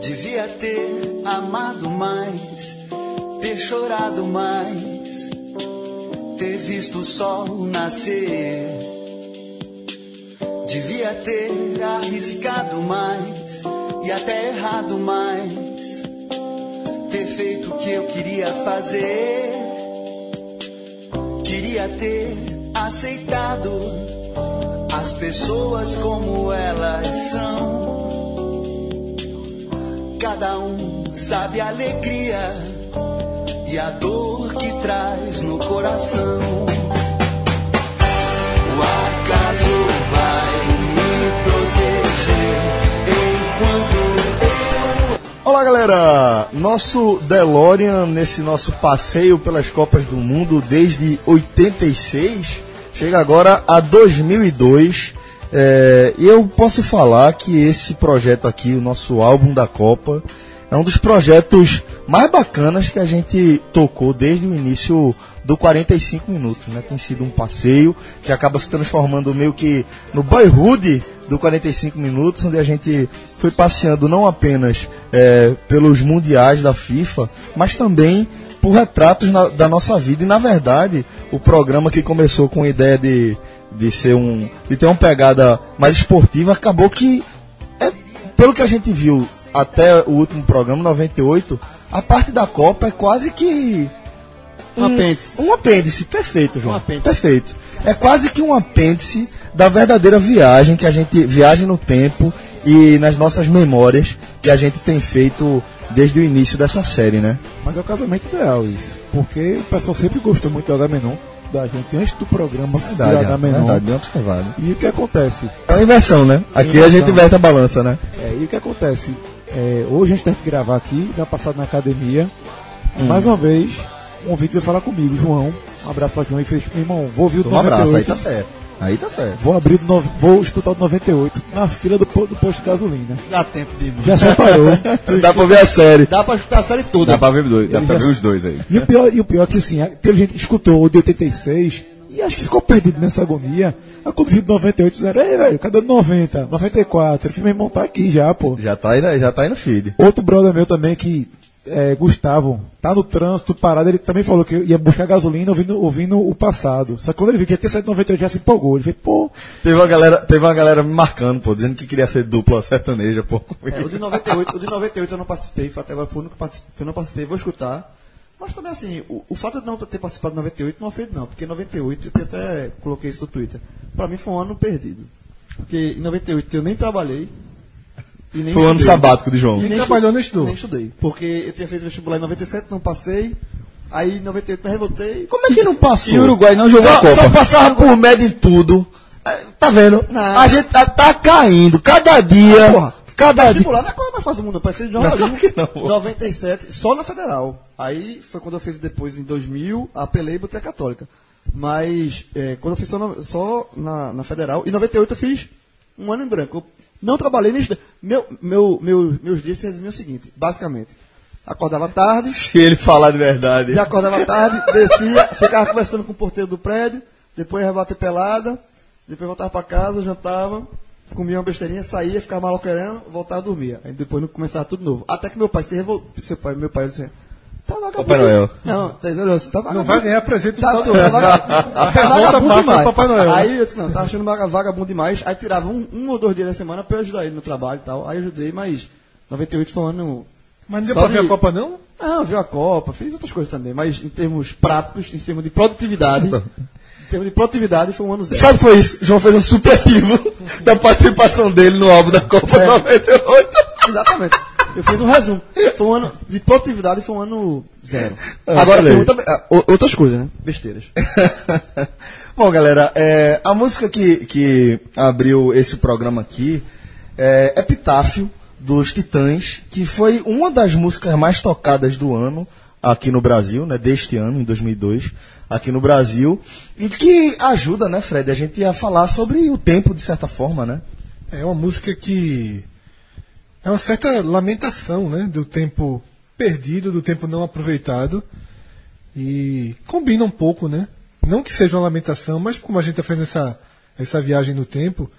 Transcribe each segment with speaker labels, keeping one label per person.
Speaker 1: Devia ter amado mais, ter chorado mais, ter visto o sol nascer. Devia ter arriscado mais e até errado mais, ter feito o que eu queria fazer. Queria ter aceitado as pessoas como elas são cada um sabe a alegria e a dor que traz no coração. O acaso vai me proteger enquanto
Speaker 2: eu. Olá, galera! Nosso DeLorean nesse nosso passeio pelas Copas do Mundo desde 86 chega agora a 2002. É, eu posso falar que esse projeto aqui, o nosso álbum da Copa, é um dos projetos mais bacanas que a gente tocou desde o início do 45 minutos, né? Tem sido um passeio que acaba se transformando meio que no boyhood do 45 minutos, onde a gente foi passeando não apenas é, pelos mundiais da FIFA, mas também por retratos na, da nossa vida. E na verdade, o programa que começou com a ideia de de ser um de ter uma pegada mais esportiva acabou que é, pelo que a gente viu até o último programa 98 a parte da Copa é quase que
Speaker 3: um, um apêndice
Speaker 2: um apêndice perfeito João um apêndice. perfeito é quase que um apêndice da verdadeira viagem que a gente viagem no tempo e nas nossas memórias que a gente tem feito desde o início dessa série né
Speaker 3: mas é o casamento ideal isso porque o pessoal sempre gostou muito do Agamenon da gente antes do programa
Speaker 2: É verdade, virar da menor. Verdade, bem observado.
Speaker 3: E o que acontece?
Speaker 2: É uma inversão, né? Aqui inversão. a gente inverte a balança, né?
Speaker 3: É, e o que acontece? É, hoje a gente tem que gravar aqui, dá passado na academia. Hum. Mais uma vez, um vídeo veio falar comigo, João. Um abraço pra João e fez, meu irmão, vou ouvir o do
Speaker 2: um 98. abraço, aí tá certo. Aí tá certo.
Speaker 3: Vou abrir do no... vou escutar o 98 na fila do, do posto de gasolina.
Speaker 4: Dá tempo de ir.
Speaker 3: Já separou.
Speaker 2: dá pra ver a série.
Speaker 4: Dá pra escutar a série toda.
Speaker 5: Dá pra ver, dois, dá pra ver os dois aí.
Speaker 3: E o pior, e o pior é que assim, teve gente que escutou o de 86 e acho que ficou perdido nessa agonia. Aí quando viu 98, disseram, ei, velho, cadê o 90? 94. Eu falei, meu tá aqui já, pô.
Speaker 2: Já tá aí, já tá aí no feed.
Speaker 3: Outro brother meu também que é, Gustavo, tá no trânsito, parado, ele também falou que ia buscar gasolina ouvindo, ouvindo o passado. Só que quando ele viu que ia ter 798 já se empolgou. Ele fez, pô.
Speaker 2: Teve uma galera, teve uma galera me marcando, pô, dizendo que queria ser dupla sertaneja, pô.
Speaker 4: É, o, de 98, o de 98 eu não participei, até agora foi o único que eu não participei, vou escutar. Mas também assim, o, o fato de não ter participado de 98 não ofende não, porque 98, eu até coloquei isso no Twitter, pra mim foi um ano perdido. Porque em 98 eu nem trabalhei,
Speaker 2: foi um ano sabático de João.
Speaker 4: E
Speaker 3: nem trabalhou, nem estudou.
Speaker 4: Nem estudei. Porque eu tinha feito vestibular em 97, não passei. Aí em 98 me revoltei.
Speaker 2: Como é que não passou? E
Speaker 3: o Uruguai não jogou
Speaker 2: só,
Speaker 3: a Copa.
Speaker 2: Só passava por média em tudo. Tá vendo? Não. A gente tá, tá, caindo. Cada dia... Ah, porra. Cada
Speaker 4: vestibular não é coisa mais fácil do mundo. Eu passei de jornalismo em 97, só na Federal. Aí foi quando eu fiz depois, em 2000, apelei e botei a Católica. Mas é, quando eu fiz só, na, só na, na Federal, em 98 eu fiz um ano em branco. Não trabalhei nem estudei. Meu, meu, meu, meus dias se resumiam o seguinte, basicamente. Acordava tarde.
Speaker 2: Se ele falar de verdade.
Speaker 4: Acordava tarde, descia, ficava conversando com o porteiro do prédio, depois ia bater pelada, depois voltava para casa, jantava, comia uma besteirinha, saía, ficava maloqueirando, voltava e dormia. Aí depois começava tudo novo. Até que meu pai se revoltou. Seu pai, meu pai disse, assim,
Speaker 2: Tá Papai Noel.
Speaker 4: Não, tá, olha, você tá vagabundo.
Speaker 3: Não vai ganhar presente
Speaker 4: tá,
Speaker 3: do Papai
Speaker 4: Noel. Tá vagabundo demais. Papai
Speaker 3: né?
Speaker 4: Noel. Aí eu disse, não, tava achando vagabundo demais. Aí tirava um, um ou dois dias da semana pra eu ajudar ele no trabalho e tal. Aí eu ajudei, mas 98 foi um ano...
Speaker 3: Mas não deu pra ver de... a Copa, não?
Speaker 4: Ah, viu a Copa, fiz outras coisas também. Mas em termos práticos, em termos de produtividade... em termos de produtividade, foi um ano zero.
Speaker 2: Sabe foi isso? João fez um superativo da participação dele no álbum da Copa é. 98.
Speaker 4: Exatamente. Eu fiz um resumo. Foi um ano de produtividade, foi um ano zero.
Speaker 3: Ah,
Speaker 2: Agora,
Speaker 4: outra, outras coisas, né? Besteiras.
Speaker 2: Bom, galera, é, a música que, que abriu esse programa aqui é Epitáfio, dos Titãs, que foi uma das músicas mais tocadas do ano aqui no Brasil, né? Deste ano, em 2002 aqui no Brasil e que ajuda, né, Fred, a gente a falar sobre o tempo de certa forma, né?
Speaker 3: É uma música que é uma certa lamentação né, do tempo perdido, do tempo não aproveitado. E combina um pouco, né? Não que seja uma lamentação, mas como a gente está fazendo essa, essa viagem no tempo,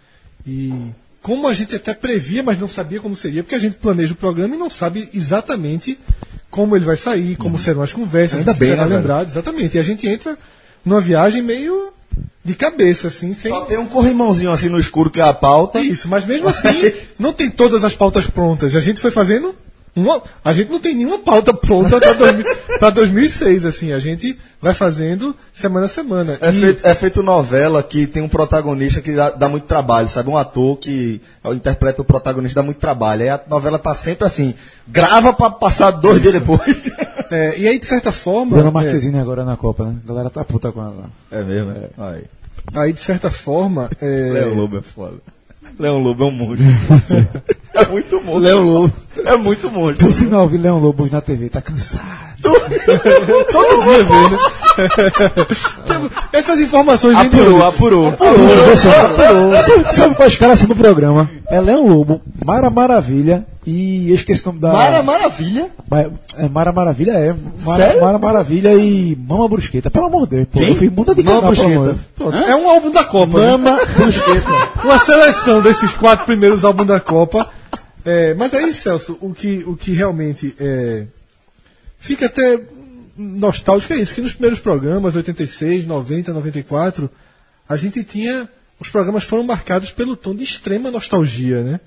Speaker 3: e como a gente até previa, mas não sabia como seria, porque a gente planeja o programa e não sabe exatamente como ele vai sair, como serão as conversas,
Speaker 2: Uhum. Ainda
Speaker 3: o que
Speaker 2: bem,
Speaker 3: será
Speaker 2: né, velho?
Speaker 3: lembrado, exatamente. E a gente entra numa viagem meio de cabeça, assim, sem.
Speaker 2: Só tem um corrimãozinho assim no escuro que é a
Speaker 6: Tá?
Speaker 2: pauta.
Speaker 3: Isso, mas mesmo assim, não tem todas as pautas prontas. A gente foi fazendo. Uma, a gente não tem nenhuma pauta pronta para 2006, assim. A gente vai fazendo semana a semana.
Speaker 2: É
Speaker 3: E-
Speaker 2: feito, é feito novela que tem um protagonista que dá, dá muito trabalho, sabe? Um ator que interpreta o protagonista dá muito trabalho. Aí a novela tá sempre assim, grava pra passar dois dias depois.
Speaker 3: é, e aí, de certa forma.
Speaker 6: Bruna
Speaker 3: é,
Speaker 6: Marquezine agora na Copa, né? A galera tá puta com ela.
Speaker 2: É mesmo, é. Aí.
Speaker 3: Aí, de certa forma. é,
Speaker 2: Leão Lobo é foda. Leão Lobo é um monstro. é muito monstro. Leão Lobo. É muito monstro.
Speaker 6: Por sinal, vi Leão Lobos na TV, tá cansado.
Speaker 3: Essas informações vêm de
Speaker 2: Apurou,
Speaker 3: onde?
Speaker 2: apurou.
Speaker 6: Sabe, sabe quais caras são do programa? tá É Leão Lobo, Mara Maravilha e eu esqueci o nome da.
Speaker 4: Mara Maravilha?
Speaker 6: Ba- é, Mara Maravilha é. Mara,
Speaker 4: Sério?
Speaker 6: Mara Maravilha e Mama Brusqueta. Pelo amor de Deus, pô. Eu fui muda de
Speaker 4: Mama
Speaker 6: canal, pelo
Speaker 4: Brusqueta.
Speaker 6: amor.
Speaker 3: Pronto, É um álbum da Copa. né?
Speaker 6: Mama Brusqueta.
Speaker 3: Uma seleção desses quatro primeiros álbuns da Copa. É, mas aí, Celso, o que, o que realmente é, fica até nostálgico é isso, que nos primeiros programas, 86, 90, 94, a gente tinha. Os programas foram marcados pelo tom de extrema nostalgia, né?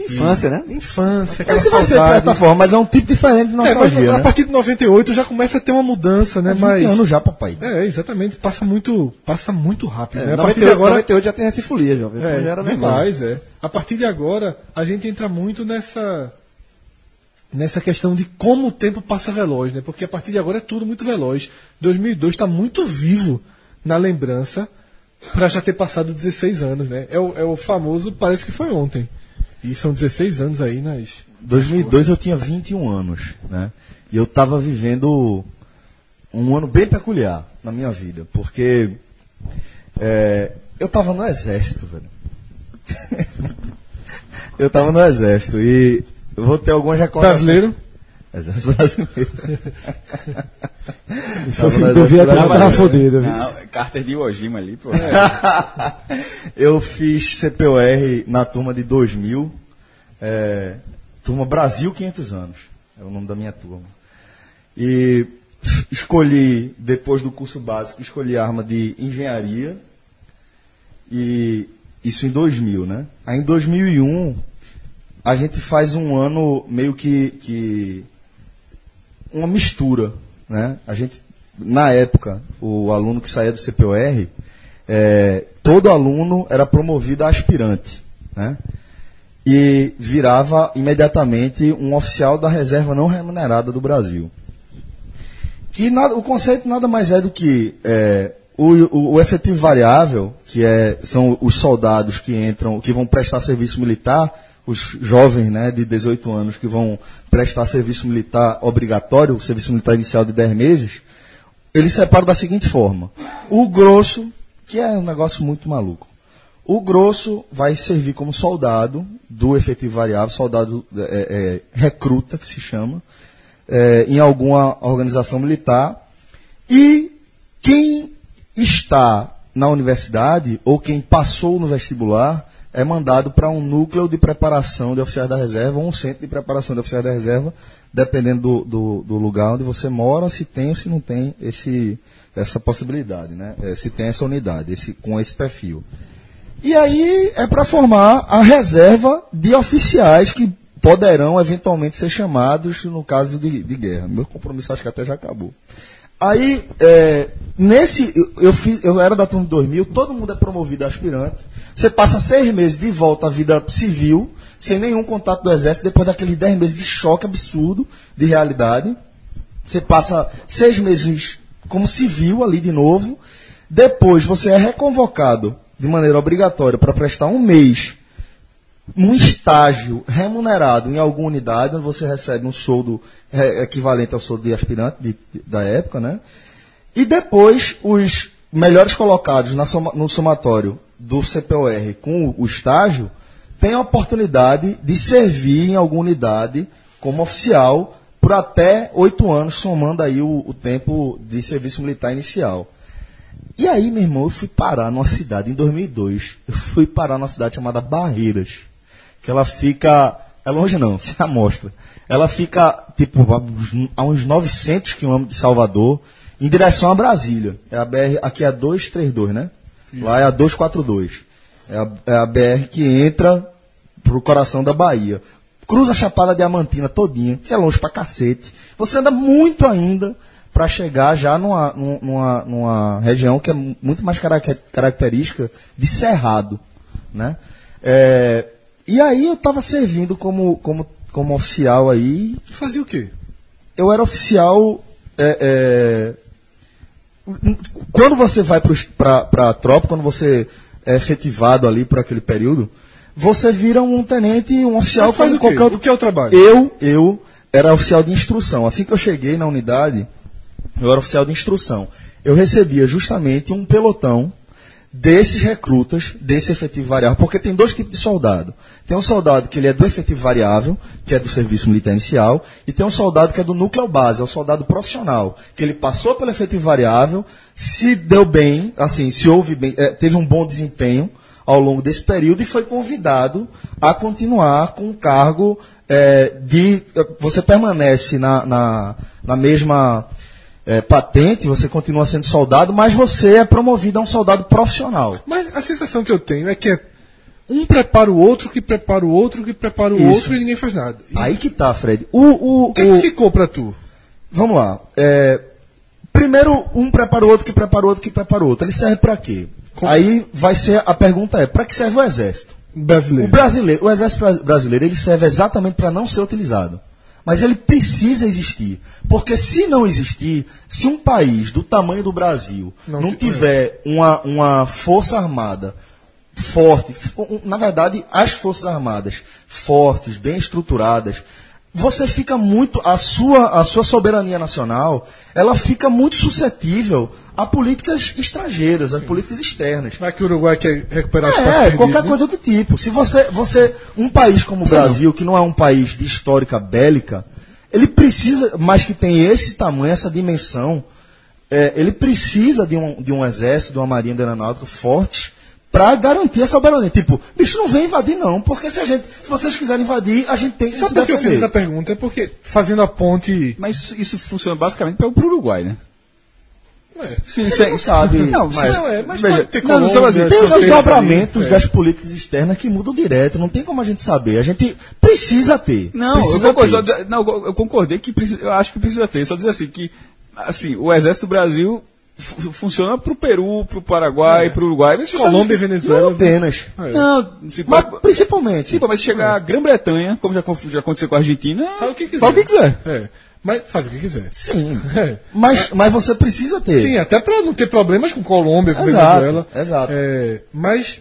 Speaker 4: Infância, né?
Speaker 3: Infância, aquela
Speaker 2: Esse vai ser de
Speaker 3: saudade.
Speaker 6: tá
Speaker 2: certa forma, mas é um tipo diferente de
Speaker 3: É, mas
Speaker 2: nostalgia,
Speaker 3: a
Speaker 2: né?
Speaker 3: partir de 98 já começa a ter uma mudança, né? Mas.
Speaker 2: ano já, papai.
Speaker 3: É, exatamente. Passa muito, passa muito
Speaker 4: É,
Speaker 3: rápido. né? A partir de
Speaker 4: 98,
Speaker 3: agora.
Speaker 4: 98 já tem essa folia, jovem. Então
Speaker 3: É,
Speaker 4: já era normal.
Speaker 3: demais, é. A partir de agora, a gente entra muito nessa nessa questão de como o tempo passa veloz, né? Porque a partir de agora é tudo muito veloz. 2002 está tá muito vivo na lembrança para já ter passado 16 anos, né? É o, é o famoso parece que foi ontem. E são 16 anos aí nas
Speaker 2: 2002 eu tinha 21 anos, né? E eu estava vivendo um ano bem peculiar na minha vida, porque é, eu estava no exército, velho. eu estava no exército e eu vou ter algumas recordações.
Speaker 3: brasileiro.
Speaker 2: Exército brasileiro.
Speaker 6: Se fosse
Speaker 2: Tava no exército
Speaker 6: devia ter uma
Speaker 2: brasileiro.
Speaker 6: barra fodida, viu?
Speaker 5: Não, Carter de Iwo Jima ali, pô.
Speaker 2: eu fiz CPOR na turma de 2000, é, turma Brasil 500 anos, é o nome da minha turma. E escolhi, depois do curso básico, escolhi a arma de engenharia, e isso em 2000, né? Aí em 2001, a gente faz um ano meio que, que uma mistura, né? A gente, na época, o aluno que saía do CPOR, eh, todo aluno era promovido a aspirante, né? E virava imediatamente um oficial da reserva não remunerada do Brasil. Que nada- o conceito nada mais é do que eh, o, o- o efetivo variável, que é, são os soldados que entram, que vão prestar serviço militar, os jovens né, de 18 anos que vão prestar serviço militar obrigatório, o serviço militar inicial de 10 meses, eles separam da seguinte forma: o grosso, que é um negócio muito maluco, o grosso vai servir como soldado do efetivo variável, soldado é, é, recruta, que se chama, é, em alguma organização militar. E quem está na universidade ou quem passou no vestibular é mandado para um núcleo de preparação de oficiais da reserva ou um centro de preparação de oficiais da reserva, dependendo do, do- do lugar onde você mora, se tem ou se não tem esse, essa possibilidade, né? É, se tem essa unidade, esse, com esse perfil. E aí é para formar a reserva de oficiais que poderão eventualmente ser chamados no caso de, de guerra. Meu compromisso acho que até já acabou. Aí, é, nesse, eu, eu fiz, eu era da turma de 2000, todo mundo é promovido a aspirante. Você passa seis meses de volta à vida civil, sem nenhum contato do exército, depois daqueles dez meses de choque absurdo de realidade. Você passa seis meses como civil ali de novo. Depois você é reconvocado de maneira obrigatória para prestar um mês um estágio remunerado em alguma unidade, onde você recebe um soldo eh, equivalente ao soldo de aspirante de- de- da época, né? E depois, os melhores colocados na soma- no somatório do CPOR com o, o estágio têm a oportunidade de servir em alguma unidade como oficial por até oito anos, somando aí o, o tempo de serviço militar inicial. E aí, meu irmão, eu fui parar numa cidade, em 2002, eu fui parar numa cidade chamada Barreiras, que ela fica, é longe não, se amostra, ela fica, tipo, a uns- a uns 900 quilômetros de Salvador, em direção a Brasília. É a BR, aqui é a 232, né? Lá é a 242. É a, é a BR que entra pro coração da Bahia. Cruza a Chapada Diamantina todinha, que é longe pra cacete. Você anda muito ainda pra chegar já numa, num- numa, numa região que é mu- muito mais caraca- característica de cerrado, né? É, e aí eu tava servindo como, como, como oficial aí,
Speaker 3: Tu fazia o quê?
Speaker 2: eu era oficial. é, é, quando você vai para a tropa, quando você é efetivado ali por aquele período, você vira um tenente, um oficial,
Speaker 3: Tu faz
Speaker 2: como
Speaker 3: o quê?
Speaker 2: qualquer outro
Speaker 3: O que é o trabalho?
Speaker 2: eu, eu era oficial de instrução. Assim que eu cheguei na unidade, eu era oficial de instrução. Eu recebia justamente um pelotão desses recrutas, desse efetivo variável, porque tem dois tipos de soldado. Tem um soldado que ele é do efetivo variável, que é do serviço militar inicial, e tem um soldado que é do núcleo base, é o soldado profissional, que ele passou pelo efetivo variável, se deu bem, assim, se houve bem, eh, teve um bom desempenho, ao longo desse período e foi convidado a continuar com o cargo eh, de. Você permanece na, na, na mesma eh, patente, você continua sendo soldado, mas você é promovido a um soldado profissional.
Speaker 3: Mas a sensação que eu tenho é que é um prepara o outro, que prepara o outro, que prepara o
Speaker 2: Isso.
Speaker 3: outro e ninguém faz nada. E
Speaker 2: Aí que tá, Fred. O, o,
Speaker 3: o que, é
Speaker 2: o-
Speaker 3: que ficou pra tu?
Speaker 2: Vamos lá. É, primeiro, um prepara o outro, que prepara o outro, que prepara o outro. Ele serve para quê? Aí vai ser. A pergunta é: para que serve o exército? O
Speaker 3: Brasileiro.
Speaker 2: brasileiro, o exército bra- brasileiro, ele serve exatamente para não ser utilizado. Mas ele precisa existir. Porque se não existir, se um país do tamanho do Brasil
Speaker 3: Não
Speaker 2: não,
Speaker 3: ti-
Speaker 2: tiver uma, uma força armada forte, fo- um- na verdade, as forças armadas fortes, bem estruturadas, você fica muito, a sua, a sua soberania nacional, ela fica muito suscetível a políticas estrangeiras, a políticas externas.
Speaker 3: Vai que o Uruguai quer recuperar espaço
Speaker 2: É,
Speaker 3: perdido,
Speaker 2: qualquer
Speaker 3: né?
Speaker 2: coisa do tipo. Se você, você, um país como o Brasil, que não é um país de histórica bélica, ele precisa, mas que tem esse tamanho, essa dimensão, é, ele precisa de um, de um exército, de uma marinha de aeronáutica forte para garantir essa soberania. Tipo, bicho, não vem invadir não, porque se a gente, se vocês quiserem invadir, a gente tem que
Speaker 3: Sabe
Speaker 2: se
Speaker 3: por que eu fiz
Speaker 2: defender.
Speaker 3: essa pergunta? É porque fazendo a ponte.
Speaker 5: Mas isso, isso funciona basicamente para o Uruguai, né?
Speaker 3: Ué,
Speaker 5: Sim,
Speaker 2: você não sabe.
Speaker 5: Não, mas.
Speaker 3: Não, é, mas
Speaker 5: veja,
Speaker 3: pode ter
Speaker 5: não, não, só
Speaker 3: Colômbia,
Speaker 5: assim,
Speaker 2: Tem os
Speaker 3: Sorteio
Speaker 2: desdobramentos
Speaker 3: ali, é.
Speaker 2: das políticas externas que mudam direto, não tem como a gente saber. A gente precisa ter.
Speaker 5: Não, eu,
Speaker 2: precisa
Speaker 5: concordo,
Speaker 2: ter.
Speaker 5: só dizer- não, eu concordei que precisa- eu acho que precisa ter. Só dizer assim que assim, o exército do Brasil fu- funciona pro Peru, pro Paraguai, pro Uruguai, mas
Speaker 3: É. Colômbia e
Speaker 2: Não
Speaker 3: Venezuela.
Speaker 2: apenas.
Speaker 5: Não, se
Speaker 2: Mas
Speaker 5: pode-
Speaker 2: principalmente.
Speaker 5: Sim, pô, mas se chegar à Grã-Bretanha, como já, acon- já aconteceu com a Argentina,
Speaker 3: É. Fala o que quiser.
Speaker 5: fala o que quiser.
Speaker 3: É. Mas faz o que quiser.
Speaker 2: Sim.
Speaker 3: É.
Speaker 2: Mas, mas você precisa ter.
Speaker 4: é.
Speaker 3: Sim, até para não ter problemas com Colômbia, com
Speaker 2: Exato,
Speaker 3: Venezuela.
Speaker 2: exato.
Speaker 3: É, mas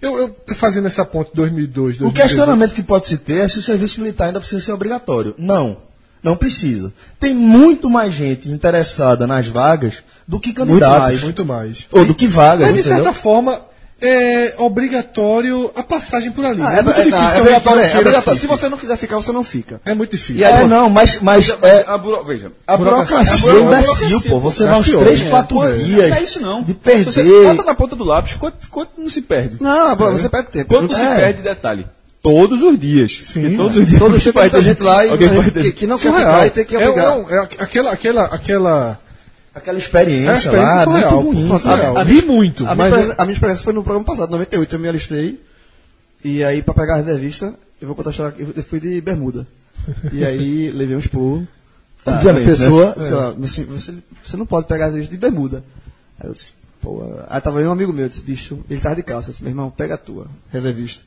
Speaker 3: eu, eu tô fazendo essa ponte 2002, 2002.
Speaker 2: o questionamento que pode se ter é se o serviço militar ainda precisa ser obrigatório. Não. Não precisa. Tem muito mais gente interessada nas vagas do que candidatos.
Speaker 3: Muito mais.
Speaker 2: Ou do que vagas,
Speaker 3: Mas de
Speaker 2: entendeu?
Speaker 3: certa forma é obrigatório a passagem por ali.
Speaker 4: Ah,
Speaker 3: é, muito difícil.
Speaker 4: é
Speaker 3: alguém
Speaker 4: obrigatório,
Speaker 3: que
Speaker 4: é
Speaker 3: não queira
Speaker 4: obrigatório. Se
Speaker 3: fique.
Speaker 4: você não quiser ficar, você não fica.
Speaker 3: É muito difícil.
Speaker 2: É, não, mas, mas é,
Speaker 5: A buro- Veja,
Speaker 2: a burocracia é
Speaker 5: buro-
Speaker 2: imbecil,
Speaker 5: burocracia,
Speaker 2: pô. Você vai uns
Speaker 3: pior,
Speaker 2: 3,
Speaker 3: né?
Speaker 2: 4
Speaker 3: É.
Speaker 2: dias
Speaker 5: não é isso não.
Speaker 2: de
Speaker 5: Se Você
Speaker 2: perder.
Speaker 5: bota na ponta do lápis, quanto, quanto não se perde?
Speaker 4: Não, pô, você perde tempo.
Speaker 5: Quanto se
Speaker 2: É.
Speaker 5: perde, detalhe? Todos os dias. Porque todos os dias
Speaker 4: Todo tempo
Speaker 5: vai
Speaker 4: tem
Speaker 5: ter
Speaker 4: gente lá e
Speaker 5: alguém vai ter-
Speaker 4: que, que não quer
Speaker 3: Surreal.
Speaker 4: ficar e tem que
Speaker 3: É,
Speaker 4: obrigar.
Speaker 3: não, é aquela, aquela, aquela.
Speaker 2: Aquela experiência,
Speaker 3: É, a experiência
Speaker 2: lá,
Speaker 6: né?
Speaker 2: muito
Speaker 3: surreal,
Speaker 2: ruim.
Speaker 3: pô,
Speaker 2: sabe?
Speaker 3: surreal.
Speaker 2: A-
Speaker 4: a-
Speaker 3: Ri muito,
Speaker 4: A minha,
Speaker 3: mas-
Speaker 4: experiência, a minha experiência foi no programa passado, 98, eu me alistei. E aí, pra pegar a reservista, eu vou contar a história. Eu eu fui de bermuda. E aí, levei um esporro. Tá,
Speaker 2: Obviamente,
Speaker 4: a
Speaker 3: né?
Speaker 4: pessoa,
Speaker 3: É.
Speaker 4: sei lá, você, você- você não pode pegar a reservista de bermuda. Aí eu disse, pô, aí tava aí um amigo meu, eu disse, bicho, ele tava de calça. Eu disse, meu irmão, pega a tua, reservista.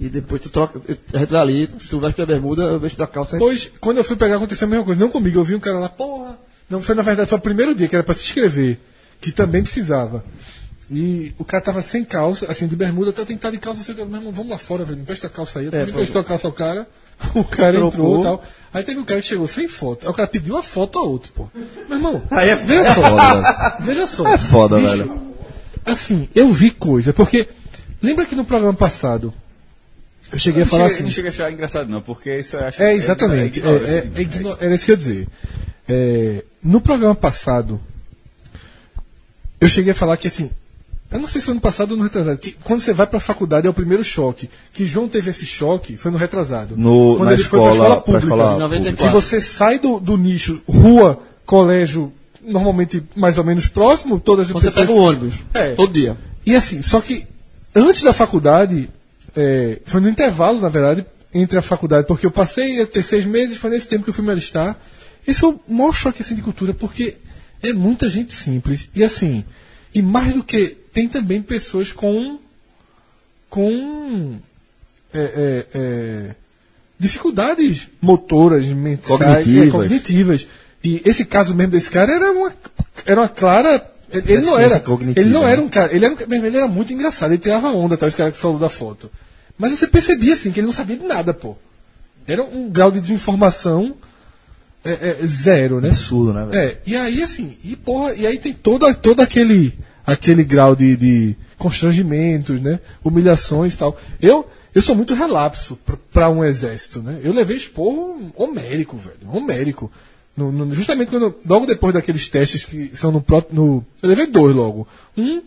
Speaker 4: E depois tu troca, eu- entra ali, tu vais pra bermuda, eu vejo da calça. é a gente
Speaker 3: Depois, quando eu fui pegar, aconteceu a mesma coisa. Não comigo, eu vi um cara lá, porra. Não foi, na verdade, foi o primeiro dia que era pra se inscrever, que também precisava. E o cara tava sem calça, assim, de bermuda, até tentar de calça, assim, meu irmão, vamos lá fora, velho, me presta a calça aí. Eu também
Speaker 4: foi.
Speaker 3: prestou a calça ao cara, o cara entrou
Speaker 4: Trocou.
Speaker 3: e tal. Aí teve um cara que chegou sem foto, aí o cara pediu a foto a outro, pô. Meu irmão,
Speaker 4: Aí é-
Speaker 3: veja só, veja só.
Speaker 2: É foda, velho.
Speaker 3: Assim, eu vi coisa, porque lembra que no programa passado
Speaker 7: Eu cheguei a
Speaker 5: não
Speaker 7: falar
Speaker 5: chega-
Speaker 7: assim.
Speaker 5: Não chega a achar engraçado, não, porque isso eu acho
Speaker 6: É, exatamente. É,
Speaker 5: ignorância,
Speaker 6: é,
Speaker 5: assim,
Speaker 6: é igno- era isso que eu ia dizer. É, no programa passado, eu cheguei a falar que assim. Eu não sei se foi no passado ou no retrasado. Que quando você vai pra faculdade é o primeiro choque. Que João teve esse choque foi no retrasado.
Speaker 2: No-
Speaker 6: quando
Speaker 2: na
Speaker 6: ele foi
Speaker 2: escola-
Speaker 6: pra escola
Speaker 2: pra
Speaker 6: pública.
Speaker 2: escola
Speaker 6: Em
Speaker 2: pública.
Speaker 6: Que você sai do, do nicho rua, colégio, normalmente mais ou menos próximo, todas as
Speaker 3: Você
Speaker 6: pessoas-
Speaker 3: pega o ônibus.
Speaker 6: É.
Speaker 3: Todo dia.
Speaker 6: e assim, só que antes da faculdade, é, foi no intervalo, na verdade, entre a faculdade, porque eu passei a ter seis meses, foi nesse tempo que eu fui me alistar. Esse é o maior choque assim, de cultura, porque é muita gente simples. E assim, e mais do que, tem também pessoas com. com. é, é, é, dificuldades motoras, mentais,
Speaker 2: Cognitivas.
Speaker 6: é, cognitivas. E esse caso mesmo desse cara era uma, era uma clara. Ele, ele não
Speaker 2: Deficiência
Speaker 6: era.
Speaker 2: cognitiva,
Speaker 6: Ele não
Speaker 2: né?
Speaker 6: era um cara. Ele era, um ca- meu irmão, ele era muito engraçado. Ele tirava onda, tal, esse cara que falou da foto. Mas você percebia, assim, que ele não sabia de nada, pô. Era um grau de desinformação é, é, zero, né?
Speaker 2: Absurdo, né, velho?
Speaker 6: É, e aí, assim, e porra, e aí tem todo, todo aquele, aquele grau de, de constrangimentos, né? Humilhações e tal. Eu, eu sou muito relapso pr- pra um exército, né? Eu levei esporro homérico, velho, homérico. No, no- justamente quando, logo depois daqueles testes que são no próprio. No, eu levei dois logo. Um,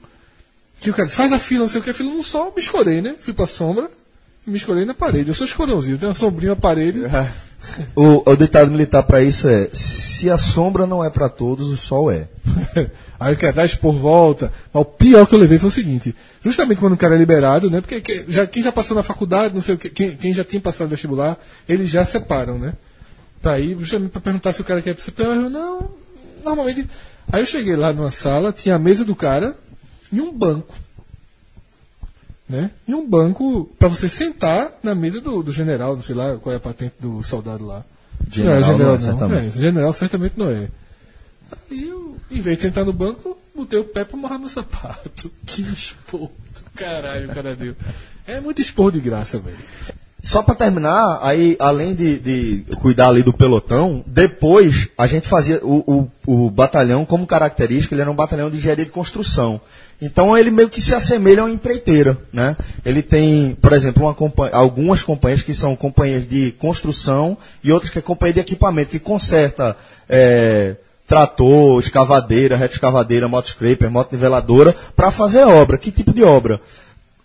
Speaker 6: que o cara disse, faz a fila, não sei o que, a fila não só, me escorei, né? Fui pra sombra e me escorei na parede. Eu sou escorãozinho, tenho uma sombrinha na parede.
Speaker 2: O, o ditado militar pra isso é: se a sombra não é pra todos, o sol é.
Speaker 6: Aí o cara dá por volta. Mas o pior que eu levei foi o seguinte: justamente quando o cara é liberado, né? Porque que- já, quem já passou na faculdade, não sei o que, quem, quem já tinha passado vestibular, eles já separam, né? Pra ir, justamente pra perguntar se o cara quer pro CPR ou não. Normalmente. Aí eu cheguei lá numa sala, tinha a mesa do cara e um banco. Né? E um banco pra você sentar na mesa do, do general, não sei lá qual é a patente do soldado lá.
Speaker 2: General
Speaker 6: não, é
Speaker 2: não
Speaker 6: general
Speaker 2: é, certamente.
Speaker 6: É, general certamente não é. E eu, em vez de sentar no banco, botei o pé pra amarrar meu sapato. Que esporro do caralho, o cara deu. É muito esporro de graça, velho.
Speaker 2: Só pra terminar, aí, além de, de cuidar ali do pelotão, depois a gente fazia o, o, o batalhão, como característica, ele era um batalhão de engenharia de construção. Então ele meio que se assemelha a uma empreiteira, né? Ele tem, por exemplo, uma compa- algumas companhias que são companhias de construção e outras que é companhia de equipamento, que conserta é, trator, escavadeira, retroescavadeira, moto scraper, moto niveladora, para fazer obra. Que tipo de obra?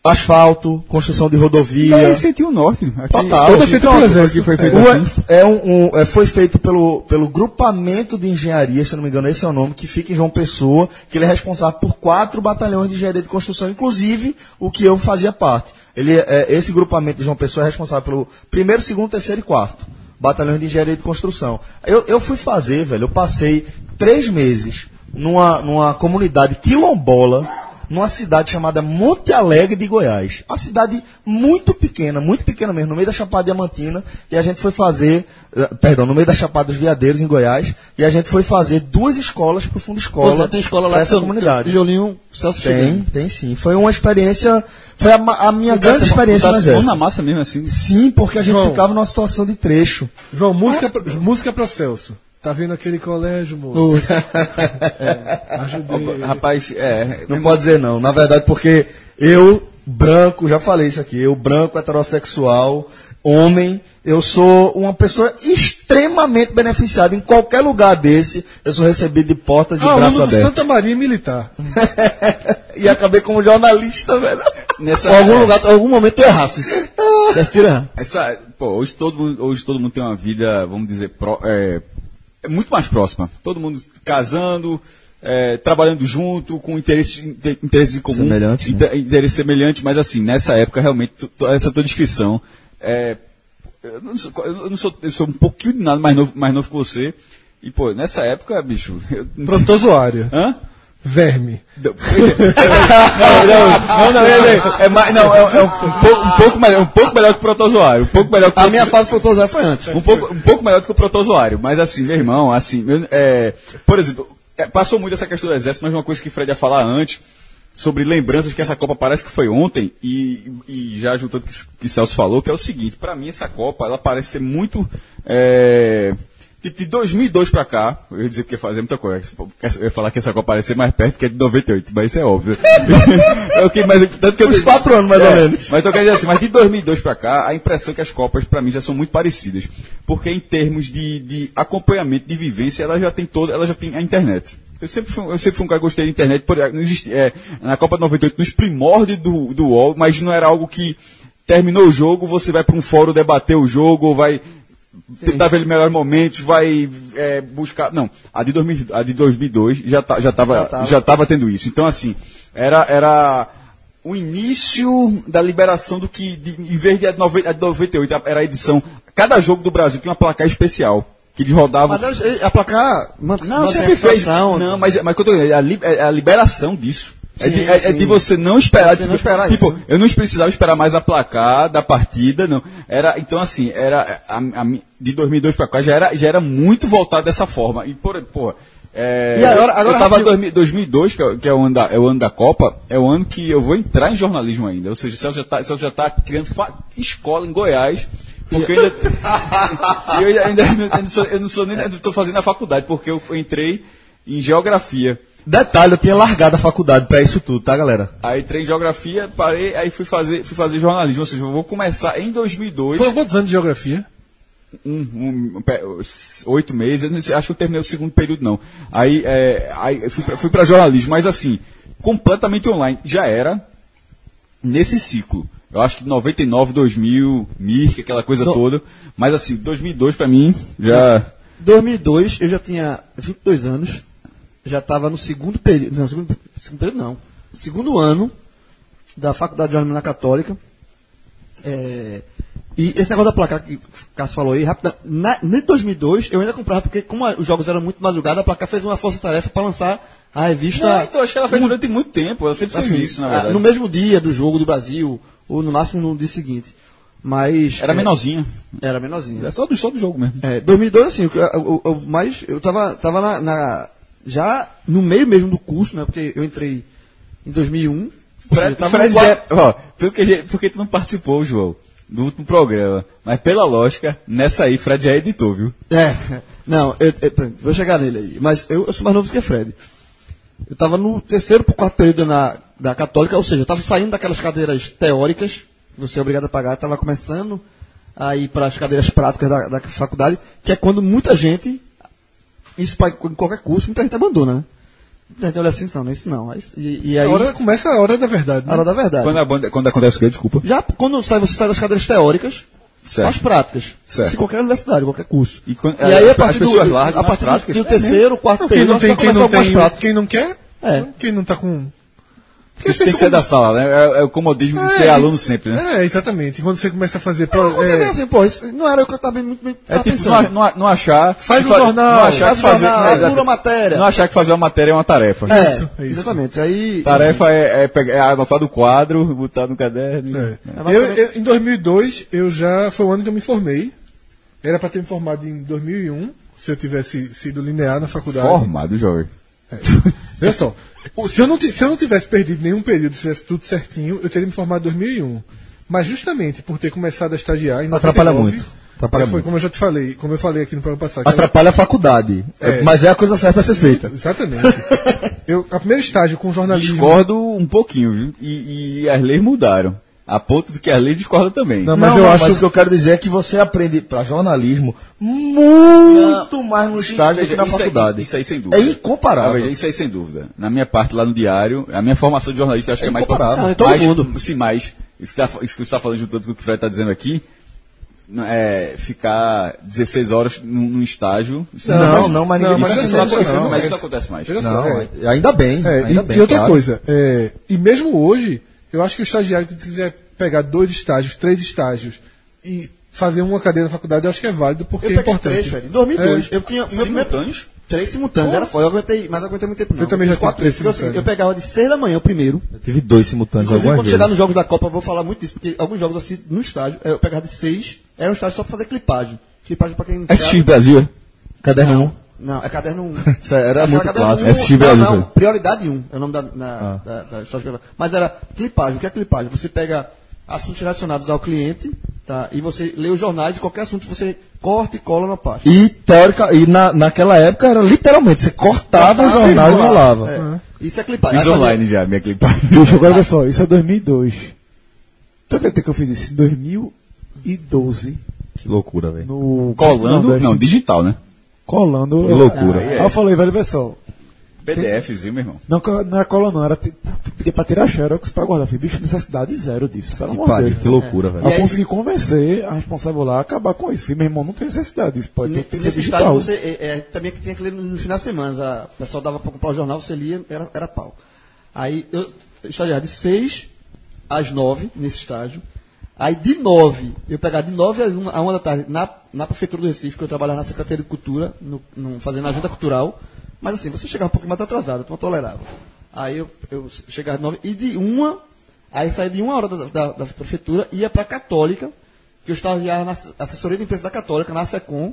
Speaker 2: Asfalto, construção de rodovia.
Speaker 5: Não, eu senti o norte. né? Aqui,
Speaker 2: Total.
Speaker 5: Toda
Speaker 6: um
Speaker 5: feita pelo
Speaker 2: Pronto.
Speaker 5: exército. Foi feito
Speaker 2: O-
Speaker 5: assim.
Speaker 2: é um- um- é, foi feito pelo, pelo grupamento de engenharia, se eu não me engano, esse é o nome, que fica em João Pessoa, que ele é responsável por quatro batalhões de engenharia de construção, inclusive o que eu fazia parte. Ele, é, esse grupamento de João Pessoa é responsável pelo primeiro, segundo, terceiro e quarto batalhões de engenharia de construção. Eu, eu fui fazer, velho, eu passei três meses numa, numa comunidade quilombola numa cidade chamada Monte Alegre de Goiás. Uma cidade muito pequena, muito pequena mesmo, no meio da Chapada Diamantina, e a gente foi fazer, eh, perdão, no meio da Chapada dos Veadeiros, em Goiás, e a gente foi fazer duas escolas pro fundo escola.
Speaker 3: Pois é, tem escola lá
Speaker 2: pra
Speaker 3: que
Speaker 2: essa
Speaker 3: tem-
Speaker 2: comunidade.
Speaker 3: Tijolinho, Celso
Speaker 2: Tem,
Speaker 3: Chiguinho.
Speaker 2: tem sim. Foi uma experiência, foi a, ma- a minha grande experiência é no
Speaker 5: Tá mão
Speaker 2: exército.
Speaker 5: na massa mesmo, assim.
Speaker 2: Sim, porque a gente
Speaker 6: João.
Speaker 2: ficava numa situação de trecho.
Speaker 6: João, música, pra, música pra Celso. Tá vendo aquele colégio, moço? É, ajudei.
Speaker 5: Rapaz, é.
Speaker 2: Não pode dizer não. Na verdade, porque eu, branco, já falei isso aqui, eu, branco, heterossexual, homem, eu sou uma pessoa extremamente beneficiada. Em qualquer lugar desse, eu sou recebido de portas
Speaker 3: Ah,
Speaker 2: e
Speaker 6: Ah, Aluno
Speaker 2: braços
Speaker 6: do
Speaker 2: abertos.
Speaker 6: Santa Maria é Militar.
Speaker 2: E acabei como jornalista, velho.
Speaker 5: Nessa,
Speaker 3: Em algum
Speaker 5: é,
Speaker 3: lugar, em algum momento eu errasse. Deve tirar.
Speaker 5: Essa, pô, hoje todo mundo, hoje todo mundo tem uma vida, vamos dizer, pró- é, é muito mais próxima. Todo mundo casando, é, trabalhando junto, com interesses inte- interesses em comum,
Speaker 2: Semelhante, né?
Speaker 5: inte- interesse semelhante, mas assim, nessa época realmente tu- tu- essa tua descrição é, eu não sou, eu não sou, eu sou um pouquinho de nada mais novo, mais novo que você. E pô, nessa época, bicho, eu,
Speaker 6: Protozoário.
Speaker 5: hã?
Speaker 6: Verme.
Speaker 5: Não, não, não, não, ele- é mais- não, é, é um, pouco, um pouco melhor, um pouco melhor que o protozoário, um pouco melhor que
Speaker 3: A minha fase fotozoária foi antes.
Speaker 5: um pouco, um pouco melhor do que o protozoário, mas assim, meu irmão, assim, eu- é, por exemplo, é, passou muito essa questão do exército, mas uma coisa que o Fred ia falar antes, sobre lembranças que essa Copa parece que foi ontem, e, e já juntando o que, que Celso falou, que é o seguinte, pra mim essa Copa, ela parece ser muito, é, Tipo, de 2002 pra cá, eu ia dizer que ia fazer muita coisa. Eu ia falar que essa Copa parecia mais perto que é de 98, mas isso é óbvio. é o que, mas, tanto que eu
Speaker 2: Uns quatro anos, mais ou menos.
Speaker 5: É, Mas eu quero dizer assim, mas de 2002 pra cá, a impressão é que as Copas, pra mim, já são muito parecidas. Porque em termos de, de acompanhamento, de vivência, ela já tem toda, ela já tem a internet. Eu sempre fui, eu sempre fui um cara que gostei da internet, por, não existi- é, na Copa de 98, nos primórdios do, do UOL, mas não era algo que terminou o jogo, você vai pra um fórum debater o jogo, ou vai tentar ver ele melhores momentos, vai é, buscar. Não, a de, 2000 a de 2002 já tá, já estava já tava. tendo isso. Então, assim, era, era o início da liberação do que, de, em vez de a de nove- a de 98, era a edição. Cada jogo do Brasil tinha uma placar especial. Que eles rodavam.
Speaker 4: Mas elas- ele- a placar man-
Speaker 5: Não,
Speaker 4: mantém
Speaker 5: sempre
Speaker 4: a
Speaker 5: fez.
Speaker 4: situação.
Speaker 5: Não, mas, mas quando eu digo, é a, li- é a liberação disso. é, de,
Speaker 4: Sim,
Speaker 5: é- é
Speaker 4: sim.
Speaker 5: de você não esperar.
Speaker 4: Você
Speaker 5: tipo,
Speaker 4: não esperar
Speaker 5: tipo,
Speaker 4: isso.
Speaker 5: eu não precisava esperar mais a placar da partida, não. Era, então, assim, era a- a mi- de 2002 pra cá já era, já era muito voltado dessa forma. E, por, porra. é,
Speaker 4: E agora- agora
Speaker 5: eu tava em
Speaker 4: rapidinho.
Speaker 5: 2000 2002, que, é, o- que é o ano da, é o ano da Copa, é o ano que eu vou entrar em jornalismo ainda. Ou seja, o Celso já tá, o Celso já tá criando fa- escola em Goiás. Porque eu ainda, eu ainda- ainda não- eu não sou, eu não sou nem, eu tô fazendo a faculdade, porque eu entrei em geografia.
Speaker 2: Detalhe, eu tinha largado a faculdade pra isso tudo, tá, galera?
Speaker 5: Aí entrei em geografia, parei, aí fui fazer, fui fazer jornalismo. Ou seja, eu vou começar em 2002,
Speaker 3: Foram quantos anos de geografia?
Speaker 5: um, um, pe- s- oito meses, eu não sei, acho que eu terminei o segundo período não. Aí, é, aí eu fui pra- fui para jornalismo, mas assim, completamente online. Já era nesse ciclo. Eu acho que 99, 2000, Mirk, aquela coisa toda. Mas assim, 2002 pra mim, já...
Speaker 4: 2002, eu já tinha 22 anos, já estava no segundo período, não, segundo, segundo período não, segundo ano da Faculdade de Jornalismo na Católica. É, e esse negócio da placar que o Cássio falou aí, rápido, na, em 2002 eu ainda comprava, porque como a- os jogos eram muito madrugada, a placar fez uma força-tarefa para lançar a revista
Speaker 5: Não, então acho que ela fez durante muito tempo, ela sempre fez
Speaker 4: assim,
Speaker 5: isso, na
Speaker 4: ah,
Speaker 5: verdade.
Speaker 4: no mesmo dia do jogo do Brasil, ou no máximo no dia seguinte. Mas.
Speaker 5: Era
Speaker 4: é,
Speaker 5: menorzinha.
Speaker 4: Era menorzinho.
Speaker 5: Era só do, só do jogo mesmo.
Speaker 4: É, 2002, assim, o que- o- o- o mais. Eu tava, tava na, na- Já no meio mesmo do curso, né? Porque eu entrei em 2001. ou seja,
Speaker 5: Fred,
Speaker 4: eu tava
Speaker 5: Fred
Speaker 4: tá no quarto-
Speaker 5: já, ó, porque, já- porque tu não participou, João, do último programa. Mas pela lógica, nessa aí, Fred já editou, viu?
Speaker 4: É, não, eu, eu- pronto, vou chegar nele aí. Mas eu, eu sou mais novo que Fred. Eu estava no terceiro para quarto período na, da Católica, ou seja, eu estava saindo daquelas cadeiras teóricas, que você é obrigado a pagar, estava começando a ir para as cadeiras práticas da, da faculdade, que é quando muita gente, isso pra, em qualquer curso, muita gente abandona, né? Muita gente olha assim, não, não é isso não. Aí- E, e aí,
Speaker 3: A hora começa a hora da verdade. né?
Speaker 4: a hora da verdade.
Speaker 5: Quando, a banda- quando acontece o quê? Desculpa.
Speaker 4: Já quando sai, você sai das cadeiras teóricas,
Speaker 5: Certo.
Speaker 4: as práticas.
Speaker 5: Certo.
Speaker 4: Se qualquer universidade, qualquer curso.
Speaker 5: E quando-
Speaker 2: É,
Speaker 5: é,
Speaker 4: aí,
Speaker 5: as-
Speaker 4: a
Speaker 5: as
Speaker 4: partir
Speaker 5: pessoas
Speaker 4: do,
Speaker 5: largam
Speaker 4: a
Speaker 5: nas
Speaker 4: partir do-
Speaker 5: práticas.
Speaker 4: do terceiro, quarto
Speaker 3: Não, Ah, quem
Speaker 4: período,
Speaker 3: não tá
Speaker 4: você
Speaker 3: tem, quem
Speaker 4: começa
Speaker 3: não
Speaker 4: algumas
Speaker 3: tem,
Speaker 4: práticas.
Speaker 3: quem não quer,
Speaker 4: É.
Speaker 3: quem não tá com. Porque
Speaker 5: Isso tem que ser da sala, né? É, é o comodismo de ser aluno sempre, né?
Speaker 3: É, exatamente. Quando você começa a fazer.
Speaker 4: Não,
Speaker 3: pro-
Speaker 4: você
Speaker 3: é,
Speaker 4: vê assim, pô, isso não era o que eu tava muito bem
Speaker 5: É,
Speaker 4: tava
Speaker 5: tipo, não,
Speaker 4: tá pensando.
Speaker 5: não, não achar...
Speaker 3: Faz
Speaker 5: que
Speaker 3: o
Speaker 5: fa-
Speaker 3: jornal,
Speaker 5: Não achar
Speaker 4: faz
Speaker 5: que
Speaker 4: o
Speaker 5: fazer...
Speaker 4: jornal,
Speaker 5: não,
Speaker 2: é
Speaker 4: apura
Speaker 5: exato.
Speaker 4: a matéria.
Speaker 5: Não achar que fazer uma matéria é uma tarefa.
Speaker 4: É,
Speaker 3: isso, é isso.
Speaker 4: exatamente. Aí,
Speaker 5: Tarefa é, é, pegar- é anotar do quadro, botar no caderno.
Speaker 3: É.
Speaker 4: basicamente-
Speaker 3: Eu, eu- em 2002, eu já foi o ano que eu me formei. Era pra ter me formado em 2001, se eu tivesse sido linear na
Speaker 4: É.
Speaker 3: faculdade.
Speaker 5: Formado, jovem.
Speaker 3: Olha É. só, o- se eu, não, ti- se eu não tivesse perdido nenhum período, se tivesse tudo certinho, eu teria me formado em 2001. Mas justamente por ter começado a estagiar em
Speaker 2: Atrapalha
Speaker 3: 99,
Speaker 2: muito. Atrapalha
Speaker 3: é, foi
Speaker 2: muito.
Speaker 3: como eu já te falei, como eu falei aqui no programa
Speaker 6: É.
Speaker 3: passado. que era-
Speaker 2: Atrapalha a faculdade.
Speaker 3: É.
Speaker 2: Mas é a coisa certa a ser feita.
Speaker 3: Exatamente. eu, a primeiro estágio com jornalismo.
Speaker 5: Discordo um pouquinho, viu? E, e as leis mudaram. A ponto de que a lei discorda também.
Speaker 2: Não, mas
Speaker 3: Não,
Speaker 2: eu
Speaker 3: não,
Speaker 2: acho
Speaker 3: mas
Speaker 2: que eu quero dizer é que você aprende para jornalismo muito mais no estágio do que
Speaker 5: Veja,
Speaker 2: tá, na
Speaker 5: isso aí-
Speaker 2: faculdade.
Speaker 5: isso aí sem dúvida.
Speaker 2: É incomparável.
Speaker 5: Ah, veja, isso aí sem dúvida. Na minha parte lá no diário, a minha formação de jornalista eu acho que é mais
Speaker 2: incomparável.
Speaker 5: pra-
Speaker 2: Ah, é todo
Speaker 5: mais-
Speaker 2: mundo.
Speaker 5: Sim, mas isso, tá- isso que você está falando juntando com o que o Fred está dizendo aqui, não é ficar 16 horas num, num estágio. Isso
Speaker 2: Não, não, mas ninguém
Speaker 5: isso
Speaker 2: faz
Speaker 5: não
Speaker 2: isso,
Speaker 5: acontece-
Speaker 2: não,
Speaker 5: mas
Speaker 2: mas-
Speaker 5: isso não acontece mais.
Speaker 3: Veja
Speaker 2: Não,
Speaker 3: só, é.
Speaker 2: é- ainda bem.
Speaker 3: É,
Speaker 2: ainda
Speaker 3: e,
Speaker 2: bem,
Speaker 3: e outra
Speaker 2: claro.
Speaker 3: coisa, é, e mesmo hoje, eu acho que o estagiário que quiser pegar dois estágios, três estágios e fazer uma cadeira na faculdade, eu acho que é válido porque
Speaker 4: eu
Speaker 3: é
Speaker 4: peguei
Speaker 3: importante. É.
Speaker 4: três, velho. Em 2002, eu tinha... Meu primeiro,
Speaker 5: Simultâneos?
Speaker 4: três simultâneos, era foda. Eu aguentei, mas eu aguentei muito tempo, não.
Speaker 3: Eu também já
Speaker 4: Os quatro,
Speaker 3: tive três
Speaker 4: porque eu-
Speaker 3: simultâneos.
Speaker 4: Eu pegava de seis da manhã o primeiro.
Speaker 2: Tive dois simultâneos
Speaker 4: Inclusive,
Speaker 2: algumas
Speaker 4: quando
Speaker 2: vezes.
Speaker 4: chegar nos jogos da Copa, eu vou falar muito disso, porque alguns jogos, assim, no estágio, eu pegava de seis, era um estágio só pra fazer clipagem. Clipagem pra quem... não
Speaker 5: SX
Speaker 4: sabe-
Speaker 5: Brasil, é?
Speaker 2: Caderno 1.
Speaker 4: Não, é caderno 1.
Speaker 2: Isso era muito clássico. É
Speaker 5: Esse tipo
Speaker 4: é não,
Speaker 5: de
Speaker 4: não,
Speaker 5: ajuda.
Speaker 4: prioridade 1. É o nome da,
Speaker 2: Ah.
Speaker 4: na- da, da história de clipagem. Mas era clipagem. O que é clipagem? Você pega assuntos relacionados ao cliente Tá? E você lê os jornais de qualquer assunto, você corta e cola na página.
Speaker 2: E teórica, e na, naquela época era literalmente, você cortava o jornal e rolava.
Speaker 4: É. Isso é clipagem.
Speaker 5: Fiz online já, minha clipagem.
Speaker 6: Bicho, agora olha só, isso é 2002. Tu acredita que eu fiz isso? Em 2012,
Speaker 2: Que loucura, velho.
Speaker 6: no.
Speaker 5: Colando,
Speaker 6: Nordeste.
Speaker 5: não, digital, né?
Speaker 6: Colando.
Speaker 2: Que loucura.
Speaker 6: Aí eu falei, velho, pessoal,
Speaker 5: PDFzinho, meu irmão.
Speaker 6: não, co- não era cola não, era t- t- pedir pra tirar xerox pra guardar. Eu falei, bicho, necessidade zero disso, pelo
Speaker 2: Que
Speaker 6: amor de
Speaker 2: pariu,
Speaker 6: Deus.
Speaker 2: que loucura,
Speaker 6: Eu
Speaker 2: velho.
Speaker 4: aí-
Speaker 6: consegui convencer a responsável lá a acabar com isso. Falei, meu irmão, não tem necessidade disso, pode ter que ser
Speaker 4: Nesse estádio,
Speaker 6: digital.
Speaker 4: você, é, é, também que tinha que ler no, no final de semana. A- O pessoal dava para comprar o jornal, você lia, era, era pau. Aí eu estagiava de 6 às 9 nesse estágio. Aí de 9, eu pegava de 9 às 1, à 1 da tarde na, na Prefeitura do Recife, que eu trabalhava na Secretaria de Cultura, no, no- fazendo agenda cultural. Mas assim, você chegava um pouquinho mais atrasado, então eu tolerava. Aí eu, eu chegava de 9 e de 1, aí saía de 1 hora da, da, da Prefeitura, ia para a Católica, que eu estagiava na assessoria de imprensa da Católica, na SECOM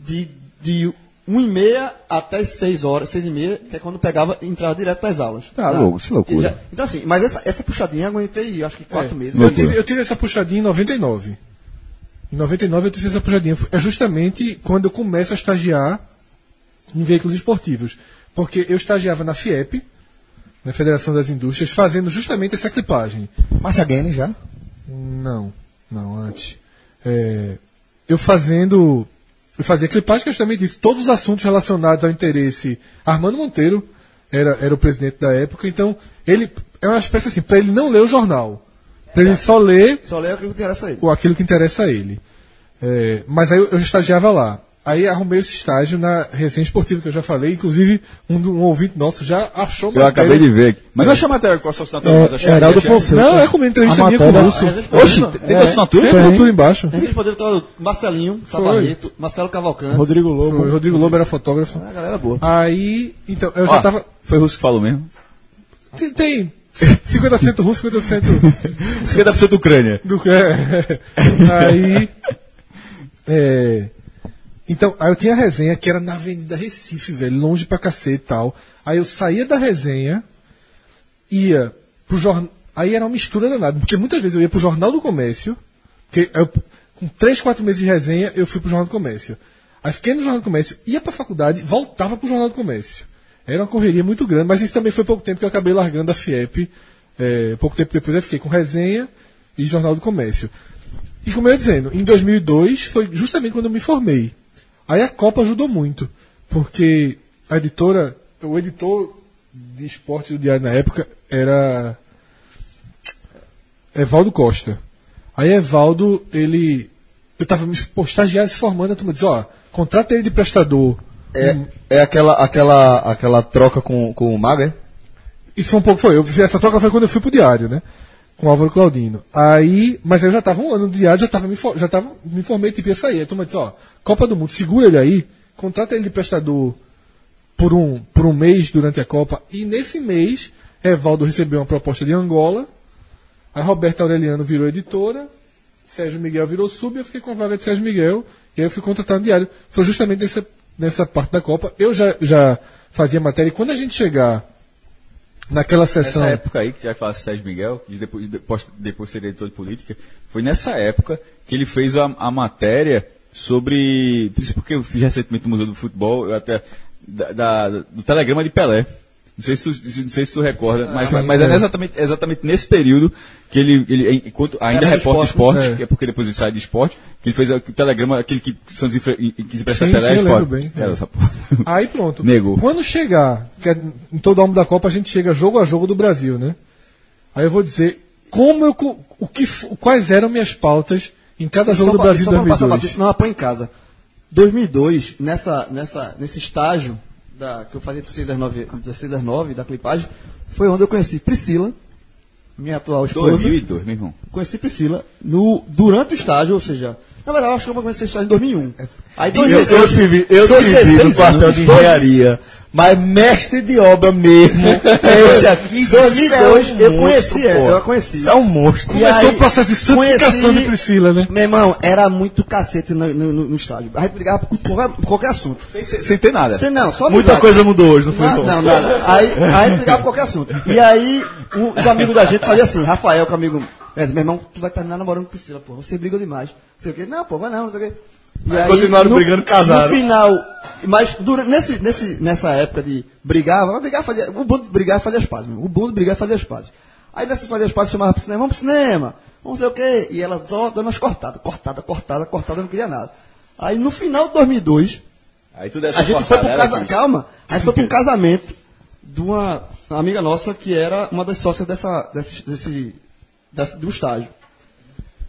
Speaker 4: de, de 1 e meia até 6 horas, 6 e meia, que é quando pegava e entrava direto nas aulas.
Speaker 5: Tá louco, isso é loucura.
Speaker 4: E já- então assim, mas essa, essa puxadinha eu aguentei acho que 4 meses.
Speaker 5: Meu
Speaker 4: Eu
Speaker 3: Eu tive,
Speaker 5: Deus.
Speaker 4: tive-
Speaker 3: eu tive essa puxadinha em 99. Em 99 eu tive essa puxadinha. É justamente quando eu começo a estagiar em veículos esportivos. Porque eu estagiava na FIEP, na Federação das Indústrias, fazendo justamente essa clipagem.
Speaker 2: Massa Game já?
Speaker 3: Não, não, antes. É, eu fazendo. Eu fazia clipagem que é justamente isso. Todos os assuntos relacionados ao interesse. Armando Monteiro era, era o presidente da época, então ele. É uma espécie assim, para ele não ler o jornal. Para ele só ler
Speaker 4: Só leio aquilo que interessa a ele.
Speaker 3: o- aquilo que interessa a ele. É, mas aí eu, eu estagiava lá. Aí arrumei esse estágio na recém esportiva que eu já falei. Inclusive, um, do- um ouvinte nosso já achou
Speaker 5: Eu acabei de ver. aqui. Mas
Speaker 3: É.
Speaker 5: eu achei a matéria com a sua
Speaker 4: Então,
Speaker 5: assinatura.
Speaker 6: É,
Speaker 5: mas achei-
Speaker 6: Heraldo
Speaker 5: achei-
Speaker 6: Fonseca.
Speaker 3: Não, é como entrevista minha
Speaker 5: né?
Speaker 3: com o Russo.
Speaker 4: Mas eles
Speaker 5: Oxi,
Speaker 4: poderiam-
Speaker 5: tem da assinatura?
Speaker 3: É, Tem
Speaker 6: Tem.
Speaker 3: assinatura embaixo.
Speaker 4: Mas eles poderiam ter o Marcelinho Sabarreto, Marcelo Cavalcante.
Speaker 6: Rodrigo
Speaker 3: Foi,
Speaker 6: Lobo.
Speaker 3: Rodrigo Lobo era fotógrafo.
Speaker 4: A galera boa.
Speaker 3: Aí, então, eu já
Speaker 5: Ó,
Speaker 3: tava.
Speaker 5: Foi o Russo que falou mesmo.
Speaker 3: Tem, tem 50% russo, 50%
Speaker 5: 50% Ucrânia.
Speaker 3: do. É, aí. É, então, aí eu tinha a resenha que era na Avenida Recife, velho, longe pra cacete e tal. Aí eu saía da resenha, ia pro jornal. Aí era uma mistura danada, porque muitas vezes eu ia pro Jornal do Comércio, porque eu- com 3, 4 meses de resenha eu fui pro Jornal do Comércio. Aí fiquei no Jornal do Comércio, ia pra faculdade, voltava pro Jornal do Comércio. Era uma correria muito grande, mas isso também foi pouco tempo que eu acabei largando a FIEP. É, pouco tempo depois eu fiquei com resenha e Jornal do Comércio. E como eu ia dizendo, em 2002 foi justamente quando eu me formei. Aí a Copa ajudou muito, porque a editora, o editor de esporte do Diário na época era Evaldo Costa. Aí Evaldo, ele. Eu tava me pô, estagiário se formando, a turma diz, ó, contrata ele de prestador.
Speaker 2: É, é aquela, aquela, aquela troca com, com o Mago, é?
Speaker 3: Isso foi um pouco, foi. Eu, fiz- essa troca foi quando eu fui pro diário, né? Com o Álvaro Claudino. Aí, mas eu já tava um ano no diário, já tava me, for- já tava, me formei, tipo, ia sair. Aí A turma disse, ó, Copa do Mundo, segura ele aí, contrata ele de prestador por um, por um mês durante a Copa. E nesse mês, Evaldo recebeu uma proposta de Angola, a Roberta Aureliano virou editora, Sérgio Miguel virou sub, eu fiquei com a vaga de Sérgio Miguel, e aí eu fui contratado no diário. Foi justamente nessa, nessa parte da Copa. Eu já, já fazia matéria, e quando a gente chegar naquela
Speaker 5: Nessa
Speaker 3: sessão.
Speaker 5: época aí, que já fala Sérgio Miguel, que depois, depois, depois seria editor de política, foi nessa época que ele fez a, a matéria sobre. Por isso porque eu fiz recentemente no Museu do Futebol, eu até. da- da- do telegrama de Pelé. Não sei se tu, se- não sei se tu recorda, mas,
Speaker 3: sim,
Speaker 5: mas
Speaker 3: é.
Speaker 5: é exatamente, exatamente nesse período que ele, ele enquanto ainda
Speaker 4: Era do
Speaker 5: repórter
Speaker 4: esporte,
Speaker 5: esporte,
Speaker 3: né?
Speaker 5: que é porque depois ele sai de esporte, que ele fez o telegrama, aquele que Santos enfre- que empresta
Speaker 3: Sim,
Speaker 5: Pelé é
Speaker 3: sim, eu
Speaker 5: esporte.
Speaker 3: lembro bem. é.
Speaker 5: Era essa porra.
Speaker 3: Aí pronto.
Speaker 5: Negou.
Speaker 3: Quando chegar, que é em todo o álbum da Copa a gente chega jogo a jogo do Brasil, né? Aí eu vou dizer como eu co- o que f- quais eram minhas pautas em cada jogo
Speaker 4: Só
Speaker 3: do
Speaker 4: pra-
Speaker 3: Brasil
Speaker 4: só pra passar
Speaker 3: 2002.
Speaker 4: batido, senão apanha em casa. 2002, nessa, nessa, nesse estágio da, que eu fazia de 6 às 9, de 6 às 9 da clipagem, foi onde eu conheci Priscila, minha atual esposa.
Speaker 5: 2002, meu irmão.
Speaker 4: Conheci Priscila no, durante o estágio, ou seja, na verdade, eu acho que eu comecei o estágio em 2001.
Speaker 5: É.
Speaker 4: Aí,
Speaker 2: Eu,
Speaker 4: 2006,
Speaker 2: eu servi, eu servi no quartel de engenharia. Mas mestre de obra mesmo. é esse aqui.
Speaker 4: 2002,
Speaker 2: isso é
Speaker 4: um eu
Speaker 2: monstro,
Speaker 4: conheci, é,
Speaker 2: pô.
Speaker 4: eu a conheci.
Speaker 2: Isso é um monstro.
Speaker 4: E aí-
Speaker 3: Começou o processo de santificação
Speaker 4: conheci-
Speaker 3: de Priscila, né?
Speaker 4: um, Meu irmão, era muito cacete no, no, no- no estádio. A gente brigava por qualquer, por qualquer assunto.
Speaker 5: Sem, sem- sem ter nada.
Speaker 4: Você não, só
Speaker 2: Muita
Speaker 4: amizade.
Speaker 2: coisa mudou hoje, não foi?
Speaker 4: Ah, Não,
Speaker 2: Tom?
Speaker 4: não, nada. Aí, aí brigava por qualquer assunto. E aí, o- os amigos da gente faziam assim, Rafael, que é amigo, É, meu irmão, tu vai terminar namorando com Priscila, pô. Você briga demais. Não sei o quê. Não, pô, vai não, não sei o quê. E
Speaker 2: Aí continuaram brigando, casaram.
Speaker 4: No final, mas dura, nesse, nesse, nessa época de brigar, vai brigar, fazer, o bom de brigar é fazer as pazes. meu. O bom de brigar é fazer as pazes. Aí nessa fazer as pazes, chamava pro cinema, vamos pro cinema, vamos sei o quê. E ela só dando umas cortadas, cortada, cortada, cortada, não queria nada. Aí no final de 2002,
Speaker 5: Aí tu desce
Speaker 4: a gente foi
Speaker 5: forçada,
Speaker 4: para um
Speaker 5: era
Speaker 4: casa...
Speaker 5: isso.
Speaker 4: calma, a gente foi para um casamento de uma amiga nossa que era uma das sócias dessa desse, desse, desse- do estágio.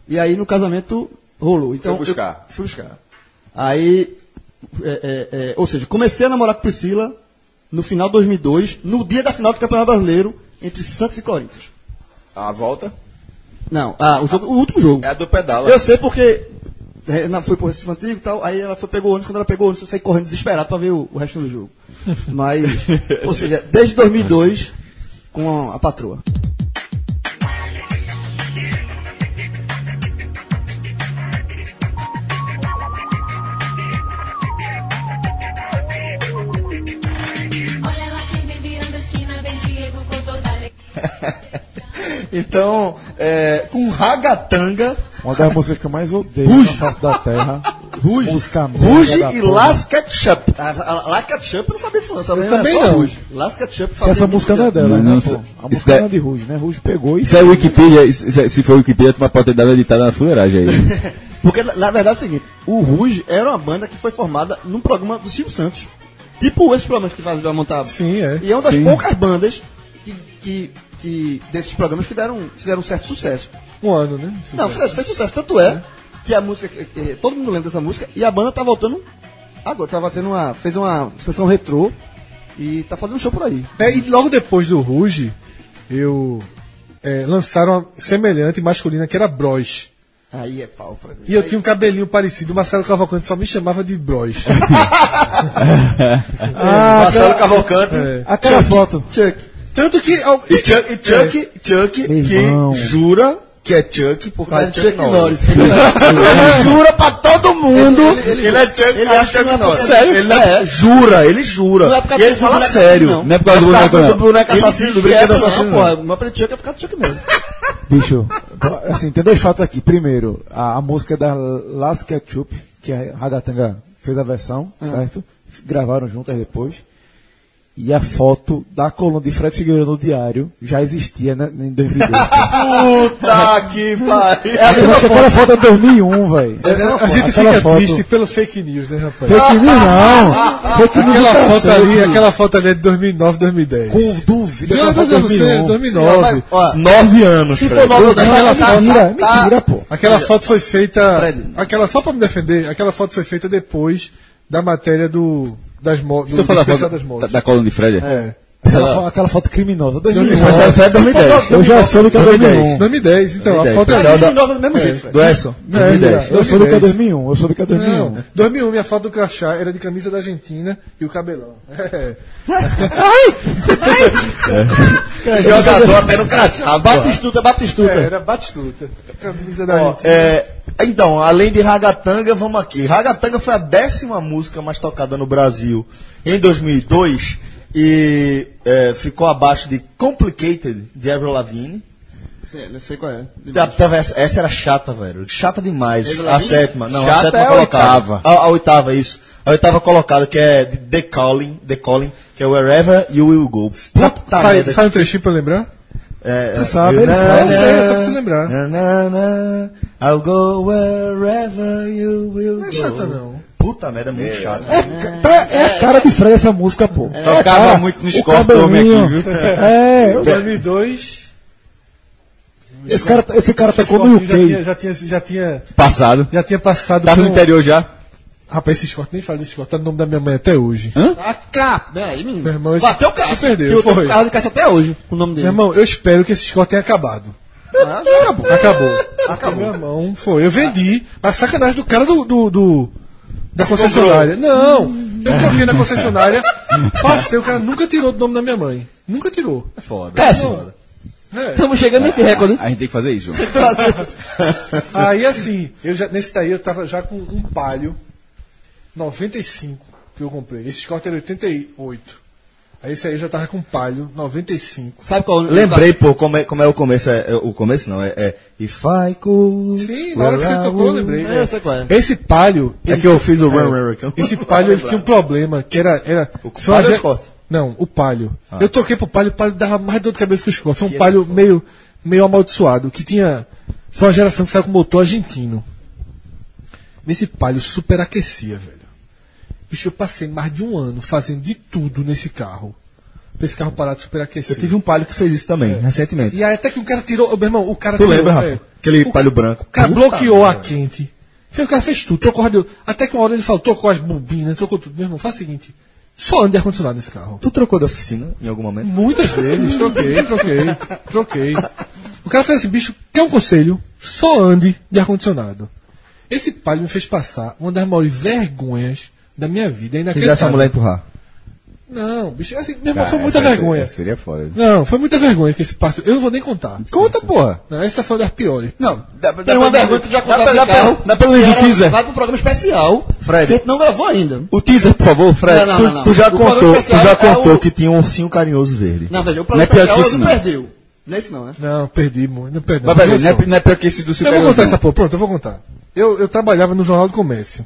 Speaker 4: E aí no casamento rolou. Então
Speaker 5: Foi buscar.
Speaker 4: eu fui buscar. Aí, é, é, é, ou seja, comecei a namorar com Priscila no final de 2002, no dia da final do Campeonato Brasileiro entre Santos e Corinthians.
Speaker 5: A volta
Speaker 4: Não, ah, o, jogo- o último jogo.
Speaker 5: é a do pedala.
Speaker 4: Eu sei porque é, na- foi pro Recife Antigo e tal, aí ela foi, pegou o ônibus, quando ela pegou o ônibus, eu saí correndo desesperado pra ver o, o resto do jogo. Mas, ou seja, desde 2002, com a, a patroa.
Speaker 8: Olha lá quem vem virando a esquina, vem Diego com toda a alegria.
Speaker 2: Então, é, com ragatanga,
Speaker 6: Uma das músicas que eu mais odeio na face da terra. Ruge. Música
Speaker 2: ruge
Speaker 6: merda da
Speaker 2: e
Speaker 6: porra.
Speaker 2: Las Ketchup.
Speaker 4: A, a, a Las Ketchup eu não sabia disso, não. Sabia
Speaker 6: Eu também não.
Speaker 4: Las Ketchup
Speaker 6: Que Essa música não é dela,
Speaker 5: Não,
Speaker 6: né?
Speaker 5: não,
Speaker 6: pô?
Speaker 5: isso-
Speaker 6: a
Speaker 5: isso
Speaker 6: música
Speaker 5: daí-
Speaker 6: não é de Ruge, né? Ruge pegou e.
Speaker 5: Isso é Wikipedia, isso- isso é- se for Wikipedia, tu vai poder dar uma editada na fuleiragem aí.
Speaker 4: Porque, na, na verdade, é o seguinte: o Ruge era uma banda que foi formada num programa do Silvio Santos. Tipo esses programas que fazem montar.
Speaker 3: Sim, é.
Speaker 6: um
Speaker 4: E é uma das
Speaker 3: Sim.
Speaker 4: poucas bandas que, que, que- desses programas que deram, fizeram um certo sucesso.
Speaker 3: Um ano, né?
Speaker 4: Não, fez, fez sucesso, tanto é que a música. que- que- todo mundo lembra dessa música e a banda tá voltando agora. Tava tendo uma. Fez uma sessão retrô e tá fazendo show por aí.
Speaker 3: É, e logo depois do Ruge, eu é, lançaram uma semelhante masculina que era Bros.
Speaker 4: Aí é pau pra mim.
Speaker 3: E eu tinha um cabelinho parecido, o Marcelo Cavalcante só me chamava de Bros. Ah,
Speaker 2: Marcelo
Speaker 3: tá. É.
Speaker 2: Cavalcante.
Speaker 6: Aquela foto.
Speaker 3: Tanto que. ao-
Speaker 2: E Chuck, e Chuck, Chuck
Speaker 6: Meu
Speaker 2: que
Speaker 6: irmão.
Speaker 2: jura que é Chuck por causa
Speaker 4: É
Speaker 2: de Chuck,
Speaker 4: Chuck
Speaker 2: Norris.
Speaker 4: Norris.
Speaker 2: ele jura pra todo mundo que ele é Chuck, ele é Chuck Norris. Sério? Ele não- jura, ele
Speaker 4: Não
Speaker 2: jura.
Speaker 4: é por
Speaker 2: e
Speaker 4: causa
Speaker 2: ele
Speaker 4: do
Speaker 2: fala
Speaker 4: boneco
Speaker 2: sério.
Speaker 4: assassino, não.
Speaker 5: Não é por causa do boneco,
Speaker 2: do
Speaker 5: não.
Speaker 2: boneco assassino, do brinquedo assassino. não.
Speaker 4: Não, pô, meu apelido Chuck é por causa do Chuck mesmo.
Speaker 6: Bicho, assim, tem dois fatos aqui. Primeiro, a, a música da Las Ketchup, que a Ragatanga fez a versão,
Speaker 2: Ah.
Speaker 6: certo? Gravaram juntas depois. E a foto da coluna de Fred Figueiredo no diário já existia né, em 2002.
Speaker 2: Puta que pariu.
Speaker 6: Eu acho que aquela foto é 2001, velho.
Speaker 3: É, a gente
Speaker 6: Aquela
Speaker 3: fica
Speaker 6: foto.
Speaker 3: triste pelo fake news, né, rapaz?
Speaker 6: Fake news não! Fake news do
Speaker 3: Aquela foto,
Speaker 6: cacete.
Speaker 3: ali, aquela foto ali é de 2009, 2010.
Speaker 6: Com dúvida.
Speaker 3: Não,
Speaker 6: aquela
Speaker 3: não,
Speaker 6: foto
Speaker 3: não,
Speaker 6: é
Speaker 3: você-
Speaker 6: 2001.
Speaker 3: 2009.
Speaker 4: Ó,
Speaker 2: Nove anos, Fred.
Speaker 4: nove
Speaker 6: Não, é
Speaker 2: tá-
Speaker 6: mentira, mentira, pô.
Speaker 3: Aquela foto foi feita.
Speaker 4: Fred.
Speaker 3: Aquela, só pra me defender, aquela foto foi feita depois da matéria do. Das mo- do
Speaker 5: Se eu falar
Speaker 3: dispensar
Speaker 5: da,
Speaker 3: das
Speaker 5: da,
Speaker 3: modas.
Speaker 5: da coluna de Fred,
Speaker 3: É.
Speaker 6: Aquela, fo- aquela foto criminosa. 2001.
Speaker 2: Mas é Fred 2010.
Speaker 6: Eu já soube que é 2001.
Speaker 3: 2010, então, a
Speaker 2: 2010,
Speaker 3: foto é.
Speaker 2: pessoal da-
Speaker 4: Nova do mesmo jeito, Fred.
Speaker 2: Do Edson?
Speaker 6: É, Eu soube que é
Speaker 3: 2010.
Speaker 6: 2001. Eu soube que é 2001.
Speaker 3: Não, 2001, minha foto do crachá era de camisa da Argentina e o cabelão. É.
Speaker 2: Jogador até no crachá.
Speaker 4: Batistuta, Batistuta.
Speaker 3: É, era Batistuta. Camisa da
Speaker 2: Ó,
Speaker 3: Argentina.
Speaker 2: é, então, além de Ragatanga, vamos aqui. Ragatanga foi a décima música mais tocada no Brasil em 2002 e é, ficou abaixo de Complicated de Avril Lavigne.
Speaker 4: Sei, não sei qual é.
Speaker 2: Tá- tava Essa, essa era chata, velho. Chata demais.
Speaker 4: Avril
Speaker 2: A
Speaker 4: Lavigne?
Speaker 2: sétima, não, a
Speaker 5: Chata
Speaker 2: sétima
Speaker 5: é a
Speaker 2: colocada.
Speaker 5: oitava.
Speaker 2: A, a oitava, isso. A oitava colocada, que é The Calling, The Calling, que é Wherever You Will Go. Puta
Speaker 3: sai,
Speaker 2: merda.
Speaker 3: sai um trechinho pra eu lembrar?
Speaker 2: É,
Speaker 6: Você sabe,
Speaker 2: eu-
Speaker 6: ele
Speaker 2: na-
Speaker 6: sabe.
Speaker 2: na-
Speaker 3: Eu sei, é só pra você lembrar.
Speaker 2: na- na- na- I'll go wherever you will
Speaker 3: Não é
Speaker 2: go.
Speaker 3: chata, não.
Speaker 2: Puta merda, é muito chata.
Speaker 6: É, ca- tá- é a cara de Fred essa música, pô. É,
Speaker 5: Tocava
Speaker 6: cara,
Speaker 5: muito no
Speaker 6: o
Speaker 5: Scorpion homem aqui,
Speaker 6: cabelinho.
Speaker 5: viu?
Speaker 6: É, eu-
Speaker 3: 2002.
Speaker 6: esse cara, tá- esse cara tocou no
Speaker 3: já tinha,
Speaker 6: UK.
Speaker 3: já tinha, já tinha,
Speaker 5: passado.
Speaker 3: já tinha passado.
Speaker 5: Tava no
Speaker 3: por um-
Speaker 5: interior já.
Speaker 3: Rapaz, esse short nem fala desse short, tá no nome da minha mãe até hoje.
Speaker 4: Tá Peraí, né? menino.
Speaker 3: Meu irmão, esse
Speaker 4: Bateu o carro.
Speaker 3: se perdeu,
Speaker 4: Que eu tenho
Speaker 3: foi.
Speaker 4: o carro de caça até hoje, com o nome
Speaker 3: Meu
Speaker 4: dele.
Speaker 3: irmão, eu espero que esse short tenha acabado.
Speaker 4: Ah, já acabou.
Speaker 3: Acabou. Acabou. Meu irmão, foi. Eu vendi. A sacanagem do cara do. do, do- da concessionária. Não! Eu coloquei na concessionária, passei, o cara nunca tirou do nome da minha mãe. Nunca tirou.
Speaker 4: Péssimo.
Speaker 3: É.
Speaker 4: Estamos chegando nesse recorde.
Speaker 5: A gente tem que fazer isso, João.
Speaker 3: Aí assim, eu já, nesse daí eu tava já com um palio 95 que eu comprei. Esse short era 88. Aí esse aí já tava com palho, 95.
Speaker 9: Sabe qual
Speaker 2: Lembrei, pô, como é, como é o começo. É, é o começo não, é, é If I could.
Speaker 3: Sim, na hora que você
Speaker 2: well, I
Speaker 3: tocou, eu
Speaker 2: would.
Speaker 3: lembrei.
Speaker 9: É, eu sei qual é.
Speaker 3: Esse palho.
Speaker 2: É que eu fiz o Run, Run, Run.
Speaker 3: Esse palho ele tinha um problema, que era. era
Speaker 2: O
Speaker 3: só
Speaker 2: palho é Ah. ou
Speaker 3: a ge-
Speaker 2: Scott?
Speaker 3: Não, o palho. Eu toquei pro palho, o palho dava mais dor de cabeça que o Scott. Foi um
Speaker 2: é
Speaker 3: palho meio, meio amaldiçoado, que tinha. Foi uma geração que saiu com motor argentino. Nesse palho superaquecia, velho. Bicho, eu passei mais de um ano fazendo de tudo nesse carro. Pra esse carro parar de superaquecer.
Speaker 2: Eu tive um palho que fez isso também, recentemente.
Speaker 3: E aí até que o cara tirou. Meu irmão, o cara
Speaker 2: Tu
Speaker 3: tirou.
Speaker 2: lembra, Rafa? Aquele
Speaker 3: o,
Speaker 2: palho branco.
Speaker 3: O cara
Speaker 2: Puta
Speaker 3: bloqueou a
Speaker 2: merda.
Speaker 3: quente. Fez- O cara fez tudo, trocou o radio... Até que uma hora ele falou, trocou as bobinas, trocou tudo. Meu irmão, faz o seguinte: só anda ar-condicionado nesse carro.
Speaker 2: Tu trocou da oficina em algum momento?
Speaker 3: Muitas vezes, troquei, troquei, troquei. O cara fez assim, bicho, quer um conselho? Só ande de ar-condicionado. Esse palho me fez passar uma das maiores vergonhas da minha vida. Ainda
Speaker 2: Fizesse Tá, a mulher empurrar. É,
Speaker 3: Não, bicho, assim, meu irmão, foi muita vergonha.
Speaker 5: Seria foda.
Speaker 3: Não, foi muita vergonha que esse passo. Eu não vou nem contar.
Speaker 5: Conta, porra.
Speaker 3: Não, essa foi uma das piores.
Speaker 5: Não, dá, dá
Speaker 9: Tem uma
Speaker 5: pra-
Speaker 9: vergonha que tu já
Speaker 5: dá
Speaker 9: contou
Speaker 5: pra-
Speaker 9: aqui,
Speaker 5: dá pra-
Speaker 9: carro.
Speaker 5: Dá pra eleger o teaser.
Speaker 9: Vai pro programa especial.
Speaker 2: Fred.
Speaker 9: Que a gente não gravou ainda.
Speaker 2: O teaser, por favor, Fred.
Speaker 9: Não, não,
Speaker 2: tu,
Speaker 9: não, não.
Speaker 2: tu já
Speaker 9: O programa
Speaker 2: contou, tu
Speaker 9: especial
Speaker 2: já
Speaker 9: é
Speaker 2: contou
Speaker 9: o-
Speaker 2: que tinha um ursinho carinhoso verde.
Speaker 9: Não, veja, o
Speaker 5: Não é
Speaker 9: programa
Speaker 5: pior que
Speaker 9: especial
Speaker 5: isso,
Speaker 9: não
Speaker 5: não.
Speaker 9: perdeu. Não é isso não, né?
Speaker 3: Não, perdi muito. Não, perdão.
Speaker 5: Mas peraí,
Speaker 3: Olha
Speaker 2: né?
Speaker 5: não é,
Speaker 3: só.
Speaker 5: não é pior que esse do
Speaker 3: Eu
Speaker 5: Super
Speaker 3: vou contar essa porra. Pronto, eu vou contar. Eu, eu trabalhava no Jornal do Comércio.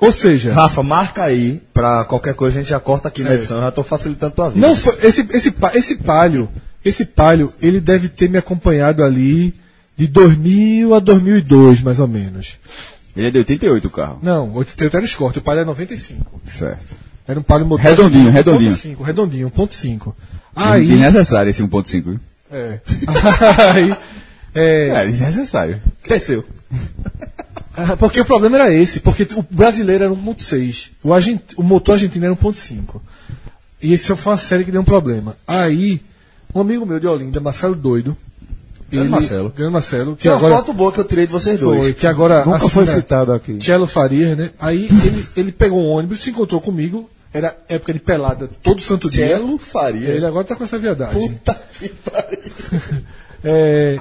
Speaker 3: Ou seja,
Speaker 2: Rafa, marca aí, pra qualquer coisa a gente já corta aqui na edição, eu já tô facilitando tua vida.
Speaker 3: não foi, esse, esse, pa- esse palho, esse palho, ele deve ter me acompanhado ali de 2000 a 2002, mais ou menos.
Speaker 5: Ele é de 88 o carro.
Speaker 3: Não, o teu era escorte, o palho é 95.
Speaker 5: Certo.
Speaker 3: Era um palho motor.
Speaker 5: Redondinho, redondinho.
Speaker 3: 1.5, redondinho, 1.5.
Speaker 5: Aí...
Speaker 3: Aí.
Speaker 5: Innecessário esse 1.5. viu?
Speaker 3: É. Aí. É,
Speaker 5: É, innecessário.
Speaker 2: Cresceu.
Speaker 3: Ah, Porque o problema era esse, porque o brasileiro era 1.6, o, argent- o motor argentino era 1.5. E isso foi uma série que deu um problema. Aí, um amigo meu de Olinda, Marcelo Doido,
Speaker 2: Grande Marcelo.
Speaker 3: Grande Marcelo, que
Speaker 2: Tinha uma
Speaker 3: agora
Speaker 2: foto boa que eu tirei de vocês dois.
Speaker 3: foi, que agora
Speaker 6: Nunca foi
Speaker 3: assina
Speaker 6: citado aqui.
Speaker 3: Cello Faria, né? Aí ele, ele pegou um ônibus, se encontrou comigo, era época de pelada todo santo dia.
Speaker 2: Cielo Faria.
Speaker 3: Ele agora tá com essa viadagem.
Speaker 2: Puta que pariu.
Speaker 3: É,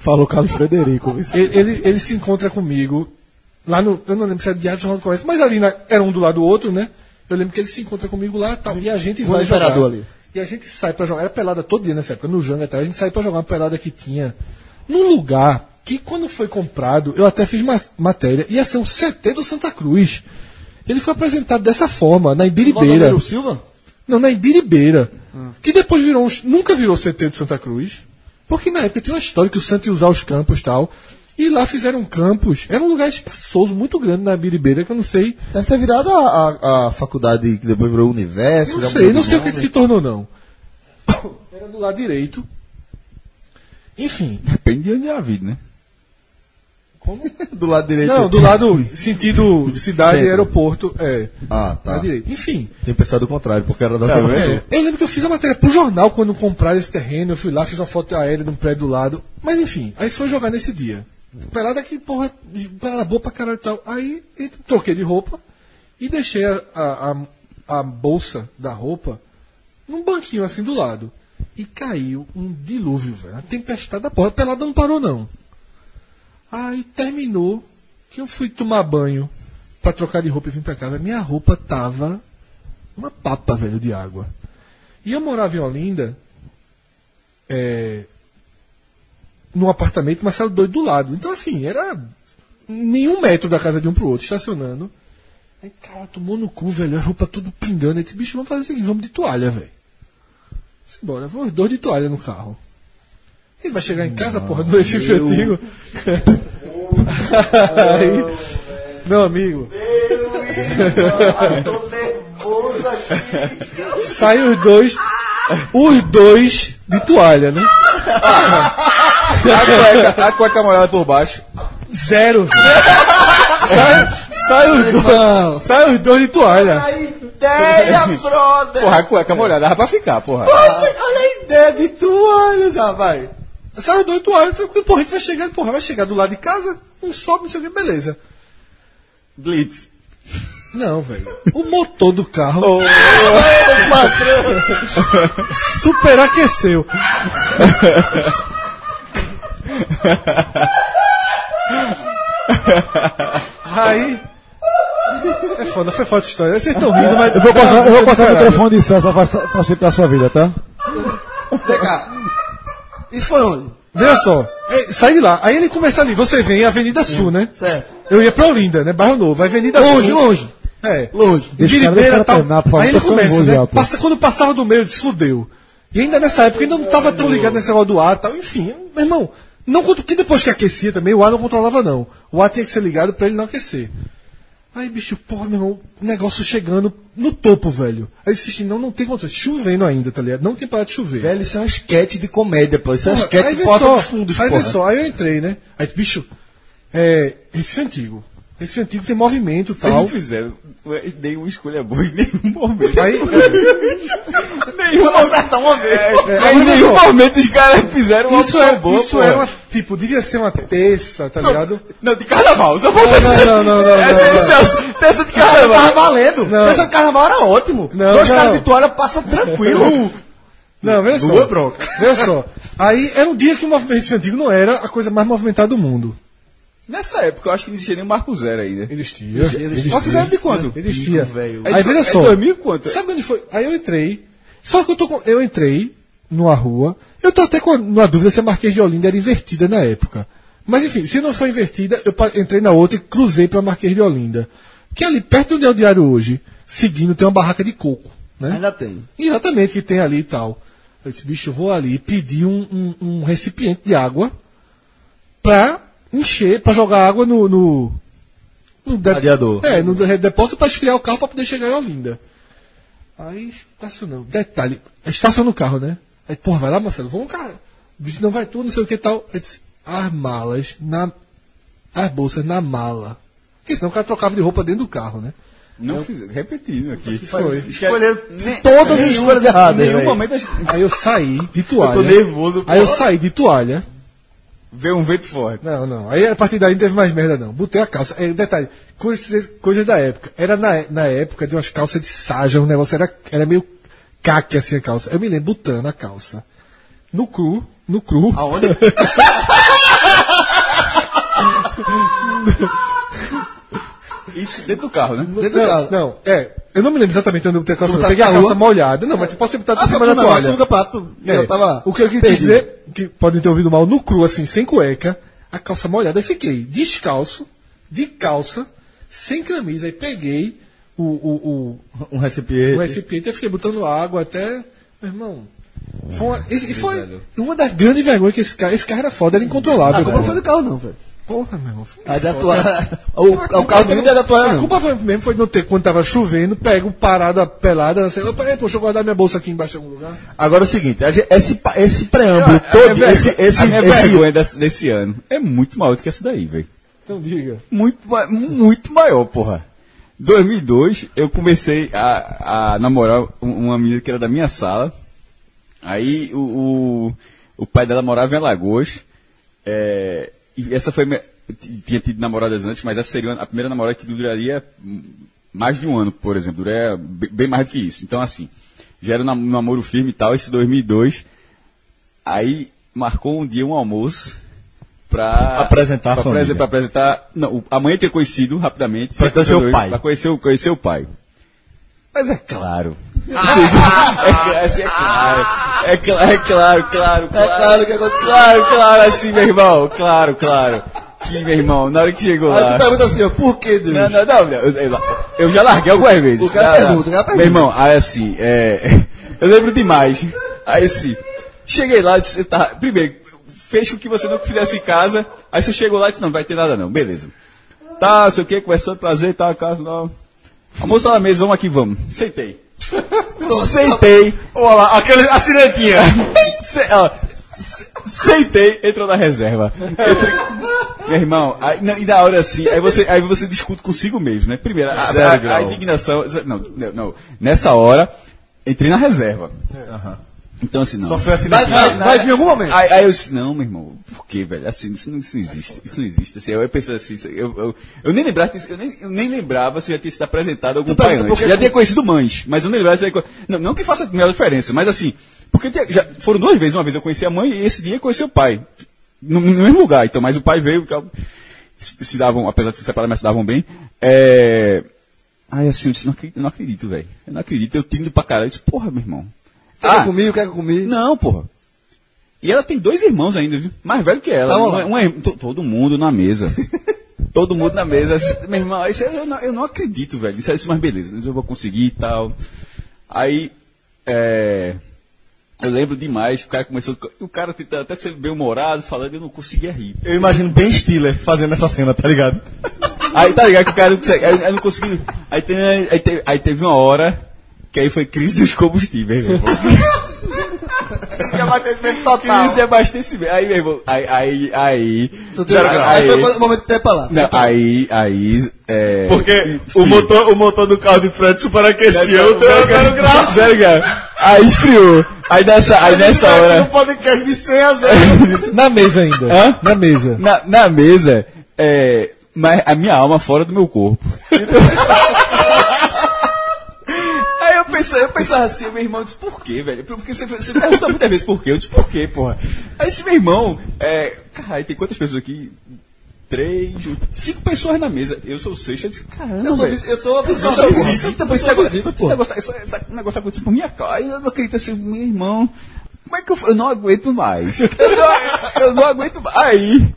Speaker 6: Falou Carlos Frederico. viu?
Speaker 3: ele, ele- ele se encontra comigo lá no. Eu não lembro se era Diário do Jornal do Comércio, mas ali na- era um do lado do outro, né? Eu lembro que ele se encontra comigo lá tal, e a gente vai jogar.
Speaker 9: Imperador ali.
Speaker 3: E a gente sai pra jogar. Era pelada todo dia nessa época, no Janga e tal. A gente sai pra jogar uma pelada que tinha num lugar que quando foi comprado, eu até fiz ma- matéria, ia ser um CT do Santa Cruz. Ele foi apresentado dessa forma, na Ibiribeira.
Speaker 9: Valdomiro Silva?
Speaker 3: Não, na Ibiribeira. Que depois virou um, nunca virou CT de Santa Cruz. Porque na época tinha uma história que o Santa ia usar os campos e tal. E lá fizeram campos. Era um lugar espaçoso, muito grande na Ibiribeira, que eu não sei.
Speaker 2: Deve ter virado a, a, a faculdade que depois virou o universo.
Speaker 3: Não
Speaker 2: virou
Speaker 3: sei,
Speaker 2: um
Speaker 3: não sei o que, que se tornou, não. Era do lado direito. Enfim.
Speaker 5: Depende de onde é a vida, né?
Speaker 2: Do lado
Speaker 9: é
Speaker 2: direito.
Speaker 3: Não, do lado, sentido cidade e
Speaker 2: Centro.
Speaker 3: aeroporto. É,
Speaker 2: Ah,
Speaker 3: na
Speaker 2: tá.
Speaker 3: direita. Enfim.
Speaker 2: Tinha pensado o contrário, porque era da tá
Speaker 3: É, eu lembro que eu fiz a matéria pro jornal quando compraram esse terreno. Eu fui lá, fiz uma foto aérea de um prédio do lado. Mas enfim, aí foi jogar nesse dia. Pelada que, porra, pelada boa pra caralho e tal. Aí eu troquei de roupa e deixei a, a- a- a bolsa da roupa num banquinho assim do lado. E caiu um dilúvio, velho. Uma tempestade da porra. A pelada não parou, não. Aí terminou que eu fui tomar banho pra trocar de roupa e vim pra casa. Minha roupa tava uma papa, velho, de água. E eu morava em Olinda, é, num apartamento, Marcelo doido do lado. Então, assim, era nenhum metro da casa de um pro outro, estacionando. Aí, cara, tomou no cu, velho, a roupa tudo pingando. Aí, disse, bicho, vamos fazer o seguinte, vamos de toalha, velho. Simbora, vamos dois de toalha no carro. Ele vai chegar em casa, porra, do Recife Antigo. Aí, meu amigo, saem os dois, os dois de toalha, né?
Speaker 2: Tá
Speaker 5: A cueca, a cueca molhada por baixo.
Speaker 3: Zero. velho. sai, sai, os dois, sai os dois de toalha.
Speaker 2: Ideia, brother!
Speaker 5: Porra, a cueca molhada dava pra ficar, porra.
Speaker 2: Olha a ideia de tu, olha, rapaz.
Speaker 3: Sai os dois de toalha. Porque, porra, a gente vai chegar, porra, vai chegar do lado de casa, um sobe, não sei o que, beleza.
Speaker 5: Blitz.
Speaker 3: Não, velho. O motor do carro. Superaqueceu. Aí. É foda, foi foda a história. Vocês estão rindo, mas.
Speaker 6: Eu vou cortar, eu vou cortar o microfone de Celso pra fa- facilitar a sua vida, tá?
Speaker 4: Vem cá. Isso foi onde?
Speaker 3: Veja só, é, sai de lá. Aí ele começa ali, você vem Avenida Sul, né?
Speaker 4: Certo.
Speaker 3: Eu ia pra Olinda, né? Bairro Novo, Avenida
Speaker 4: Longe,
Speaker 3: Sul.
Speaker 4: longe.
Speaker 3: É.
Speaker 4: Longe.
Speaker 6: Deixa o cara- deixa o
Speaker 3: Viribeira
Speaker 6: cara
Speaker 3: tal.
Speaker 6: terminar, por favor,
Speaker 3: Aí ele
Speaker 6: tô ficando
Speaker 3: começa,
Speaker 6: nervoso
Speaker 3: né?
Speaker 6: já, pô.
Speaker 3: Passa, quando passava do meio, ele se fudeu. E ainda nessa época ainda não tava tão ligado nesse negócio do ar e tal. Enfim, meu irmão, não, conto- que depois que aquecia também, o ar não controlava, não. O ar tinha que ser ligado pra ele não aquecer. Aí, bicho, porra, meu irmão, negócio chegando no topo, velho. Aí eu assisti, não, não tem condições. Chovendo ainda, tá ligado? Não tem parado de chover.
Speaker 2: Velho, isso é um esquete de comédia, pô. Isso é um
Speaker 3: Porra,
Speaker 2: esquete
Speaker 3: aí
Speaker 2: de
Speaker 3: vê
Speaker 2: porta
Speaker 3: só,
Speaker 2: dos fundos,
Speaker 3: Aí vê
Speaker 2: porra.
Speaker 3: só, aí eu entrei, né? Aí, bicho, é, Recife Antigo. Recife Antigo tem movimento e
Speaker 5: Vocês
Speaker 3: tal.
Speaker 5: não fizeram é, nenhuma escolha boa em nenhum momento.
Speaker 3: Aí, é,
Speaker 5: nenhum momento. uma vez. em
Speaker 3: olha
Speaker 5: nenhum
Speaker 3: só.
Speaker 5: momento os caras fizeram uma
Speaker 3: isso
Speaker 5: opção
Speaker 3: é,
Speaker 5: boa,
Speaker 3: isso
Speaker 5: pô.
Speaker 3: é uma, tipo, devia ser uma terça, tá ligado?
Speaker 5: Não, de carnaval. Só falta isso.
Speaker 3: não, não, não,
Speaker 5: Essa é Celso. Terça de carnaval.
Speaker 4: Tava valendo.
Speaker 3: Não.
Speaker 4: Essa carnaval era ótimo.
Speaker 3: Não,
Speaker 4: Dois
Speaker 3: não.
Speaker 4: caras de toalha passam tranquilo.
Speaker 3: Não, veja
Speaker 4: Lua é
Speaker 3: só.
Speaker 4: bronca.
Speaker 3: Veja só. Aí era um dia que o movimento Recife Antigo não era a coisa mais movimentada do mundo.
Speaker 5: Nessa época, eu acho que não existia nem o Marco Zero ainda.
Speaker 3: Existia.
Speaker 5: Mas fizeram de quando?
Speaker 3: Existia.
Speaker 4: velho.
Speaker 3: Aí veja
Speaker 5: é
Speaker 3: só.
Speaker 5: 2000 quanto?
Speaker 3: Sabe onde foi? Aí eu entrei. Só que eu tô com... Eu entrei numa rua. Eu tô até com uma dúvida se a Marquês de Olinda era invertida na época. Mas enfim, se não for invertida, eu pa- entrei na outra e cruzei pra Marquês de Olinda. Que é ali perto onde é o diário hoje, seguindo, tem uma barraca de coco. Né?
Speaker 4: Ainda tem.
Speaker 3: Exatamente, que tem ali e tal. Eu disse, bicho, eu vou ali pedir um, um- um recipiente de água pra encher, pra jogar água no. no, no de-
Speaker 2: Radiador.
Speaker 3: É, no de- depósito pra esfriar o carro pra poder chegar em Olinda. Aí, estacionou. Detalhe, estaciona o carro, né? Aí, porra, vai lá, Marcelo, vamos, cara. Disse, não vai tu, não sei o que e tal. Aí disse, as malas, na, as bolsas na mala. Porque senão o cara trocava de roupa dentro do carro, né?
Speaker 5: Não fizeram. Repetindo aqui.
Speaker 3: Foi.
Speaker 5: Escolheram
Speaker 2: Todas as escolhas erradas.
Speaker 5: Em nenhum
Speaker 2: velho.
Speaker 5: momento acho-
Speaker 3: Aí eu saí de toalha.
Speaker 2: tô nervoso,
Speaker 3: Aí eu saí de toalha.
Speaker 5: veio um vento forte.
Speaker 3: Não, não. Aí a partir daí não teve mais merda, não. Botei a calça. É, detalhe, coisas, coisas da época. Era na, na época de umas calças de saja, o negócio era, era meio caque assim a calça. Eu me lembro botando a calça. No cru, no cru. Aonde?
Speaker 5: Isso dentro do carro, né?
Speaker 3: Dentro não, Não, é. Eu não me lembro exatamente onde eu botei a calça.
Speaker 4: Tu
Speaker 3: Eu
Speaker 4: tá
Speaker 3: peguei a
Speaker 4: na rua?
Speaker 3: calça molhada.
Speaker 4: É.
Speaker 3: Não, mas tu pode ter
Speaker 4: Ah,
Speaker 3: botado por cima da
Speaker 4: não,
Speaker 3: toalha.
Speaker 4: açúcar prato.
Speaker 3: É,
Speaker 4: Eu tava.
Speaker 3: o que eu quis
Speaker 4: perdido.
Speaker 3: dizer, que podem ter ouvido mal, no cru, assim, sem cueca, a calça molhada, eu fiquei descalço, de calça, sem camisa, aí peguei o, o,
Speaker 2: Um recipiente.
Speaker 3: o, o recipiente, eu fiquei botando água até. Meu irmão. Foi uma, esse- e foi uma das grandes vergonhas que esse cara. Esse cara era foda, era incontrolável.
Speaker 4: A culpa Ah, não foi
Speaker 3: porra.
Speaker 4: do carro, não, velho.
Speaker 3: Porra, meu irmão. foi-
Speaker 4: A da toalha. O, o carro também não é da toalha,
Speaker 3: a
Speaker 4: não.
Speaker 3: culpa foi mesmo foi de não ter, quando tava chovendo, pego parada pelada, assim, opa, é, poxa, eu guardar minha bolsa aqui embaixo em algum lugar.
Speaker 2: Agora é o seguinte, a gente- esse, pa- esse preâmbulo todo,
Speaker 5: vergonha-
Speaker 2: esse, esse,
Speaker 5: a minha
Speaker 2: esse-
Speaker 5: vergonha desse, desse ano é muito maior do que essa daí, velho.
Speaker 3: Então diga.
Speaker 5: Muito, ma- muito maior, porra. 2002, eu comecei a, a namorar um- uma menina que era da minha sala. Aí o, o, o pai dela morava em Alagoas. É, e essa foi minha, eu ti- tinha tido namoradas antes, mas essa seria a primeira namorada que duraria hum, mais de um ano, por exemplo. Duraria be- bem mais do que isso. Então, assim, já era um nam- namoro firme e tal. Esse 2002, aí marcou um dia um almoço pra
Speaker 2: Apresentar a
Speaker 5: pra
Speaker 2: família.
Speaker 5: apresen- pra apresentar. Não, o- a mãe tinha conhecido rapidamente.
Speaker 2: Pra conhecer o pai.
Speaker 5: Pra conhecer, o- conhecer o pai. Mas é claro. é, assim, é claro. É, cla- é claro, claro, claro.
Speaker 4: claro que aconteceu.
Speaker 5: Claro, claro, assim, meu irmão. Claro, claro. Que, meu irmão, na hora que chegou
Speaker 4: Aí
Speaker 5: lá.
Speaker 4: tu pergunta assim, ó, por que, Deus?
Speaker 5: Ah. Não, não, não, não, eu- eu, eu já larguei algumas vezes.
Speaker 4: O cara
Speaker 5: Não, não.
Speaker 4: pergunta, o cara pergunta.
Speaker 5: Meu irmão, aí assim, é, eu lembro demais. Aí assim, cheguei lá, disse, tá, primeiro, fez com que você não fizesse em casa, aí você chegou lá e disse, não, vai ter nada não, beleza. Tá, sei o que, conversando, prazer, tá, caso não. Almoço na mesa, vamos aqui, vamos. Sentei. Sentei. Olha lá, aquele acidentinha. Sentei, entrou na reserva. Entrei- Meu irmão, aí, não, e na hora assim, aí você, aí você discute consigo mesmo, né? Primeiro, a, a-
Speaker 2: Zero
Speaker 5: a-
Speaker 2: grau.
Speaker 5: a indignação. ze- Não, não, não. Nessa hora, entrei na reserva. Então assim, não.
Speaker 2: É. Só foi assim
Speaker 4: Vai,
Speaker 2: daqui.
Speaker 4: vai, vai vir em algum momento.
Speaker 5: Aí, aí eu disse, não, meu irmão, por que, velho? Assim, isso não, isso não existe, isso não existe. Assim, eu pensei assim, isso- eu, eu, eu nem lembrava, eu nem, eu nem lembrava se eu já tinha sido apresentado a algum pai
Speaker 4: pergunta por
Speaker 5: antes.
Speaker 4: que-
Speaker 5: Já tinha conhecido mães, mas eu nem lembrava se eu tinha conhe- não, não que faça a maior diferença, mas assim, porque eu tinha- já, foram duas vezes, uma vez eu conheci a mãe e esse dia eu conheci o pai. No, no mesmo lugar, então, mas o pai veio, se, se davam, apesar de se separar, mas se davam bem. É, Aí assim, eu disse, não acredito, não acredito, velho. Eu não acredito, eu tímido pra caralho. Eu disse, porra, meu irmão. Ah,
Speaker 4: Quer que eu comi? O que é que eu comi?
Speaker 5: Não, porra. E ela tem dois irmãos ainda, viu? Mais velho que ela.
Speaker 4: Tava
Speaker 5: Um-
Speaker 4: lá.
Speaker 5: um irmão- to- todo mundo na mesa. todo mundo na mesa. Assim, Meu irmão, isso eu, não, eu não acredito, velho. Isso é isso, mas beleza, eu vou conseguir e tal. Aí, é, Eu lembro demais, o cara começou. O cara tentando até ser bem humorado, falando, eu não conseguia rir.
Speaker 2: Eu imagino Ben Stiller fazendo essa cena, tá ligado?
Speaker 5: Aí tá ligado que o cara não consegue. Aí, aí não consegui. Aí, tem- aí te- aí teve uma hora que aí foi crise dos combustíveis, meu irmão. Crise de abastecimento. Aí, meu irmão. Aí. Aí. Aí.
Speaker 4: Tu tem- Aí foi o momento que tem pra lá.
Speaker 5: Não, aí. Aí. É...
Speaker 2: Porque o motor, o motor do carro de frente superaqueceu, deu zero grau.
Speaker 5: Zero grau. Aí esfriou. Aí nessa, aí nessa
Speaker 2: No
Speaker 5: hora.
Speaker 2: podcast de 100 a 0.
Speaker 3: Na mesa ainda.
Speaker 5: Hã?
Speaker 3: Na mesa.
Speaker 5: Na, na mesa. É, mas a minha alma fora do meu corpo. Aí eu pensava, eu pensava assim, meu irmão disse, por quê, velho? Porque você, você pergunta muitas vezes por quê, eu disse, por quê, porra? Aí esse meu irmão, é, caralho, tem quantas pessoas aqui? Três, cinco pessoas na mesa. Eu sou o sexto, eu disse, caramba,
Speaker 4: Eu sou,
Speaker 5: velho.
Speaker 4: vis- eu sou a
Speaker 5: Não,
Speaker 4: pessoa
Speaker 5: não,
Speaker 4: da
Speaker 5: não,
Speaker 4: porra.
Speaker 5: esse
Speaker 4: é
Speaker 5: negócio- esse negócio- esse- esse negócio aconteceu por minha causa. Aí Eu não acredito assim, meu irmão. Como é que eu. fa- Eu não aguento mais. Eu não, eu não aguento mais. Aí.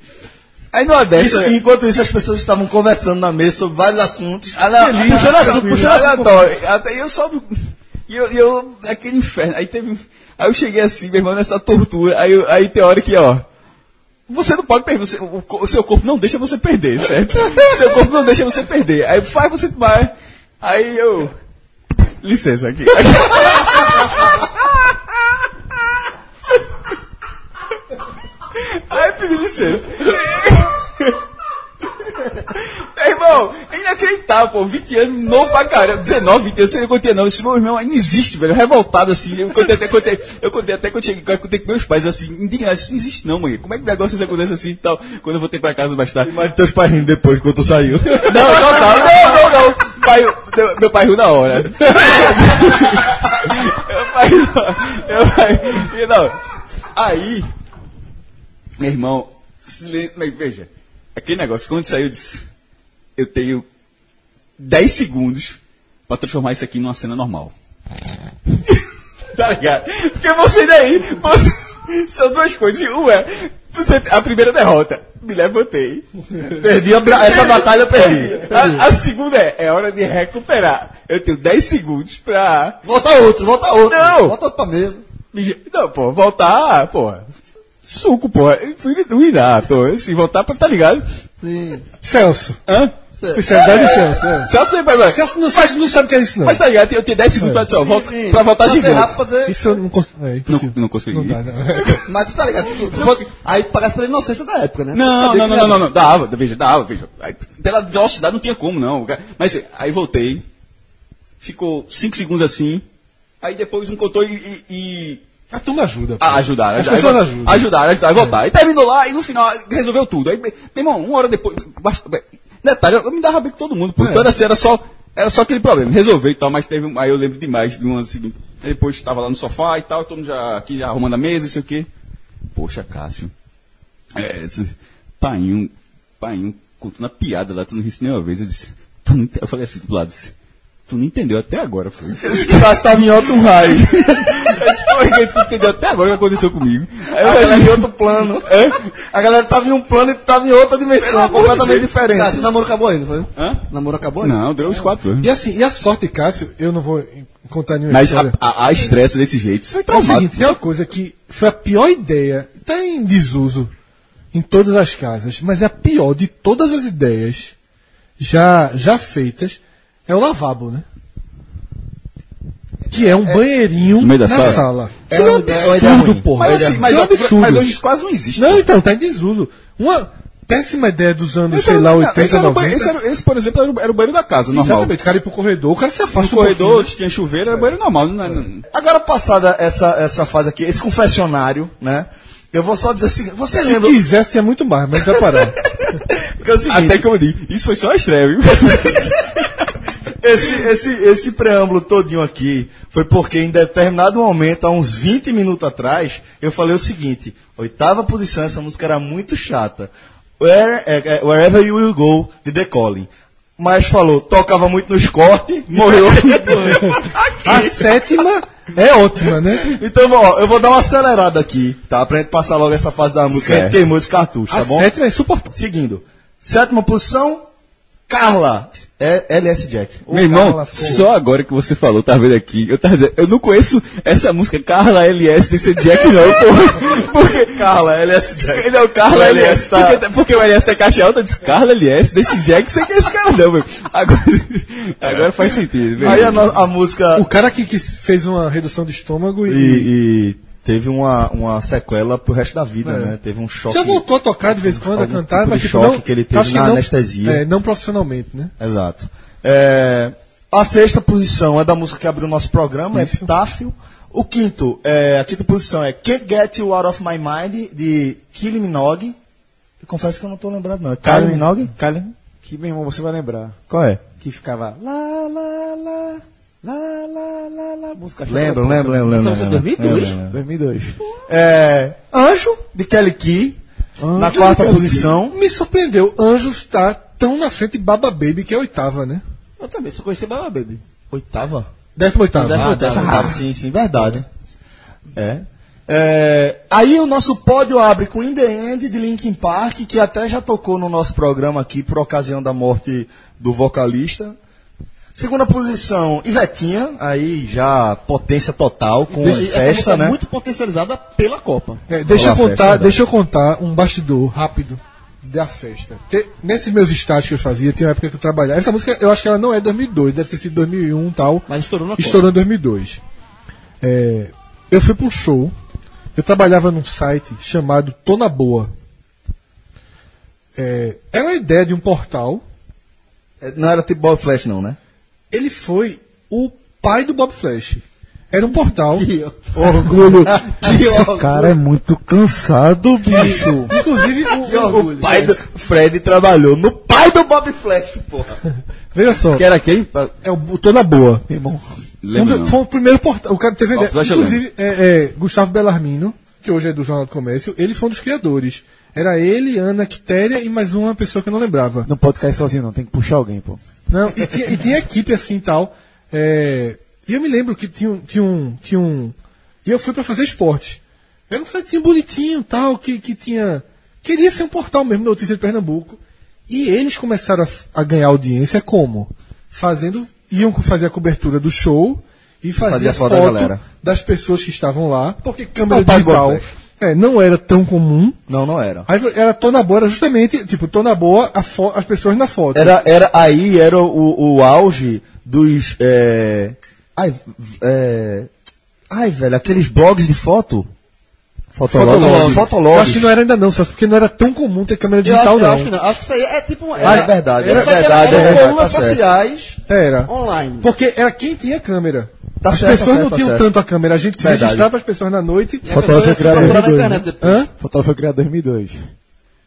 Speaker 5: Aí numa
Speaker 2: É Isso,
Speaker 5: dessa.
Speaker 2: enquanto isso, as pessoas estavam conversando na mesa sobre vários assuntos.
Speaker 5: Ah, não,
Speaker 2: Feliz,
Speaker 5: puxando assunto,
Speaker 2: tranquilo.
Speaker 5: puxando assunto. Até eu só. E eu, e eu. Aquele inferno. Aí teve. um- Aí eu cheguei assim, meu irmão, nessa tortura. Aí, eu- aí tem hora que, ó. Você não pode perder, você- o, co- o seu corpo não deixa você perder, certo? seu corpo não deixa você perder. Aí faz você tomar. Aí eu. Licença aqui. Aí eu pedi licença. Meu irmão, é inacreditável, pô. 20 anos, novo pra caramba. 19, 20 anos, sei lá quanto é, não. Esse meu irmão ainda existe, velho. Revoltado, assim. Eu contei até, contei, eu contei até quando cheguei, quando eu contei com meus pais, assim, indignado. Isso não existe, não, mãe. Como é que negócio isso acontece assim e tal? Quando eu voltei pra casa mais tarde.
Speaker 2: Mas teus pais rindo depois, quando tu saiu.
Speaker 5: Não, não, não, não, não, não. Pai, meu, meu pai riu na hora. meu pai riu na hora. Meu pai riu na hora. Aí, meu irmão, silen- mas veja, aquele negócio, quando saiu, eu disse, eu tenho 10 segundos pra transformar isso aqui numa cena normal. tá ligado? Porque você daí, você- são duas coisas. Uma, você, a primeira derrota, me levantei.
Speaker 2: Perdi a bra- Tá, essa batalha, eu perdi.
Speaker 5: A, a segunda é, é hora de recuperar. Eu tenho 10 segundos pra.
Speaker 4: Volta outro, volta outro.
Speaker 5: Não.
Speaker 4: Volta outro pra mesa.
Speaker 3: Tá
Speaker 5: me- Não, pô, voltar, porra. Suco, porra. Eu fui não irá, pô. Se voltar pra. Tá ligado?
Speaker 4: Sim.
Speaker 3: Celso.
Speaker 5: Hã?
Speaker 3: Celso, dá licença. é.
Speaker 5: Celso não é pra-
Speaker 3: Celso não, Celso não sabe o que é isso, não.
Speaker 5: Mas tá ligado, eu tenho 10 segundos pra, só, volta,
Speaker 4: Sim.
Speaker 5: pra voltar
Speaker 4: Pra ser
Speaker 5: gigante.
Speaker 4: rápido, pra ser-
Speaker 3: Isso eu não consigo. É
Speaker 5: Não,
Speaker 3: impossível.
Speaker 5: não consegui.
Speaker 3: Não É. dá, né? não.
Speaker 4: Mas tu tá ligado? tu- tu- Aí pagasse pela inocência da época, né?
Speaker 5: Não,
Speaker 4: Sabia
Speaker 5: não,
Speaker 4: que
Speaker 5: não,
Speaker 4: era-
Speaker 5: não, não, não, dava, veja, dava, veja. Aí, pela velocidade não tinha como, não. Mas aí voltei, ficou 5 segundos assim, aí depois um contou e. e- e-
Speaker 3: A turma ajuda. pô.
Speaker 5: Ah, ajudaram,
Speaker 3: As
Speaker 5: aj-
Speaker 3: pessoas
Speaker 5: aj-
Speaker 3: ajudam.
Speaker 5: Ajudaram, ajudaram, voltaram. E terminou lá, e no final resolveu tudo. Aí, meu irmão, uma hora depois. basta- Detalhe, eu eu me dava bem com todo mundo,
Speaker 3: É.
Speaker 5: pô. Então assim, era só, era só aquele problema. Resolveu e tal, mas teve. um- Aí eu lembro demais de um ano seguinte. Aí Depois estava lá no sofá e tal, todo mundo já aqui já arrumando a mesa, não sei o quê. Poxa, Cássio. É, esse um, painho, painho contou uma piada lá, tu não disse nenhuma vez. Eu disse, tu não ente- eu falei assim do lado, disse, tu não entendeu até agora, foi. Esse que tava em
Speaker 3: um
Speaker 5: outro raio. Eu disse, "Pô, Ricardo, tu não entendeu até agora o que aconteceu comigo.
Speaker 9: É
Speaker 5: Aí eu
Speaker 2: A galera
Speaker 5: falei,
Speaker 2: em outro plano.
Speaker 5: Hã?
Speaker 2: A galera tava em um plano e tu tava em outra dimensão, completamente
Speaker 4: Tá,
Speaker 2: diferente.
Speaker 4: seu namoro acabou ainda, foi?
Speaker 5: Hã?
Speaker 4: Namoro acabou ainda?
Speaker 5: Não, durou uns quatro anos.
Speaker 3: E assim, e a sorte, Cássio, eu não vou em- contar nenhuma
Speaker 5: Mas a,
Speaker 3: história.
Speaker 5: a, a estresse desse jeito, isso é
Speaker 3: É o
Speaker 5: traumático.
Speaker 3: seguinte, tem uma coisa que foi a pior ideia, está em desuso em todas as casas, mas é a pior de todas as ideias já, já feitas, é o lavabo, né? Que é um banheirinho
Speaker 5: No meio da
Speaker 3: na
Speaker 5: sala.
Speaker 3: sala. É um absurdo, porra.
Speaker 5: mas, assim, mas,
Speaker 3: é um absurdo.
Speaker 5: mas hoje isso quase não existe.
Speaker 3: Não, então, tá em desuso. Uma péssima ideia dos anos,
Speaker 5: Esse
Speaker 3: sei
Speaker 5: era-
Speaker 3: lá,
Speaker 5: Então, não,
Speaker 3: 80,
Speaker 5: esse, era o
Speaker 3: 90.
Speaker 5: banheiro- esse, era- esse, por exemplo, era o, era o banheiro da casa, normal.
Speaker 3: Exatamente, o cara ir pro corredor, o cara se
Speaker 5: No
Speaker 3: afasta um pouquinho,
Speaker 5: corredor,
Speaker 3: né?
Speaker 5: tinha chuveiro, era banheiro normal. Não, não,
Speaker 2: Agora passada essa, essa fase aqui, esse confessionário, né? Eu vou só dizer o seguinte, você
Speaker 3: Se
Speaker 2: lembra...
Speaker 3: quisesse, tinha muito mais, mas vai parar.
Speaker 2: Porque é o seguinte,
Speaker 5: Até que eu li. Isso foi só a estreia, viu?
Speaker 2: esse, esse, esse preâmbulo todinho aqui foi porque em determinado momento, há uns 20 minutos atrás, eu falei o seguinte, oitava posição, eh, essa música era muito chata. Where, é, é, wherever You Will Go, de The Calling. mas falou, tocava muito nos cortes, morreu.
Speaker 3: A sétima é ótima, né?
Speaker 2: então, ó, eu vou dar uma acelerada aqui, tá? Pra gente passar logo essa fase da música, a gente queimou esse cartucho, tá
Speaker 3: A
Speaker 2: bom?
Speaker 3: sétima é suportável.
Speaker 2: Seguindo. Sétima posição, Carla. É LS Jack. Ô,
Speaker 5: Meu irmão,
Speaker 2: Carla, ficou-
Speaker 5: só agora que você falou, tá vendo aqui? Eu, tava dizendo, eu não conheço essa música Carla LS tem que ser Jack, não, porra. Porque.
Speaker 2: Carla, LS Jack.
Speaker 5: Não, Carla
Speaker 2: O
Speaker 5: LS.
Speaker 2: LS tá-
Speaker 5: porque, porque o LS é caixa alta, eu disse Carla LS, desse Jack, você que é esse cara, não, meu. Agora, agora faz sentido, velho.
Speaker 2: Aí a, no- a música.
Speaker 3: O cara que, que fez uma redução de estômago e,
Speaker 2: E, e teve uma, uma sequela pro resto da vida, né? Teve um choque.
Speaker 3: já voltou a tocar de vez em quando, a
Speaker 2: Algum
Speaker 3: cantar,
Speaker 2: tipo
Speaker 3: mas
Speaker 2: de
Speaker 3: tipo,
Speaker 2: choque
Speaker 3: não,
Speaker 2: que ele teve
Speaker 3: acho
Speaker 2: na
Speaker 3: não,
Speaker 2: anestesia.
Speaker 3: É, não profissionalmente, né?
Speaker 2: Exato. É, a sexta posição é da música que abriu o nosso programa, é Epitáfio. O quinto, é, a quinta posição é Can't Get You Out of My Mind, de Kylie Minogue. Eu confesso que eu não tô lembrado, não. É Kylie Minogue? Kylie.
Speaker 6: Que, meu irmão, você vai lembrar.
Speaker 2: Qual é?
Speaker 6: Que ficava lá, lá, lá, lá, lá, lá, lá. Música
Speaker 2: Lembro,
Speaker 6: chata,
Speaker 2: lembro, lembro, lembro.
Speaker 6: Essa foi
Speaker 2: lembro,
Speaker 6: 2002?
Speaker 2: lembro, lembro.
Speaker 6: 2002.
Speaker 2: É, Anjo, de Kelly Key. na
Speaker 6: Anjo
Speaker 2: quarta
Speaker 6: de Kelly
Speaker 2: posição.
Speaker 3: Me surpreendeu, Anjos está tão na frente de Baba Baby, que é a oitava, né?
Speaker 9: Eu também só conheci Baba Baby.
Speaker 2: Oitava?
Speaker 3: Décima oitava.
Speaker 2: Décima oitava, oitava, sim, sim, verdade. É. É, aí o nosso pódio abre com In The End de Linkin Park, que até já tocou no nosso programa aqui por ocasião da morte do vocalista. Segunda posição, Ivetinha, aí já potência total com
Speaker 9: Deixa- essa música
Speaker 2: festa,
Speaker 9: é
Speaker 2: né?
Speaker 9: muito potencializada pela Copa.
Speaker 3: É, deixa, eu
Speaker 2: Olá,
Speaker 3: contar,
Speaker 2: festa, verdade.
Speaker 3: deixa eu contar um bastidor rápido da festa. Te- nesses meus estágios que eu fazia, tinha uma época que eu trabalhava. Essa música, eu acho que ela não é 2002, deve ter sido 2001 e um, tal.
Speaker 9: Mas tá estourou na Copa.
Speaker 3: Estourou em 2002. É, eu fui para um show. Eu trabalhava num site chamado Tô na Boa. É, era a ideia de um portal.
Speaker 2: É, Não era tipo Bob Flash, não, né?
Speaker 3: Ele foi o pai do Bob Flash. Era um portal.
Speaker 6: Orgulho. Esse cara é muito cansado, bicho.
Speaker 3: Inclusive, o-
Speaker 2: O pai do Fred trabalhou no pai do Bob Flash, porra.
Speaker 3: veja só,
Speaker 5: Que era quem?
Speaker 3: é o o Tô na Boa.
Speaker 6: Meu irmão.
Speaker 3: Um
Speaker 5: Lembra
Speaker 3: do-
Speaker 5: não.
Speaker 3: foi o primeiro portal. O cara teve
Speaker 5: Ó,
Speaker 3: ideia.
Speaker 5: Flash eu
Speaker 3: Inclusive, é, é, Gustavo Bellarmino, que hoje é do Jornal do Comércio, ele foi um dos criadores. Era ele, Ana Quitéria e mais uma pessoa que eu não lembrava.
Speaker 6: Não pode cair sozinho, não. Tem que puxar alguém, pô.
Speaker 3: Não, e tinha, e tinha equipe assim e tal. É, e eu me lembro que tinha, um- tinha um. Tinha um. E eu fui pra fazer esporte. Era um site bonitinho tal, que, que tinha. Queria ser um portal mesmo, Notícia de Pernambuco. E eles começaram a, f- a ganhar audiência como? Fazendo. Iam co- fazer a cobertura do show e fazer
Speaker 2: Fazia foto
Speaker 3: foto,
Speaker 2: da galera.
Speaker 3: das pessoas que estavam lá, porque câmera
Speaker 2: Não, tá de boa
Speaker 3: digital
Speaker 2: festa.
Speaker 3: é, não era tão comum.
Speaker 2: Não, não era.
Speaker 3: Aí era tô na boa, era justamente, tipo, tô na boa, a fo- as pessoas na foto.
Speaker 2: Era, era, aí era o, o auge dos. É, ai, é, ai, velho, aqueles blogs de foto. Fotolog. Fotolog.
Speaker 3: Eu acho que não era ainda não, só porque não era tão comum ter câmera
Speaker 9: Eu, acho,
Speaker 3: digital
Speaker 9: eu acho que
Speaker 3: não.
Speaker 9: não. Acho que isso aí é tipo.
Speaker 2: Ah, é verdade,
Speaker 9: Só
Speaker 2: é
Speaker 9: que Era,
Speaker 2: verdade, é
Speaker 9: eram
Speaker 2: verdade,
Speaker 9: colunas
Speaker 2: tá certo.
Speaker 9: um sociais
Speaker 3: Era.
Speaker 9: online.
Speaker 3: Porque era quem tinha câmera.
Speaker 2: Tá
Speaker 3: as
Speaker 2: certo, tá
Speaker 3: pessoas
Speaker 2: certo,
Speaker 3: não
Speaker 2: tá
Speaker 3: tinham
Speaker 2: certo.
Speaker 3: tanto a câmera. A gente
Speaker 2: Verdade.
Speaker 3: registrava as pessoas na noite.
Speaker 9: E a pessoa ia
Speaker 6: foi
Speaker 9: se
Speaker 6: criada em
Speaker 9: procurar na
Speaker 6: 2002,
Speaker 9: internet depois.
Speaker 3: Hã?
Speaker 6: Fotógrafo foi criado em 2002.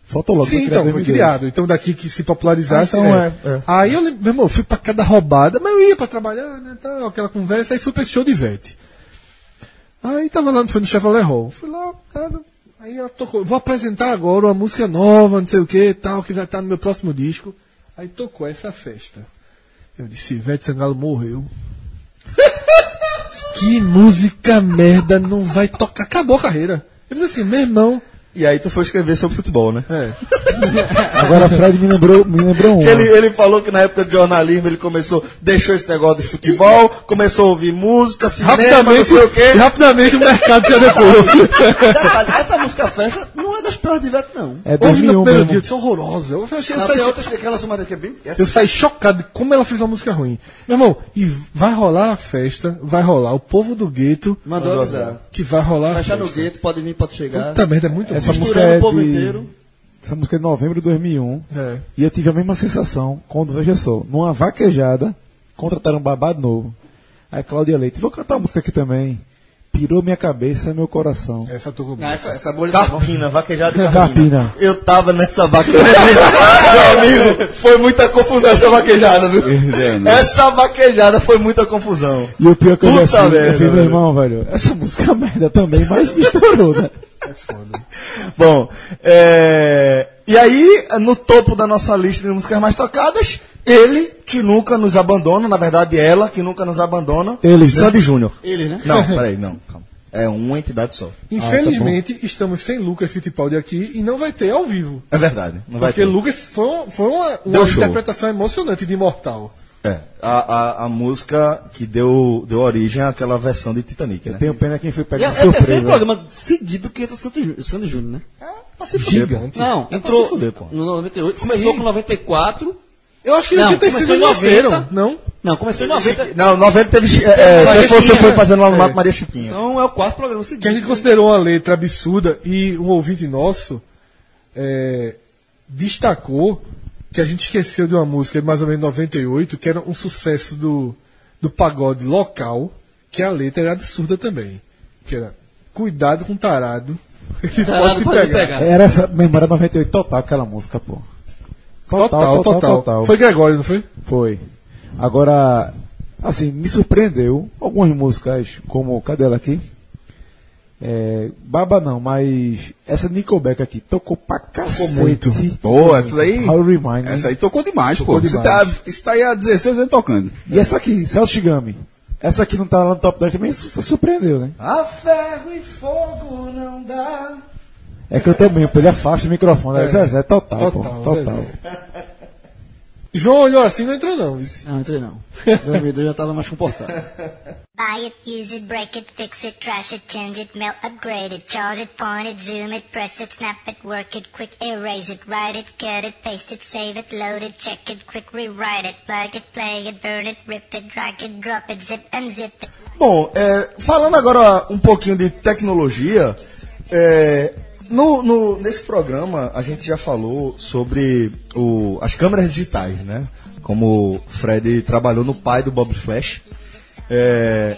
Speaker 6: Fotólogo
Speaker 3: Sim,
Speaker 6: foi criado
Speaker 3: então,
Speaker 6: em
Speaker 3: foi
Speaker 6: 2002.
Speaker 3: criado. Então daqui que se popularizasse.
Speaker 2: é Ah, então é, é.
Speaker 3: Aí eu lembro, meu irmão, eu fui pra cada roubada, mas eu ia pra trabalhar, né? Tal, aquela conversa, aí fui pra esse show de Ivete. Aí tava lá, foi no Chevrolet Hall. Fui lá, cara, aí ela tocou. Vou apresentar agora uma música nova, não sei o que, tal, que vai estar no meu próximo disco. Aí tocou essa festa. Eu disse, Ivete Sangalo morreu. que música merda não vai tocar. Acabou a carreira. Eu disse assim, meu irmão.
Speaker 2: E aí tu foi escrever sobre futebol, né?
Speaker 3: É.
Speaker 6: Agora, Fred me lembrou, me lembrou um.
Speaker 2: Ele, ele falou que na época de jornalismo ele começou, deixou esse negócio de futebol, começou a ouvir música, cinema, não
Speaker 3: rapidamente,
Speaker 2: sei o quê.
Speaker 3: rapidamente o mercado se adequou.
Speaker 9: Detalhe, essa música festa não é das piores de Veto, não.
Speaker 6: É
Speaker 3: Houve
Speaker 6: 2001,
Speaker 3: no
Speaker 6: meu
Speaker 3: primeiro
Speaker 6: irmão.
Speaker 3: dia, isso é horroroso. Eu, achei- eu
Speaker 4: Não,
Speaker 3: saí,
Speaker 4: tem outras que aquela somada que é bem. Essa,
Speaker 3: eu saí chocado de como ela fez uma música ruim. Meu irmão, e vai rolar a festa, vai rolar o povo do gueto,
Speaker 9: Mandou avisar.
Speaker 3: que vai rolar a
Speaker 9: Fechar
Speaker 3: festa.
Speaker 9: no gueto, pode vir, pode chegar.
Speaker 3: Puta merda, é muito
Speaker 6: Essa
Speaker 3: ruim.
Speaker 6: música
Speaker 9: Misturando
Speaker 6: é
Speaker 9: o povo
Speaker 6: de...
Speaker 9: inteiro.
Speaker 6: Essa música é de novembro de 2001.
Speaker 3: É.
Speaker 6: E eu tive a mesma sensação quando, veja só, numa vaquejada, contrataram um babado novo. Aí Cláudia Leite, vou cantar uma música aqui também. Pirou minha cabeça, meu coração.
Speaker 3: Essa tocou
Speaker 4: Ah, essa, essa bolha
Speaker 2: Carpina, vaquejada de Carpina.
Speaker 6: Carpina.
Speaker 2: Eu tava nessa vaquejada. Meu amigo, foi muita confusão essa vaquejada, viu?
Speaker 5: Entendo.
Speaker 2: Essa vaquejada foi muita confusão.
Speaker 6: E o pior é que eu
Speaker 2: Puta
Speaker 6: já sei,
Speaker 2: merda,
Speaker 6: eu falei,
Speaker 2: velho.
Speaker 6: meu irmão, velho, essa música é uma merda também, mas me estourou, né?
Speaker 2: Bom, é, e aí, no topo da nossa lista de músicas mais tocadas, Ele que nunca nos abandona, na verdade ela que nunca nos abandona.
Speaker 6: Eles, né?
Speaker 2: Sandy Júnior.
Speaker 4: Ele, né?
Speaker 2: Não, peraí, não, calma. É uma entidade só.
Speaker 3: Infelizmente, estamos sem Lucas Fittipaldi aqui e não vai ter ao vivo.
Speaker 2: É verdade. Não vai
Speaker 3: Porque
Speaker 2: ter.
Speaker 3: Lucas foi, um- foi uma, uma
Speaker 2: Deu show.
Speaker 3: interpretação emocionante de Imortal.
Speaker 2: É, a, a, a música que deu, deu origem àquela versão de Titanic, né?
Speaker 6: Tenho pena quem foi
Speaker 9: É, é
Speaker 6: pegar
Speaker 9: o
Speaker 6: de surpresa.
Speaker 9: terceiro programa seguido que entra o Santo Jú- Sandy Júnior, né?
Speaker 2: Gigante.
Speaker 9: Não,
Speaker 2: pra
Speaker 9: entrou
Speaker 2: se fuder, pô.
Speaker 9: no 98, começou com 94.
Speaker 3: Eu acho que
Speaker 9: Não,
Speaker 3: devia ter
Speaker 9: começou em
Speaker 3: sido em Nasceram,
Speaker 9: 90.
Speaker 3: não?
Speaker 9: Não, começou em 90.
Speaker 2: Não, 90 teve. É,
Speaker 9: Maria
Speaker 2: depois você
Speaker 9: Chiquinha.
Speaker 2: foi fazendo lá no Mato Maria Chiquinha.
Speaker 9: Então é o quarto programa seguido.
Speaker 3: Que a gente considerou uma letra absurda e um ouvinte nosso é, destacou que a gente esqueceu de uma música de mais ou menos 98, que era um sucesso do, do pagode local, que a letra era absurda também. Que era Cuidado com Tarado. Ele
Speaker 9: Tarado
Speaker 3: pode te
Speaker 9: pode te
Speaker 3: pegar.
Speaker 9: pegar.
Speaker 6: Era essa memória 98 total aquela música, pô.
Speaker 3: Total, total, total, Foi
Speaker 6: Foi.
Speaker 3: Gregório, não foi?
Speaker 6: Foi. Agora, assim, me surpreendeu algumas músicas, como cadê ela aqui? É, baba não, mas essa Nickelback aqui tocou pra cacete.
Speaker 3: muito.
Speaker 5: Pô, essa daí-
Speaker 6: How Remind.
Speaker 5: Essa aí tocou demais, pô.
Speaker 6: Tocou
Speaker 5: Você tá,
Speaker 6: demais.
Speaker 5: isso tá aí há 16 anos tocando.
Speaker 6: E essa aqui, Celso Shigami. Essa aqui não tá lá no top 10 também su- surpreendeu, né?
Speaker 3: Ah,
Speaker 2: A ferro e fogo não dá.
Speaker 6: É que eu também, pô, ele afasta o microfone. É, Zezé, total, pô.
Speaker 3: Total, né,
Speaker 6: Total.
Speaker 3: João olhou assim e não entrou, não.
Speaker 9: Não, entrei não. 2002 já tava mais comportado.
Speaker 10: Buy it, use it, break it, fix it, trash it, change it, melt, upgrade it, charge it, point it, zoom it, press it, snap it, work it, quick erase it, write it, cut it, paste it, save it, load it, check it, quick rewrite it, plug it, play it, burn it, rip it, drag it, drop it, zip unzip it.
Speaker 2: Bom, é, falando agora um pouquinho de tecnologia, é, no, no- nesse programa a gente já falou sobre o- as câmeras digitais, né? Como o Fred trabalhou no pai do Bob Flash. É,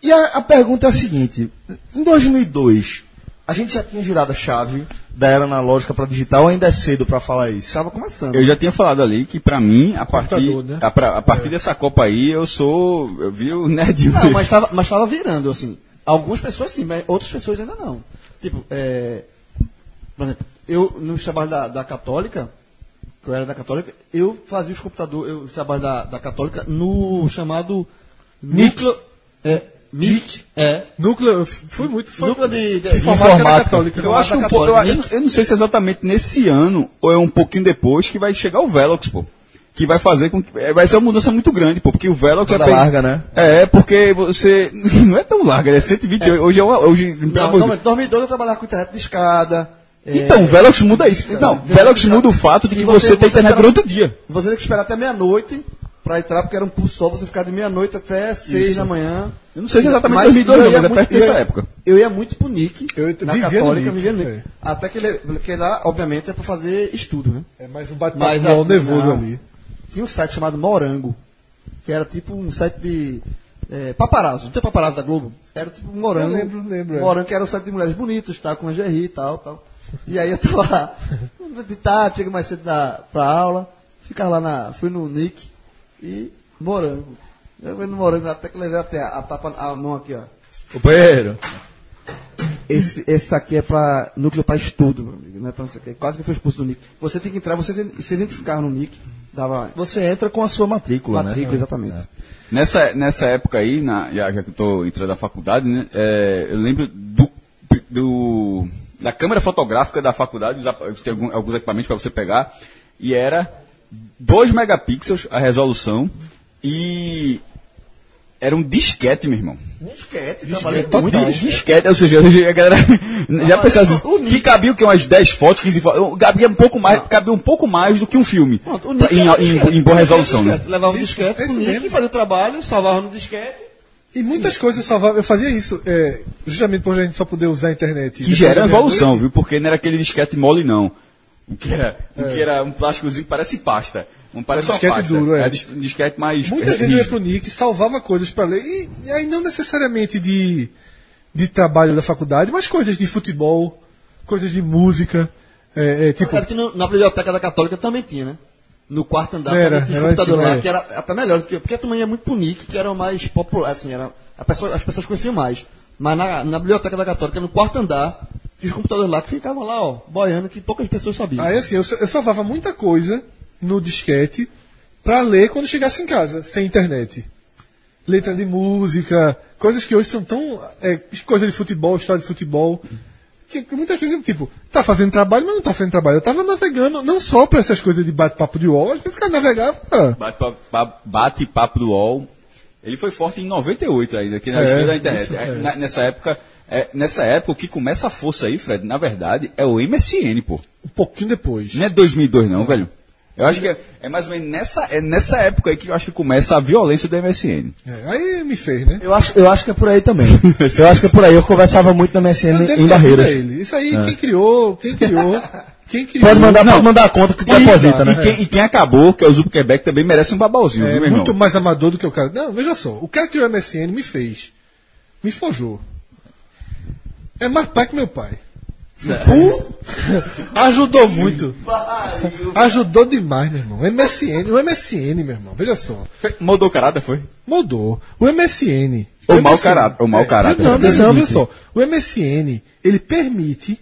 Speaker 2: e a, a pergunta é a seguinte: em 2002, a gente já tinha girado a chave da era analógica para digital, ou ainda é cedo para falar isso? né?
Speaker 4: Tava começando.
Speaker 5: Eu já tinha falado ali que pra mim, a partir,
Speaker 3: Computador, né?
Speaker 5: a, pra- a partir dessa Copa aí, eu sou, eu vi o nerd.
Speaker 4: Não, mas tava, mas tava virando, assim. Algumas pessoas sim, mas outras pessoas ainda não. Tipo, é, por exemplo, eu, nos trabalhos da, da Católica, que eu era da Católica, eu fazia os computadores, eu, os trabalhos da, da Católica no chamado núcleo. É, MIC. É.
Speaker 3: Núcleo, eu f- fui muito fã.
Speaker 4: Núcleo de, de
Speaker 2: informática.
Speaker 4: Católica.
Speaker 5: Eu acho que um
Speaker 4: Informática
Speaker 5: pouco, eu,
Speaker 4: Católica.
Speaker 5: eu- eu não sei se é exatamente nesse ano ou é um pouquinho depois que vai chegar o Velox, pô. Que vai fazer com que. é, Vai ser uma mudança muito grande, pô. Porque o Velox
Speaker 2: Toda
Speaker 5: é. pe-
Speaker 2: larga, né?
Speaker 5: É, porque você. Não é tão larga, né? 128. Hoje é uma. Hoje, pelo
Speaker 4: Não,
Speaker 5: amor de
Speaker 4: não, em 2012 eu trabalhava com internet de escada. é,
Speaker 5: Então, o Velox muda isso.
Speaker 4: Então,
Speaker 5: Não, o Velox muda o fato de que você tem
Speaker 4: tá-
Speaker 5: internet durante o dia.
Speaker 4: Você tem que esperar até meia-noite pra entrar, porque era um pulso só, você ficava de meia-noite até seis da manhã.
Speaker 5: Eu não sei se é exatamente
Speaker 4: Mas
Speaker 5: 2002,
Speaker 4: eu
Speaker 5: não,
Speaker 4: ia
Speaker 5: mas é
Speaker 4: muito-
Speaker 5: perto
Speaker 4: eu
Speaker 5: dessa
Speaker 4: ia-
Speaker 5: época.
Speaker 4: Eu ia muito pro Nick,
Speaker 3: Eu
Speaker 4: na
Speaker 3: vivia no
Speaker 4: Católica,
Speaker 3: Nick,
Speaker 4: vivia no Nick.
Speaker 3: é.
Speaker 4: Até que, ele, porque lá, obviamente, é pra fazer estudo, né?
Speaker 3: É mais um
Speaker 4: Mas
Speaker 3: bate-papo
Speaker 4: a-
Speaker 3: nervoso
Speaker 4: não.
Speaker 3: ali.
Speaker 4: Tinha um site chamado Morango, que era tipo um site de é, paparazzo. Não tem paparazzo da Globo? Era tipo um Morango.
Speaker 3: Eu lembro, lembro, é.
Speaker 4: Morango que era um site de mulheres bonitas, tá, com lingerie e tal, tal. E aí eu tava lá, de tarde, chega mais cedo da, pra aula, ficava lá na... Fui no Nick e Morango. Eu fui no Morango até que levei até a, a tapa, a mão aqui, ó.
Speaker 2: Companheiro.
Speaker 4: Esse, esse aqui é pra núcleo pra estudo, meu amigo, não é pra não sei o quê. Quase que eu fui expulso do NIC. Você tem que entrar, você se se identificar no NIC, dava
Speaker 2: Você entra com a sua matrícula,
Speaker 4: matrícula,
Speaker 3: É.
Speaker 2: né?
Speaker 4: exatamente.
Speaker 5: Nessa, nessa época aí, na- já, já que eu tô entrando na faculdade, né, é, eu lembro do, do- da câmera fotográfica da faculdade, os apa- tem algum- alguns equipamentos para você pegar, e era 2 megapixels a resolução, e era um disquete, meu irmão.
Speaker 4: Disquete,
Speaker 3: é.
Speaker 5: Muito disquete, ou seja, a galera já pensava assim, que cabia o que? Umas 10 fotos, 15 fotos, cabia um pouco mais, cabia um pouco mais do que um filme,
Speaker 9: Nick
Speaker 5: em,
Speaker 3: é
Speaker 9: era um
Speaker 5: em-
Speaker 9: disquete.
Speaker 5: em boa resolução, né?
Speaker 9: Disquete, Levava um disquete pro
Speaker 3: esse
Speaker 9: Nick,
Speaker 3: mesmo.
Speaker 9: fazia o trabalho, salvava no disquete.
Speaker 3: E muitas coisas eu salvava. Eu fazia isso é, justamente por a gente só poder usar a internet.
Speaker 5: Que já
Speaker 4: é um
Speaker 5: era uma evolução, viu? Porque não era aquele disquete mole, não. O que era, o que era um plásticozinho que parece pasta. Não parece
Speaker 3: Um
Speaker 5: uma
Speaker 3: disquete
Speaker 5: pasta.
Speaker 3: duro, é.
Speaker 5: um dis- um disquete mais
Speaker 4: É
Speaker 3: Muitas vezes eu ia
Speaker 5: rígido.
Speaker 3: pro Nick, salvava coisas pra ler, e, e aí não necessariamente de, de trabalho da faculdade, mas coisas de futebol, coisas de música, é, é, tipo,
Speaker 4: Cara, que no- na biblioteca da Católica também tinha, né? No quarto andar,
Speaker 3: Era,
Speaker 4: também tinha
Speaker 3: era
Speaker 4: esse computador
Speaker 3: assim,
Speaker 4: lá,
Speaker 3: é.
Speaker 4: que era até melhor do que porque a turma ia muito pro Nick, que era o mais popular, assim, era, a pessoa- as pessoas conheciam mais. Mas na, na biblioteca da Católica, no quarto andar, tinha os computadores lá que ficavam lá,
Speaker 3: Ah, é
Speaker 4: ó, boiando, que poucas pessoas sabiam.
Speaker 3: aí assim, eu, sa- eu salvava muita coisa no disquete para ler quando chegasse em casa, sem internet. Letra de música, coisas que hoje são tão. É, coisa de futebol, história de futebol. Que que muitas vezes, tipo, tá fazendo trabalho, mas não tá fazendo trabalho. Eu tava navegando, não só pra essas coisas de bate-papo de UOL, às vezes o cara navegava. ah,
Speaker 5: Bate-papo bate papo do UOL. Ele foi forte em 98 ainda, aqui na
Speaker 3: É,
Speaker 5: história da internet.
Speaker 3: isso,
Speaker 5: É,
Speaker 3: é.
Speaker 5: na- nessa época, é, nessa época, o que começa a força aí, Fred, na verdade, é o MSN, pô.
Speaker 3: um pouquinho depois.
Speaker 5: Não é 2002 não, velho. Eu acho que é, é mais ou menos nessa, é nessa época aí que eu acho que começa a violência do MSN.
Speaker 3: É, aí me fez, né?
Speaker 2: Eu acho, eu acho que é por aí também. Eu acho que é por aí. Eu conversava muito na
Speaker 3: Eu
Speaker 2: MSN
Speaker 3: devo
Speaker 2: em
Speaker 3: dar vida a
Speaker 2: Barreiras. É.
Speaker 3: ele. Isso aí, quem criou, quem criou, quem criou.
Speaker 2: Pode mandar, pode mandar a conta que deposita, né?
Speaker 5: E quem, e quem acabou, que é o Zuckerberg, também merece um babauzinho,
Speaker 3: É
Speaker 5: viu, meu
Speaker 3: muito
Speaker 5: irmão?
Speaker 3: mais amador do que o cara. Não, veja só. O cara que criou o MSN me fez. Me forjou. É mais pai que meu pai.
Speaker 5: É.
Speaker 3: Pô, Ajudou muito. Ajudou demais, meu irmão. O MSN, o MSN, meu irmão. Veja só.
Speaker 5: Fe- Mudou o caráter, foi?
Speaker 3: Mudou. O MSN.
Speaker 5: O mau
Speaker 3: MSN
Speaker 5: caráter, o mau caráter.
Speaker 3: É. Não, não, não, veja só. O MSN, ele permite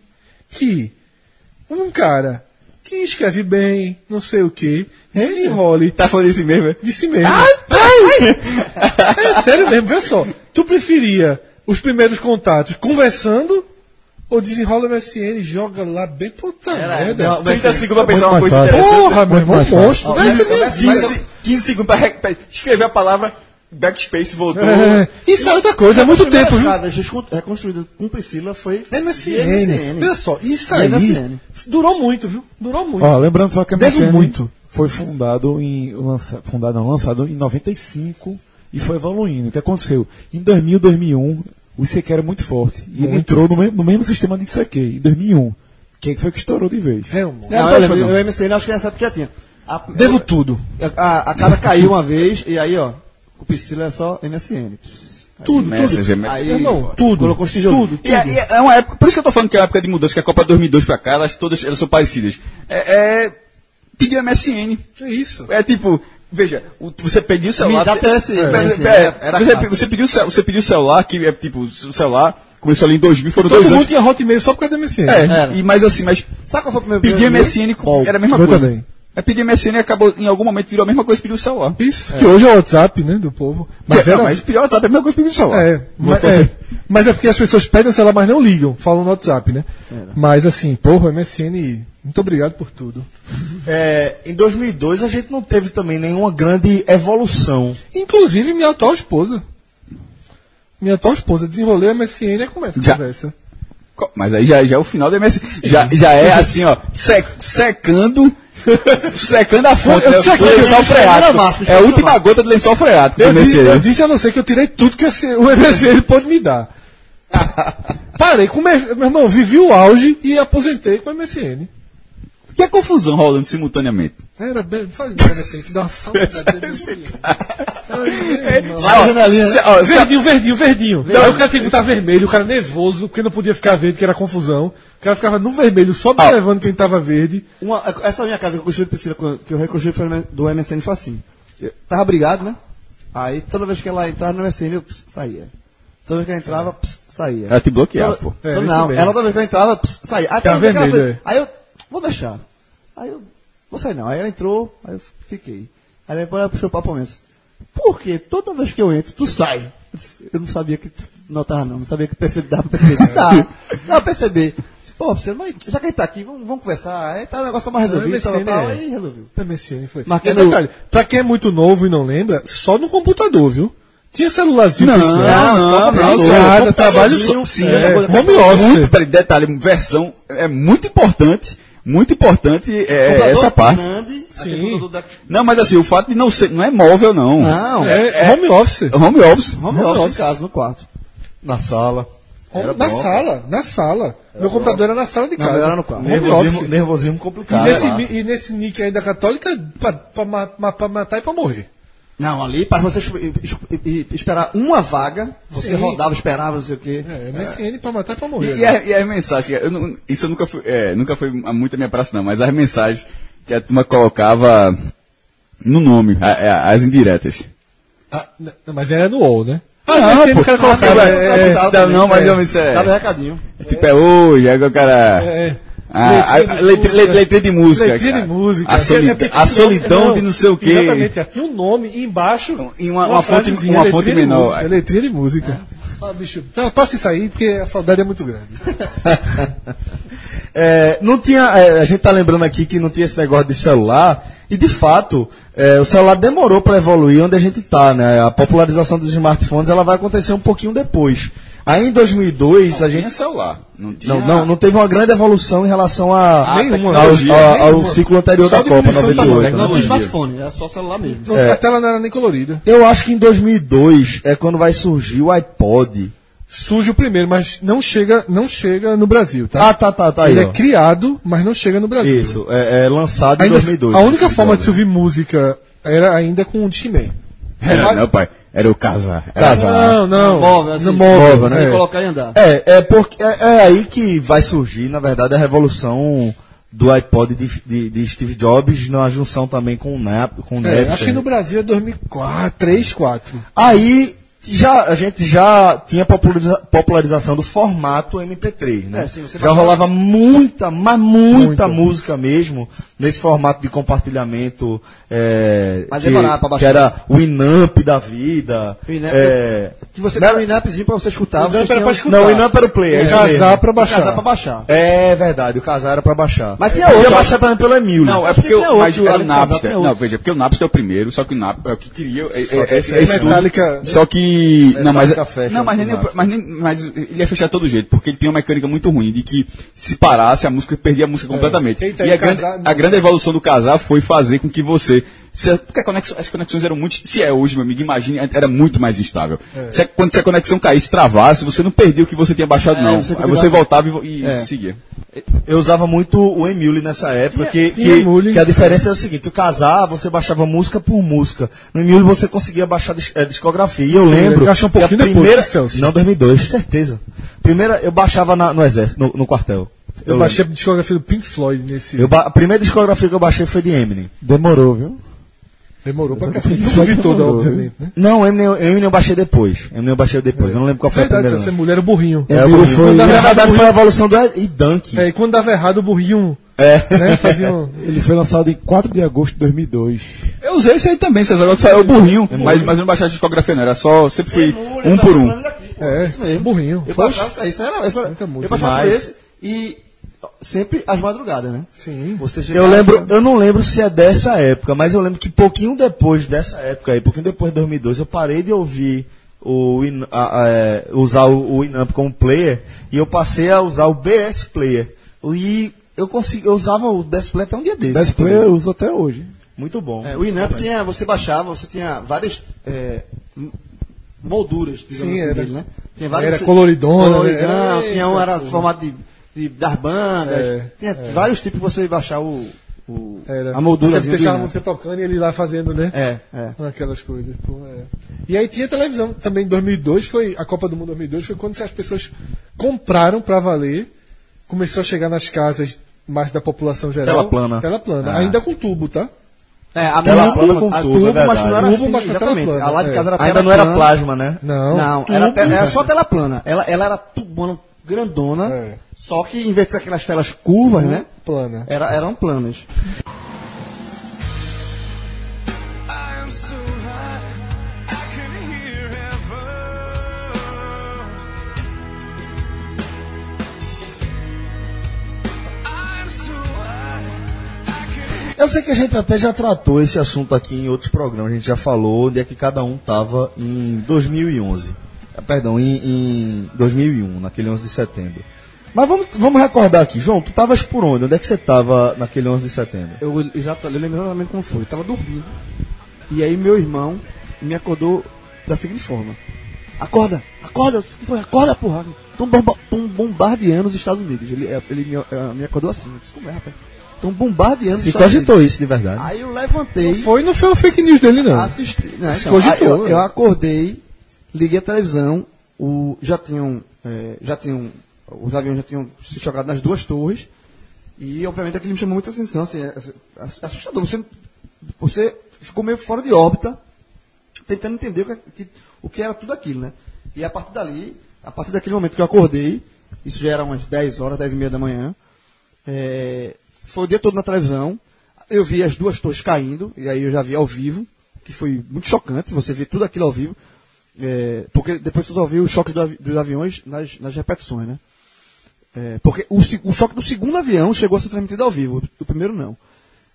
Speaker 3: que um cara que escreve bem, não sei o que, se enrole
Speaker 5: Tá falando isso mesmo, é?
Speaker 3: de si mesmo. É sério mesmo, vê só. Tu preferia os primeiros contatos conversando ou desenrola o MSN, joga lá bem puta merda?
Speaker 5: 30 segundos pra pensar uma
Speaker 6: mais
Speaker 5: coisa
Speaker 6: fácil.
Speaker 5: interessante.
Speaker 3: Porra, meu irmão, monstro. Vai ser minha
Speaker 5: 15, 15 segundos pra, re- pra escrever a palavra backspace, voltou.
Speaker 3: vida. É, Isso é outra coisa, é muito tempo, viu?
Speaker 4: viu? Reconstruída com Priscila foi
Speaker 3: MSN. Veja só, isso aí
Speaker 4: MSN.
Speaker 3: durou muito, viu? Durou muito.
Speaker 6: Ó, lembrando só que a
Speaker 3: Devo
Speaker 6: MSN
Speaker 3: muito.
Speaker 6: foi fundado em lança, fundado não, lançado em 95 e foi evoluindo. O que aconteceu? Em 2000, 2001, o ICQ era muito forte e ele entrou no, me- no mesmo sistema de ICQ em 2001. Quem foi um, que estourou de vez?
Speaker 3: É, irmão.
Speaker 4: Não, eu, lembro, o MSN acho que nessa época já tinha. A,
Speaker 3: Devo tudo.
Speaker 4: a, a cara caiu uma vez e aí, ó, o Priscila é só MSN.
Speaker 3: Tudo,
Speaker 5: Messenger,
Speaker 3: tudo.
Speaker 5: Messenger.
Speaker 3: Aí, irmão, tudo.
Speaker 4: Colocou os tijolos.
Speaker 3: Tudo.
Speaker 5: E é, e é uma época, por isso que eu tô falando que é uma época de mudança, que a Copa 2002 pra cá, elas todas elas são parecidas. É, é pedir MSN.
Speaker 3: É isso.
Speaker 5: É tipo, veja, o- você pediu o celular.
Speaker 4: Me dá
Speaker 5: você-
Speaker 4: TSE,
Speaker 5: é, é,
Speaker 4: TSE, era- era
Speaker 5: você,
Speaker 4: caro.
Speaker 5: você pediu o cel- você pediu o celular, que é tipo, o celular começou ali em 2000, foram
Speaker 3: Todo
Speaker 5: dois
Speaker 3: mundo
Speaker 5: anos.
Speaker 3: tinha Hotmail só por causa do MSN.
Speaker 5: É, e, mas assim, mas
Speaker 4: Sabe qual foi o meu
Speaker 5: pedir
Speaker 4: meu-
Speaker 5: MSN com- era a mesma
Speaker 3: eu
Speaker 5: coisa.
Speaker 3: também.
Speaker 5: É pedir MSN e acabou, em algum momento virou a mesma coisa que pedir o celular.
Speaker 3: Isso. Que hoje é o WhatsApp, né, do povo. Mas
Speaker 5: é,
Speaker 3: era...
Speaker 5: não, mas pedir o WhatsApp é a mesma coisa que pedir o celular.
Speaker 3: É, mas,
Speaker 5: Voltou a
Speaker 3: é,
Speaker 5: ser-
Speaker 3: mas é porque as pessoas pedem o celular, mas não ligam, falam no WhatsApp, né? Mas assim, porra, MSN, muito obrigado por tudo.
Speaker 2: É, em 2002 a gente não teve também nenhuma grande evolução.
Speaker 3: Inclusive, minha atual esposa. Minha atual esposa, desenrolei a MSN e começa
Speaker 5: Já.
Speaker 3: a conversa.
Speaker 5: Co- Mas aí já, já é o final do MSN. Já, já é assim, ó, se- secando. secando a fonte.
Speaker 3: Eu
Speaker 5: né?
Speaker 3: disse aqui,
Speaker 5: O lençol
Speaker 3: eu disse que era
Speaker 5: freático.
Speaker 3: massa,
Speaker 5: É a última gota do lençol freático do
Speaker 3: Eu disse, eu
Speaker 5: MSN.
Speaker 3: disse a você que eu tirei tudo que esse- o MSN pôde me dar. Parei, comecei, meu irmão, vivi o auge e aposentei com o MSN.
Speaker 5: E a confusão rolando simultaneamente?
Speaker 3: Era bem, faz bem, MSN, que dá uma saudade. Ai, meu irmão.
Speaker 5: Ó, se- ó, se-
Speaker 3: Verdinho, verdinho, verdinho. Não, aí o cara tinha que botar vermelho, o cara nervoso, porque não podia ficar verde, que era confusão. O cara ficava no vermelho,
Speaker 5: Ah.
Speaker 3: só observando quem tava verde.
Speaker 4: Uma, essa minha casa que eu construí Priscila, que eu reconstruí foi do MSN foi assim. Eu tava brigado, né? Aí toda vez que ela entrava no MSN, eu pss, saía. Toda vez que ela entrava, pss, saía.
Speaker 5: Ela te bloqueava,
Speaker 4: Toda-
Speaker 5: pô.
Speaker 3: É,
Speaker 4: toda-
Speaker 3: isso
Speaker 4: não,
Speaker 3: mesmo.
Speaker 4: ela toda vez que ela entrava, pss, saía. Aí,
Speaker 3: Ficava
Speaker 4: toda vez que ela
Speaker 3: vermelho,
Speaker 4: foi- aí eu, vou deixar. Aí eu, vou sair não. Aí ela entrou, aí eu fiquei. Aí depois ela puxou o papo mesmo. Por que toda vez que eu entro, tu sai? Eu disse, Eu não sabia que tu notava não, não sabia que percebi, dava pra perceber. Dá, dá pra perceber. Pô, você, mas já que a gente tá aqui, vamos, vamos conversar. Aí tá o negócio tá mais resolvido, tal,
Speaker 3: MSN,
Speaker 4: tal, tal,
Speaker 3: é.
Speaker 4: aí resolveu.
Speaker 3: Da MSN foi.
Speaker 4: Mas
Speaker 3: é
Speaker 4: quando-
Speaker 3: detalhe, pra quem é muito novo e não lembra, só no computador, viu? Tinha celularzinho pra isso, né?
Speaker 5: não,
Speaker 3: Em casa, trabalho sim.
Speaker 5: Sim, sim.
Speaker 3: É, home
Speaker 5: Muito,
Speaker 3: office.
Speaker 5: peraí, detalhe, versão é muito importante, muito importante é, essa parte.
Speaker 4: Grande,
Speaker 3: Sim.
Speaker 4: aquele computador da-
Speaker 5: Não, mas assim, o fato de não ser, não é móvel não.
Speaker 4: Não,
Speaker 3: É, home office.
Speaker 5: É Home office.
Speaker 4: home office em casa, no quarto.
Speaker 2: Na sala.
Speaker 3: na sala, na sala. Meu computador era na sala de casa.
Speaker 4: meu era no quarto.
Speaker 3: Home office.
Speaker 2: Nervosismo, nervosismo
Speaker 3: E
Speaker 2: complicado.
Speaker 3: nesse,
Speaker 2: lá.
Speaker 3: ni- e nesse nick aí da católica, pra, pra ma- ma- pra matar e pra morrer.
Speaker 4: Não, ali para você es- es- e- e- esperar uma vaga, você
Speaker 3: Sim.
Speaker 4: rodava, esperava, não sei o quê.
Speaker 3: É, MSN pra matar e pra morrer.
Speaker 5: E, e, a, e as mensagens, eu não- isso eu nunca foi, é, nunca foi muito a minha praça, não, mas as mensagens que a turma colocava no nome, a- a- as indiretas.
Speaker 3: Ah, n- mas era no UOL, né?
Speaker 5: Ah,
Speaker 3: MSN, o cara colocava,
Speaker 5: é,
Speaker 3: é,
Speaker 5: não, mas não, isso é,
Speaker 4: Dava um recadinho.
Speaker 5: tipo, é hoje, aí o cara,
Speaker 3: é, Letrinha
Speaker 5: Ah, a-
Speaker 3: de
Speaker 5: letri-
Speaker 3: música.
Speaker 5: letrinha de música,
Speaker 3: Letrinha
Speaker 5: cara.
Speaker 3: de música.
Speaker 5: A solidão-
Speaker 3: Porque,
Speaker 5: a solidão de não sei o quê.
Speaker 3: Exatamente, cara. Tinha um nome e embaixo.
Speaker 5: E uma- uma fonte-
Speaker 3: frasezinha,
Speaker 5: uma
Speaker 3: letrinha
Speaker 5: fonte
Speaker 3: de
Speaker 5: menor.
Speaker 3: música, É letrinha de música. Ah, bicho, tá, passa isso aí, porque a saudade é muito grande.
Speaker 2: É, não tinha, é, a gente tá lembrando aqui que não tinha esse negócio de celular, e de fato, é, o celular demorou para evoluir onde a gente tá, né? A popularização dos smartphones ela vai acontecer um pouquinho depois. Aí em 2002 a gente
Speaker 5: Tinha celular. Não tinha.
Speaker 2: não, não, não teve uma grande evolução em relação a,
Speaker 5: Ah, nenhuma,
Speaker 2: ao,
Speaker 5: tecnologia,
Speaker 2: ao- ao
Speaker 5: nenhuma.
Speaker 2: ciclo anterior
Speaker 3: Só
Speaker 2: da Copa,
Speaker 3: diminuição de tamanho,
Speaker 2: 98. né?
Speaker 5: Não,
Speaker 4: Não,
Speaker 5: hoje em dia.
Speaker 4: smartphone, era só celular mesmo.
Speaker 5: é.
Speaker 3: A tela não era nem colorida.
Speaker 2: Eu acho que em 2002 é quando vai surgir o iPod.
Speaker 3: Surge o primeiro, mas não chega, não chega no Brasil, tá?
Speaker 2: Ah, tá, tá, tá aí.
Speaker 3: Ele
Speaker 2: ó.
Speaker 3: é criado, mas não chega no Brasil.
Speaker 2: Isso, é, é lançado em
Speaker 3: Ainda-
Speaker 2: 2002.
Speaker 3: a única
Speaker 2: né?
Speaker 3: forma de se ouvir música era ainda com o Discman.
Speaker 5: Era, não, pai. Era o casar. Era
Speaker 2: Casar.
Speaker 3: Não, não.
Speaker 4: Móvel, assim,
Speaker 3: no móvel,
Speaker 2: móvel, né?
Speaker 4: Você
Speaker 2: É.
Speaker 4: colocar e andar.
Speaker 2: É, é, porque, é, é aí que vai surgir, na verdade, a revolução do iPod de, de- de Steve Jobs, na junção também com o Nap, com o
Speaker 3: É,
Speaker 2: Napster.
Speaker 3: acho que no Brasil é 2004, 3, 4.
Speaker 2: Aí já, a gente já tinha populariza- popularização do formato MP3, né?
Speaker 4: É, sim, você
Speaker 2: já rolava muita, mas muita música mesmo, nesse formato de compartilhamento. É,
Speaker 4: Mas
Speaker 2: que,
Speaker 4: demorava pra
Speaker 2: que
Speaker 4: baixar.
Speaker 2: era o Inamp da vida.
Speaker 4: O Inamp-
Speaker 2: é,
Speaker 4: Que você dá um inapzinho pra você escutar.
Speaker 3: Não,
Speaker 4: você
Speaker 3: pera,
Speaker 4: tinha
Speaker 3: pra
Speaker 4: um-
Speaker 3: escutar.
Speaker 2: não, o Inamp era o play, é isso
Speaker 3: Casar
Speaker 2: mesmo.
Speaker 3: pra baixar.
Speaker 4: Casar pra baixar.
Speaker 2: É verdade, o casar era pra baixar.
Speaker 4: Mas tinha
Speaker 2: Eu
Speaker 4: outro,
Speaker 2: ia baixar também pelo Emílio.
Speaker 5: Não, é porque o, mas
Speaker 4: outro,
Speaker 5: era o
Speaker 4: além do casal,
Speaker 5: Napster.
Speaker 4: tem outro.
Speaker 5: Não, veja, porque o Napster é o primeiro, só que o Napster é o que queria. É, é, é,
Speaker 2: esse
Speaker 5: é,
Speaker 2: é
Speaker 5: esse tudo.
Speaker 2: Metallica-
Speaker 5: Só que. Não, mas, é-
Speaker 2: Metallica fecha
Speaker 5: não, mas, nem,
Speaker 2: o Napster.
Speaker 5: mas, nem, mas ele ia fechar de todo jeito, porque ele tem uma mecânica muito ruim de que se parasse a música, perdia a música completamente.
Speaker 3: Eita,
Speaker 5: e a,
Speaker 3: e casar-
Speaker 5: grande, a grande evolução do casar foi fazer com que você. se- porque a conexão- as conexões eram muito. Se é hoje, meu amigo, imagine, era muito mais instável. Se a- quando se a conexão caísse, travasse, você não perdia o que você tinha baixado, não.
Speaker 4: você
Speaker 5: Aí você voltava e vo- e, seguia.
Speaker 2: Eu usava muito o Emule nessa época, que,
Speaker 3: tinha
Speaker 2: que,
Speaker 3: Emule.
Speaker 2: que a diferença é o seguinte, o casar, você baixava música por música. No Emule você conseguia baixar dis- eh, discografia. E eu lembro.
Speaker 3: Eu acho um
Speaker 2: que a
Speaker 3: pouquinho depois,
Speaker 2: primeira,
Speaker 3: Celso.
Speaker 2: Não, 2002, certeza. Primeira, eu baixava na- no exército, no, no quartel.
Speaker 3: Eu,
Speaker 2: Eu
Speaker 3: baixei a discografia do Pink Floyd nesse.
Speaker 2: lembro. Eu ba- a primeira discografia que eu baixei foi de Eminem.
Speaker 6: Demorou, viu?
Speaker 3: Demorou pra caramba. Não vi toda, obviamente, né?
Speaker 2: Não, Eminem, eu- Eminem eu baixei depois. Eminem eu baixei depois. Eu não lembro qual
Speaker 4: É
Speaker 2: foi a
Speaker 3: Verdade,
Speaker 2: primeira.
Speaker 3: essa
Speaker 2: não.
Speaker 3: mulher era o burrinho.
Speaker 2: É, o
Speaker 3: burrinho.
Speaker 2: foi,
Speaker 3: Quando
Speaker 2: na
Speaker 3: dava errado,
Speaker 2: verdade foi a evolução do e Dunk.
Speaker 3: é, e quando dava errado, o burrinho.
Speaker 2: É.
Speaker 3: Né, fazia um...
Speaker 6: Ele foi lançado em 4 de agosto de 2002.
Speaker 5: Eu usei esse aí também, vocês agora que saiu o burrinho,
Speaker 6: É
Speaker 5: mas, mas eu não baixava a discografia, não. Era só, sempre fui
Speaker 4: Emule,
Speaker 5: um
Speaker 4: tá
Speaker 2: Então,
Speaker 5: por um.
Speaker 4: falando daqui, pô,
Speaker 3: É,
Speaker 4: isso mesmo.
Speaker 3: burrinho.
Speaker 4: Eu baixava isso aí, isso era, isso era-
Speaker 3: Muita
Speaker 4: eu
Speaker 3: música.
Speaker 4: baixava
Speaker 2: Mas-
Speaker 4: esse e sempre às madrugadas, né?
Speaker 3: Sim.
Speaker 4: Você
Speaker 2: Eu
Speaker 4: chegava-
Speaker 2: lembro, eu não lembro se é dessa época, mas eu lembro que pouquinho depois dessa época aí, pouquinho depois de 2002, eu parei de ouvir o In- a- a- é, usar o, o Inamp como player e eu passei a usar o BS Player. E eu consegui, eu usava o BS Player até um dia desse.
Speaker 6: Death Play eu uso até hoje.
Speaker 2: Muito bom.
Speaker 4: É, o Inamp tinha, você baixava, você tinha várias é, m- molduras, digamos
Speaker 3: Sim,
Speaker 4: assim,
Speaker 3: era.
Speaker 4: dele, né? Tinha
Speaker 3: Era coloridona,
Speaker 4: coloridão,
Speaker 3: né?
Speaker 4: tinha um era formato de, de das bandas,
Speaker 3: É,
Speaker 4: tinha vários tipos pra você baixar o, o-
Speaker 3: Era.
Speaker 4: a moldura.
Speaker 3: Você deixava você tocando e ele lá fazendo, né?
Speaker 4: É, é.
Speaker 3: Aquelas coisas. pô, é. E aí tinha televisão também em 2002, foi a Copa do Mundo 2002, foi quando as pessoas compraram pra valer, começou a chegar nas casas mais da população geral.
Speaker 4: então,
Speaker 2: Tela plana.
Speaker 3: Tela plana,
Speaker 2: Ah.
Speaker 3: ainda com tubo, tá?
Speaker 4: É, a
Speaker 2: Tela
Speaker 4: minha-
Speaker 2: plana com
Speaker 4: a
Speaker 2: tubo, é
Speaker 4: mas
Speaker 2: verdade.
Speaker 4: não era
Speaker 3: Tubo,
Speaker 4: fim,
Speaker 3: mas com tela
Speaker 4: exatamente.
Speaker 3: plana,
Speaker 4: A lá de
Speaker 3: é.
Speaker 4: casa era
Speaker 2: Ainda
Speaker 4: tela
Speaker 2: não era
Speaker 4: plana.
Speaker 2: plasma, né?
Speaker 3: Não.
Speaker 4: Não,
Speaker 3: tubo.
Speaker 4: era, te- era só tela plana. Ela, ela era tubona, grandona,
Speaker 3: É.
Speaker 4: só que em vez de ser aquelas telas curvas, né?
Speaker 3: plana.
Speaker 4: Era, eram planas.
Speaker 2: Eu sei que a gente até já tratou esse assunto aqui em outros programas, a gente já falou onde é que cada um estava em 2011. Ah, Perdão, em, em 2001, naquele 11 de setembro. Mas vamos, vamos recordar aqui, João, tu estavas por onde? Onde é que você estava naquele 11 de setembro?
Speaker 4: Eu, exata, eu lembro exatamente como foi. Eu tava dormindo. E aí meu irmão me acordou da seguinte forma. Acorda, acorda, eu disse, "O que foi? acorda, porra. Estão bomba, tão bombardeando os Estados Unidos. Ele, ele me, eh, me acordou assim. Eu disse, como é, rapaz? Estão bombardeando os
Speaker 2: Se
Speaker 4: Estados
Speaker 2: cogitou né? isso de verdade.
Speaker 4: Unidos. Aí eu levantei.
Speaker 3: Foi, não foi uma fake news dele, não.
Speaker 4: Assisti, né, então,
Speaker 3: cogitou,
Speaker 4: aí eu,
Speaker 3: né?
Speaker 4: eu acordei, liguei a televisão, o, já tinham, eh, já tinham, os aviões já tinham se jogado nas duas torres, e obviamente aquilo me chamou muita atenção, assim, é- é assustador, você, você ficou meio fora de órbita, tentando entender o que, que- o que era tudo aquilo, né? E a partir dali, a partir daquele momento que eu acordei, isso já era umas 10 horas, 10 e meia da manhã, É, foi o dia todo na televisão. Eu vi as duas torres caindo, e aí eu já vi ao vivo, que foi muito chocante, você vê tudo aquilo ao vivo. É, porque depois você só viu os choques do avi- dos aviões nas, nas repetições, né? É, porque o, se- o choque do segundo avião chegou a ser transmitido ao vivo, do primeiro não.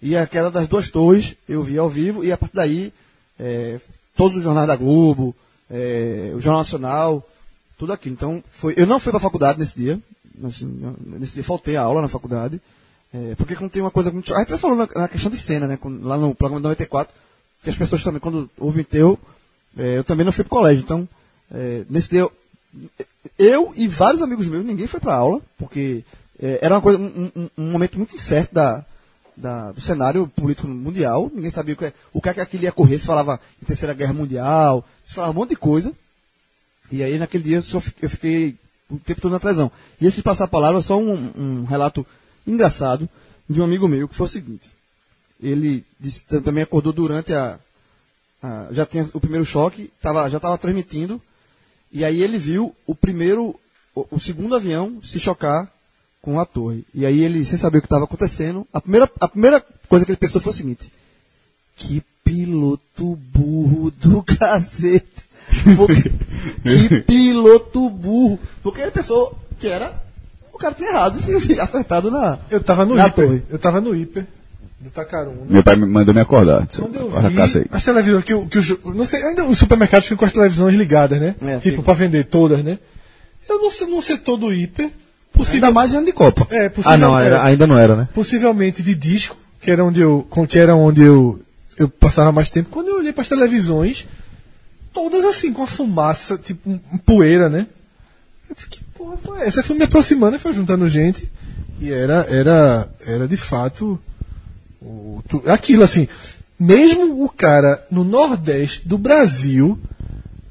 Speaker 4: E a queda das duas torres eu vi ao vivo, e a partir daí, é, todos os jornais da Globo, é, o Jornal Nacional, tudo aquilo. Então, foi, eu não fui para a faculdade nesse dia, assim, eu- nesse dia faltei a aula na faculdade, é, porque quando tem uma coisa muito. cho- A gente já falou na, na questão de cena, né? quando- lá no programa de 94, que as pessoas também, quando ouvem teu, é, eu também não fui pro colégio, então, é, nesse dia, eu, eu e vários amigos meus, ninguém foi pra aula, porque é, era uma coisa, um, um- um momento muito incerto da, da- do cenário político mundial, ninguém sabia o que, é- o que é que aquilo ia correr, se falava em Terceira Guerra Mundial, se falava um monte de coisa, e aí naquele dia eu, só fi- eu fiquei o tempo todo na televisão. E antes de passar a palavra, só um, um relato engraçado de um amigo meu, que foi o seguinte, ele disse- tam- também acordou durante a, ah, já tinha o primeiro choque, tava, já estava transmitindo, e aí ele viu o primeiro, o, o segundo avião se chocar com a torre. E aí ele, sem saber o que estava acontecendo, a primeira, a primeira coisa que ele pensou foi o seguinte: que piloto burro do cacete! Porque- que piloto burro! Porque ele pensou que era o cara tinha errado, acertado na.
Speaker 3: Eu tava no
Speaker 4: Na
Speaker 3: hiper.
Speaker 4: torre.
Speaker 3: Eu tava no hiper do Tacaruna.
Speaker 5: Meu pai me mandou me acordar. Disse,
Speaker 3: Quando eu
Speaker 5: "Acorda, Cássio
Speaker 3: vi as televisões, que, o- que os, não sei, ainda os supermercados ficam com as televisões ligadas, né?
Speaker 4: É,
Speaker 3: tipo,
Speaker 4: fica.
Speaker 3: pra vender todas, né? Eu não sei, não sei todo o hiper. Possível,
Speaker 2: Ainda mais em ano de Copa.
Speaker 3: É, possível-
Speaker 2: ah, não, era-
Speaker 3: é.
Speaker 2: ainda não era, né?
Speaker 3: possivelmente de disco, que era onde eu, com que era onde eu, eu passava mais tempo. Quando eu olhei para as televisões, todas assim com a fumaça, tipo um, um poeira, né? Eu disse, que porra foi essa? Eu fui me aproximando, e foi juntando gente e era era era de fato o, tu- aquilo assim. Mesmo o cara no Nordeste do Brasil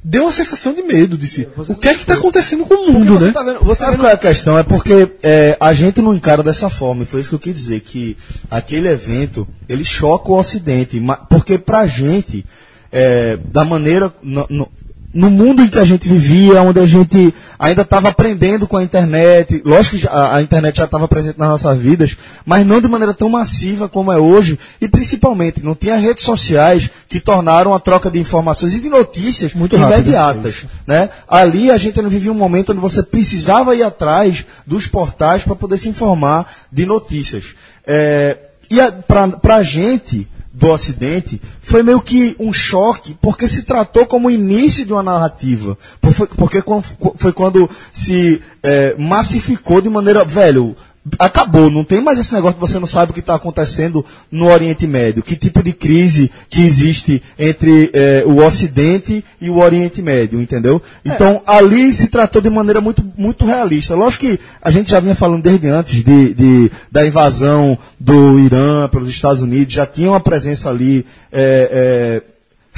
Speaker 3: deu uma sensação de medo, disse. O que é que está acontecendo com o mundo, né?
Speaker 2: Tá vendo? Você sabe qual é a questão? É porque é, a gente não encara dessa forma, e foi isso que eu quis dizer, que aquele evento, ele choca o Ocidente, ma- porque pra gente, é, da maneira... No, no- no mundo em que a gente vivia, onde a gente ainda estava aprendendo com a internet, lógico que já- a, a internet já estava presente nas nossas vidas, mas não de maneira tão massiva como é hoje, e principalmente não tinha redes sociais que tornaram a troca de informações e de notícias
Speaker 3: Muito rápido.
Speaker 2: imediatas né? Ali a gente não vivia um momento onde você precisava ir atrás dos portais para poder se informar de notícias. É, e para a gente do Ocidente foi meio que um choque porque se tratou como o início de uma narrativa, Por- foi- porque quan- foi quando se é, massificou de maneira velho acabou, não tem mais esse negócio que você não sabe o que está acontecendo no Oriente Médio, que tipo de crise que existe entre eh, o Ocidente e o Oriente Médio, entendeu?
Speaker 4: É.
Speaker 2: Então ali se tratou de maneira muito, muito realista. Lógico que a gente já vinha falando desde antes de, de- da invasão do Irã pelos Estados Unidos, já tinha uma presença ali. eh, eh,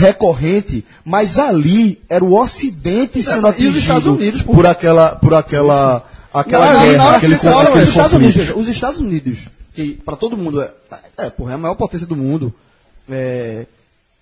Speaker 2: recorrente, mas ali era o Ocidente sendo
Speaker 4: E os
Speaker 2: atingido
Speaker 4: Estados Unidos,
Speaker 2: por aquela, por aquela, aquela
Speaker 4: Não, não,
Speaker 2: guerra,
Speaker 4: não,
Speaker 2: aquele,
Speaker 4: não, não,
Speaker 2: con- aquele
Speaker 4: os Estados
Speaker 2: conflito.
Speaker 4: Unidos, veja, os Estados Unidos, que para todo mundo é, é, porra, é a maior potência do mundo, é,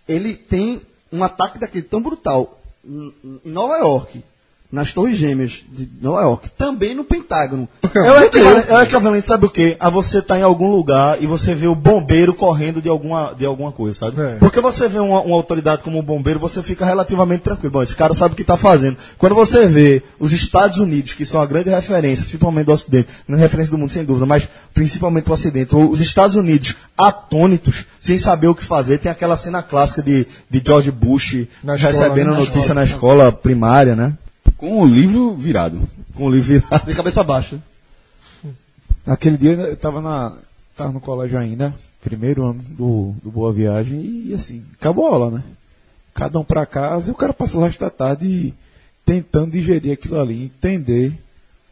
Speaker 4: ele tem um ataque daquele tão brutal em em Nova York, nas Torres Gêmeas de Nova York, também no Pentágono.
Speaker 2: É o, equivalente, é o equivalente, sabe o quê? A você estar em algum lugar e você vê o bombeiro correndo de alguma, de alguma coisa, sabe?
Speaker 3: É.
Speaker 2: Porque você vê uma, uma autoridade como um bombeiro, você fica relativamente tranquilo. Bom, esse cara sabe o que está fazendo. Quando você vê os Estados Unidos, que são a grande referência, principalmente do Ocidente, não é referência do mundo sem dúvida, mas principalmente do Ocidente, os Estados Unidos atônitos, sem saber o que fazer, tem aquela cena clássica de, de George Bush
Speaker 3: Na escola,
Speaker 2: recebendo
Speaker 3: né? Na
Speaker 2: notícia
Speaker 3: escola.
Speaker 2: na escola primária, né?
Speaker 5: Com o livro virado.
Speaker 2: Com o livro virado.
Speaker 4: De cabeça baixa.
Speaker 6: Naquele dia eu tava, na, tava no colégio ainda, primeiro ano do, do Boa Viagem, e assim, acabou a aula, né? Cada um pra casa e o cara passou o resto da tarde tentando digerir aquilo ali, entender.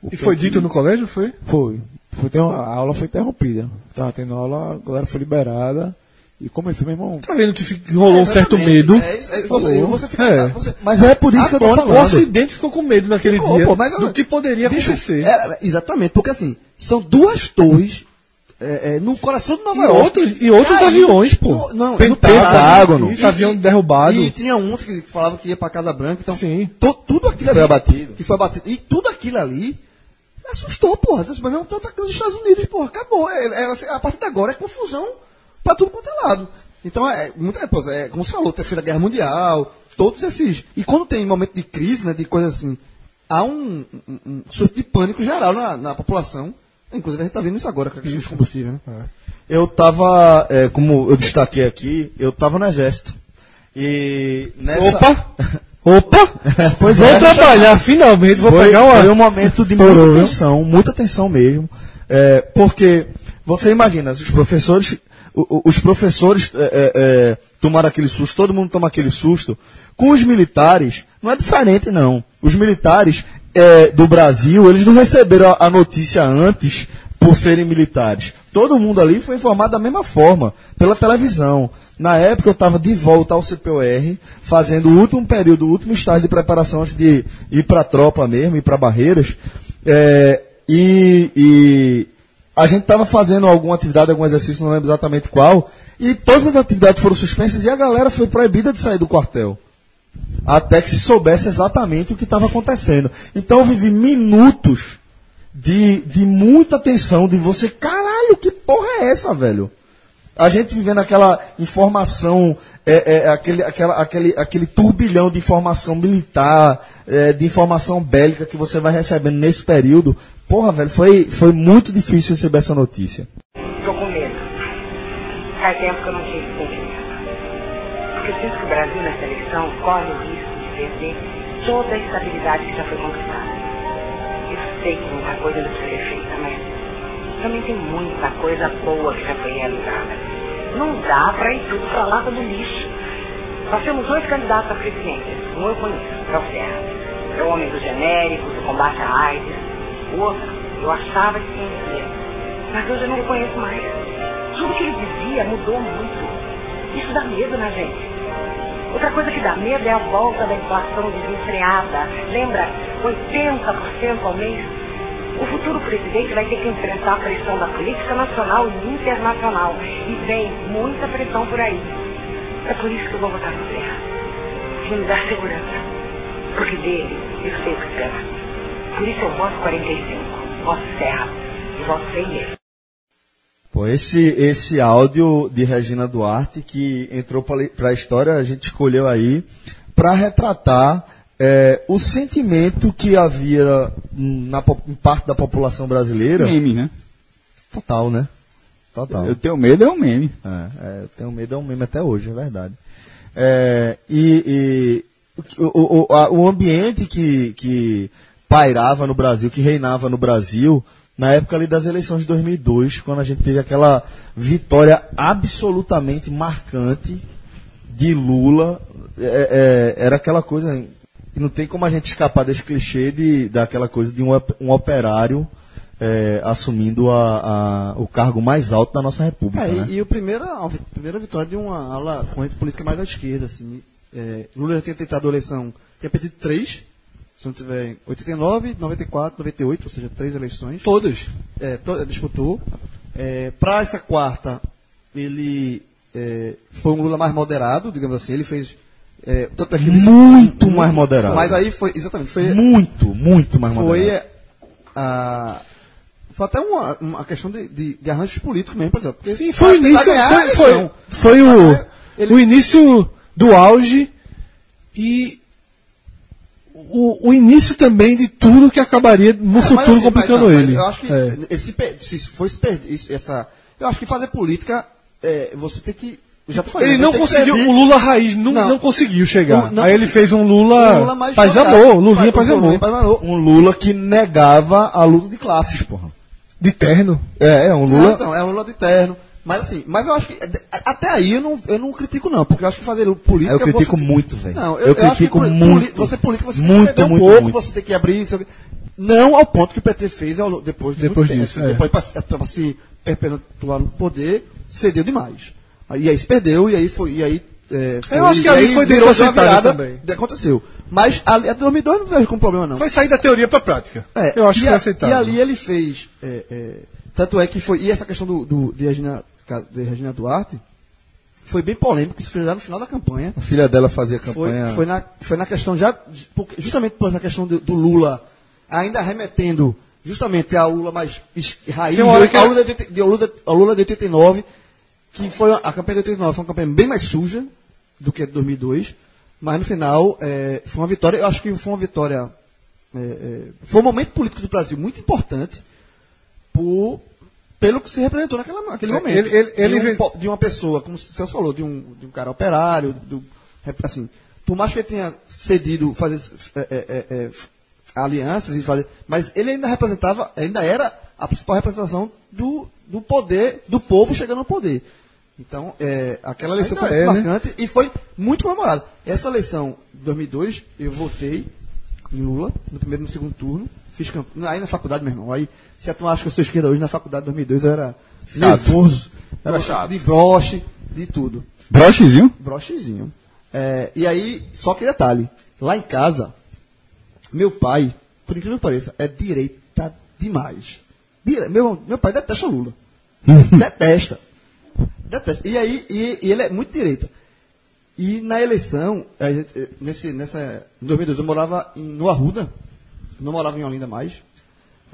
Speaker 6: o
Speaker 3: E
Speaker 6: que
Speaker 3: foi
Speaker 6: aquilo-
Speaker 3: dito no colégio, foi?
Speaker 6: Foi. foi ter uma- a aula foi interrompida. Tava tendo aula, a galera foi liberada e começou, meu irmão.
Speaker 3: Tá vendo que fi- rolou um certo
Speaker 4: Exatamente,
Speaker 3: medo.
Speaker 4: é isso, é, você, você fica-
Speaker 3: É.
Speaker 4: você-
Speaker 2: Mas é por isso que eu tô
Speaker 3: Agora, o
Speaker 2: falando.
Speaker 3: Ocidente ficou com medo naquele
Speaker 4: Ficou,
Speaker 3: dia
Speaker 4: pô, mas-
Speaker 3: do que poderia
Speaker 4: Bicho,
Speaker 3: acontecer.
Speaker 4: é, exatamente, porque assim, são duas torres é, é, no coração de Nova
Speaker 3: E
Speaker 4: York.
Speaker 3: outros, e outros
Speaker 4: Aí,
Speaker 3: aviões, pô.
Speaker 4: no- não, no
Speaker 2: Pentágono.
Speaker 3: Isso, avião derrubado.
Speaker 4: E tinha um que falava que ia pra Casa Branca, então
Speaker 3: Sim.
Speaker 4: to- tudo aquilo
Speaker 2: Que foi
Speaker 4: ali-
Speaker 2: abatido.
Speaker 4: que foi abatido. E tudo aquilo ali Assustou, porra. Essa mesmo tá atacando os Estados Unidos, porra. Acabou. É, é, assim, a partir de agora é confusão pra tudo quanto é lado. Então, é, muito, é, pô, é, como você falou, Terceira Guerra Mundial, todos esses. E quando tem momento de crise, né, de coisa assim, há um, um, um surto de pânico geral na, na população. Inclusive, a gente tá vendo isso agora com a questão dos combustíveis, né?
Speaker 2: É. Eu tava, é, como eu destaquei aqui, eu tava no exército. E nessa.
Speaker 3: Opa! Opa! Pois vou trabalhar, finalmente, vou
Speaker 2: é. foi,
Speaker 3: pegar uma.
Speaker 2: foi um momento de muita tensão, muita tensão mesmo. É, porque você imagina, se os professores. o- o- Os professores é, é, é, tomaram aquele susto, todo mundo toma aquele susto. Com os militares, não é diferente, não. Os militares é, do Brasil, eles não receberam a- a notícia antes por serem militares. Todo mundo ali foi informado da mesma forma, pela televisão. Na época eu estava de volta ao CPOR, fazendo o último período, o último estágio de preparação antes de ir para a tropa mesmo, ir para Barreiras. É, e, e a gente estava fazendo alguma atividade, algum exercício, não lembro exatamente qual, e todas as atividades foram suspensas e a galera foi proibida de sair do quartel até que se soubesse exatamente o que estava acontecendo. Então eu vivi minutos de, de muita tensão, de você, caralho, que porra é essa, velho? A gente vivendo aquela informação, é, é, aquele, aquela- aquele, aquele turbilhão de informação militar, é, de informação bélica que você vai recebendo nesse período. Porra, velho, foi, foi muito difícil receber essa notícia.
Speaker 11: Estou com medo. Faz tempo que eu não tive confiança. Porque sinto que o Brasil nessa eleição corre o risco de perder toda a estabilidade que já foi conquistada. Eu sei que muita coisa ainda precisa ser feita, mas também tem muita coisa boa que já foi realizada. Não dá para ir tudo para lata do lixo. Nós temos dois candidatos à presidência. Um eu conheço, que é o Serra. É o homem do genérico, do combate à AIDS. O outro, eu achava que conhecia. Mas hoje eu não reconheço mais. Tudo que ele dizia mudou muito. Isso dá medo na gente. Outra coisa que dá medo é a volta da inflação desenfreada. Lembra? 80% ao mês. O futuro presidente vai ter que enfrentar a pressão da política nacional e internacional. E vem muita pressão por aí. É por isso que eu vou votar no Serra. Que me dá segurança. Porque dele eu sei o que espera. Por isso eu voto 45. Voto Serra. E voto sem medo.
Speaker 2: Pô, esse, esse áudio de Regina Duarte, que entrou para a história, a gente escolheu aí, para retratar é, o sentimento que havia hum, na, po- em parte da população brasileira.
Speaker 6: Então.
Speaker 5: Meme, né?
Speaker 2: Total, né?
Speaker 6: Ah.
Speaker 2: Total.
Speaker 5: Eu tenho medo, é um meme.
Speaker 2: É, é, eu tenho medo, é um meme até hoje, é verdade. É, e e o, o- o- a- o ambiente que, que pairava no Brasil, que reinava no Brasil, na época ali das eleições de 2002, quando a gente teve aquela vitória absolutamente marcante de Lula, é, é, era aquela coisa. e Não tem como a gente escapar desse clichê de, daquela coisa de um, op- um operário é, assumindo a- a- o cargo mais alto da nossa república.
Speaker 4: É,
Speaker 2: né?
Speaker 4: e, e o primeiro, a primeira vitória de uma ala corrente política mais à esquerda, assim. É, Lula já tinha tentado a eleição, tinha perdido três, se não tiver em 89, 94, 98, ou seja, três eleições.
Speaker 3: Todas.
Speaker 4: É, to- disputou. É, Para essa quarta, ele é, foi um Lula mais moderado, digamos assim, ele fez. é, tanto é que ele-
Speaker 2: Muito mais moderado.
Speaker 4: Mas aí foi, exatamente, foi,
Speaker 2: Muito, muito mais
Speaker 4: foi,
Speaker 2: moderado.
Speaker 4: é, a, foi até uma, uma questão de, de, de arranjos políticos mesmo, por exemplo. porque
Speaker 3: Sim, foi o
Speaker 4: pra
Speaker 3: início.
Speaker 4: ganhar a
Speaker 3: Foi, foi,
Speaker 4: eleição. É,
Speaker 3: foi o,
Speaker 4: Ele-
Speaker 3: o início do auge e o, o início também de tudo que acabaria no
Speaker 4: É, mas
Speaker 3: Um futuro
Speaker 4: assim, mas
Speaker 3: complicando
Speaker 4: não, mas
Speaker 3: ele.
Speaker 4: Eu acho que
Speaker 3: É.
Speaker 4: ele se, per- se foi se perder, isso- essa, eu acho que fazer política, é, você tem que. eu Já tô falando,
Speaker 3: Ele
Speaker 4: você
Speaker 3: não
Speaker 4: tem que
Speaker 3: conseguiu,
Speaker 4: perder
Speaker 3: o Lula raiz não,
Speaker 4: Não.
Speaker 3: não conseguiu chegar.
Speaker 4: Não- não-
Speaker 3: Aí ele fez um Lula,
Speaker 4: o Lula mais
Speaker 3: paz e
Speaker 4: jogado.
Speaker 3: amor, um Lulinha
Speaker 4: Mas,
Speaker 3: paz e
Speaker 4: o Lula
Speaker 3: amor.
Speaker 4: mais jogado.
Speaker 2: Um Lula que negava a luta de classes, porra.
Speaker 3: De terno.
Speaker 2: É, é um
Speaker 4: Lula.
Speaker 2: Lula.
Speaker 4: então, é um Lula de terno. Mas assim, mas eu acho que. Até aí eu não, eu não critico, não, porque eu acho que fazer política.
Speaker 2: É, Eu critico
Speaker 4: você-
Speaker 2: muito, velho.
Speaker 4: Não,
Speaker 2: Eu critico
Speaker 4: poli-
Speaker 2: muito.
Speaker 4: poli- Você política, você
Speaker 2: Muito,
Speaker 4: tem que ceder um
Speaker 2: muito,
Speaker 4: pouco,
Speaker 2: muito.
Speaker 4: você tem que abrir. Isso, aqui. não ao ponto que o PT fez ao lo- depois de
Speaker 3: Depois
Speaker 4: muito tempo,
Speaker 3: disso,
Speaker 4: assim,
Speaker 3: é.
Speaker 4: Depois pra, pra se perpetuar no poder, cedeu demais. Aí, aí se perdeu, e aí foi. E aí, é, foi-
Speaker 3: acho que
Speaker 4: e
Speaker 3: ali
Speaker 4: aí
Speaker 3: foi
Speaker 4: virou uma
Speaker 3: desaceitável
Speaker 4: virada,
Speaker 3: também.
Speaker 4: Aconteceu. Mas ali, a 2002 não vejo como problema, não.
Speaker 3: Foi sair da teoria pra prática.
Speaker 4: É,
Speaker 3: eu acho
Speaker 4: e
Speaker 3: que foi
Speaker 4: a-
Speaker 3: aceitável.
Speaker 4: E ali ele fez. é, é, tanto é que foi. E essa questão do, do- de, Regina, de Regina Duarte foi bem polêmico, isso foi já no final da campanha.
Speaker 2: A filha dela fazia
Speaker 4: Foi,
Speaker 2: campanha.
Speaker 4: foi na, foi na questão já. porque- Justamente por essa questão do, do Lula ainda remetendo justamente a Lula mais es- raiz,
Speaker 5: Tem uma hora que
Speaker 4: a
Speaker 5: ele-
Speaker 4: Lula de, 80 de, Lula, a Lula de 89, que foi a- a campanha de 89 foi uma campanha bem mais suja do que a de 2002, mas no final eh, foi uma vitória, eu acho que foi uma vitória, eh, eh, foi um momento político do Brasil muito importante por, pelo que se representou naquela, naquele
Speaker 3: É,
Speaker 4: momento.
Speaker 3: ele- ele- ele
Speaker 4: de, um,
Speaker 3: ven-
Speaker 4: po- de uma pessoa, como o Celso falou, de um, de um cara operário, do, rep- assim, por mais que ele tenha cedido fazer eh, eh, eh, eh, alianças e fazer, mas ele ainda representava, ainda era a principal representação do, do poder, do povo chegando ao poder. Então, eh, aquela eleição
Speaker 3: Ainda
Speaker 4: foi
Speaker 3: é,
Speaker 4: muito
Speaker 3: né?
Speaker 4: marcante e foi muito comemorada. Essa eleição de 2002, eu votei em Lula, no primeiro e no segundo turno. Fiz camp... Aí na faculdade, meu irmão. Aí, se a turma acha que eu sou esquerda hoje, na faculdade de 2002 eu era nervoso. Era chato. De broche, de tudo.
Speaker 5: Brochezinho?
Speaker 4: Brochezinho. É, e aí, só que detalhe. Lá em casa, meu pai, por incrível que pareça, é direita demais. Dire... Meu, meu pai detesta Lula. detesta. Detesta. E aí, e, e ele é muito direita. E na eleição, a gente, eh, nesse, nessa, em 2012, eu morava em, no Arruda, não morava em Olinda mais.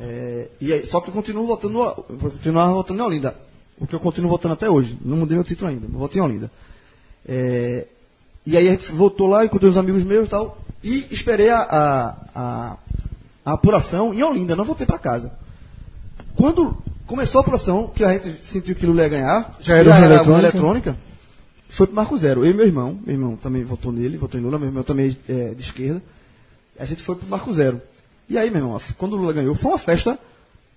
Speaker 4: É, e aí, só que eu continuo votando, no- eu vou continuar votando em Olinda. O que eu continuo votando até hoje. Não mudei meu título ainda, mas voto em Olinda. É, e aí a gente voltou lá, encontrei uns amigos meus e tal. E esperei a, a, a, a apuração em Olinda, não voltei para casa. Quando começou a apuração, que a gente sentiu que Lula ia ganhar,
Speaker 3: Já era urna
Speaker 4: a urna
Speaker 3: eletrônica?
Speaker 4: eletrônica, foi pro Marco Zero. Eu e meu irmão, meu irmão também votou nele, votou em Lula, meu irmão também é de esquerda. A gente foi pro Marco Zero. E aí, meu irmão, quando o Lula ganhou, foi uma festa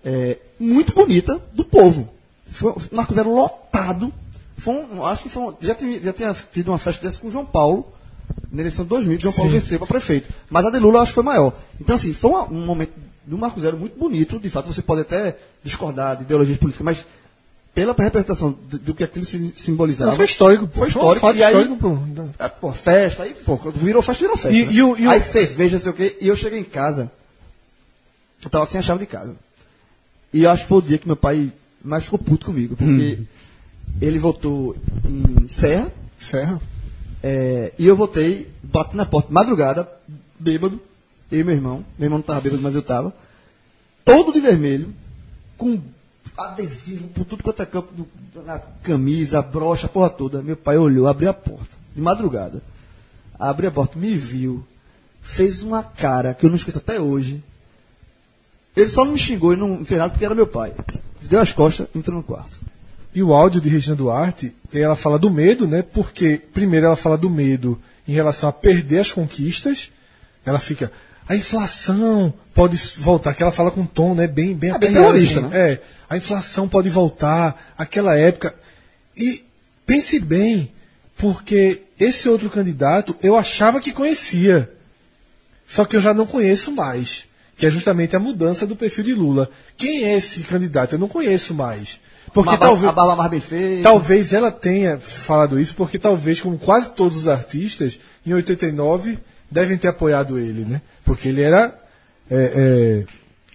Speaker 4: é, muito bonita do povo. Foi, um Marco Zero lotado. Foi um- acho que foi um- já, tive- já tinha tido uma festa dessa com o João Paulo, na eleição de 2000, João Paulo venceu para prefeito. Mas a de Lula eu acho que foi maior. Então, assim, foi uma- um momento do Marco Zero muito bonito. De fato, você pode até discordar de ideologias políticas, mas pela representação de- do que aquilo sim- simbolizava.
Speaker 3: Não, foi histórico, pô.
Speaker 4: Foi
Speaker 3: Foi um
Speaker 4: histórico.
Speaker 3: fato
Speaker 4: e aí,
Speaker 3: histórico, pô.
Speaker 4: é, pô, festa, aí, pô, quando virou festa, virou festa.
Speaker 3: E-
Speaker 4: né?
Speaker 3: e o- e o-
Speaker 4: Aí cerveja, sei o quê, e eu cheguei em casa, eu tava sem a chave de casa. E eu acho que foi o dia que meu pai mais ficou puto comigo, porque
Speaker 3: Hum.
Speaker 4: ele votou em Serra,
Speaker 3: Serra.
Speaker 4: é, e eu voltei, bati na porta, madrugada, bêbado, eu e meu irmão. Meu irmão não tava bêbado, mas eu tava. Todo de vermelho, com adesivo por tudo quanto é campo, do- na camisa, brocha, a porra toda. Meu pai olhou, abriu a porta, de madrugada. Abriu a porta, me viu, fez uma cara que eu não esqueço até hoje. Ele só não me xingou e não fez nada porque era meu pai. Deu as costas, entrou no quarto.
Speaker 3: E o áudio de Regina Duarte, ela fala do medo, né? Porque, primeiro, ela fala do medo em relação a perder as conquistas. Ela fica. A inflação pode s- voltar, que ela fala com um tom né, bem, bem,
Speaker 4: Ah, bem
Speaker 3: aperreado,
Speaker 4: terrorista, né?
Speaker 3: É, a inflação pode voltar, aquela época. E pense bem, porque esse outro candidato eu achava que conhecia. Só que eu já não conheço mais. Que é justamente a mudança do perfil de Lula. Quem é esse candidato? Eu não conheço mais. Porque tá
Speaker 4: Uma bar-
Speaker 3: talvez.
Speaker 4: A barba mais bem feita.
Speaker 3: Talvez ela tenha falado isso, porque talvez, como quase todos os artistas, em 89 devem ter apoiado ele, né? Porque ele era é, é,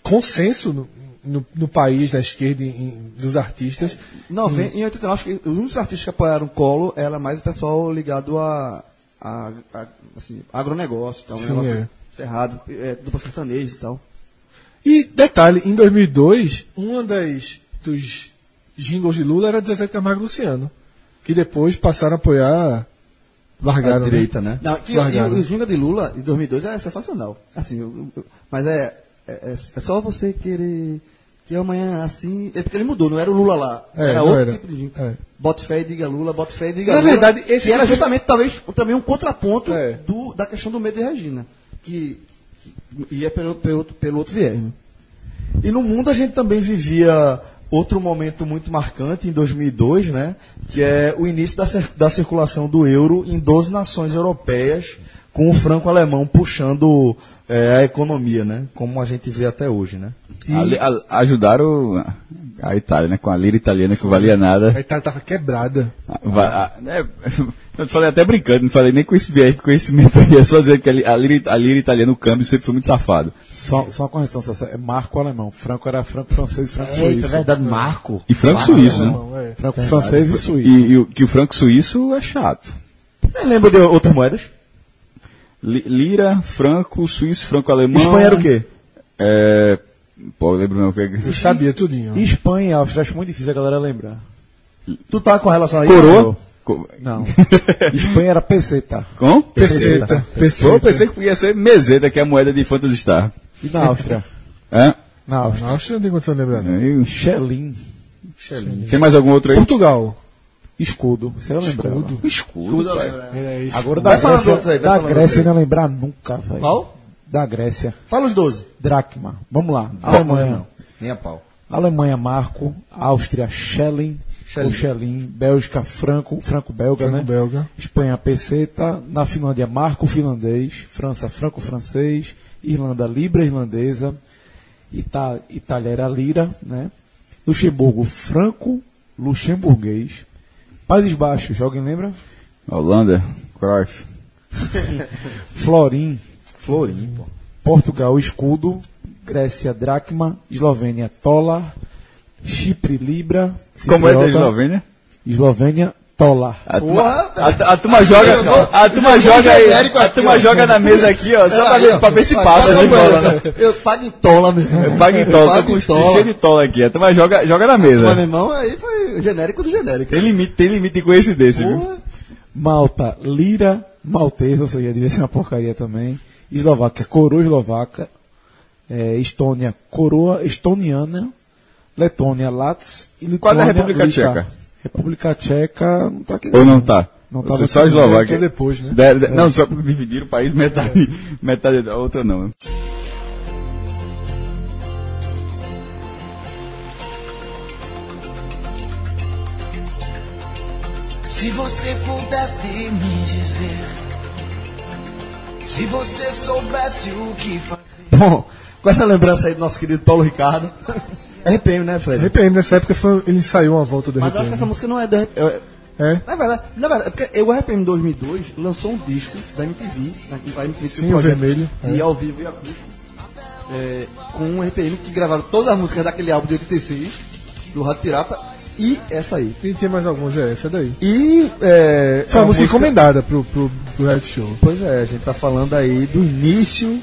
Speaker 3: consenso no, no, no país, na esquerda, em- em- dos artistas.
Speaker 4: Não, vem, em 89, acho que um dos artistas que apoiaram o Colo era mais o pessoal ligado a, a, a assim, agronegócio e tal, um
Speaker 3: Sim,
Speaker 4: negócio
Speaker 3: é.
Speaker 4: cerrado, é, dupla sertaneja e tal.
Speaker 3: E, detalhe, em 2002, um das, dos jingles de Lula era 17 Camargo e Luciano, que depois passaram a apoiar, largaram. né?
Speaker 5: né?
Speaker 4: Não, e, e
Speaker 3: Largaram.
Speaker 4: o Ginga de Lula, em 2002, é sensacional. Assim, eu- eu- mas é, é, é só você querer que amanhã assim... É porque ele mudou, não era o Lula lá,
Speaker 3: É,
Speaker 4: era
Speaker 3: não
Speaker 4: outro
Speaker 3: era.
Speaker 4: tipo de Ginga.
Speaker 3: É.
Speaker 4: Bote fé e diga Lula, bote fé e diga
Speaker 3: Na
Speaker 4: Lula.
Speaker 3: verdade, esse
Speaker 4: que
Speaker 3: tipo
Speaker 4: era
Speaker 3: de-
Speaker 4: justamente, talvez, também um contraponto
Speaker 3: É.
Speaker 4: do, da questão do medo de Regina, que que ia pelo, pelo, outro- pelo outro viés, né?
Speaker 2: E no mundo a gente também vivia outro momento muito marcante em 2002, né? Que é o início da, cir- da circulação do euro em 12 nações europeias, com o franco alemão puxando eh, a economia, né? Como a gente vê até hoje, né?
Speaker 5: A li- a- ajudaram a Itália, né? Com a lira italiana que não valia nada.
Speaker 3: A Itália estava quebrada.
Speaker 5: Ah, va- ah, né, eu falei até brincando, não falei nem com esse viés de conhecimento aí, é só dizer que a li- a lira, a lira italiana, o câmbio sempre foi muito safado.
Speaker 6: Só, só uma correção, Celso, é Marco alemão. Franco era franco francês e franco suíço.
Speaker 2: verdade, Marco.
Speaker 5: E franco suíço, né?
Speaker 3: Não, é.
Speaker 6: Franco Ah, francês e
Speaker 5: E,
Speaker 6: suíço.
Speaker 5: e o, que o franco suíço é chato.
Speaker 2: Você lembra de outras moedas?
Speaker 5: Li- lira, franco, suíço, franco alemão.
Speaker 2: Espanha era o quê?
Speaker 5: É, Pô, eu lembro não. que-
Speaker 3: Eu sabia tudinho.
Speaker 6: Espanha e Áustria, acho muito difícil a galera lembrar.
Speaker 2: Tu tá com relação aí?
Speaker 5: Coroa? Co-
Speaker 6: Não. Espanha era peseta.
Speaker 5: Com?
Speaker 3: Peseta.
Speaker 5: Pô, eu pensei que ia ser meseta, que é a moeda de Phantasy Star.
Speaker 6: E na Áustria?
Speaker 5: Hã?
Speaker 6: Na Áustria.
Speaker 3: Na Áustria não tem condição de lembrar. não.
Speaker 5: Aí,
Speaker 6: Schelling.
Speaker 5: Tem mais algum outro aí?
Speaker 3: Portugal.
Speaker 6: Escudo. Você não lembra?
Speaker 5: Escudo.
Speaker 6: Agora da
Speaker 2: Vai falando
Speaker 6: Grécia,
Speaker 2: outros aí, vai
Speaker 6: da
Speaker 2: falando
Speaker 6: Grécia não lembrar nunca, velho.
Speaker 2: Qual?
Speaker 6: Da Grécia.
Speaker 2: Fala os 12.
Speaker 6: Dracma. Vamos lá. Alemanha.
Speaker 2: Nem a pau.
Speaker 6: Alemanha, Marco. Áustria, Schelling. Schelling. Schelling. Bélgica, Franco. Franco-belga, né?
Speaker 3: Belga.
Speaker 6: Espanha, peseta. Na Finlândia, Marco, finlandês. França, Franco-francês. Irlanda, Libra, irlandesa. Ita Itália era Lira, né? Luxemburgo, Franco, luxemburguês. Países Baixos, alguém lembra?
Speaker 5: Holanda. Cruyff.
Speaker 6: Florim,
Speaker 2: Florim, pô.
Speaker 6: Portugal, escudo, Grécia, dracma, Eslovênia, tolar, Chipre, libra,
Speaker 5: Como é da
Speaker 6: Cipriota,
Speaker 5: Eslovênia?
Speaker 6: Eslovênia, tolar.
Speaker 5: A turma, a, a turma joga, a turma joga aí, a turma joga na mesa aqui, ó, só pra ver, pra ver se passa essa bola, né?
Speaker 4: Eu pago em tola, meu irmão.
Speaker 5: É Paga em tola,
Speaker 4: Paga
Speaker 5: tô
Speaker 4: em
Speaker 5: com
Speaker 4: tola.
Speaker 5: cheio de tola aqui, a turma joga, joga na
Speaker 3: É.
Speaker 4: Mas, meu
Speaker 5: mesa.
Speaker 4: irmão, aí foi genérico do genérico.
Speaker 5: Tem limite, tem limite de coincidência, viu?
Speaker 4: Porra,
Speaker 6: Malta, lira, maltesa, ou seja, devia ser uma porcaria também. Eslováquia, coroa eslovaca, eh, Estônia, coroa estoniana, Letônia, Lats e Lituânia.
Speaker 5: Qual é da República
Speaker 6: Lita.
Speaker 5: Tcheca?
Speaker 6: República Tcheca não tá aqui.
Speaker 5: Ou não tá?
Speaker 6: Não tá
Speaker 5: só a
Speaker 6: nessa-
Speaker 5: Eslováquia.
Speaker 3: é depois, né?
Speaker 5: Da- da- Não, só dividir o país, metade, metade da outra não. né?
Speaker 1: Se você pudesse me dizer. Se você soubesse o que fazer.
Speaker 4: Bom, com essa lembrança aí do nosso querido Paulo Ricardo. RPM, né, Fred?
Speaker 3: RPM nessa época foi, ele ensaiou uma volta do
Speaker 4: Mas eu acho que
Speaker 3: RPM.
Speaker 4: essa música não é da RPM.
Speaker 3: É?
Speaker 4: Na verdade, na verdade, é porque o RPM 2002 lançou um disco da MTV, da MTV
Speaker 3: Sim, o vermelho,
Speaker 4: e ao vivo e acústico, é, com um RPM que gravaram todas as músicas daquele álbum de 86, do Rato Pirata, e essa aí.
Speaker 3: Tem, tem mais algumas, é essa daí.
Speaker 2: E. É,
Speaker 3: Foi
Speaker 2: é
Speaker 3: uma música
Speaker 2: música-
Speaker 3: encomendada pro, pro, pro Red Show.
Speaker 2: Pois é, a gente tá falando aí do início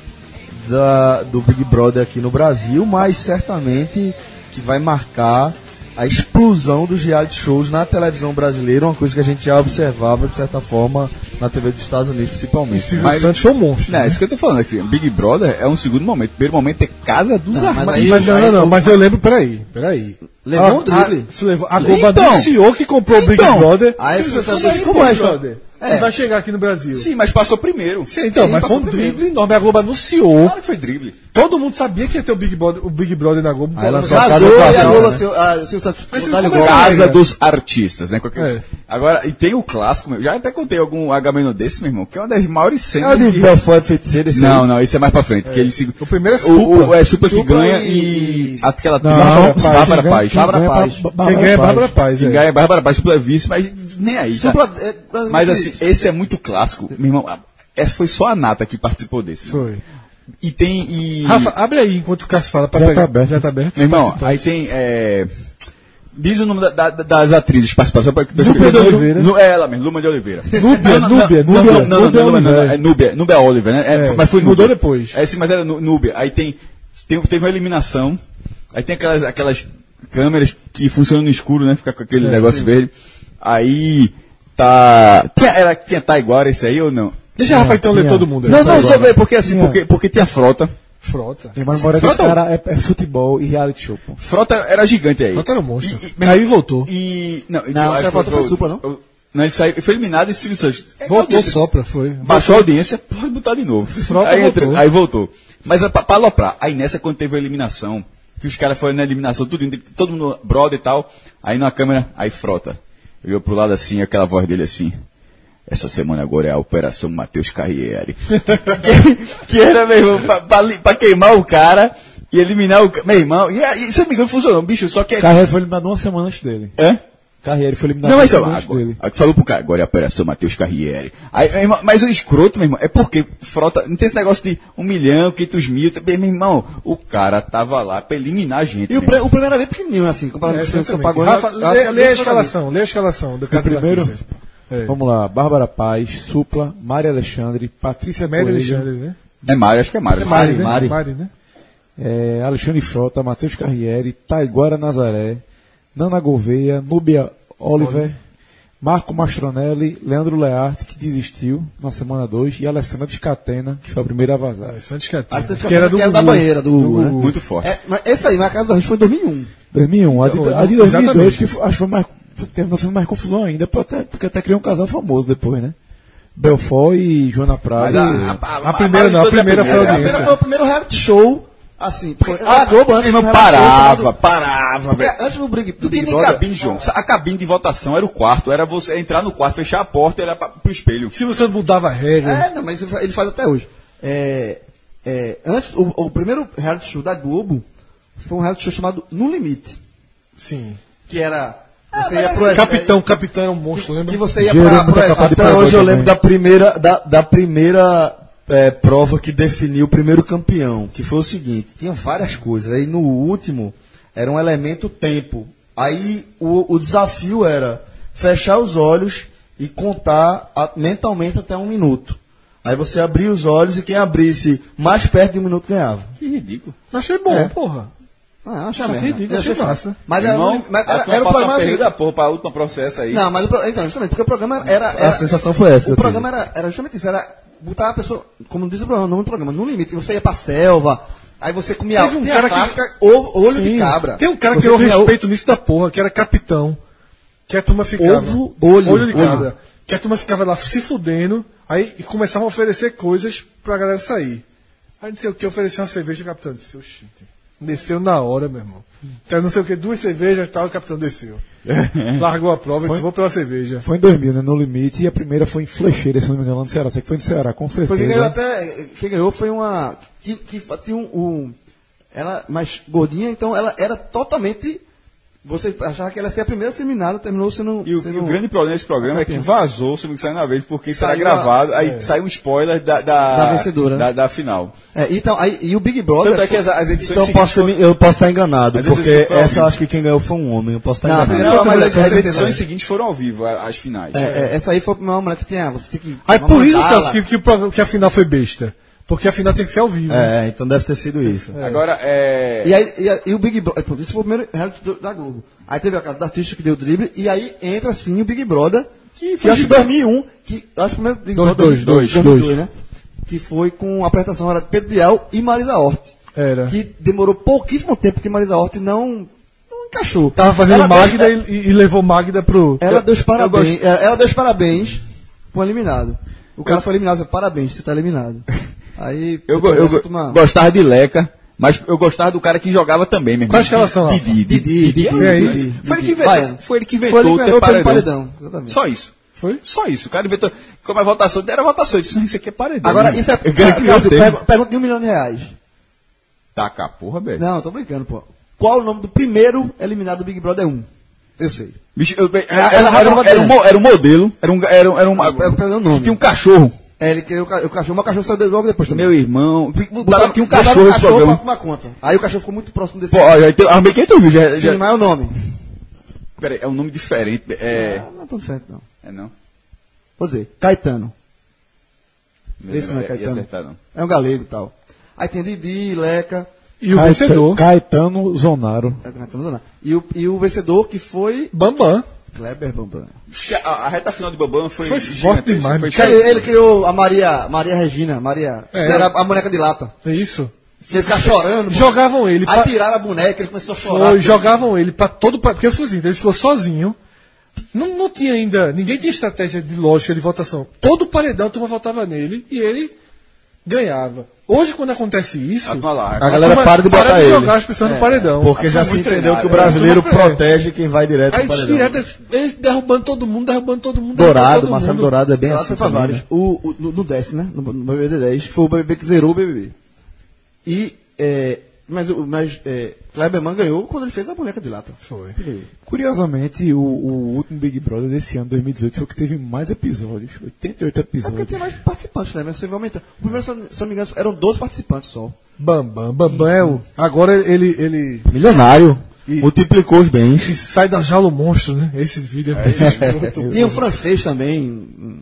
Speaker 2: da, do Big Brother aqui no Brasil, mas certamente que vai marcar a explosão dos reality shows na televisão brasileira, uma coisa que a gente já observava, de certa forma, na TV dos Estados Unidos, principalmente.
Speaker 3: Silvio
Speaker 5: Mas-
Speaker 3: Santos foi um monstro.
Speaker 5: Não, é isso que eu tô falando, assim, Big Brother é um segundo momento. Primeiro momento é Casa dos
Speaker 4: mas
Speaker 5: Armados.
Speaker 4: aí-
Speaker 3: Mas não, não, não, mas eu lembro, peraí, peraí.
Speaker 4: Levou
Speaker 3: Ah,
Speaker 4: um drible.
Speaker 3: A, se levou, a Globo
Speaker 5: Então.
Speaker 3: anunciou que comprou o Big
Speaker 5: Então.
Speaker 3: Brother.
Speaker 4: Aí você tá
Speaker 3: Como é que
Speaker 4: como
Speaker 3: Big
Speaker 4: é,
Speaker 3: Brother?
Speaker 4: É.
Speaker 3: Que vai chegar aqui no Brasil.
Speaker 5: Sim, mas passou primeiro.
Speaker 3: Sim, então,
Speaker 4: Sim,
Speaker 3: mas foi
Speaker 4: passou
Speaker 3: um
Speaker 4: primeiro.
Speaker 3: drible enorme. A Globo anunciou.
Speaker 5: Claro que foi drible.
Speaker 3: Todo mundo sabia que ia ter o Big Brother, o Big Brother na Globo.
Speaker 2: Aí lançou a casa
Speaker 4: Casou
Speaker 2: do
Speaker 4: e a
Speaker 2: Quartel,
Speaker 4: Lola,
Speaker 2: né?
Speaker 4: seu, a, seu Santos,
Speaker 3: Mas
Speaker 4: Otário
Speaker 3: como é que
Speaker 4: Gomes.
Speaker 5: Casa
Speaker 3: Pega.
Speaker 5: dos Artistas, né? Qualquer-
Speaker 3: É.
Speaker 5: Agora, e tem o clássico, meu, já até contei algum H desse, meu irmão, que é uma das maiores
Speaker 2: É o
Speaker 5: cenas.
Speaker 2: de
Speaker 5: que-
Speaker 2: Belfort Feiticeiro, esse
Speaker 5: Não, não, isso é mais pra frente. Porque ele se...
Speaker 3: O primeiro é
Speaker 5: o,
Speaker 3: Supla.
Speaker 5: o- é Supla que
Speaker 4: Supla
Speaker 5: ganha
Speaker 4: e-
Speaker 5: e... Aquela
Speaker 6: Bárbara
Speaker 5: Bárbara
Speaker 6: Paz.
Speaker 5: Paz.
Speaker 6: Quem ganha-
Speaker 5: Bárbara
Speaker 6: quem ganha
Speaker 5: Paz.
Speaker 6: é Ba- Ba-
Speaker 3: Quem ganha é Bárbara Paz.
Speaker 5: Quem
Speaker 3: é.
Speaker 5: ganha é Bárbara Paz, Supla é vice, mas nem aí. tá?
Speaker 4: Supla- é, pra-
Speaker 5: Mas assim, esse é muito clássico. Meu irmão, a- é, foi só a Nata que participou desse. meu irmão.
Speaker 3: Foi.
Speaker 5: E tem... E...
Speaker 3: Rafa, abre aí enquanto o Cássio fala. Pra
Speaker 6: Já
Speaker 3: pegar.
Speaker 6: tá aberto.
Speaker 3: Já tá aberto.
Speaker 5: Meu irmão, aí tem. é, Diz o nome da- da- das atrizes participantes. só pra- deixa eu
Speaker 3: Núbia de
Speaker 5: ver.
Speaker 3: Oliveira.
Speaker 5: Nu- é ela mesmo, Luma de Oliveira.
Speaker 3: Núbia,
Speaker 5: não,
Speaker 3: Núbia,
Speaker 5: não,
Speaker 3: Núbia,
Speaker 5: Não, não, não,
Speaker 3: Núbia um
Speaker 5: não, não, não,
Speaker 3: Oliveira.
Speaker 5: é Núbia, Núbia Oliver, né? É,
Speaker 3: É,
Speaker 5: mas foi
Speaker 3: mudou
Speaker 5: Núbia.
Speaker 3: depois.
Speaker 5: É, sim, mas era Nú- Núbia. Aí tem, tem- teve uma eliminação, aí tem aquelas, aquelas câmeras que funcionam no escuro, né? Fica com aquele negócio verde. Aí tá... Tinha, era, tinha Taiguara esse aí ou não?
Speaker 3: Deixa a Rafa então ler
Speaker 6: Tinha.
Speaker 3: todo mundo. aí.
Speaker 5: Não, não, só ver, porque assim,
Speaker 6: Tinha.
Speaker 5: porque, porque tinha Frota.
Speaker 3: Frota.
Speaker 6: Mas a memória desse
Speaker 5: Frota-
Speaker 6: cara é, é futebol e reality show, pô.
Speaker 5: Frota era gigante aí.
Speaker 3: Frota era um monstro.
Speaker 5: E- e- meu irmão,
Speaker 3: Aí voltou.
Speaker 5: E. Não,
Speaker 4: Não,
Speaker 5: acho
Speaker 4: só
Speaker 5: que
Speaker 4: faltou
Speaker 5: voltou-
Speaker 4: foi Supla, não?
Speaker 5: eu- Não, ele saiu, foi eliminado e Silvio Santos. É,
Speaker 3: Voltou
Speaker 5: audiência.
Speaker 3: só pra foi.
Speaker 5: Baixou a audiência, pode botar de novo.
Speaker 3: Frota
Speaker 5: aí,
Speaker 3: voltou.
Speaker 5: aí voltou. Mas é pra, pra aloprar. Aí nessa, quando teve a eliminação, que os caras foram na eliminação, tudo, indo, todo mundo brother e tal. Aí na câmera, aí frota. Olhou pro lado assim, aquela voz dele assim. Essa semana agora é a Operação Matheus Carriere. que, que era, meu irmão, pra, pra li- pra queimar o cara e eliminar o. ca- Meu irmão, e, aí, se eu não me engano, funcionou, bicho, só que. é-
Speaker 6: Carreiro foi eliminado uma semana antes dele.
Speaker 5: Hã?
Speaker 6: Carreiro foi eliminado
Speaker 5: Não,
Speaker 6: uma
Speaker 5: mas
Speaker 6: semana
Speaker 5: ó,
Speaker 6: antes
Speaker 5: agora,
Speaker 6: dele.
Speaker 5: aí falou pro cara, agora é a operação Matheus Carriere. Aí, meu irmão, mas o escroto, meu irmão, é porque frota, não tem esse negócio de um milhão, 500 mil, também, meu irmão, o cara tava lá pra eliminar a gente.
Speaker 4: E o,
Speaker 5: meu irmão.
Speaker 4: pre, o primeiro é bem pequenininho, assim, comparado com os filmes que eu pago.
Speaker 3: Rafa,
Speaker 4: Rafa-
Speaker 3: lê, lê a
Speaker 4: Rafa-
Speaker 3: escalação, lê a escalação do Cássio
Speaker 6: primeiro?
Speaker 3: Batista. É.
Speaker 6: Vamos lá, Bárbara Paz, Supla, Maria Alexandre, Patrícia
Speaker 3: Mary
Speaker 6: Coelho,
Speaker 3: Alexandre, né?
Speaker 5: É Mário, acho que é Mário.
Speaker 3: né? Mari, né?
Speaker 6: é, Alexandre Frota, Matheus Carriere, Taiguara Nazaré, Nana Gouveia, Núbia Oliver, Marco Mastronelli, Leandro Learte, que desistiu na semana 2, e Alessandra Descatena, que foi a primeira a vazar.
Speaker 3: Santos
Speaker 4: Aí você
Speaker 3: Catena.
Speaker 4: fica
Speaker 3: Que era do
Speaker 4: que era da
Speaker 3: Gugu.
Speaker 4: banheira, do Hugo, né?
Speaker 5: Muito forte.
Speaker 4: É, mas esse aí, mas a Casa da Gente foi em 2001.
Speaker 6: 2001, a de, a de
Speaker 3: Exatamente.
Speaker 6: 2002, que foi- acho que foi mais, terminou sendo mais confusão ainda, pô, até- porque até criou um casal famoso depois, né? Belfort e Joana Prado.
Speaker 3: A primeira não, a primeira foi a
Speaker 4: A primeira
Speaker 3: audiência.
Speaker 4: foi o primeiro reality show, assim. Foi,
Speaker 5: Ah,
Speaker 4: a Globo antes
Speaker 5: meu
Speaker 4: do
Speaker 5: irmão,
Speaker 4: reality show
Speaker 5: parava,
Speaker 4: chamado-
Speaker 5: parava,
Speaker 4: Porque
Speaker 5: velho.
Speaker 4: Antes do Big, do
Speaker 5: Não tinha
Speaker 4: Big
Speaker 5: nem
Speaker 4: Brother.
Speaker 5: cabine, João. A cabine de votação era o quarto, era você entrar no quarto, fechar a porta e olhar pra, pro espelho.
Speaker 3: Silvio Santos mudava a regra.
Speaker 4: É, não, mas ele fa- ele faz até hoje. É, é, antes, o, o primeiro reality show da Globo foi um reality show chamado No Limite.
Speaker 3: Sim.
Speaker 4: Que era.
Speaker 5: Ah,
Speaker 4: Você ia
Speaker 5: é
Speaker 4: pro-
Speaker 5: assim,
Speaker 3: Esse capitão, capitão era um monstro, lembra?
Speaker 4: Que você ia
Speaker 6: Gerou muita
Speaker 4: pra,
Speaker 6: capa de
Speaker 4: pra
Speaker 2: Até hoje eu
Speaker 6: também.
Speaker 2: lembro da primeira, da, da primeira é, prova que definiu o primeiro campeão, que foi o seguinte, tinha várias coisas. Aí no último era um elemento tempo. Aí o, o desafio era fechar os olhos e contar a- mentalmente até um minuto. Aí você abria os olhos e quem abrisse mais perto de um minuto ganhava.
Speaker 5: Que ridículo.
Speaker 3: Achei bom, porra.
Speaker 4: Ah, achei
Speaker 3: Achei
Speaker 4: merda.
Speaker 3: ridículo,
Speaker 4: Eu
Speaker 3: achei massa.
Speaker 4: Mas era,
Speaker 5: Irmão,
Speaker 4: mas
Speaker 5: a tá
Speaker 4: era,
Speaker 5: turma
Speaker 4: era o
Speaker 5: passa
Speaker 4: programa.
Speaker 5: a perda
Speaker 4: assim-
Speaker 5: da porra pra última processo aí.
Speaker 4: Não, mas o pro- então, justamente, porque o programa era.
Speaker 2: A
Speaker 4: era-
Speaker 2: sensação foi essa.
Speaker 4: O
Speaker 2: eu tive.
Speaker 4: programa era, era justamente isso, era botar a pessoa, como diz o programa, o nome do programa, no limite. Você ia pra selva, aí você comia
Speaker 3: Teve um
Speaker 4: tem
Speaker 3: cara
Speaker 4: a
Speaker 3: que-
Speaker 4: clássica, ovo- olho de
Speaker 3: Sim.
Speaker 4: cabra.
Speaker 3: Tem um cara que
Speaker 4: Você
Speaker 3: eu
Speaker 4: comia o-
Speaker 3: respeito nisso da porra, que era capitão. Que a turma ficava.
Speaker 2: Ovo, olho,
Speaker 3: olho de
Speaker 2: olho.
Speaker 3: cabra. Que a turma ficava lá se fudendo, aí começavam a oferecer coisas pra galera sair. Aí não sei o que, ofereceu uma cerveja, o capitão disse, oxi. Desceu na hora, meu irmão. Então, não sei o que, duas cervejas e tal, o capitão desceu. Largou a prova e disse, vou pela cerveja.
Speaker 6: Foi em 2000, né? No Limite, e a primeira foi em Flecheira, se não me engano, lá no Ceará. Sei que foi no Ceará, com certeza.
Speaker 4: Foi quem ganhou
Speaker 3: né?
Speaker 4: até. Quem ganhou foi uma. Que, que fa- tinha um, um- Ela mais gordinha, então ela era totalmente. Você achava que ela ia ser a primeira seminada, terminou sendo.
Speaker 5: E o,
Speaker 4: sendo
Speaker 5: e o grande problema desse programa é que vazou, se não sai na vez, porque será
Speaker 4: Saiu a-
Speaker 5: gravado, aí sai um spoiler da, da,
Speaker 4: Da vencedora.
Speaker 5: da, da final.
Speaker 4: É, então, aí, e o Big Brother.
Speaker 5: Tanto é que as, as edições
Speaker 2: Então eu
Speaker 5: seguintes
Speaker 2: posso, ter- eu posso estar enganado,
Speaker 5: Mas esse
Speaker 2: porque
Speaker 5: foi ao
Speaker 2: essa
Speaker 5: vivo.
Speaker 2: eu acho que quem ganhou foi um homem, eu posso estar
Speaker 4: Não, a
Speaker 2: enganado.
Speaker 4: primeira
Speaker 5: Não,
Speaker 4: Outra
Speaker 5: mas
Speaker 4: mulher
Speaker 5: as,
Speaker 4: que
Speaker 5: as
Speaker 4: fez
Speaker 5: edições
Speaker 4: design.
Speaker 5: seguintes foram ao vivo, a- as finais.
Speaker 4: é, é, essa aí foi uma mulher que tinha. Você tem que.
Speaker 3: Aí
Speaker 4: uma
Speaker 3: por isso
Speaker 4: mandala.
Speaker 3: Celso, que, que, o pro- que a final foi besta. Porque a final tem que ser ao vivo.
Speaker 2: É, então deve ter sido isso.
Speaker 5: Agora, é...
Speaker 4: E, aí, e, a- e o Big Brother. Pronto, esse foi o primeiro reality do- da Globo. Aí teve a casa da artista que deu o drible, e aí entra sim o Big Brother. Que foi acho que 2001, que eu acho que o primeiro Big
Speaker 3: um, Dois,
Speaker 4: Brother-
Speaker 3: dois, dois,
Speaker 4: 2002, né? Que foi com a apresentação era de Pedro Biel e Marisa Hort.
Speaker 3: Era.
Speaker 4: Que demorou pouquíssimo tempo que Marisa Hort não, não encaixou.
Speaker 3: Tava fazendo
Speaker 4: Ela-
Speaker 3: Magda e, e levou Magda pro.
Speaker 4: ela deu os
Speaker 3: Eu
Speaker 4: parabéns. É,
Speaker 3: gosto.
Speaker 4: Ela, ela deu os parabéns pro eliminado. O cara foi eliminado, disse, parabéns, você tá eliminado. Aí
Speaker 5: Eu, go- eu go- gostava de Leca, mas eu gostava do cara que jogava também, mesmo.
Speaker 3: Quais que elas são, Rafa?
Speaker 5: Didi, Didi, Didi,
Speaker 3: E aí?
Speaker 5: Didi. Foi ele que
Speaker 4: Vai.
Speaker 5: inventou, foi ele que
Speaker 4: Foi ele
Speaker 5: inventou
Speaker 4: que
Speaker 5: o
Speaker 4: ganhou
Speaker 5: ter
Speaker 4: o paredão.
Speaker 5: paredão.
Speaker 4: paredão. Exatamente.
Speaker 5: Só isso.
Speaker 3: Foi?
Speaker 5: Só isso. O cara inventou. Como é votação, deram votação. Eu disse, não, isso aqui é paredão.
Speaker 4: Agora, isso é.
Speaker 5: Eu quero que
Speaker 4: Cássio,
Speaker 5: você.
Speaker 4: pergu- Pergunta de um milhão de reais.
Speaker 5: Taca a porra, velho.
Speaker 4: Não, tô brincando, pô. Qual o nome do primeiro eliminado do Big Brother 1? Eu sei.
Speaker 5: Bicho, eu- Era,
Speaker 4: Ela-
Speaker 5: era-
Speaker 4: ela
Speaker 5: era um-
Speaker 4: tava
Speaker 5: era um mo- era um modelo, era um. Era, um- era um
Speaker 4: Eu peguei o nome.
Speaker 5: Tinha um cachorro.
Speaker 4: É, ele queria o, ca- o cachorro, mas o cachorro saiu dele logo depois também.
Speaker 5: Meu irmão.
Speaker 4: Botaram-
Speaker 5: tinha um
Speaker 4: botaram
Speaker 5: cachorro
Speaker 4: o
Speaker 5: esse
Speaker 4: pra
Speaker 5: programa.
Speaker 4: tomar conta. Aí o cachorro ficou muito próximo desse.
Speaker 5: Pô, olha, então, arrumei quem tu viu. Já,
Speaker 4: Sim,
Speaker 5: já...
Speaker 4: mas é o nome.
Speaker 5: Peraí, é um nome diferente. É.
Speaker 4: Ah, não é tão diferente, não.
Speaker 5: É não?
Speaker 4: Vou dizer, Caetano.
Speaker 5: Meu Deus,
Speaker 4: Esse não é
Speaker 5: ia- ia
Speaker 4: Caetano.
Speaker 5: acertar, não.
Speaker 4: É um galego e tal. Aí tem Didi, Leca.
Speaker 3: E o
Speaker 6: Caet-
Speaker 3: vencedor,
Speaker 6: Caetano Zonaro.
Speaker 4: é, Caetano não dá. E o, e o vencedor que foi.
Speaker 3: Bambam.
Speaker 4: Kleber Bambam.
Speaker 5: A, a reta final de Bambam foi,
Speaker 3: Foi
Speaker 5: gigantesca,
Speaker 3: forte demais,
Speaker 5: foi
Speaker 3: bicho.
Speaker 4: Ele, ele criou a Maria, Maria Regina. Maria.
Speaker 3: É.
Speaker 4: Era a boneca de lata.
Speaker 3: É isso?
Speaker 4: Você ficar chorando. pô.
Speaker 3: Jogavam ele pra.
Speaker 4: Aí tiraram a boneca, ele começou a chorar.
Speaker 3: Foi, jogavam ele pra todo. pa- Porque foi o seguinte, então ele ficou sozinho. Não, não tinha ainda. Ninguém tinha estratégia de lógica de votação. Todo paredão a turma votava nele e ele ganhava. Hoje, quando acontece isso.
Speaker 5: A turma
Speaker 4: Ah,
Speaker 5: larga.
Speaker 2: A galera
Speaker 3: turma
Speaker 2: para de Tá botar ele. É,
Speaker 3: jogar as pessoas no paredão.
Speaker 2: Porque já se
Speaker 5: muito
Speaker 2: entendeu
Speaker 5: treinado,
Speaker 2: que o
Speaker 5: né?
Speaker 2: brasileiro
Speaker 3: Muito treinado.
Speaker 2: protege quem vai direto
Speaker 3: Aí
Speaker 2: pro paredão.
Speaker 3: direto, eles derrubando todo mundo, derrubando todo mundo. derrubando
Speaker 2: Dourado,
Speaker 3: todo
Speaker 2: Marcelo
Speaker 3: mundo.
Speaker 2: tá Dourado é bem assim.
Speaker 4: Foi pra
Speaker 2: também,
Speaker 4: vários.
Speaker 2: né?
Speaker 4: O, o- no, no décimo, né? No, no BBB 10, que foi o BBB que zerou o BBB. E. é, mas o- mas é, Kleberman ganhou quando ele fez a boneca de lata. É Foi.
Speaker 6: Curiosamente, o, o último Big Brother desse ano, 2018, foi o que teve mais episódios. 88
Speaker 4: É porque
Speaker 6: episódios.
Speaker 4: tem mais participantes, né? Mas Você vai aumentar. O primeiro, se eu não- se eu não me engano, eram 12 participantes só.
Speaker 3: Bambam, Bambam é o. Agora ele, ele
Speaker 2: Milionário. Multiplicou os bens.
Speaker 3: ele sai da jaula o monstro, né? Esse vídeo é, muito bom.
Speaker 4: Tinha um francês também. hum,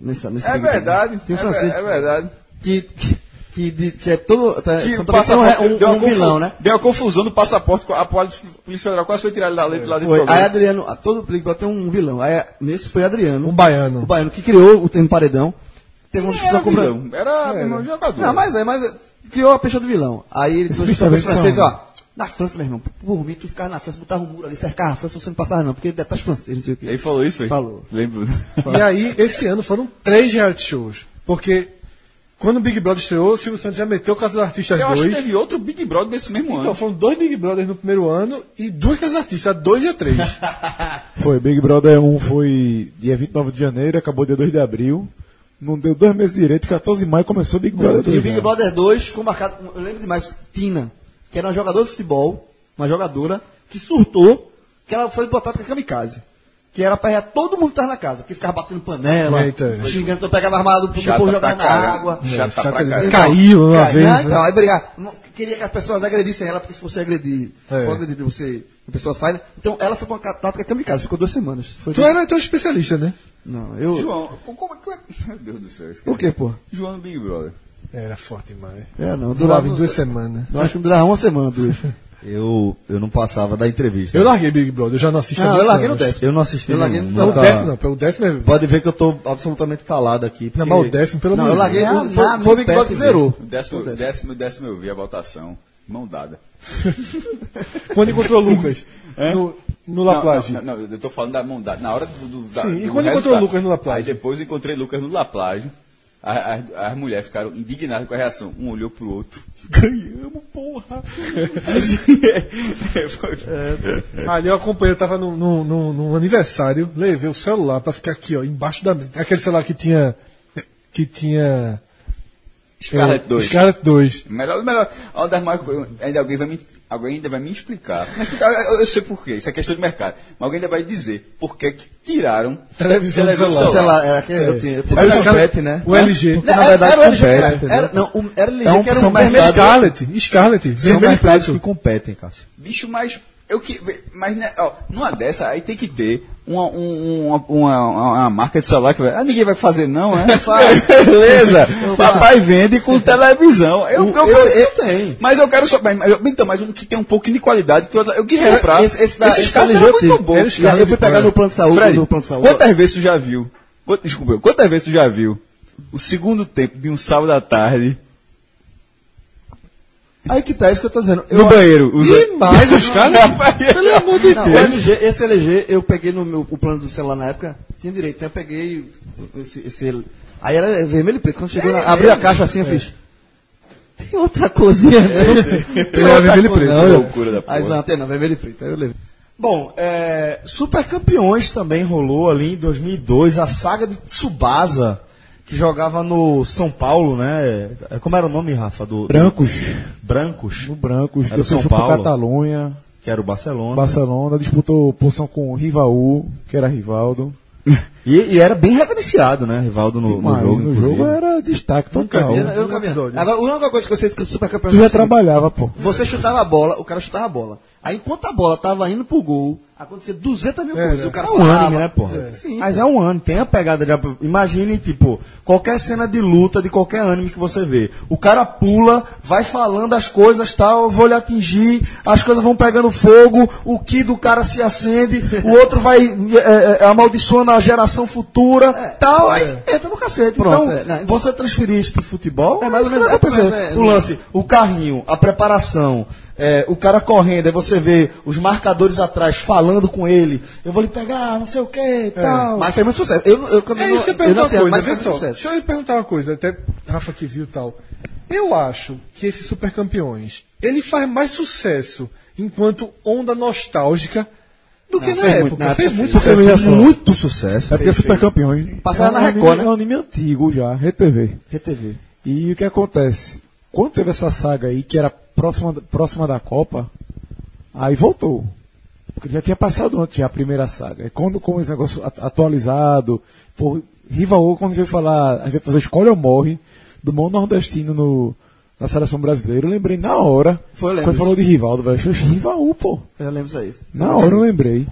Speaker 4: Nessa, nesse
Speaker 5: É
Speaker 4: Big Brother.
Speaker 5: verdade.
Speaker 4: Tinha um
Speaker 5: é,
Speaker 4: francês.
Speaker 5: ver- é verdade.
Speaker 4: que, que, Que, de- que é todo. Tá,
Speaker 5: Que
Speaker 4: só
Speaker 5: o
Speaker 4: também tem
Speaker 5: passaporte
Speaker 4: um,
Speaker 5: deu
Speaker 4: um,
Speaker 5: uma
Speaker 4: um
Speaker 5: confu-
Speaker 4: vilão, né?
Speaker 5: Deu a confusão do passaporte com a, a Polícia Federal. Quase foi tirada lá, lá dentro
Speaker 4: Foi.
Speaker 5: do
Speaker 4: Aí
Speaker 5: programa.
Speaker 4: Adriano, a todo película tem um vilão. Aí, nesse foi Adriano.
Speaker 3: Um baiano.
Speaker 4: O baiano que criou o termo paredão. Teve uma discussão
Speaker 5: Era
Speaker 4: com o Bran-
Speaker 5: vilão. Era, meu irmão, jogador.
Speaker 4: Não, mas é, mas é, criou a peixe do vilão. Aí ele
Speaker 6: bicho
Speaker 4: discussão com os
Speaker 6: também
Speaker 4: franceses,
Speaker 6: são-
Speaker 4: ó. Na França, meu irmão, por mim, tu ficava na França, botava um muro ali, cercava a França, você não passava não, porque ele detesta os franceses, não sei o quê.
Speaker 5: Ele falou isso, foi?
Speaker 4: Falou.
Speaker 5: Lembro.
Speaker 3: E aí, esse ano foram três reality shows. Porque quando o Big Brother estreou, o Silvio Santos já meteu Casa dos Artistas
Speaker 5: Eu acho que
Speaker 3: 2.
Speaker 5: teve outro Big Brother desse mesmo
Speaker 3: Então,
Speaker 5: ano.
Speaker 3: foram dois Big Brothers no primeiro ano e duas Casas dos Artistas, a 2 e a 3.
Speaker 6: Foi, Big Brother 1 foi dia 29 de janeiro, acabou dia 2 de abril. Não deu dois meses direito, 14 de maio começou Big Brother né?
Speaker 4: E
Speaker 6: 2.
Speaker 4: o Big Brother 2 ficou marcado, eu lembro demais, Tina, que era uma jogadora de futebol, uma jogadora, que surtou, que ela foi botada com a kamikaze. Que era pra errar todo mundo que tava na casa, que ficava batendo panela,
Speaker 3: Eita.
Speaker 4: xingando, então pegava armado pro
Speaker 5: Chata
Speaker 4: povo
Speaker 5: pra
Speaker 4: jogar na
Speaker 5: caralho.
Speaker 4: água.
Speaker 3: É,
Speaker 5: Chata pra
Speaker 4: Então,
Speaker 5: caralho.
Speaker 3: Caiu uma
Speaker 4: cai-
Speaker 3: vez,
Speaker 4: Ah,
Speaker 3: né?
Speaker 4: então, aí brigar. Não- Queria que as pessoas agredissem ela, porque se você agredir,
Speaker 3: É.
Speaker 4: for agredir você, a pessoa sai. né? Então ela foi pra uma ca- tática kamikaze, ficou duas semanas. Foi
Speaker 3: tu era teu especialista, né?
Speaker 4: Não, eu.
Speaker 5: João, como é que é? Meu Deus do céu. esse
Speaker 4: Por
Speaker 5: cara.
Speaker 4: quê, pô?
Speaker 5: João no Big Brother.
Speaker 3: Era forte demais.
Speaker 4: É,
Speaker 3: Durava
Speaker 4: não, durava.
Speaker 3: em duas semanas.
Speaker 4: Eu acho que durava uma semana, duas.
Speaker 2: Eu, eu não passava da entrevista.
Speaker 3: Eu larguei Big Brother, Ah, eu já não assisto há
Speaker 4: Não, eu
Speaker 3: muitos
Speaker 4: larguei no
Speaker 3: anos.
Speaker 4: 10.
Speaker 2: Eu não assisti
Speaker 4: Eu larguei
Speaker 2: nenhum,
Speaker 4: no
Speaker 3: Não,
Speaker 2: nunca-
Speaker 3: o décimo não, pô, o décimo é...
Speaker 2: Pode ver que eu tô absolutamente calado aqui.
Speaker 3: Não,
Speaker 2: porque-
Speaker 3: mas o décimo pelo
Speaker 4: Não,
Speaker 3: menos.
Speaker 4: eu larguei.
Speaker 2: Ah,
Speaker 4: o- Foi,
Speaker 2: não,
Speaker 4: foi o Big Brother que zerou.
Speaker 5: O Décimo, décimo, décimo eu vi a votação. Mão dada.
Speaker 3: Quando encontrou o Lucas no, no La
Speaker 5: Não,
Speaker 3: Plage.
Speaker 5: Não, não, não, eu tô falando da mão dada. Na hora do. do da,
Speaker 3: Sim, e
Speaker 5: do
Speaker 3: quando encontrou
Speaker 5: resultado.
Speaker 3: o Lucas no La Plage?
Speaker 5: Aí depois eu encontrei Lucas no La Plage. A- a- As, mulheres ficaram indignadas com a reação. Um olhou pro outro. Ganhamos, porra! Assim, é, é, foi-
Speaker 3: Ali eu acompanhei, eu tava num, num- num- num aniversário, levei o celular pra ficar aqui, ó, embaixo da. Aquele celular que tinha. Que tinha.
Speaker 5: Scarlett
Speaker 3: eh,
Speaker 5: 2.
Speaker 3: Scarlett 2.
Speaker 5: Melhor, melhor. Uma das maiores coisas. Ainda alguém vai me. Alguém ainda vai me explicar. Mas fica- eu, eu sei por quê. Isso é questão de mercado. Mas alguém ainda vai dizer por que que tiraram
Speaker 3: Televisão do
Speaker 5: televisão do
Speaker 3: celular.
Speaker 4: Sei
Speaker 5: celular.
Speaker 4: lá, era é, que eu tinha. Eu tinha
Speaker 3: Era
Speaker 4: era
Speaker 3: Scarlett-
Speaker 2: compete, né?
Speaker 3: O LG.
Speaker 4: Não,
Speaker 2: na
Speaker 4: era-
Speaker 2: verdade,
Speaker 4: era o LG,
Speaker 2: compete,
Speaker 4: cara. Era- não, o- era LG
Speaker 2: É um-
Speaker 4: que era
Speaker 2: são
Speaker 4: né? um vermelho.
Speaker 2: mercados-
Speaker 3: Scarlett, Scarlett,
Speaker 2: São
Speaker 3: vermelho e
Speaker 2: mercados que
Speaker 3: preto.
Speaker 2: competem, Cássio.
Speaker 5: Bicho, mas eu que. Mas né, ó, numa dessa, aí tem que ter uma, um- uma, uma, uma- uma marca de celular que vai. Ah, ninguém vai fazer, não, é? Faz. Beleza! Papai vende com televisão. Eu, eu,
Speaker 4: Eu, eu tenho.
Speaker 5: mas eu quero só. Mas, mas eu- então, mas um que tem um pouquinho de qualidade, que eu, eu queria comprar.
Speaker 4: Esse, esse da,
Speaker 5: Esses
Speaker 4: esse da
Speaker 5: caras
Speaker 4: LG
Speaker 5: eram
Speaker 4: eu tive.
Speaker 5: bons.
Speaker 4: Era- Eu fui pegar no plano de saúde.
Speaker 5: Fred,
Speaker 4: no plano de saúde.
Speaker 5: Quantas vezes tu já viu? Quant- desculpa, eu, quantas vezes tu já viu o segundo tempo de um sábado à tarde
Speaker 4: Aí que tá, isso que eu tô dizendo.
Speaker 5: no
Speaker 4: Eu-
Speaker 5: banheiro?
Speaker 3: E mais os caras. Pelo amor de
Speaker 4: Não,
Speaker 3: Deus.
Speaker 4: o LG, esse LG eu peguei no meu o plano do celular na época, tinha direito, então eu peguei esse. esse- aí era vermelho e preto. Quando chegou, na, abriu a caixa assim, eu fiz. Tem outra coisinha, não? Tem
Speaker 3: Era
Speaker 4: outra
Speaker 3: vermelho e
Speaker 4: coisa,
Speaker 3: preto.
Speaker 4: não, eu-
Speaker 5: Loucura da porra.
Speaker 4: Aí não, tem não, vermelho e preto. Aí eu levei.
Speaker 2: Bom, é, Super Campeões também rolou ali em 2002, a saga de Tsubasa, que jogava no São Paulo, né? É, Como era o nome, Rafa? Do,
Speaker 6: Brancos.
Speaker 2: Brancos,
Speaker 6: No Brancos,
Speaker 2: Era
Speaker 6: depois
Speaker 2: São
Speaker 6: foi pra
Speaker 2: Paulo.
Speaker 6: Catalunha,
Speaker 2: que era o Barcelona.
Speaker 6: Barcelona, disputou posição com o Rivaú, que era Rivaldo.
Speaker 2: E, e era bem reverenciado, né? Rivaldo no, no
Speaker 6: Mas
Speaker 2: jogo, é
Speaker 6: no
Speaker 2: inclusive.
Speaker 6: jogo era destaque total.
Speaker 4: Eu, eu nunca vi. Agora, a única coisa que eu sei é que o super campeão assim,
Speaker 6: Tu já trabalhava, pô.
Speaker 4: Você chutava a bola, o cara chutava a bola. Aí enquanto a bola tava indo pro gol, acontecia 200 mil coisas. O cara
Speaker 2: É um
Speaker 4: falava,
Speaker 2: anime, né, porra?
Speaker 4: Sim,
Speaker 2: Mas é um anime, tem a pegada de. Imagine, tipo, qualquer cena de luta de qualquer anime que você vê. O cara pula, vai falando as coisas, tal, eu vou lhe atingir, as coisas vão pegando fogo, o ki do cara se acende, o outro vai é, é, amaldiçoando a geração futura, tal, aí entra no cacete.
Speaker 4: Pronto,
Speaker 2: então,
Speaker 4: é, não,
Speaker 2: você transferir isso pro futebol,
Speaker 4: É, mais ou
Speaker 2: isso
Speaker 4: menos,
Speaker 2: é,
Speaker 4: é,
Speaker 2: pois é,
Speaker 4: mas é,
Speaker 2: o lance, o carrinho, a preparação, é, o cara correndo, aí você vê os marcadores atrás falando com ele, eu vou lhe pegar, não sei o que, tal.
Speaker 4: Mas foi muito sucesso. Eu, eu, eu,
Speaker 3: É isso que eu
Speaker 4: eu
Speaker 3: pergunto uma
Speaker 4: sei,
Speaker 3: coisa,
Speaker 4: mas é foi
Speaker 3: vê
Speaker 4: muito
Speaker 3: só.
Speaker 4: sucesso.
Speaker 3: assim, Deixa eu perguntar uma coisa, até Rafa que viu e tal. Eu acho que esse Super Campeões, ele faz mais sucesso enquanto onda nostálgica do que
Speaker 4: Não,
Speaker 3: na
Speaker 4: Ah, fez
Speaker 3: época.
Speaker 4: muito, na
Speaker 3: fez
Speaker 4: época
Speaker 3: muito
Speaker 4: né, é, fez.
Speaker 3: sucesso.
Speaker 4: Fez
Speaker 2: muito sucesso.
Speaker 6: É porque é super campeão, hein?
Speaker 4: Passava
Speaker 6: é
Speaker 4: na
Speaker 6: um anime-
Speaker 4: Record, né?
Speaker 6: É um anime antigo já, RTV.
Speaker 4: RTV.
Speaker 6: E o que acontece? Quando teve essa saga aí, que era próxima, próxima da Copa, aí voltou. Porque já tinha passado antes já a primeira saga. E quando com esse negócio at- atualizado, por Rivaô, quando veio falar, a gente vai fazer Escolha ou Morre, do Mão Nordestino no, na seleção brasileira, eu lembrei na hora.
Speaker 4: Foi, eu lembro
Speaker 6: quando falou
Speaker 4: isso.
Speaker 6: de Rivaldo, velho. eu achei, Rivaú, pô.
Speaker 4: Eu lembro isso aí.
Speaker 6: Na hora eu lembrei.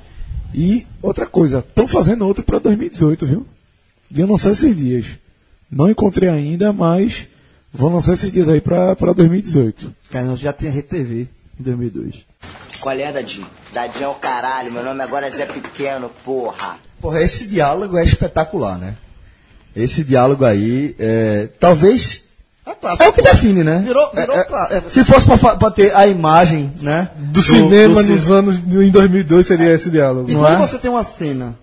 Speaker 6: E outra coisa, estão fazendo outro para 2018, viu? E eu não sei esses dias. Não encontrei ainda, mas Vão lançar esses dias aí pra, pra 2018.
Speaker 4: Cara, nós já tinha RTV em 2002.
Speaker 12: Qual é, Dadinho? Dadinho é o caralho, meu nome agora é Zé Pequeno, porra.
Speaker 2: Porra, esse diálogo é espetacular, né? Esse diálogo aí, é, talvez. É, o que define, né?
Speaker 4: Virou, virou
Speaker 2: É, é,
Speaker 4: clássico.
Speaker 2: se fosse pra, fa- pra ter a imagem, né?
Speaker 3: Do, cinema
Speaker 2: do
Speaker 3: nos anos em 2002 seria esse diálogo.
Speaker 4: E
Speaker 2: Não
Speaker 4: quando
Speaker 2: é?
Speaker 4: Então, você tem uma cena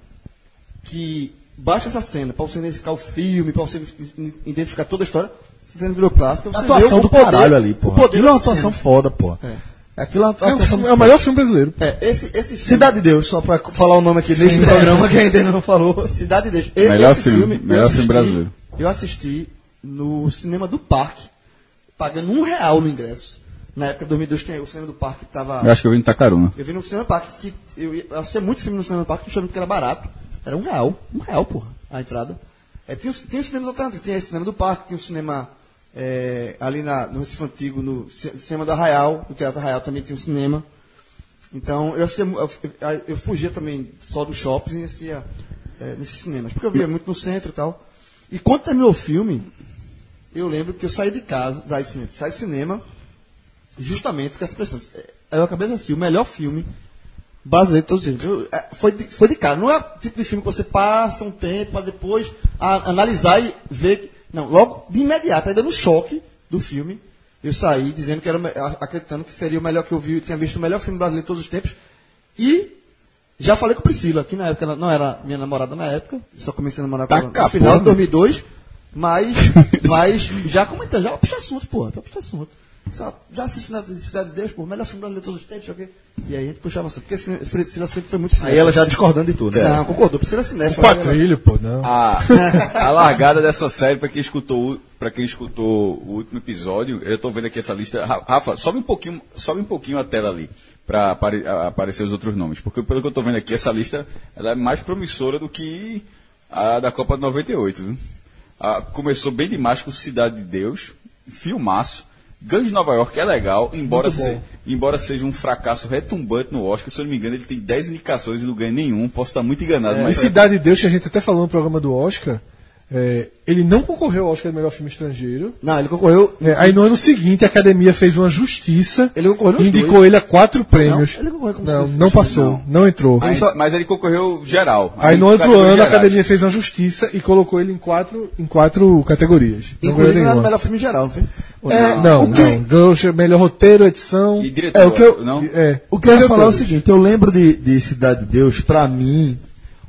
Speaker 4: que baixa essa cena pra você identificar o filme, pra você i- identificar toda a história, essa cena virou clássica, você
Speaker 2: A atuação
Speaker 4: vê o
Speaker 2: do
Speaker 4: poder,
Speaker 2: caralho ali,
Speaker 4: O
Speaker 2: porra.
Speaker 4: poder
Speaker 2: Aquilo é uma
Speaker 4: dessa
Speaker 2: atuação
Speaker 4: cena.
Speaker 2: foda, porra. Aquilo é uma
Speaker 3: É, o
Speaker 2: atuação
Speaker 3: filme- é o melhor filme brasileiro.
Speaker 4: É, esse, esse filme.
Speaker 2: Cidade de Deus, só pra falar o nome aqui deste programa que ainda não falou.
Speaker 4: Cidade de Deus.
Speaker 5: Melhor
Speaker 4: Esse
Speaker 5: filme,
Speaker 4: eu
Speaker 5: melhor filme brasileiro.
Speaker 4: Eu assisti no cinema do parque, pagando um real no ingresso. Na época de 2002, tinha- o cinema do parque tava.
Speaker 5: Eu acho que eu vim no Tacaruna.
Speaker 4: Eu vi no cinema do parque, que eu, ia- eu assistia muito filme no cinema do parque, justamente porque era barato. Era um real, um real, porra, a entrada. É, tinha, os- tinha os cinemas alternativos, tinha esse cinema do parque, tinha o cinema é, ali na, no Recife Antigo, no ci- cinema do Arraial, no Teatro Arraial também tinha um cinema. Então, eu, assistia mu- eu, eu- eu fugia também só dos shoppings e assistia é, nesses cinemas, porque eu via muito no centro e tal. E quando terminou o filme, eu lembro que eu saí de casa, saí do cinema, saí do cinema justamente com essa É, pressão. Eu acabei de assistir assim, o melhor filme brasileiro de todos os tempos. Eu, é, Foi de, foi de cara. Não é o tipo de filme que você passa um tempo para depois a- analisar e ver. que- não, logo de imediato, ainda no choque do filme, eu saí dizendo que era, o me- a- acreditando que seria o melhor que eu vi, eu tinha visto o melhor filme brasileiro de todos os tempos. E já falei com Priscila, que na época ela não era minha namorada na época, só comecei a namorar com
Speaker 5: Tá
Speaker 4: ela no
Speaker 5: capando.
Speaker 4: final de 2002, mas, mas já comentando, já puxa assunto, porra, já puxa assunto. Só, já assisti Cidade, Cidade de Deus, pô, melhor filme brasileiro de todos os tempos, não sei o quê. E aí a gente puxava assunto, porque cine- Priscila sempre foi muito
Speaker 2: Aí
Speaker 4: cinéfila.
Speaker 2: ela já discordando de tudo, né?
Speaker 4: Não, concordou, Priscila é cinéfila.
Speaker 3: Quatrilho, pô, não.
Speaker 5: A, a largada dessa série, para quem escutou para quem escutou o último episódio, eu estou vendo aqui essa lista. Ra- Rafa, sobe um pouquinho, sobe um pouquinho a tela ali para aparecer os outros nomes, porque pelo que eu estou vendo aqui, ela- essa lista ela é mais promissora do que a da Copa de 98. viu? Ah, começou bem demais com Cidade de Deus, filmaço. Gangue de Nova York é legal, embora, se- embora seja um fracasso retumbante no Oscar, se eu não me engano, ele tem 10 indicações e não ganha nenhum, posso estar muito enganado.
Speaker 3: Em
Speaker 5: mas
Speaker 3: É, Cidade de Deus, que a gente até falou no programa do Oscar, é, ele não concorreu ao Oscar de melhor filme estrangeiro.
Speaker 4: Não, ele concorreu.
Speaker 3: É, aí no ano seguinte a academia fez uma justiça
Speaker 4: Ele concorreu
Speaker 3: e
Speaker 4: nos
Speaker 3: indicou
Speaker 4: dois.
Speaker 3: ele a quatro prêmios.
Speaker 4: ele concorreu com
Speaker 3: não,
Speaker 4: os dois.
Speaker 3: não passou, não, entrou.
Speaker 5: Aí, Mas ele concorreu geral.
Speaker 3: Aí no outro
Speaker 5: categoria
Speaker 3: ano a
Speaker 5: gerais.
Speaker 3: academia fez uma justiça e colocou ele em quatro, em quatro categorias. Não ganhou
Speaker 4: Inclusive, não era o
Speaker 3: nenhuma.
Speaker 4: melhor filme em geral, não foi?
Speaker 3: É, não,
Speaker 2: O que-
Speaker 3: não. Ganhou che- melhor roteiro, edição.
Speaker 5: E diretor,
Speaker 2: É, o que eu,
Speaker 5: não?
Speaker 3: É.
Speaker 2: o que eu ia
Speaker 3: Diretor.
Speaker 2: falar é o seguinte, eu lembro de, de Cidade de Deus, pra mim,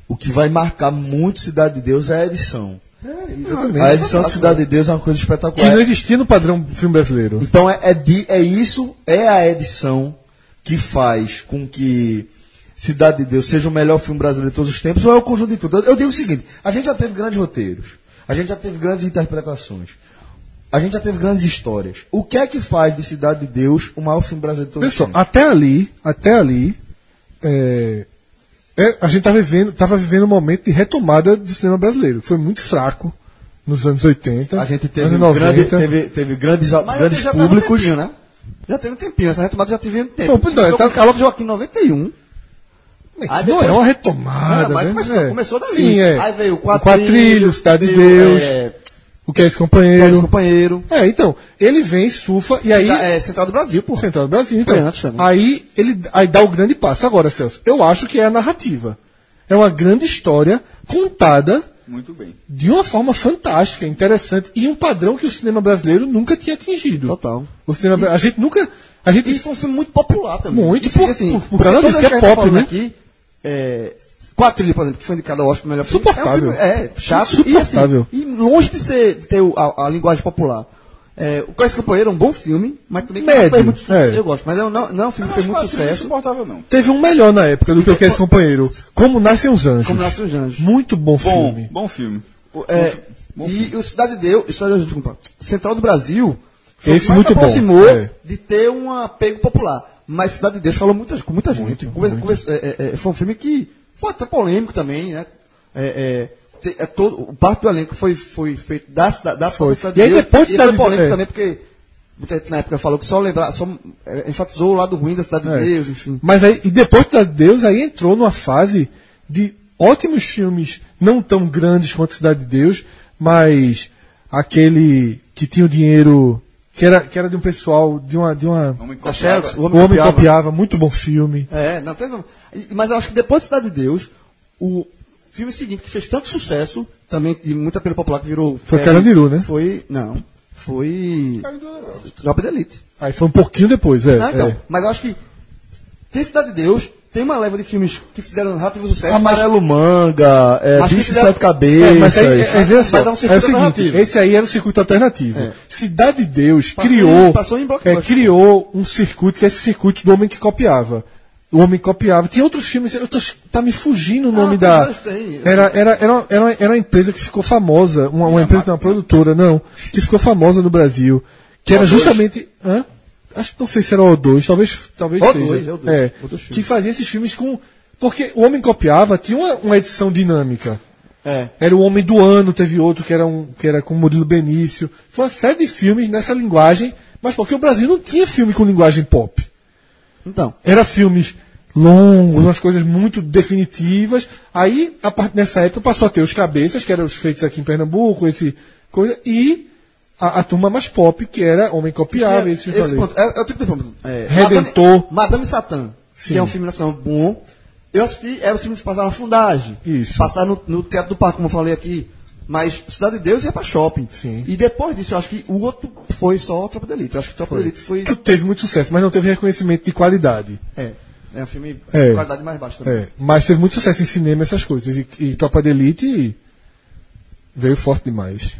Speaker 2: o que vai marcar muito Cidade de Deus é a edição. a edição de Cidade de Deus é uma coisa
Speaker 3: né? Que não
Speaker 2: espetacular.
Speaker 3: existia no padrão filme brasileiro.
Speaker 2: Então é, é, di- é isso, é a edição que faz com que Cidade de Deus seja o melhor filme brasileiro de todos os tempos, ou é o conjunto de tudo? Eu, eu digo o seguinte, a gente já teve grandes roteiros, a gente já teve grandes interpretações, a gente já teve grandes histórias. O que é que faz de Cidade de Deus o maior filme brasileiro de todos
Speaker 3: Pessoal,
Speaker 2: os tempos?
Speaker 3: até ali, até ali, é, é, a gente tá vivendo, tava vivendo um momento de retomada do cinema brasileiro, que foi muito fraco nos anos 80.
Speaker 2: A gente teve,
Speaker 3: É. anos
Speaker 2: um
Speaker 3: 90.
Speaker 2: grande, teve, teve grandes,
Speaker 4: Mas
Speaker 2: grandes
Speaker 4: já tava um
Speaker 2: públicos.
Speaker 4: tempinho, né? Já teve um tempinho, essa retomada já teve um
Speaker 3: Pô,
Speaker 4: tempo.
Speaker 3: pois não,
Speaker 4: Começou
Speaker 3: tá-
Speaker 4: com o Carlos Joaquim em 91.
Speaker 3: Mas
Speaker 4: Aí
Speaker 3: isso não
Speaker 4: depois-
Speaker 3: é uma retomada,
Speaker 4: Não, mas
Speaker 3: né?
Speaker 4: começou-
Speaker 3: É.
Speaker 4: começou dali.
Speaker 3: Sim, é.
Speaker 4: Aí veio o
Speaker 3: Quatrilho,
Speaker 4: Quatrilho,
Speaker 3: Cidade de
Speaker 4: veio,
Speaker 3: Deus,
Speaker 4: é,
Speaker 3: o que é esse
Speaker 4: Pérez
Speaker 3: companheiro.
Speaker 4: Companheiro.
Speaker 3: É, então, ele vem, surfa, e aí...
Speaker 4: Da- é, Central do Brasil, porra.
Speaker 3: Central do Brasil, então.
Speaker 4: Foi antes também.
Speaker 3: Aí ele aí dá o grande passo agora, Celso. Eu acho que é a narrativa. É uma grande história contada
Speaker 5: Muito bem.
Speaker 3: de uma forma fantástica, interessante e um padrão que o cinema brasileiro nunca tinha atingido.
Speaker 4: Total.
Speaker 3: O cinema, bra- a gente nunca, a
Speaker 4: E
Speaker 3: gente
Speaker 4: foi um filme muito popular também. assim,
Speaker 3: Muito
Speaker 4: Isso,
Speaker 3: por- por- por causa
Speaker 4: todas
Speaker 3: disso que é
Speaker 4: as a gente
Speaker 3: pop,
Speaker 4: falou
Speaker 3: né?
Speaker 4: Aqui, é, Quatrilho, por exemplo, que foi indicado ao Oscar melhor filme.
Speaker 3: Insuportável.
Speaker 4: É, um filme, é chato.
Speaker 3: Insuportável.
Speaker 4: E, assim, e longe de ser, de ter o- a, a linguagem popular. É, o Cães Companheiro é um bom filme, mas também
Speaker 3: Médio,
Speaker 4: fez muito sucesso.
Speaker 3: é.
Speaker 4: Eu gosto, mas é um- não, não é um filme que fez muito
Speaker 5: Não é
Speaker 4: sucesso.
Speaker 5: insuportável, não.
Speaker 3: teve um melhor na época do que o que esse companheiro. Como Nascem os Anjos.
Speaker 4: Então, Como Nascem os Anjos.
Speaker 3: Muito bom,
Speaker 5: Bom,
Speaker 3: filme.
Speaker 5: bom filme.
Speaker 4: O- é,
Speaker 5: Bom
Speaker 4: e o Cidade de Deus, Cidade de Deus, desculpa, Central do Brasil, foi o
Speaker 3: Esse
Speaker 4: que mais
Speaker 3: muito
Speaker 4: se
Speaker 3: bom,
Speaker 4: aproximou
Speaker 3: é.
Speaker 4: de ter um apego popular. Mas Cidade de Deus falou muitas, com muita gente. Conversa- conversa- é, é, é, foi um filme que foi até polêmico também, né? É, é, te- é todo, o parte do elenco foi, foi feito da, cida- da própria Cidade
Speaker 3: E aí
Speaker 4: de Deus.
Speaker 3: depois de
Speaker 4: e
Speaker 3: Cidade
Speaker 4: foi
Speaker 3: de
Speaker 4: polêmico
Speaker 3: Deus, é.
Speaker 4: também, porque muita gente na época falou que só lembrar, só é, enfatizou o lado ruim da Cidade
Speaker 3: É.
Speaker 4: de Deus, enfim.
Speaker 3: Mas aí, e depois da Deus, aí entrou numa fase de ótimos filmes, não tão grandes quanto Cidade de Deus, mas aquele que que tinha o dinheiro. Que era, que era de um pessoal, de uma. De uma
Speaker 4: Homem Copiava. Da Xerox,
Speaker 3: o homem, copiava. muito bom filme.
Speaker 4: É, não teve. Mas eu acho que depois de Cidade de Deus, o filme seguinte que fez tanto sucesso, também de muita apelo popular que virou.
Speaker 3: Foi
Speaker 4: febre,
Speaker 3: Carandiru, né?
Speaker 4: Foi. Não. Foi. Tropa de Elite.
Speaker 3: Aí foi um pouquinho depois, é.
Speaker 4: Ah, então.
Speaker 3: é.
Speaker 4: Mas eu acho que tem Cidade de Deus, tem uma leva de filmes que fizeram relativo
Speaker 3: Ah,
Speaker 4: sucesso.
Speaker 2: É Amarelo Manga, é,
Speaker 4: Acho que
Speaker 2: Bicho de
Speaker 4: fizeram-
Speaker 2: Sete Cabeças.
Speaker 3: É, mas aí, é, é, veja só,
Speaker 4: Vai dar um circuito
Speaker 3: é o seguinte,
Speaker 4: alternativo. É.
Speaker 3: esse aí era o circuito alternativo. Cidade de Deus
Speaker 4: Passou
Speaker 3: criou,
Speaker 4: em- passou em
Speaker 3: é,
Speaker 4: blockbuster.
Speaker 3: criou um circuito que é esse circuito do homem que copiava. O homem que copiava. Tinha outros filmes, eu tô, tá me fugindo o nome
Speaker 4: tem
Speaker 3: da.
Speaker 4: vários, Ah, tá, tem.
Speaker 3: Era, era, era, era, uma- era uma empresa que ficou famosa, uma, uma empresa, não, uma produtora, não, que ficou famosa no Brasil, que era
Speaker 4: O2?
Speaker 3: justamente. Hã? Acho que não sei se era o 2, talvez, talvez
Speaker 4: O2,
Speaker 3: seja.
Speaker 4: é o 2,
Speaker 3: É,
Speaker 4: o dos filmes.
Speaker 3: que fazia esses filmes com. Porque o Homem Copiava tinha uma, uma edição dinâmica.
Speaker 4: É.
Speaker 3: Era o Homem do Ano, teve outro que era, um, que era com o Murilo Benício. Foi uma série de filmes nessa linguagem, mas porque o Brasil não tinha filme com linguagem pop.
Speaker 4: Então.
Speaker 3: Era filmes longos, umas coisas muito definitivas. Aí, a partir dessa época, passou a ter os cabeças, que eram os feitos aqui em Pernambuco, esse coisa, e a, a turma mais pop, que era Homem Copiava, esse, que eu falei.
Speaker 4: ponto, é, é o tipo de filme. É,
Speaker 3: Redentor.
Speaker 4: Madame, Madame Satã,
Speaker 3: Sim.
Speaker 4: que é um filme nacional bom. Eu assisti, era o filme que passava na Fundagem.
Speaker 3: Isso.
Speaker 4: Passar no, no Teatro do Parque, como eu falei aqui. Mas Cidade de Deus ia pra shopping.
Speaker 3: Sim.
Speaker 4: E depois disso, eu acho que o outro foi só Tropa de Elite. Eu acho que Tropa de Elite foi.
Speaker 3: Que teve muito sucesso, mas não teve reconhecimento de qualidade.
Speaker 4: É. É um filme de
Speaker 3: É.
Speaker 4: qualidade mais baixa também.
Speaker 3: É, mas teve muito sucesso em cinema essas coisas. E, e Tropa de Elite veio forte demais.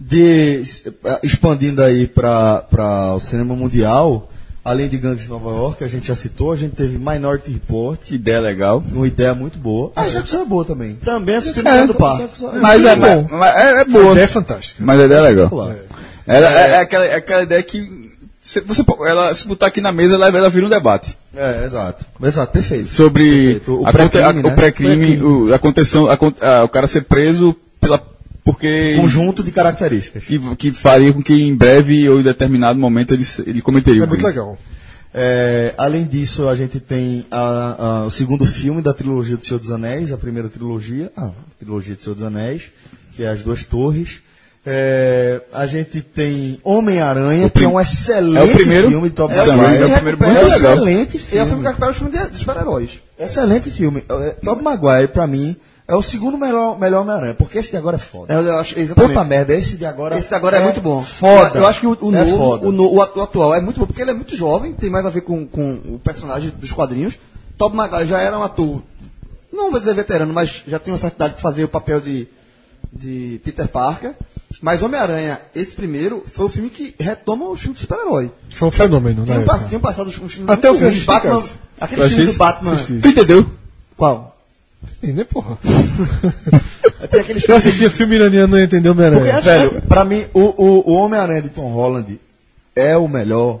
Speaker 2: de é, expandindo aí para o cinema mundial, além de Gangues de Nova York, que a gente já citou, a gente teve Minority Report,
Speaker 5: Que ideia legal.
Speaker 2: uma ideia muito boa. A execução é boa também.
Speaker 4: Também assisti no Teatro do Parque.
Speaker 5: Mas é
Speaker 3: bom.
Speaker 5: bom. É, é
Speaker 3: A
Speaker 5: boa.
Speaker 3: ideia é fantástica.
Speaker 5: Mas a ideia é legal. Ela, é, é aquela, é aquela ideia que. Você, você po- ela, se botar aqui na mesa, ela, ela vira um debate.
Speaker 2: É, exato. Exato, perfeito.
Speaker 5: Sobre
Speaker 2: Perfeito. O
Speaker 5: a conte- a-
Speaker 2: pré-crime, né?
Speaker 5: o pré-crime, o- a contenção, a con- a- o cara ser preso pela, porque.
Speaker 3: é-
Speaker 2: Conjunto de características.
Speaker 5: Que, que faria com que em breve ou em determinado momento ele, se- ele cometeria.
Speaker 3: É
Speaker 5: o
Speaker 3: muito
Speaker 5: crime.
Speaker 3: legal.
Speaker 2: É, além disso, a gente tem a- a- o segundo filme da trilogia do Senhor dos Anéis, a primeira trilogia, a trilogia do Senhor dos Anéis, que é As Duas Torres. É, a gente tem Homem-Aranha,
Speaker 5: O
Speaker 2: que é
Speaker 5: prim-
Speaker 2: um excelente
Speaker 5: é o primeiro?
Speaker 2: filme de Top
Speaker 5: É o primeiro,
Speaker 2: Maguire.
Speaker 5: é o primeiro,
Speaker 2: É um
Speaker 5: muito legal.
Speaker 2: excelente
Speaker 4: E é o
Speaker 2: filme.
Speaker 4: filme que recupera os filmes de- de super-heróis.
Speaker 2: Excelente filme. É, Tobey Maguire, pra mim, é o segundo melhor, melhor Homem-Aranha, porque esse de agora é foda.
Speaker 4: Eu, eu acho, exatamente.
Speaker 2: Puta
Speaker 3: é
Speaker 2: merda, esse de agora
Speaker 4: Esse agora é, muito bom.
Speaker 2: Foda.
Speaker 4: Eu, eu acho que o, o
Speaker 2: É
Speaker 4: novo,
Speaker 2: foda.
Speaker 4: o, no- o atu- atual é muito bom, porque ele é muito jovem, tem mais a ver com, com o personagem dos quadrinhos. Top Maguire já era um ator, não vou dizer veterano, mas já tem uma certa idade de fazer o papel de, de Peter Parker. Mas Homem-Aranha, esse primeiro, foi o filme que retoma o filme de super-herói.
Speaker 3: Foi um fenômeno, né?
Speaker 4: Tinham pa- tinham um passado os os filmes
Speaker 3: Até
Speaker 4: muito
Speaker 3: o
Speaker 4: ruins,
Speaker 3: filme
Speaker 4: Batman.
Speaker 3: Justifica-se.
Speaker 5: Eu
Speaker 4: Aquele filme do
Speaker 5: assisti-
Speaker 4: Batman.
Speaker 3: assisti.
Speaker 5: Tu entendeu?
Speaker 4: Qual?
Speaker 3: Ih, né, porra?
Speaker 4: Tem aquele
Speaker 3: Eu
Speaker 4: filme.
Speaker 3: assistia filme iraniano e não entendeu Homem-Aranha.
Speaker 2: É, Velho, pra mim, o, o, o Homem-Aranha de Tom Holland é o melhor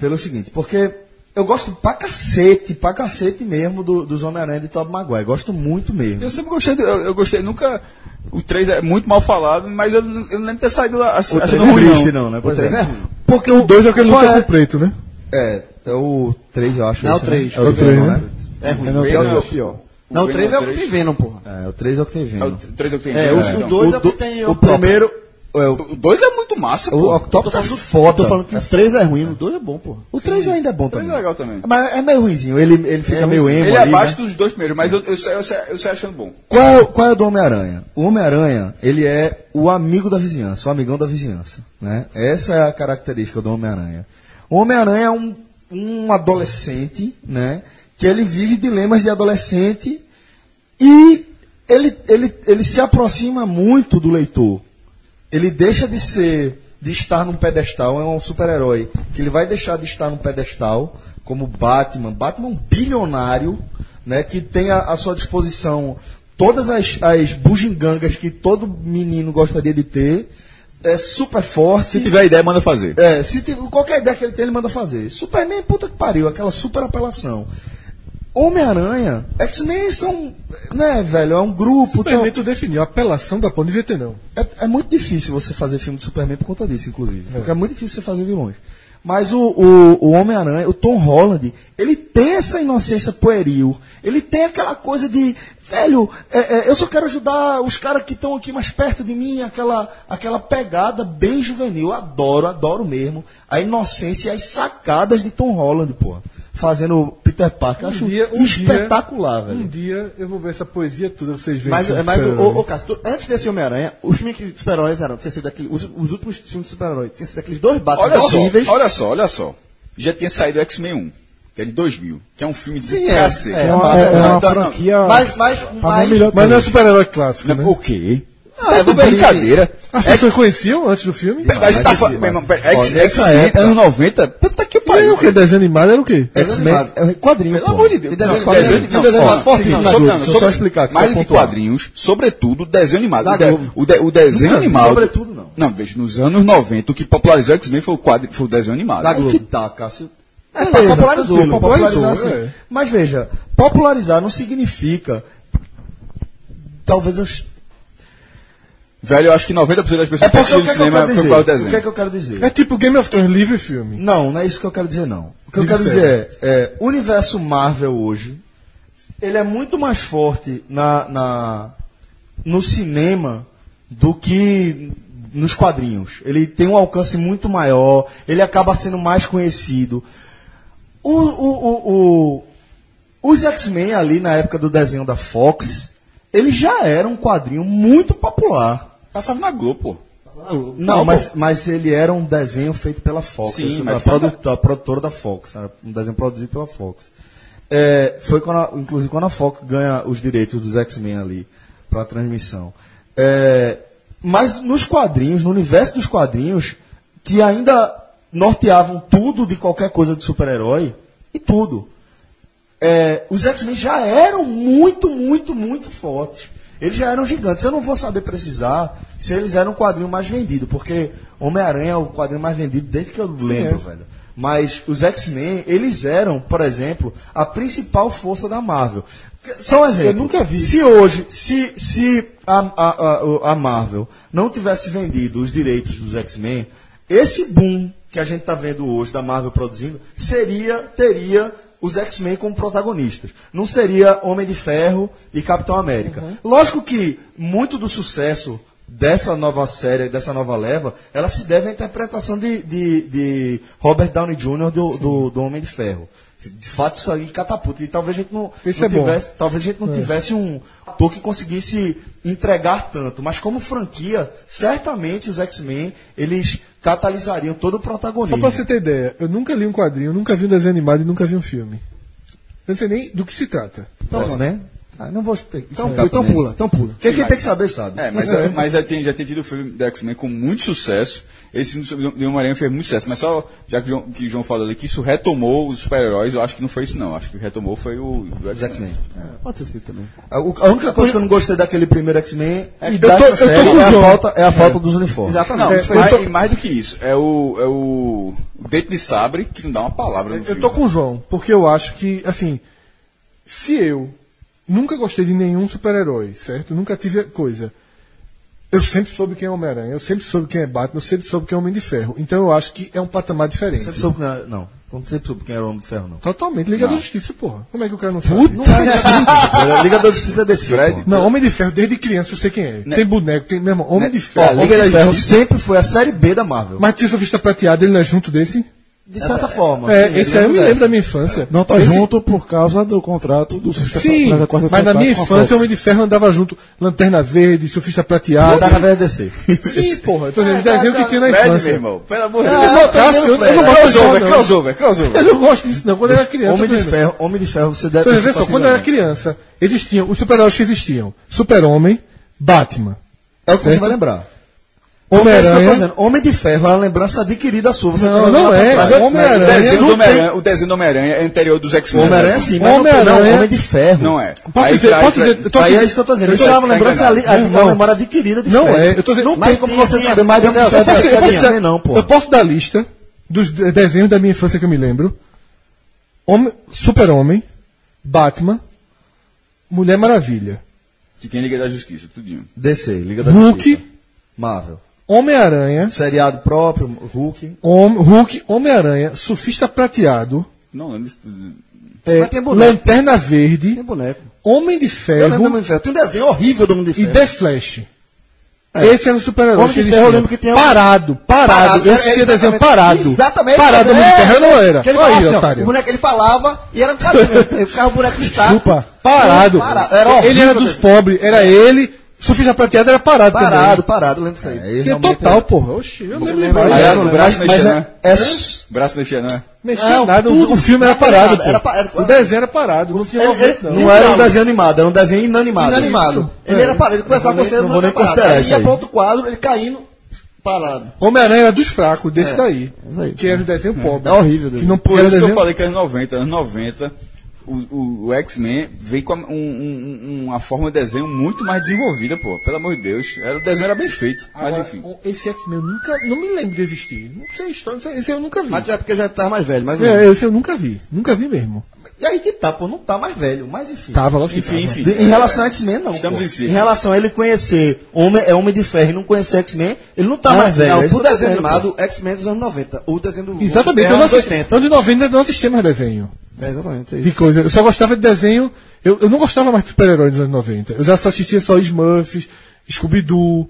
Speaker 2: pelo seguinte, porque eu gosto pra cacete, pra cacete mesmo do, dos Homem-Aranha de Tobey Maguire. Gosto muito mesmo.
Speaker 5: Eu sempre gostei, do- eu, eu gostei, nunca. O 3 é muito mal falado, mas eu, não- eu não lembro de ter saído a- ach- achando
Speaker 4: é
Speaker 5: ruim.
Speaker 2: triste,
Speaker 5: não.
Speaker 2: não, né? Pois
Speaker 4: três é
Speaker 2: é.
Speaker 4: ruim.
Speaker 2: Porque
Speaker 3: O dois é aquele
Speaker 2: Qual
Speaker 3: luta com
Speaker 2: é?
Speaker 3: o preto, né?
Speaker 2: É, é o 3, eu acho.
Speaker 4: Não,
Speaker 2: esse,
Speaker 4: o três.
Speaker 2: Né? É o
Speaker 3: É o três,
Speaker 2: 3,
Speaker 3: né?
Speaker 2: né?
Speaker 4: É ruim.
Speaker 5: Venom
Speaker 4: é o
Speaker 5: três.
Speaker 4: pior. Não,
Speaker 5: O
Speaker 4: o 3 é o que
Speaker 5: Venom
Speaker 4: tem Venom, porra.
Speaker 2: É, o 3 é o que tem
Speaker 5: É o
Speaker 2: vindo.
Speaker 5: 3 é o que tem.
Speaker 4: É,
Speaker 5: viu?
Speaker 4: o- o dois é o que tem
Speaker 2: O
Speaker 4: o próprio.
Speaker 2: primeiro. É, o,
Speaker 5: O 2 é muito massa,
Speaker 2: o
Speaker 5: pô.
Speaker 2: Octopus é foda.
Speaker 4: Tô falando que o 3 é ruim, o 2 é bom, porra.
Speaker 2: O 3 ainda é bom
Speaker 5: três
Speaker 2: também.
Speaker 5: é legal também.
Speaker 2: Mas é meio ruimzinho. Ele, ele fica meio emo.
Speaker 5: Ele é
Speaker 2: ali, né?
Speaker 5: abaixo dos dois primeiros, mas eu, eu, sei- eu, sei- eu sei achando bom.
Speaker 2: Qual é, o- qual é o do Homem-Aranha? O Homem-Aranha, ele é o amigo da vizinhança, o amigão da vizinhança. Né? Essa é a característica do Homem-Aranha. O Homem-Aranha é um, um adolescente, né? Que ele vive dilemas de adolescente e ele, ele, ele se aproxima muito do leitor. Ele deixa de ser, de estar num pedestal, é um super-herói. Que ele vai deixar de estar num pedestal, como Batman. Batman é um bilionário, né, que tem à à sua disposição todas as, as bugigangas que todo menino gostaria de ter. É super forte.
Speaker 5: Se tiver ideia, manda fazer.
Speaker 2: É, se tiver, qualquer ideia que ele tem, ele manda fazer. Superman, puta que pariu, aquela super apelação. Homem-Aranha, X-Men são, né, velho, é um grupo.
Speaker 3: Superman
Speaker 2: tal.
Speaker 3: tu definiu, a apelação da ponte devia ter não.
Speaker 2: É, é muito difícil você fazer filme de Superman por conta disso, inclusive. Porque é muito difícil você fazer vilões.
Speaker 4: Mas o, o, o Homem-Aranha, o Tom Holland, ele tem essa inocência pueril. Ele tem aquela coisa de, velho, é, é, eu só quero ajudar os caras que estão aqui mais perto de mim. Aquela, aquela pegada bem juvenil. Adoro, adoro mesmo. A inocência e as sacadas de Tom Holland, pô. Fazendo Peter
Speaker 3: Um
Speaker 4: Parker. Acho espetacular,
Speaker 3: dia,
Speaker 4: velho.
Speaker 3: Um dia eu vou ver essa poesia toda que vocês veem.
Speaker 13: Mas,
Speaker 3: sobre
Speaker 13: mas
Speaker 3: é super-herói.
Speaker 13: ô, ô, Cássio, tu- antes desse Homem-Aranha, os filmes que- de super-heróis eram, tinha sido aquele, os, os últimos filmes de super-heróis, tinha sido aqueles dois Batman
Speaker 4: Tá
Speaker 5: Olha só,
Speaker 13: horríveis.
Speaker 5: olha só, olha só. Já tinha saído o X-Men 1, que é de 2000, que é um filme de
Speaker 13: Sim, é.
Speaker 5: cacete.
Speaker 13: É, é
Speaker 5: Mas-
Speaker 13: uma- é uma
Speaker 5: então, não.
Speaker 14: franquia-
Speaker 13: Mas, mas, mas,
Speaker 3: né? Mas não é super-herói clássico, né?
Speaker 5: Não, O quê?
Speaker 13: Não, é
Speaker 5: Tá de
Speaker 13: Wolverine.
Speaker 5: brincadeira.
Speaker 3: As pessoas conheciam antes do filme?
Speaker 5: Mas a gente tá falando, meu irmão, pera, X- X-Men, tá? anos 90, puta que
Speaker 3: E aí,
Speaker 5: pariu.
Speaker 3: o que? Desenho animado era o quê?
Speaker 4: X-Men é um quadrinho.
Speaker 5: Pelo
Speaker 4: pô.
Speaker 5: amor de Deus.
Speaker 4: Desenho
Speaker 5: Não,
Speaker 4: animado.
Speaker 5: desenho- não,
Speaker 4: Desenho
Speaker 5: ó,
Speaker 4: animado forte,
Speaker 5: não, sobre-
Speaker 4: na Globo.
Speaker 5: não,
Speaker 4: Deixa eu
Speaker 5: sobre-
Speaker 4: só explicar é aqui,
Speaker 5: Tá Mais
Speaker 4: só
Speaker 5: do que
Speaker 4: pontuar.
Speaker 5: quadrinhos, sobretudo desenho animado.
Speaker 13: Da
Speaker 5: O de-
Speaker 13: Globo.
Speaker 5: o, de- o desenho
Speaker 13: Nunca vi,
Speaker 5: animado.
Speaker 13: sobretudo, não.
Speaker 5: Não, veja, nos anos 90, o que popularizou o X-Men foi, o quadri- foi o desenho animado.
Speaker 13: Da Globo.
Speaker 4: Que tá, Cássio.
Speaker 13: É,
Speaker 4: Beleza,
Speaker 13: popularizou,
Speaker 4: tranquilo,
Speaker 13: popularizou,
Speaker 4: popularizar,
Speaker 13: é.
Speaker 4: sim. Mas veja, popularizar não significa. Talvez eu.
Speaker 5: Velho, eu acho que 90% das pessoas
Speaker 4: É
Speaker 5: que
Speaker 4: porque
Speaker 5: assistiram
Speaker 4: o que, é que eu
Speaker 5: cinema
Speaker 4: quero
Speaker 5: foi por causa do
Speaker 4: dizer? O que é
Speaker 5: desenho.
Speaker 4: que eu quero dizer?
Speaker 3: É tipo Game of Thrones, livro e filme.
Speaker 4: Não, não é isso que eu quero dizer, não. O que eu
Speaker 3: Diga
Speaker 4: quero
Speaker 3: sério.
Speaker 4: dizer é, é, o universo Marvel hoje, ele é muito mais forte na, na- no cinema do que nos quadrinhos. Ele tem um alcance muito maior, ele acaba sendo mais conhecido. O- o- o- o- os X-Men ali na época do desenho da Fox, ele já era um quadrinho muito popular.
Speaker 5: Passava na Globo, pô.
Speaker 4: Não, mas, mas ele era um desenho feito pela Fox.
Speaker 5: Sim,
Speaker 4: Sim,
Speaker 5: mas
Speaker 4: a,
Speaker 5: foi
Speaker 4: produ- a produtora da Fox. Era um desenho produzido pela Fox. É, foi quando a- inclusive quando a Fox ganha os direitos dos X-Men ali para transmissão. É, mas nos quadrinhos, no universo dos quadrinhos, que ainda norteavam tudo de qualquer coisa de super-herói e tudo é, os X-Men já eram muito, muito, muito fortes. Eles já eram gigantes. Eu não vou saber precisar se eles eram o quadrinho mais vendido, porque Homem-Aranha é o quadrinho mais vendido desde que eu lembro,
Speaker 3: é.
Speaker 4: velho. Mas os X-Men, eles eram, por exemplo, a principal força da Marvel. Só um exemplo.
Speaker 3: Eu nunca vi.
Speaker 4: Se hoje, se, se a, a- a- a Marvel não tivesse vendido os direitos dos X-Men, esse boom que a gente está vendo hoje da Marvel produzindo seria, teria os X-Men como protagonistas. Não seria Homem de Ferro e Capitão América.
Speaker 3: Uhum.
Speaker 4: Lógico que muito do sucesso dessa nova série, dessa nova leva, ela se deve à interpretação de, de- de Robert Downey Jr. do, do- do Homem de Ferro. De fato, isso aí catapulta. E talvez a gente não,
Speaker 3: Isso
Speaker 4: não
Speaker 3: é bom.
Speaker 4: tivesse talvez a gente não tivesse um ator que conseguisse entregar tanto, mas como franquia, certamente os X-Men eles catalisariam todo o
Speaker 3: Só
Speaker 4: protagonismo.
Speaker 3: pra você ter ideia, eu nunca li um quadrinho, nunca vi um desenho animado e nunca vi um filme. Eu não sei nem do que se trata.
Speaker 4: Então, né? Ah, não vou explicar. Então,
Speaker 13: Então, então pula, então pula.
Speaker 4: Quem, quem tem que saber sabe.
Speaker 5: É, mas, mas já, tem, já tem tido o filme da X-Men com muito sucesso. Esse filme sobre de Homem-Aranha fez muito sucesso. Mas só, já que o João, que o João falou ali, que isso retomou os super-heróis, eu acho que não foi isso, não. Acho que o que retomou foi o, o
Speaker 4: Os X-Men.
Speaker 5: É.
Speaker 13: Pode ser também.
Speaker 4: A o- a única coisa que eu não gostei daquele primeiro X-Men é,
Speaker 3: Eu
Speaker 4: que
Speaker 3: tô-
Speaker 4: dessa
Speaker 3: eu tô
Speaker 4: série
Speaker 3: com o
Speaker 4: é a
Speaker 3: João.
Speaker 4: falta, é a falta dos uniformes.
Speaker 5: Não,
Speaker 4: É,
Speaker 13: Exatamente.
Speaker 5: mas- e mais do que isso, é o, é o o Dente de Sabre, que não dá uma palavra no
Speaker 3: Eu
Speaker 5: filme.
Speaker 3: tô com o João, porque eu acho que, assim, se eu nunca gostei de nenhum super-herói, certo? Nunca tive coisa. Eu sempre soube quem é Homem-Aranha, eu sempre soube quem é Batman, eu sempre soube quem é Homem de Ferro. Então eu acho que é um patamar diferente.
Speaker 4: Sempre soube quem era- não, então sempre soube quem era o Homem de Ferro, não.
Speaker 3: Totalmente. Liga da Justiça, porra. Como é que o cara não sabe?
Speaker 4: Não é, Liga da Justiça é desse.
Speaker 5: Fred,
Speaker 3: Não, Homem de Ferro, desde criança eu sei quem é. Tem boneco, tem mesmo. Homem de
Speaker 4: Né? Ó,
Speaker 3: Ferro.
Speaker 4: Liga da Ferro sempre foi a série B da Marvel.
Speaker 3: Mas tinha essa vista prateada, ele não é junto desse?
Speaker 4: De certa forma.
Speaker 3: É,
Speaker 4: sim,
Speaker 3: esse aí eu me
Speaker 4: dessa.
Speaker 3: lembro da minha infância.
Speaker 14: Não tá
Speaker 3: Esse-
Speaker 14: junto por causa do contrato do Surfista
Speaker 3: Sim,
Speaker 14: Prateado, da Quarta
Speaker 3: mas na minha
Speaker 14: Fantástica com a
Speaker 3: infância o
Speaker 14: Fox.
Speaker 3: Homem de Ferro andava junto. Lanterna Verde, Surfista
Speaker 4: Ah,
Speaker 3: Prateado.
Speaker 4: tá na VDC.
Speaker 3: Sim, porra. Eu tô dizendo, desenho que tinha na
Speaker 5: Fred, meu
Speaker 3: infância.
Speaker 5: irmão, pelo amor de
Speaker 3: Se
Speaker 5: Deus.
Speaker 3: eu botasse, eu, eu não gosto
Speaker 5: Crossover,
Speaker 3: não.
Speaker 5: crossover, crossover.
Speaker 3: Eu não gosto disso, não. Quando eu era criança.
Speaker 4: Homem
Speaker 3: tô
Speaker 4: de
Speaker 3: dizendo.
Speaker 4: ferro, homem de ferro, você deve.
Speaker 3: Tô
Speaker 4: você
Speaker 3: dizendo só, quando eu era
Speaker 4: facilmente.
Speaker 3: criança, existiam os super-heróis que existiam: Super-Homem, Batman,
Speaker 4: É o que você
Speaker 3: Certo?
Speaker 4: vai lembrar. Então, é isso que eu tô
Speaker 3: Homem-Aranha.
Speaker 4: dizendo. homem de ferro é uma lembrança adquirida sua. Você
Speaker 3: Não,
Speaker 4: tá
Speaker 3: não
Speaker 4: olhando
Speaker 3: é.
Speaker 4: pra trás.
Speaker 5: O
Speaker 3: Homem-Aranha.
Speaker 5: desenho do
Speaker 3: não tem-
Speaker 5: Homem-Aranha- O desenho do Homem-Aranha é anterior dos X-Men.
Speaker 4: Homem-Aranha é assim. sim, mas não,
Speaker 3: Homem-Aranha-
Speaker 4: não, homem de ferro.
Speaker 5: Não é.
Speaker 3: Posso dizer,
Speaker 5: traz-
Speaker 3: posso dizer, eu tô
Speaker 4: Aí
Speaker 3: assim-
Speaker 4: é isso que eu tô dizendo.
Speaker 3: eu tô
Speaker 4: Isso é uma
Speaker 5: assim, tá
Speaker 4: lembrança ali,
Speaker 3: enganado.
Speaker 4: ali-
Speaker 3: Não.
Speaker 4: uma memória adquirida de
Speaker 3: Não
Speaker 4: ferro.
Speaker 3: é, eu tô dizendo-
Speaker 4: Não
Speaker 3: Mas
Speaker 4: tem como você saber mais de
Speaker 13: tem-
Speaker 4: homem de
Speaker 3: Eu
Speaker 4: ferro do
Speaker 3: posso,
Speaker 4: que
Speaker 3: eu
Speaker 4: de
Speaker 3: posso
Speaker 4: X-Men,
Speaker 3: dar,
Speaker 4: não, pô.
Speaker 3: tá assim, eu posso dar a lista dos de- desenhos da minha infância que eu me lembro: Homem- Super-Homem, Batman, Mulher Maravilha,
Speaker 5: Que tem Liga é da Justiça, tudinho.
Speaker 4: DC, Liga da Justiça.
Speaker 3: Hulk,
Speaker 4: Marvel.
Speaker 3: Homem-Aranha.
Speaker 2: Seriado próprio, Hulk.
Speaker 3: Hom- Hulk, Homem-Aranha, Surfista Prateado.
Speaker 5: Não, lembro.
Speaker 3: é,
Speaker 2: Mas tem boneco. né?
Speaker 3: Lanterna Verde. Homem de Ferro.
Speaker 2: Eu lembro do Homem de Ferro. Tem um desenho horrível do Homem de
Speaker 3: É E
Speaker 2: Ferro.
Speaker 3: The Flash.
Speaker 2: É.
Speaker 3: Esse era o super-herói.
Speaker 2: Homem de
Speaker 3: que
Speaker 2: Ferro,
Speaker 3: existia.
Speaker 2: eu lembro que tinha um-
Speaker 3: Parado, parado.
Speaker 2: Parado,
Speaker 3: Eu
Speaker 2: era-
Speaker 3: assistia
Speaker 2: exatamente-
Speaker 3: desenho parado.
Speaker 2: Exatamente.
Speaker 3: Parado, Homem de
Speaker 2: É,
Speaker 3: Ferro eu não era.
Speaker 2: que ele
Speaker 3: Olha aí,
Speaker 2: falava assim, ó,
Speaker 3: otário.
Speaker 2: o boneco, ele falava e era um cara. Ele ficava o boneco estático.
Speaker 3: Chupa. tá Parado.
Speaker 2: Parado. Era horrível,
Speaker 3: ele era dos pobres, era ele. Surfista prateado era parado,
Speaker 2: Parado,
Speaker 3: também. É
Speaker 2: parado, lembro disso aí.
Speaker 3: Tinha total, porra. Oxi, eu lembro
Speaker 2: Mas-
Speaker 5: Aí
Speaker 3: demais.
Speaker 5: era no
Speaker 2: mas-
Speaker 5: braço
Speaker 2: mas
Speaker 5: mexia,
Speaker 2: é-
Speaker 5: né?
Speaker 2: é-
Speaker 5: O braço mexia, né?
Speaker 3: Mexia
Speaker 2: Não,
Speaker 3: nada, o-
Speaker 2: tudo.
Speaker 3: o filme era
Speaker 2: Era
Speaker 3: parado.
Speaker 2: parado,
Speaker 3: pô.
Speaker 2: era pa- era-
Speaker 3: o desenho era parado, não tinha movimento, não.
Speaker 2: Não era um desenho animado, era um desenho inanimado.
Speaker 4: Então, Inanimado.
Speaker 2: Isso.
Speaker 4: Ele
Speaker 2: É.
Speaker 4: era parado, ele começava
Speaker 2: Não vou
Speaker 4: com você
Speaker 2: nem- não vou nem
Speaker 4: parado.
Speaker 2: considerar
Speaker 4: Aí
Speaker 2: isso
Speaker 4: ia
Speaker 2: aí.
Speaker 4: pra outro quadro, ele caindo, parado.
Speaker 3: Homem-Aranha era dos fracos, desse daí. Que era o desenho pobre.
Speaker 2: É horrível, Deus.
Speaker 3: Que não
Speaker 5: Por
Speaker 3: era
Speaker 5: isso que eu
Speaker 3: desenho-
Speaker 5: falei que é anos 90, anos 90, o, o- o X-Men veio com a- um- um- uma forma de desenho muito mais desenvolvida, pô. Pelo amor de Deus. Era, o desenho era bem feito, mas
Speaker 3: Agora,
Speaker 5: enfim.
Speaker 3: o- Esse X-Men eu nunca. Não me lembro de existir. Não sei a história, não sei- esse eu nunca vi.
Speaker 4: Mas é porque já tava mais velho, mas
Speaker 3: É, esse eu nunca vi. Nunca vi mesmo.
Speaker 2: E aí que tá, pô, não tá mais velho, mas enfim.
Speaker 3: Tava, lógico que
Speaker 5: Enfim,
Speaker 3: tava.
Speaker 5: enfim.
Speaker 2: De- Tá em relação a X-Men, não.
Speaker 5: Estamos
Speaker 2: pô.
Speaker 5: em si.
Speaker 2: Em relação a ele conhecer Homem, é Homem de Ferro e não conhecer X-Men, ele não tá
Speaker 4: Não,
Speaker 2: mais velho.
Speaker 4: não,
Speaker 2: é isso
Speaker 4: o
Speaker 2: que eu tô
Speaker 4: desenho
Speaker 2: dizendo,
Speaker 4: animado, X-Men dos anos 90. O desenho do
Speaker 3: Exatamente,
Speaker 4: é
Speaker 3: eu não
Speaker 4: anos
Speaker 3: assisti.
Speaker 4: 80.
Speaker 3: Então de 90 eu não assisti mais desenho.
Speaker 4: É, exatamente. é isso.
Speaker 3: De coisa. Eu só gostava de desenho. Eu, eu não gostava mais de super-heróis dos anos 90. Eu já só assistia só Smurfs, Scooby-Doo.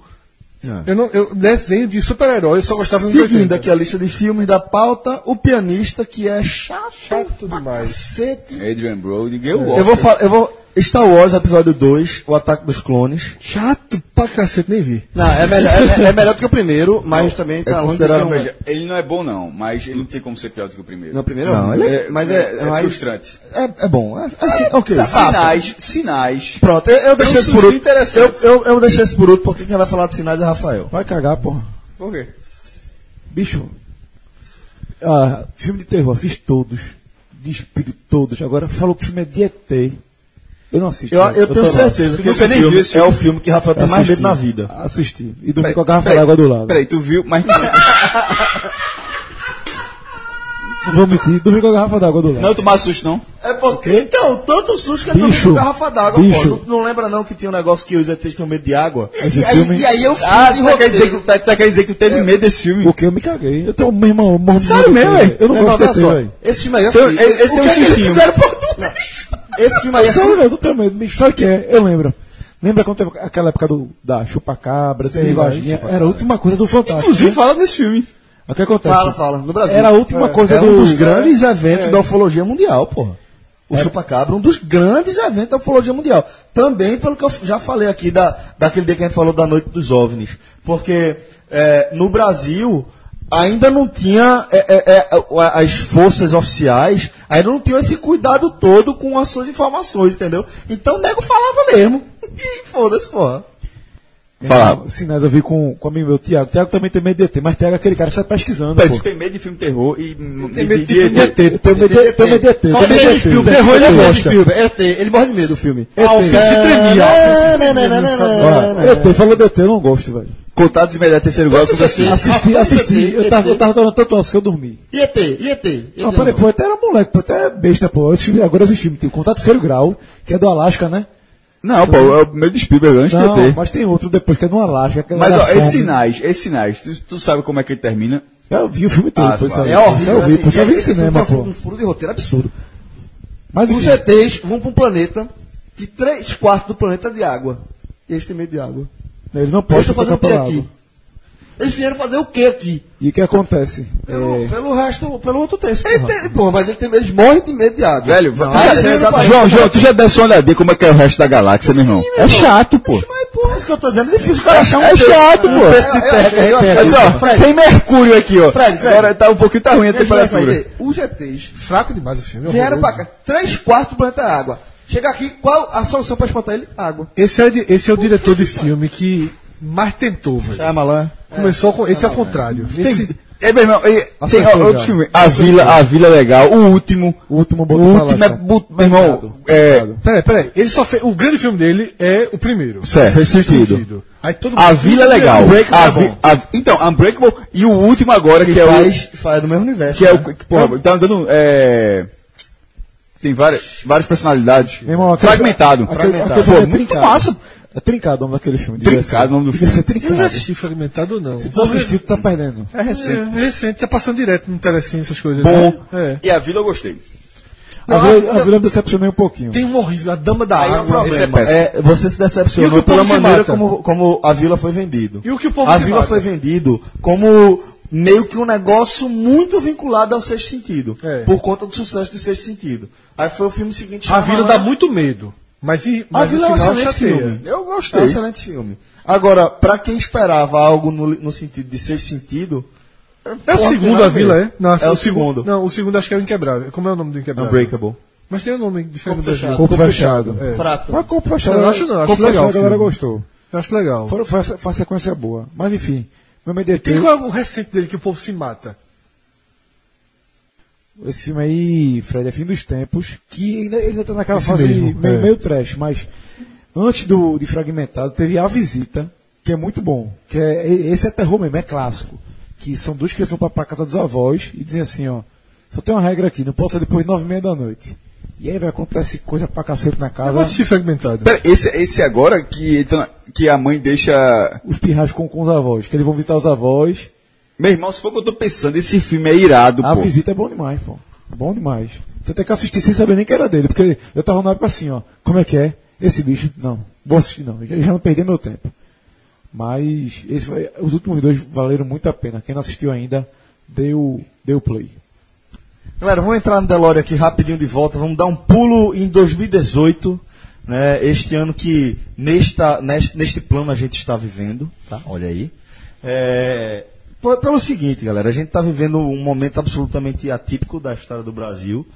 Speaker 3: Eu não, eu, desenho de super-herói, eu só gostava
Speaker 2: pô.
Speaker 3: dos anos
Speaker 2: Seguindo
Speaker 3: 80.
Speaker 2: aqui a lista de filmes da pauta, o pianista que é chato,
Speaker 3: Chato
Speaker 2: pra
Speaker 3: demais.
Speaker 2: cacete.
Speaker 5: Adrian Brody, eu
Speaker 2: Eu vou falar, eu vou Star Wars episódio 2, O Ataque dos Clones.
Speaker 3: Chato pra cacete, nem vi.
Speaker 4: Não, é melhor, é, é melhor do que o primeiro, mas
Speaker 2: é
Speaker 4: também tá longe de ser um...
Speaker 5: Veja, ele não é bom não, mas ele não tem como ser pior do que o primeiro.
Speaker 4: Não, o primeiro
Speaker 2: Não,
Speaker 4: é,
Speaker 2: ele
Speaker 4: é, mas é,
Speaker 5: é
Speaker 4: mais-
Speaker 5: frustrante.
Speaker 2: É, é bom. É, é assim, ok.
Speaker 5: Sinais, sinais.
Speaker 2: Pronto, eu, eu deixei
Speaker 5: um
Speaker 2: esse por
Speaker 5: susto
Speaker 2: último. Eu,
Speaker 5: interessante.
Speaker 2: eu, eu deixei esse por último, porque quem vai falar de sinais é Rafael.
Speaker 6: Vai cagar, porra.
Speaker 5: Por quê?
Speaker 6: Bicho, ah, filme de terror, assisto todos. De espírito, todos. Agora, falou que o filme é de ET. Eu não assisto.
Speaker 2: Eu,
Speaker 6: não.
Speaker 2: eu tenho
Speaker 6: tô lá.
Speaker 2: certeza que
Speaker 5: Você
Speaker 2: esse
Speaker 5: nem viu
Speaker 2: filme
Speaker 5: esse
Speaker 2: é
Speaker 5: filme.
Speaker 2: o filme que Rafael tem
Speaker 6: Eu
Speaker 2: mais medo
Speaker 6: assisti. Ah,
Speaker 2: na vida.
Speaker 6: Assisti. E dormi com a garrafa d'água do lado.
Speaker 5: Peraí, tu viu, mas
Speaker 6: Não vou mentir, dormi com a garrafa d'água do lado.
Speaker 5: não tomar susto não.
Speaker 2: É porque. Então, tanto susto que ele
Speaker 6: Bicho,
Speaker 2: tomou com garrafa d'água,
Speaker 6: bicho.
Speaker 2: pô. Não, não lembra não que tinha um negócio que os ETs tinham medo de água?
Speaker 6: Esse
Speaker 2: E
Speaker 6: filme-
Speaker 2: aí, e aí eu fui
Speaker 5: Ah,
Speaker 2: de
Speaker 5: tu quer,
Speaker 2: roteiro.
Speaker 5: dizer que, tá, tá quer dizer que tu teve medo desse filme.
Speaker 6: Porque eu me caguei. Eu tenho um meu irmão, eu morro de
Speaker 5: Sério
Speaker 6: medo de
Speaker 5: mesmo,
Speaker 6: ET,
Speaker 5: velho?
Speaker 6: Eu não
Speaker 4: Meu irmão,
Speaker 6: gosto de
Speaker 4: olha
Speaker 6: ET,
Speaker 4: só,
Speaker 6: velho.
Speaker 4: Esse filme aí eu
Speaker 5: Então,
Speaker 4: assisti.
Speaker 5: esse
Speaker 4: O
Speaker 5: tem
Speaker 4: que
Speaker 5: um
Speaker 4: é que eles
Speaker 5: xixinho.
Speaker 4: fizeram por tudo? Esse filme aí é
Speaker 6: Sério, velho, eu tenho medo. Bicho, sabe o que é? Eu lembro. Lembra quando teve aquela época do, da chupacabra, de vaginha? Era a última coisa do Fantástico.
Speaker 5: Inclusive fala
Speaker 2: um-
Speaker 5: desse filme.
Speaker 6: O que acontece?
Speaker 4: Fala, fala. No Brasil.
Speaker 6: Era a última coisa
Speaker 2: É
Speaker 6: do...
Speaker 2: um dos grandes eventos da ufologia mundial, pô.
Speaker 6: É.
Speaker 2: O Chupacabra, um dos grandes eventos da ufologia mundial. Também pelo que eu já falei aqui, da, daquele dia que a gente falou da noite dos OVNIs. Porque é, no Brasil ainda não tinha é, é, é, o- as forças oficiais, ainda não tinham esse cuidado todo com as suas informações, entendeu? Então o nego falava mesmo. E foda-se, porra.
Speaker 6: Fala. Sinais eu vi com, com o amigo meu, Tiago. Tiago também tem medo de ET, mas Tiago é aquele cara que sai pesquisando,
Speaker 5: Peraí,
Speaker 6: pô.
Speaker 5: tu tem medo de filme terror e... Tem
Speaker 6: medo de filme de ET. Eu tenho medo de- tenho medo de ET.
Speaker 2: Falta
Speaker 6: tenho medo
Speaker 2: ele
Speaker 6: de ET.
Speaker 2: Spielberg,
Speaker 6: Terror
Speaker 4: é
Speaker 6: ele
Speaker 2: Spielberg,
Speaker 6: gosta.
Speaker 2: Spielberg. ET, Ele morre de medo do filme.
Speaker 6: ET.
Speaker 4: É,
Speaker 2: Ó,
Speaker 4: né,
Speaker 6: Ó, ET, falou de ET, eu não gosto, velho.
Speaker 5: Contatos imediatos terceiro grau, tudo assim.
Speaker 6: Assisti, assisti. Eu tava, eu tava tomando tanto nosso que eu dormi.
Speaker 2: E ET, e ET?
Speaker 6: Não, peraí, pô, até era moleque, pô, até besta, pô. Esse filme, agora esse filme tem o Contato Terceiro Grau, que é do Alasca, né?
Speaker 5: Não, pô, é o meu de Spielberg antes do
Speaker 6: Não,
Speaker 5: ET.
Speaker 6: mas tem outro depois, que é do Alasca. que é
Speaker 5: Mas,
Speaker 6: da
Speaker 5: ó, esses
Speaker 6: sombra.
Speaker 5: sinais, esses sinais, tu, tu sabe como é que ele termina?
Speaker 6: Eu vi o filme todo,
Speaker 5: Ah,
Speaker 6: pô,
Speaker 5: sabe.
Speaker 6: sabe?
Speaker 4: É horrível.
Speaker 6: Eu vi,
Speaker 4: assim,
Speaker 6: pô, só vi em
Speaker 4: esse filme
Speaker 6: cinema,
Speaker 4: tá
Speaker 6: pô.
Speaker 4: Um furo de roteiro absurdo.
Speaker 6: Mas
Speaker 4: Os
Speaker 6: enfim,
Speaker 4: ETs vão pra um planeta que três quartos do planeta é de água. E eles têm medo de água.
Speaker 6: né, ele não
Speaker 4: Eles
Speaker 6: pode
Speaker 4: estão fazendo
Speaker 6: tocar
Speaker 4: o que
Speaker 6: pra
Speaker 4: aqui? Eles vieram fazer o que aqui?
Speaker 6: E o que acontece?
Speaker 4: Pelo,
Speaker 6: É,
Speaker 4: pelo resto, pelo outro texto. Ele tem, porra, mas ele tem, eles morrem de medo de água.
Speaker 5: Velho,
Speaker 4: Não,
Speaker 5: tu já-
Speaker 4: mas é exatamente-
Speaker 5: João, João, tu já desce uma olhadinha como é que é o resto da galáxia, meu irmão. É chato, pô.
Speaker 4: Mas, porra, é isso que eu tô dizendo. É difícil o cara achar um
Speaker 5: É
Speaker 4: texto.
Speaker 5: chato, pô.
Speaker 4: Um texto de
Speaker 3: é,
Speaker 4: terra, eu achei-
Speaker 5: Mas, ó,
Speaker 4: Fred,
Speaker 5: tem Mercúrio aqui, ó.
Speaker 4: Fred, Fred.
Speaker 5: Agora tá um pouquinho, tá ruim a
Speaker 4: deixa
Speaker 3: é,
Speaker 4: eu falar isso aí,
Speaker 5: temperatura.
Speaker 4: velho. Os ETs
Speaker 3: Fraco demais o filme. é
Speaker 4: vieram pra
Speaker 3: horroroso.
Speaker 4: cá. Três quartos do planeta é água. Chega aqui, qual a solução pra espantar ele? Água.
Speaker 3: Esse é, de- esse é o diretor de filme que mais tentou, velho.
Speaker 2: Shyamalan.
Speaker 3: Começou com. Esse é o contrário. Esse-
Speaker 5: É, meu irmão, e, tem
Speaker 6: Acertou,
Speaker 5: ó, outros
Speaker 6: já.
Speaker 5: filmes. A Vila, a Vila é Legal, o último.
Speaker 6: o último
Speaker 5: O
Speaker 6: botou pra
Speaker 5: último é,
Speaker 6: Alasca.
Speaker 5: bu- meu irmão, é...
Speaker 3: Peraí, peraí. Ele só fez. O grande filme dele é o primeiro.
Speaker 5: Certo, fez sentido.
Speaker 3: Aí todo mundo-
Speaker 5: A Vila é Legal.
Speaker 2: Unbreakable
Speaker 3: tá
Speaker 5: A
Speaker 2: é
Speaker 5: vi,
Speaker 2: bom.
Speaker 5: a, então, Unbreakable e o último agora, que, é o...
Speaker 2: faz, faz do mesmo universo.
Speaker 5: Que é
Speaker 2: né?
Speaker 5: o. Que, porra, tá dando. É, tem várias, várias personalidades.
Speaker 6: Meu irmão, aquele-
Speaker 5: fragmentado.
Speaker 6: aquele-
Speaker 5: Fragmentado.
Speaker 6: aquele
Speaker 5: Pô,
Speaker 6: filme é
Speaker 5: muito
Speaker 6: trincado.
Speaker 5: massa.
Speaker 6: É trincado o nome daquele filme. devia
Speaker 5: Trincado
Speaker 6: ser.
Speaker 5: o nome do
Speaker 6: Devia
Speaker 5: filme.
Speaker 6: ser trincado.
Speaker 3: Eu já assisti fragmentado ou não?
Speaker 6: Se tu não assistiu, tu tá perdendo.
Speaker 5: É recente.
Speaker 3: É, recente, tá passando direto no Telecine essas coisas.
Speaker 5: Bom.
Speaker 3: né? É.
Speaker 5: E a vila eu gostei.
Speaker 6: A vila, a vila me decepcionei um pouquinho.
Speaker 3: Tem um horrível, a dama da
Speaker 2: Aí é um
Speaker 3: água.
Speaker 5: Esse é
Speaker 2: problema.
Speaker 5: péssimo.
Speaker 2: É, você se
Speaker 3: E o que
Speaker 2: decepcionou
Speaker 3: o povo
Speaker 2: pela
Speaker 3: se
Speaker 2: maneira
Speaker 3: mata?
Speaker 2: como, como a vila foi vendido.
Speaker 3: E o que o povo
Speaker 2: A
Speaker 3: se
Speaker 2: vila
Speaker 3: mata?
Speaker 2: foi vendido como meio que um negócio muito vinculado ao sexto sentido.
Speaker 3: É.
Speaker 2: Por conta do sucesso do sexto sentido. Aí foi o filme seguinte.
Speaker 3: A vila
Speaker 2: chamava-
Speaker 3: dá muito medo. Mas, e-
Speaker 2: A
Speaker 3: mas
Speaker 2: Vila é um
Speaker 3: o final
Speaker 2: excelente
Speaker 3: chateia.
Speaker 2: filme.
Speaker 5: Eu
Speaker 2: É
Speaker 5: gostei.
Speaker 2: um excelente filme. Agora, pra quem esperava algo no, no sentido de sexto sentido.
Speaker 3: É o
Speaker 2: Porra,
Speaker 3: segundo
Speaker 2: nada
Speaker 3: a
Speaker 2: a ver.
Speaker 3: vila, é? Não,
Speaker 2: É o
Speaker 3: segu-
Speaker 2: segundo.
Speaker 3: Não, o segundo acho que é o Inquebrável. Como é o nome do Inquebrável?
Speaker 2: Unbreakable.
Speaker 3: Mas tem um nome diferente do Brasil.
Speaker 6: Corpo fechado.
Speaker 3: É.
Speaker 6: Frato. Mas corpo fechado.
Speaker 3: Eu acho não, acho
Speaker 6: corpo
Speaker 3: legal
Speaker 6: fechado,
Speaker 3: o
Speaker 6: a galera
Speaker 3: filme.
Speaker 6: gostou.
Speaker 3: Eu acho legal.
Speaker 6: Foi, foi, a- foi a sequência boa. Mas enfim, meu MDT.
Speaker 3: Tem qual é o recente dele que o povo se mata?
Speaker 6: Esse filme aí, Fred, é fim dos tempos, que ainda, ele ainda tá naquela
Speaker 3: Esse
Speaker 6: fase
Speaker 3: mesmo,
Speaker 6: meio,
Speaker 3: é.
Speaker 6: meio trash, mas antes do, de Fragmentado, teve A Visita, que é muito bom. Que é, e- esse é terror mesmo, é clássico. Que são dois que vão pra, pra casa dos avós e dizem assim, ó, só tem uma regra aqui, não pode ser depois de nove e meia da noite. E aí vai acontecer coisa pra cacete na
Speaker 3: Eu vou
Speaker 6: casa,
Speaker 3: assistir fragmentado.
Speaker 5: Pera, esse, esse agora que, ele tá na- que a mãe deixa.
Speaker 6: os pirras com, com os avós, que eles vão visitar os avós.
Speaker 5: Meu irmão, se for o que eu tô pensando, esse filme é irado,
Speaker 6: A
Speaker 5: pô.
Speaker 6: visita é bom demais, pô. Bom demais. Você tem que assistir sem saber nem que era dele, porque eu tava na época assim, ó. Como é que é? Esse bicho, não. Vou assistir, não. Eu já não perdi meu tempo. Mas esse foi- os últimos dois valeram muito a pena. Quem não assistiu ainda, deu, deu play.
Speaker 2: Galera, vamos entrar no Delore aqui rapidinho de volta. Vamos dar um pulo em 2018, né? Este ano que nesta, neste, neste plano a gente está vivendo, tá? Olha aí. É, p- pelo seguinte, galera, a gente está vivendo um momento absolutamente atípico da história do Brasil,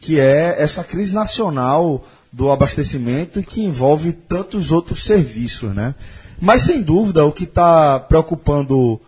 Speaker 2: que é essa crise nacional do abastecimento e que envolve tantos outros serviços, né? Mas sem dúvida o que está preocupando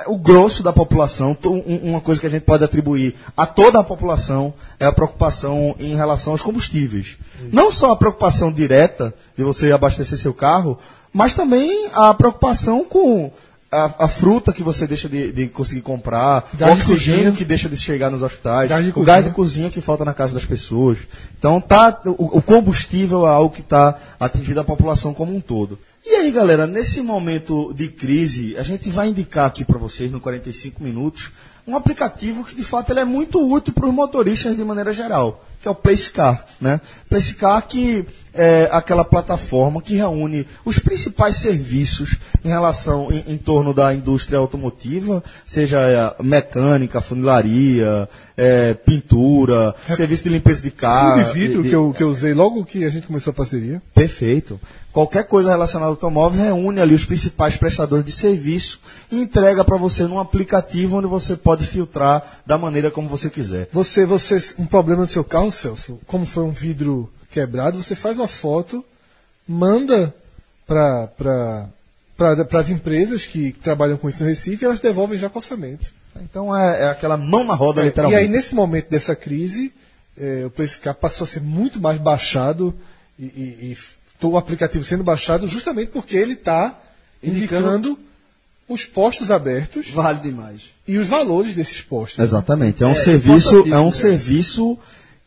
Speaker 2: é, o grosso da população, to- um- uma coisa que a gente pode atribuir a toda a população é a preocupação em relação aos combustíveis. Não só a preocupação direta de você abastecer seu carro, mas também a preocupação com a, a fruta que você deixa de, de conseguir comprar,
Speaker 3: Gás
Speaker 2: o
Speaker 3: de
Speaker 2: oxigênio
Speaker 3: cozinha.
Speaker 2: que deixa de chegar nos hospitais,
Speaker 3: Gás de
Speaker 2: o gás de
Speaker 3: cozinha.
Speaker 2: cozinha que falta na casa das pessoas. Então tá, o, o combustível é algo que está atingindo a população como um todo. E aí, galera, nesse momento de crise, a gente vai indicar aqui para vocês, no 45 minutos, um aplicativo que de fato ele é muito útil para os motoristas de maneira geral, que é o Placecar. Né? Placecar que é aquela plataforma que reúne os principais serviços em relação em, em torno da indústria automotiva, seja é, mecânica, funilaria, é, pintura, serviço de limpeza de
Speaker 3: Um
Speaker 2: carro.
Speaker 3: de vidro
Speaker 2: de-
Speaker 3: que eu, que eu usei logo que a gente começou a parceria.
Speaker 2: Perfeito. Qualquer coisa relacionada ao automóvel reúne ali os principais prestadores de serviço e entrega para você num aplicativo onde você pode filtrar da maneira como você quiser.
Speaker 3: Você, você, um problema no seu carro, Celso, como foi um vidro quebrado, você faz uma foto, manda para pra, pra, as empresas que trabalham com isso no Recife e elas devolvem já com orçamento.
Speaker 2: Então é, é aquela mão na roda,
Speaker 3: e
Speaker 2: literalmente.
Speaker 3: aí, nesse momento dessa crise, eh, o preço cá passou a ser muito mais baixado e, e- e f- o aplicativo sendo baixado justamente porque ele está indicando, os postos abertos
Speaker 4: Vale demais.
Speaker 3: e os valores desses postos.
Speaker 2: Exatamente. É um
Speaker 4: É,
Speaker 2: serviço, é um
Speaker 4: importantíssimo, é.
Speaker 2: serviço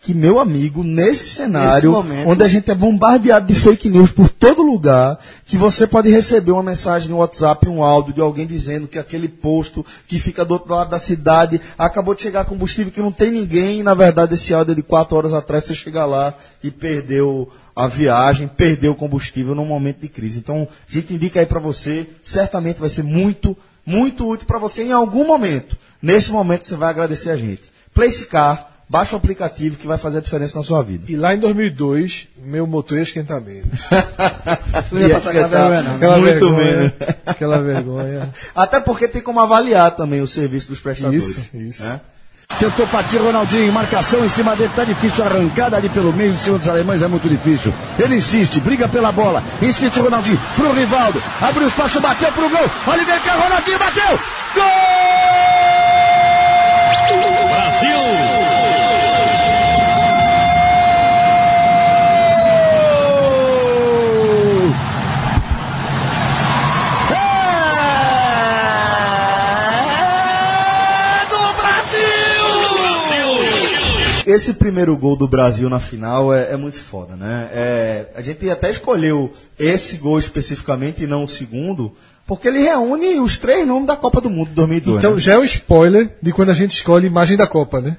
Speaker 2: que meu amigo nesse cenário,
Speaker 4: Nesse momento.
Speaker 2: onde a gente é bombardeado de fake news por todo lugar, que você pode receber uma mensagem no WhatsApp, um áudio de alguém dizendo que aquele posto que fica do outro lado da cidade acabou de chegar combustível que não tem ninguém, e, na verdade esse áudio é de quatro horas atrás você chega lá e perdeu a viagem, perdeu o combustível num momento de crise. Então, a gente indica aí para você, certamente vai ser muito, muito útil para você em algum momento. Nesse momento você vai agradecer a gente. Place Car, baixa o aplicativo que vai fazer a diferença na sua vida.
Speaker 3: E lá em 2002, meu motor ia esquentar menos.
Speaker 4: Não ia passar aquela vergonha, não.
Speaker 2: Aquela é Muito
Speaker 3: vergonha,
Speaker 2: menos. Tá
Speaker 3: Aquela vergonha.
Speaker 2: Até porque tem como avaliar também o serviço dos prestadores.
Speaker 3: Isso, isso.
Speaker 2: Né?
Speaker 15: Tentou partir Ronaldinho, marcação em cima dele, tá difícil, arrancada ali pelo meio, em cima dos alemães é muito difícil. Ele insiste, briga pela bola, insiste Ronaldinho, pro Rivaldo, abriu espaço, bateu pro gol, olha vem cá, Ronaldinho bateu, gol! Brasil!
Speaker 2: Esse esse primeiro gol do Brasil na final é, é muito foda, né? É, a gente até escolheu esse gol especificamente e não o segundo, porque ele reúne os três nomes da Copa do Mundo de 2002.
Speaker 3: Então
Speaker 2: né?
Speaker 3: já é um spoiler de quando a gente escolhe a imagem da Copa, né?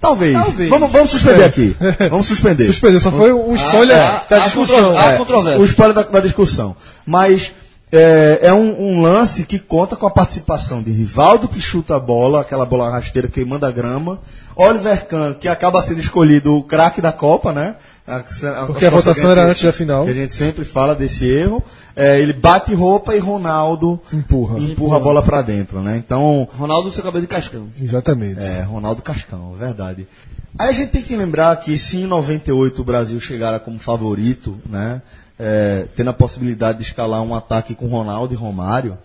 Speaker 2: Talvez.
Speaker 4: Então,
Speaker 3: Talvez.
Speaker 2: Vamos, vamos suspender
Speaker 3: É.
Speaker 2: aqui. Vamos suspender.
Speaker 3: Suspender, só foi
Speaker 2: Ah,
Speaker 3: um spoiler da discussão. Há
Speaker 2: É,
Speaker 3: controvérsia.
Speaker 2: o spoiler da, da discussão. Mas é, é um, um lance que conta com a participação de Rivaldo, que chuta a bola, aquela bola rasteira queimando a grama. Oliver Kahn, que acaba sendo escolhido o craque da Copa, né? A- a-
Speaker 3: Porque a votação era antes da final.
Speaker 2: Que a gente sempre fala desse erro. É, ele bate roupa e Ronaldo empurra, a bola pra dentro, né? Então,
Speaker 4: Ronaldo, seu cabelo de cascão.
Speaker 3: Exatamente.
Speaker 2: é, Ronaldo Cascão, verdade. Aí a gente tem que lembrar que se em 98 o Brasil chegara como favorito, né, é, tendo a possibilidade de escalar um ataque com Ronaldo e Romário,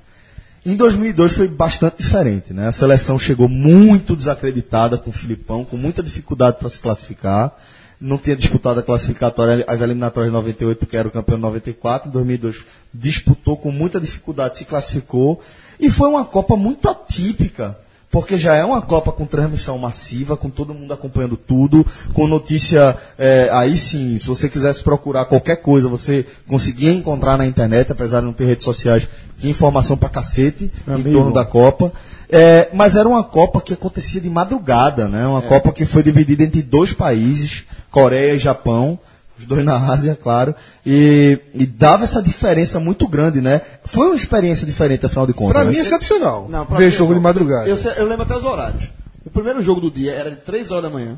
Speaker 2: em 2002 foi bastante diferente, né? A seleção chegou muito desacreditada com o Filipão, com muita dificuldade para se classificar. Não tinha disputado a classificatória, as eliminatórias de 98, porque era o campeão de 94. Em 2002 disputou com muita dificuldade, se classificou. E foi uma Copa muito atípica, porque já é uma Copa com transmissão massiva, com todo mundo acompanhando tudo, com notícia. eh, aí sim, se você quisesse procurar qualquer coisa, você conseguia encontrar na internet, apesar de não ter redes sociais, tinha informação pra cacete em
Speaker 16: Amigo.
Speaker 2: torno da Copa. É, mas era uma Copa que acontecia de madrugada, né?
Speaker 3: É.
Speaker 2: Uma Copa que foi dividida entre dois países, Coreia e Japão, os dois na Ásia, claro, e, e dava essa diferença muito grande, né? Foi uma experiência diferente, afinal de contas.
Speaker 3: Pra
Speaker 2: né?
Speaker 3: mim é excepcional.
Speaker 4: Não, pra
Speaker 3: ver
Speaker 4: mim,
Speaker 3: jogo
Speaker 4: eu-
Speaker 3: de madrugada.
Speaker 4: Eu, sei- eu lembro até os horários. O primeiro jogo do dia era de 3 horas da manhã.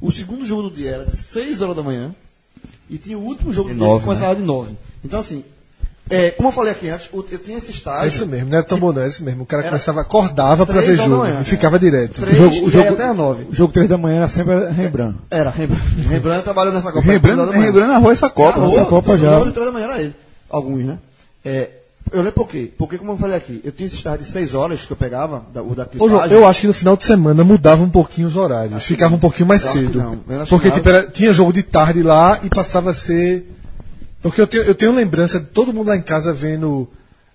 Speaker 4: O segundo jogo do dia era de 6 horas da manhã. E tinha o último jogo
Speaker 2: De
Speaker 4: do
Speaker 2: nove,
Speaker 4: dia que começava
Speaker 2: né?
Speaker 4: de 9. Então, assim, é, como eu falei aqui antes, o- eu tinha esse
Speaker 3: É
Speaker 4: estágio.
Speaker 3: isso mesmo, não era tão bom não, é isso mesmo. O cara
Speaker 4: Era
Speaker 3: começava, acordava pra
Speaker 4: três
Speaker 3: ver
Speaker 4: da
Speaker 3: jogo
Speaker 4: manhã, né?
Speaker 3: e ficava direto.
Speaker 4: Três
Speaker 16: jogo-
Speaker 4: e
Speaker 16: o jogo-
Speaker 4: aí até as 9.
Speaker 16: O jogo 3 da manhã era sempre Rembrandt.
Speaker 4: Era, Rembrandt. Rembrandt trabalhou nessa Copa.
Speaker 5: Lembrando, lembrando a rua essa Copa.
Speaker 4: Era
Speaker 16: essa
Speaker 4: outro,
Speaker 16: Copa já.
Speaker 4: o outro três da manhã era ele. Alguns, né? É, eu lembro por quê? Porque, como eu falei aqui, eu tinha esse estágio de 6 horas que eu pegava, da, o da
Speaker 3: Ô, João,
Speaker 4: clipagem.
Speaker 3: eu acho que no final de semana mudava um pouquinho os horários, ficava um pouquinho mais
Speaker 4: eu acho que
Speaker 3: cedo.
Speaker 4: não, eu acho
Speaker 3: Porque
Speaker 4: que
Speaker 3: tipo, era- tinha jogo de tarde lá e passava a ser. Porque eu tenho, eu tenho lembrança de todo mundo lá em casa vendo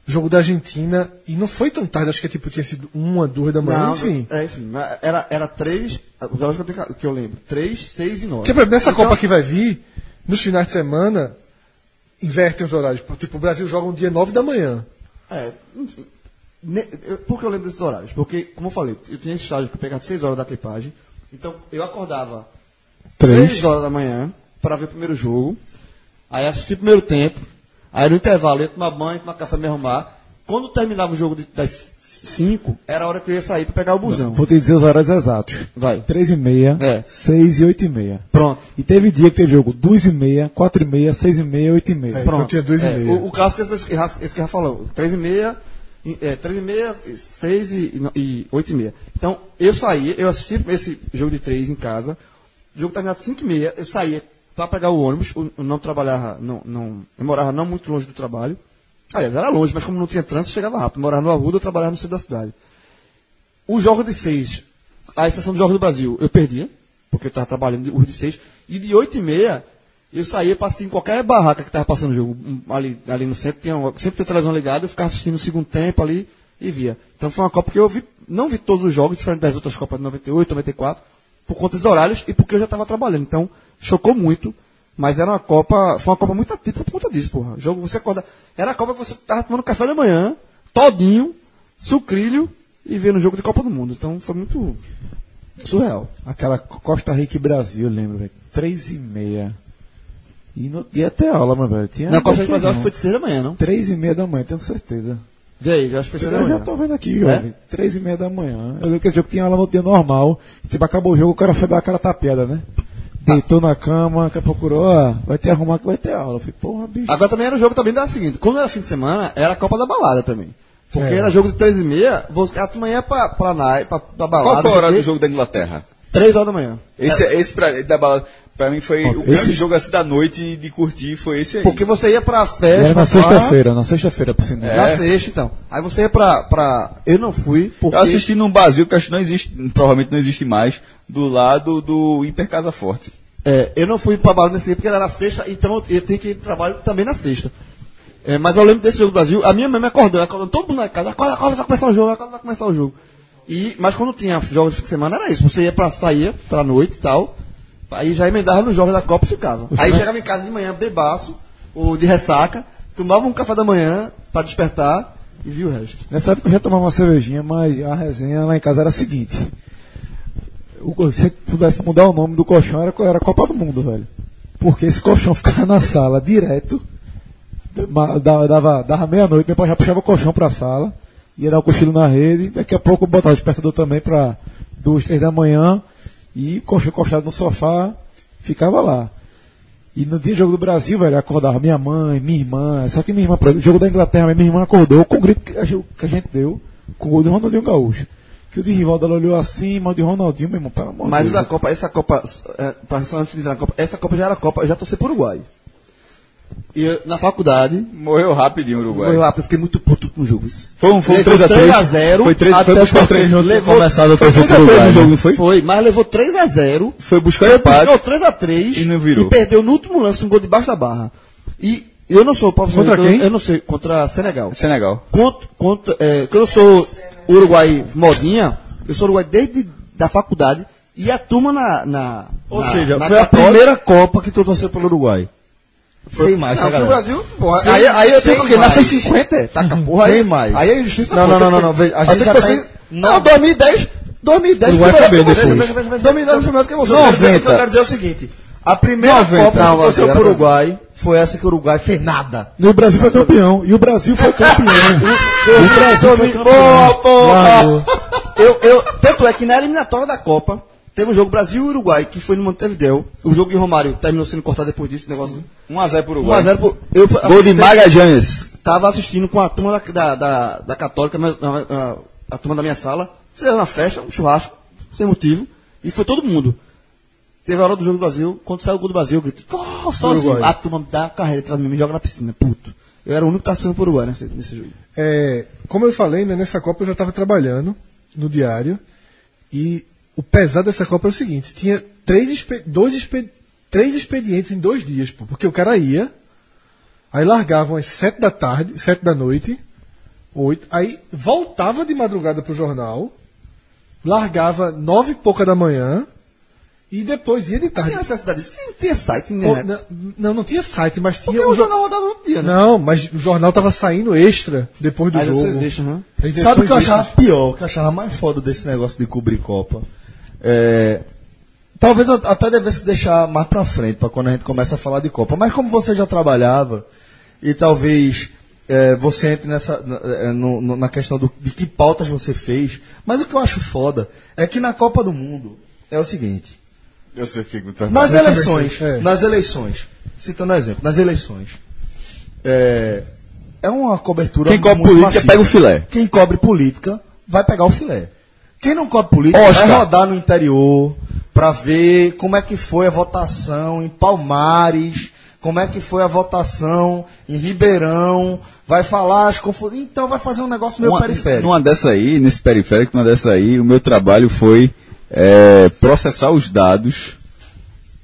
Speaker 3: jogo da Argentina e não foi tão tarde, acho que tipo, tinha sido uma, duas da manhã,
Speaker 4: Não,
Speaker 3: enfim.
Speaker 4: É, enfim, mas era, era três, os jogos que eu, tenho, que eu lembro, três, seis e nove.
Speaker 3: Porque pra mim, nessa
Speaker 4: Então,
Speaker 3: Copa que vai vir, nos finais de semana, invertem os horários. Tipo, o Brasil joga um dia nove da manhã.
Speaker 4: É, enfim, ne- eu- por que eu lembro desses horários? Porque, como eu falei, eu tinha esse estágio que eu pegava de seis horas da clipagem, então eu acordava
Speaker 3: Três.
Speaker 4: três horas da manhã para ver o primeiro jogo, aí assisti o primeiro tempo, aí no intervalo eu ia tomar banho, tomar café, me arrumar. Quando terminava o jogo de- das cinco, era a hora que eu ia sair para pegar o busão.
Speaker 16: Vou te dizer os horários exatos.
Speaker 4: Vai.
Speaker 16: 3 e meia,
Speaker 4: É.
Speaker 16: 6 e 8 e meia.
Speaker 4: Pronto.
Speaker 16: E teve dia que teve jogo 2 e meia, 4 e meia, 6 e meia, 8 e meia.
Speaker 3: É, então tinha dois
Speaker 4: É,
Speaker 3: e meio.
Speaker 4: o, o clássico é esse que Rafa- esse que já falou. 3 e meia, e- é, 3 e meia, 6 e, no- e 8 e meia. Então, eu saía, eu assisti esse jogo de 3 em casa, o jogo terminava às 5 e meia, eu saía para pegar o ônibus, eu eu não trabalhava, não, não, eu morava não muito longe do trabalho. Aliás, era longe, mas como não tinha trânsito, eu chegava rápido. Eu morava no Arruda, eu trabalhava no centro da cidade. O jogo de 6, a estação de jogos do Brasil, eu perdia, porque eu estava trabalhando de- os de 6. E de 8 e meia, eu saía para em qualquer barraca que estava passando o jogo. um, Ali, ali no centro, tinha, uma- sempre tinha televisão ligada, eu ficava assistindo o segundo tempo ali e via. Então foi uma Copa que eu vi, não vi todos os jogos, diferente das outras Copas de 98, 94, por conta dos horários e porque eu já estava trabalhando. Então, chocou muito. Mas era uma Copa, foi uma Copa muito atípica por conta disso, porra. Jogo, você acorda. Era a Copa que você tava tomando café da manhã, todinho, sucrilho e vendo o jogo de Copa do Mundo. Então foi muito surreal.
Speaker 16: Aquela Costa Rica e Brasil, eu lembro, velho. 3 e meia. E, no, e até aula, meu velho. Tinha
Speaker 4: Na Costa
Speaker 16: não,
Speaker 4: do Brasil acho que foi de 6 da manhã, não?
Speaker 16: 3 e meia da manhã, tenho certeza.
Speaker 4: E aí, acho que foi
Speaker 16: Eu
Speaker 4: 6 da
Speaker 16: já
Speaker 4: manhã.
Speaker 16: tô vendo aqui,
Speaker 4: É?
Speaker 16: jovem. Três e meia da manhã. Eu lembro que esse jogo tinha aula no dia normal. Tipo, acabou o jogo, o cara foi dar aquela tapeada, né? Deitou na cama, que procurou, ó, vai ter arrumar que vai ter aula. Eu falei, porra, bicho.
Speaker 4: Agora também era o jogo também da seguinte, quando era fim de semana, era a Copa da Balada também. Porque
Speaker 3: É.
Speaker 4: era jogo de 3 e meia, você- a manhã ia pra, pra, nai- pra, pra balada.
Speaker 5: Qual foi o horário do
Speaker 4: jogo?
Speaker 5: jogo da Inglaterra?
Speaker 4: 3 horas da manhã.
Speaker 5: Esse, é, esse pra, da balada, pra mim foi o
Speaker 16: esse-
Speaker 5: grande jogo assim da noite de curtir, foi esse aí.
Speaker 4: Porque você ia pra
Speaker 16: E
Speaker 4: festa.
Speaker 16: era na
Speaker 4: pra-
Speaker 16: sexta-feira, na sexta-feira pro cinema.
Speaker 4: Na sexta, então. Aí você ia pra. pra... Eu não fui, porque.
Speaker 5: Eu assisti num Brasil que acho que não existe, provavelmente não existe mais, do lado do Hiper Casa Forte.
Speaker 4: É, eu não fui pra balada nesse dia porque era na sexta, então eu tenho que ir pro trabalho também na sexta. É, mas eu lembro desse jogo do Brasil, a minha mãe me acordando, acordando todo mundo na casa, acorda, acorda, vai começar o jogo, acorda, vai começar o jogo. E, mas quando tinha jogos de fim de semana era isso. Você ia pra sair pra noite e tal. Aí já emendava nos jogos da Copa e ficava. Aí chegava em casa de manhã bebaço, ou de ressaca, tomava um café da manhã pra despertar e via o resto.
Speaker 6: Nessa época eu já tomava uma cervejinha, mas a resenha lá em casa era a seguinte. O- Se pudesse mudar o nome do colchão, era, era Copa do Mundo, velho. Porque esse colchão ficava na sala direto, ma- dava, dava, dava meia-noite, meu pai já puxava o colchão pra sala, ia dar um cochilo na rede, daqui a pouco botava o despertador também pra duas, três da manhã, e colchão colchado no sofá, ficava lá. E no dia do jogo do Brasil, velho, acordava minha mãe, minha irmã. Só que minha irmã, por exemplo, jogo da Inglaterra, minha irmã acordou com o grito que a gente, que a gente deu, com o gol de Ronaldinho Gaúcho. Que o de Rivaldo ela olhou assim, mas o de Ronaldinho, meu irmão, pelo amor de
Speaker 4: Mas o
Speaker 6: Deus.
Speaker 4: da Copa, essa Copa, é, pra- só antes de entrar na Copa, essa Copa já era Copa, eu já torci pro Uruguai. E eu, na faculdade,
Speaker 5: Morreu rapidinho o Uruguai.
Speaker 4: foi rápido, eu fiquei muito puto com o jogo.
Speaker 5: Foi um foi um
Speaker 4: Levou
Speaker 5: 3 a 3.
Speaker 4: 3 a 0,
Speaker 5: Foi 3
Speaker 4: até
Speaker 5: foi um buscar
Speaker 4: o
Speaker 5: o 3
Speaker 4: Jorge
Speaker 5: levou.
Speaker 2: Começado a
Speaker 5: Foi
Speaker 2: torcer
Speaker 5: 3 a
Speaker 2: pro
Speaker 5: 3 o
Speaker 2: Uruguai.
Speaker 5: jogo, não foi?
Speaker 4: Foi, mas levou 3 a 0
Speaker 5: Foi buscar o
Speaker 4: Foi
Speaker 5: empate.
Speaker 4: buscar o 3 a 3
Speaker 5: E não virou.
Speaker 4: E perdeu no último lance um gol debaixo da barra. E eu não sou o Paulo
Speaker 3: Contra
Speaker 4: Souza,
Speaker 3: quem?
Speaker 4: Eu não sei, contra Senegal.
Speaker 5: Senegal.
Speaker 4: Contra, contra, é, que eu sou Uruguai modinha, eu sou Uruguai desde da faculdade e a turma na. na
Speaker 2: Ou
Speaker 4: na-
Speaker 2: seja,
Speaker 4: na
Speaker 2: foi É a
Speaker 4: católica-
Speaker 2: primeira Copa que tu torceu pelo Uruguai. Sem mais,
Speaker 4: Não,
Speaker 2: tá,
Speaker 4: porque o
Speaker 2: galera?
Speaker 4: Brasil, pô,
Speaker 2: Sem-
Speaker 4: aí, aí eu
Speaker 2: sem
Speaker 4: tenho que nasceu
Speaker 2: mais.
Speaker 4: 50,
Speaker 5: Uhum.
Speaker 4: é, taca porra. aí-
Speaker 2: Sem mais.
Speaker 4: Aí é injustiça.
Speaker 2: Não,
Speaker 4: pô,
Speaker 2: não, não,
Speaker 4: tem
Speaker 2: não,
Speaker 4: que-
Speaker 2: não, veja, a
Speaker 4: aí
Speaker 2: gente
Speaker 4: tem
Speaker 2: já
Speaker 4: que
Speaker 2: tá
Speaker 4: torcer-
Speaker 2: em-
Speaker 4: Não, 2010, 2010
Speaker 2: Uruguai
Speaker 4: foi melhor
Speaker 2: cabelo
Speaker 4: que você.
Speaker 2: depois.
Speaker 4: 2010 foi melhor que você.
Speaker 2: 90.
Speaker 4: Mas o que Eu quero dizer é o seguinte, a primeira
Speaker 2: 90,
Speaker 4: Copa que
Speaker 2: não,
Speaker 4: aconteceu
Speaker 2: agora
Speaker 4: pro
Speaker 2: Brasil.
Speaker 4: Uruguai foi essa que o Uruguai fez nada.
Speaker 6: E o Brasil foi campeão. E o Brasil foi campeão.
Speaker 4: O Brasil foi campeão.
Speaker 6: Claro.
Speaker 4: Eu, eu, tanto é que na eliminatória da Copa, teve um jogo Brasil e Uruguai, que foi no Montevideo. O jogo de Romário terminou sendo cortado depois disso, negócio.
Speaker 5: 1x0 pro
Speaker 4: 1x0 pro. Eu,
Speaker 5: Gol de Magajanes.
Speaker 4: Tava assistindo com a turma da, da, da, da Católica, mas, não, a, a turma da minha sala. Fizeram uma festa, um churrasco, sem motivo. E foi todo mundo. Teve a hora do jogo do Brasil. Quando saiu o gol do Brasil, eu grito, "Gol!" só assim,
Speaker 6: Uruguai.
Speaker 4: a turma dá a carreira atrás de mim, me joga na piscina, puto. Eu era o único que tava sendo pro Uruguai nesse, nesse jogo.
Speaker 3: É, como eu falei, né, nessa Copa eu já estava trabalhando no diário. E o pesado dessa Copa é o seguinte: tinha três, expe- dois expe- três expedientes em dois dias, pô, porque o cara ia, aí largavam às sete da tarde, sete da noite, oito, aí voltava de madrugada pro jornal, largava nove e pouca da manhã, e depois ia de tarde.
Speaker 4: Tinha necessidade disso? Tinha, tinha site, né?
Speaker 3: Pô, na- não, não tinha site, mas
Speaker 4: Porque
Speaker 3: tinha.
Speaker 4: o
Speaker 3: o jo-
Speaker 4: jornal rodava no dia, né?
Speaker 3: Não, mas o jornal tava saindo extra depois do
Speaker 4: Mas
Speaker 3: jogo.
Speaker 4: isso existe, né?
Speaker 3: Tem
Speaker 2: Sabe o que eu
Speaker 3: edições
Speaker 2: achava
Speaker 3: extras.
Speaker 2: pior, o que eu achava mais foda desse negócio de cobrir Copa? É, talvez eu até devesse deixar mais pra frente, pra quando a gente começa a falar de Copa. Mas como você já trabalhava, e talvez é, você entre nessa, na- é, no- no- na questão do- de que pautas você fez, mas o que eu acho foda é que na Copa do Mundo é o seguinte.
Speaker 5: Eu sei o que que tá
Speaker 2: Nas eleições,
Speaker 3: É.
Speaker 2: nas eleições, citando um exemplo, nas eleições, é, é uma cobertura
Speaker 5: Quem cobre política pega o filé.
Speaker 2: Quem cobre política vai pegar o filé. Quem não cobre política
Speaker 5: Oscar.
Speaker 2: vai rodar no interior para ver como é que foi a votação em Palmares, como é que foi a votação em Ribeirão, vai falar as confusões, então vai fazer um negócio meio
Speaker 5: Uma-
Speaker 2: periférico.
Speaker 5: Numa dessa aí, nesse periférico, numa dessa aí, o meu trabalho foi é, processar os dados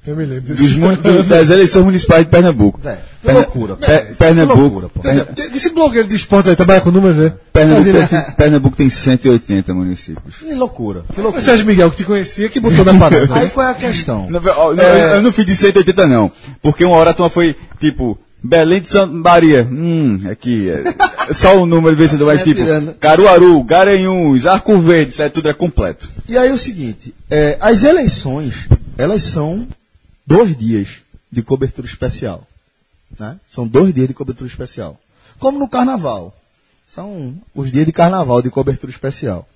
Speaker 3: Eu me lembro.
Speaker 5: dos mun- do- das eleições municipais de Pernambuco.
Speaker 2: Véi, que
Speaker 5: Perna-
Speaker 2: loucura,
Speaker 5: Pe-
Speaker 2: velho, que
Speaker 5: Pernambuco.
Speaker 2: loucura, pô.
Speaker 5: Perna-
Speaker 3: Tem- Esse blogueiro de esportes aí trabalha com números, né?
Speaker 5: Pernambuco, tem, Pernambuco tem 180 municípios.
Speaker 2: Que loucura. Que
Speaker 3: Foi
Speaker 2: loucura.
Speaker 3: Sérgio Miguel que te conhecia que botou na parada.
Speaker 2: Aí qual é a questão?
Speaker 5: Não, ó, não, eu- Eu não fiz de 180, não. Porque uma hora a turma foi, tipo, Belém de Santa Maria. Hum, aqui. É, só o número vencedor, mas tipo,
Speaker 2: tirando.
Speaker 5: Caruaru, Garanhuns, Arco Verde, isso aí tudo é completo.
Speaker 2: E aí é o seguinte, é, as eleições, elas são dois dias de cobertura especial. né? São dois dias de cobertura especial. Como no carnaval. São os dias de carnaval de cobertura especial.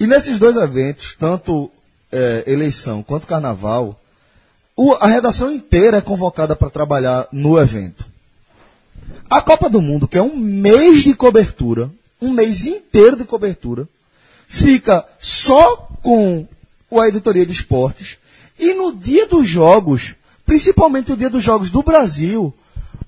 Speaker 2: E nesses dois eventos, tanto é, eleição quanto carnaval, o- a redação inteira é convocada para trabalhar no evento. A Copa do Mundo, que é um mês de cobertura, um mês inteiro de cobertura, fica só com a editoria de esportes. E no dia dos jogos, principalmente o dia dos jogos do Brasil,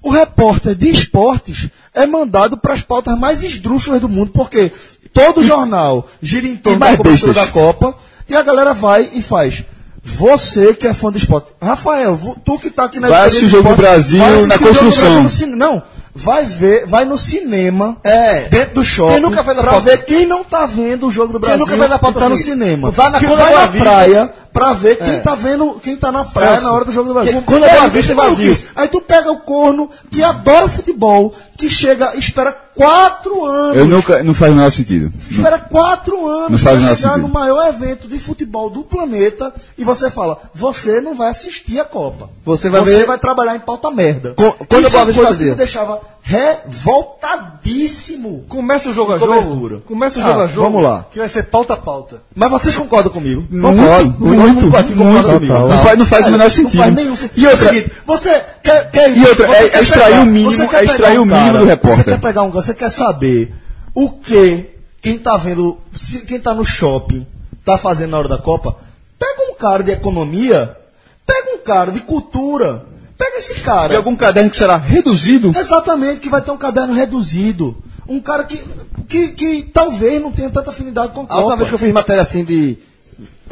Speaker 2: o repórter de esportes é mandado para as pautas mais esdrúxulas do mundo, porque todo jornal gira em torno da
Speaker 5: mais
Speaker 2: cobertura da
Speaker 5: bestas.
Speaker 2: Copa e a galera vai e faz. Você que é fã do esporte. Rafael, vo- tu que tá aqui na editoria
Speaker 5: Vai assistir
Speaker 2: de
Speaker 5: o jogo do
Speaker 2: esporte,
Speaker 5: Brasil
Speaker 2: vai assistir
Speaker 5: na
Speaker 2: o jogo do
Speaker 5: construção.
Speaker 2: Brasil no cine- Não,
Speaker 4: vai ver, vai no cinema,
Speaker 2: É.
Speaker 4: dentro do shopping,
Speaker 2: Quem nunca fez a
Speaker 4: pra
Speaker 2: pauta-
Speaker 4: ver quem não tá vendo o jogo do Brasil,
Speaker 2: nunca fez a pauta
Speaker 4: e tá no
Speaker 2: assim,
Speaker 4: cinema.
Speaker 2: vai na
Speaker 4: Quem
Speaker 2: Coisa Boa
Speaker 4: vai na
Speaker 2: Vista.
Speaker 4: praia pra ver quem
Speaker 2: É.
Speaker 4: tá vendo, quem tá na praia
Speaker 2: Celso,
Speaker 4: na hora do jogo do Brasil.
Speaker 2: que quando a
Speaker 4: Aí
Speaker 2: Boa
Speaker 4: tu
Speaker 2: Vista
Speaker 4: fala
Speaker 2: é vazio.
Speaker 4: isso. Aí tu pega o corno que adora futebol, que chega, espera quatro anos
Speaker 5: Eu nunca. Não faz o menor sentido.
Speaker 4: espera quatro
Speaker 5: Não
Speaker 4: anos
Speaker 5: faz
Speaker 4: para
Speaker 5: nada
Speaker 4: chegar
Speaker 5: sentido.
Speaker 4: no maior evento de futebol do planeta e você fala, você não vai assistir a Copa.
Speaker 2: Você vai ver-
Speaker 4: vai trabalhar em pauta merda.
Speaker 2: Co- quando a
Speaker 4: Isso é
Speaker 2: Boa
Speaker 4: uma
Speaker 2: Vista
Speaker 4: coisa que
Speaker 2: fazia?
Speaker 4: me deixava revoltadíssimo.
Speaker 3: Começa o jogo a
Speaker 4: Cobertura.
Speaker 3: jogo. Começa o jogo
Speaker 4: Ah,
Speaker 3: a jogo.
Speaker 4: vamos lá.
Speaker 3: Que vai ser pauta a pauta.
Speaker 4: Mas vocês concordam comigo?
Speaker 5: Muito,
Speaker 4: Concordo.
Speaker 5: muito,
Speaker 4: Todo mundo aqui concorda
Speaker 5: muito.
Speaker 4: comigo.
Speaker 5: Não faz- não faz o
Speaker 4: Cara,
Speaker 5: menor sentido.
Speaker 4: Não faz nenhum sentido.
Speaker 5: E outra-
Speaker 4: É o seguinte, você quer, quer
Speaker 5: E outra,
Speaker 4: você
Speaker 5: é- é
Speaker 4: quer
Speaker 5: extrair o mínimo-
Speaker 4: você quer
Speaker 5: é
Speaker 4: pegar um
Speaker 5: extrair o mínimo do repórter.
Speaker 4: Você quer pegar um, você quer saber o que quem tá vendo, se quem tá no shopping tá fazendo na hora da Copa, pega um cara de economia, pega um cara de cultura, pega esse cara.
Speaker 5: E algum caderno que será reduzido?
Speaker 4: Exatamente, que vai ter um caderno reduzido. Um cara que, que, que talvez não tenha tanta afinidade com
Speaker 2: A última
Speaker 4: Copa.
Speaker 2: vez que eu fiz matéria assim de.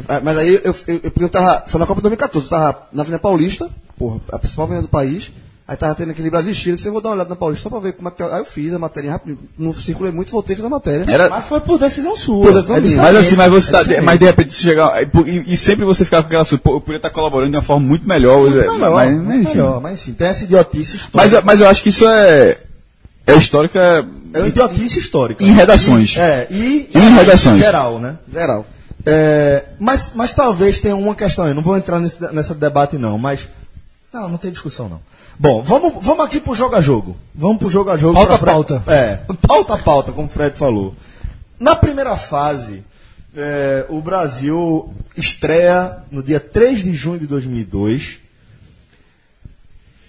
Speaker 2: Ah, Mas aí eu, eu, eu, porque eu tava. Foi na Copa 2014, eu tava na Avenida Paulista, porra, a principal avenida do país. Aí tava tendo aquele Brasil e Chile, eu vou dar uma olhada na Paulista só pra ver como é que tá. Aí eu fiz a matéria rápido, não circulei muito, voltei e fiz a matéria.
Speaker 5: Era,
Speaker 4: Mas foi por decisão sua.
Speaker 2: Por decisão
Speaker 4: É
Speaker 2: minha.
Speaker 4: diferente.
Speaker 5: mas assim, mas você tá,
Speaker 4: diferente.
Speaker 5: mas de repente se chegar e, e- e sempre você ficar com aquela su- pô, eu podia estar colaborando de uma forma muito melhor, Zé.
Speaker 4: Melhor,
Speaker 5: mas,
Speaker 4: muito
Speaker 5: mas, enfim.
Speaker 4: é melhor, mas enfim, tem essa idiotice histórica.
Speaker 5: mas eu- mas eu acho que isso é é histórica
Speaker 4: é uma idiotice histórica.
Speaker 5: em redações.
Speaker 4: É, e
Speaker 5: Em redações.
Speaker 4: geral, né?
Speaker 2: Geral.
Speaker 4: É, mas, mas talvez tenha uma questão aí, não vou entrar nesse, nessa debate não, mas. Não, não tem discussão não. Bom, vamos, vamos aqui pro jogo a jogo. Vamos pro jogo a jogo.
Speaker 3: Pauta
Speaker 4: pra
Speaker 3: a pauta.
Speaker 4: É, pauta a pauta, como o Fred falou. Na primeira fase, é, o Brasil estreia no dia 3 de junho de 2002,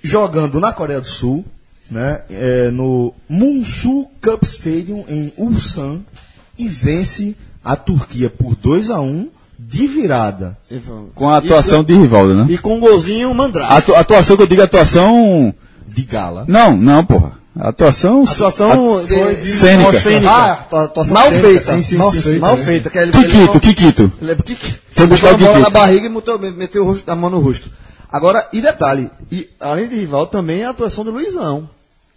Speaker 4: jogando na Coreia do Sul, né, é, no Munsu Cup Stadium em Ulsan e vence a Turquia por 2 a 1 de virada.
Speaker 5: Com a atuação de Rivaldo, né?
Speaker 2: E com um golzinho mandrake.
Speaker 5: Atu- atuação que eu digo atuação
Speaker 4: De gala.
Speaker 5: não, não, porra. Atuação
Speaker 2: Atuação de-
Speaker 5: foi
Speaker 2: de-
Speaker 5: cênica.
Speaker 2: Nossa, Ah, a atuação
Speaker 4: Mal
Speaker 2: cênica,
Speaker 4: feita.
Speaker 2: tá.
Speaker 4: Sim, sim,
Speaker 2: mal
Speaker 4: sim,
Speaker 2: feita.
Speaker 4: sim,
Speaker 2: Mal
Speaker 4: sim.
Speaker 2: feita. que é ele- ele
Speaker 5: Kikito,
Speaker 2: não-
Speaker 5: Kikito.
Speaker 2: Lembra que que-
Speaker 5: Foi buscar
Speaker 2: botou
Speaker 5: o
Speaker 2: a bola
Speaker 5: Kikito.
Speaker 2: na barriga e meteu, meteu o rosto- a mão no rosto. Agora, e detalhe, e, além de rival, também é a atuação do Luizão.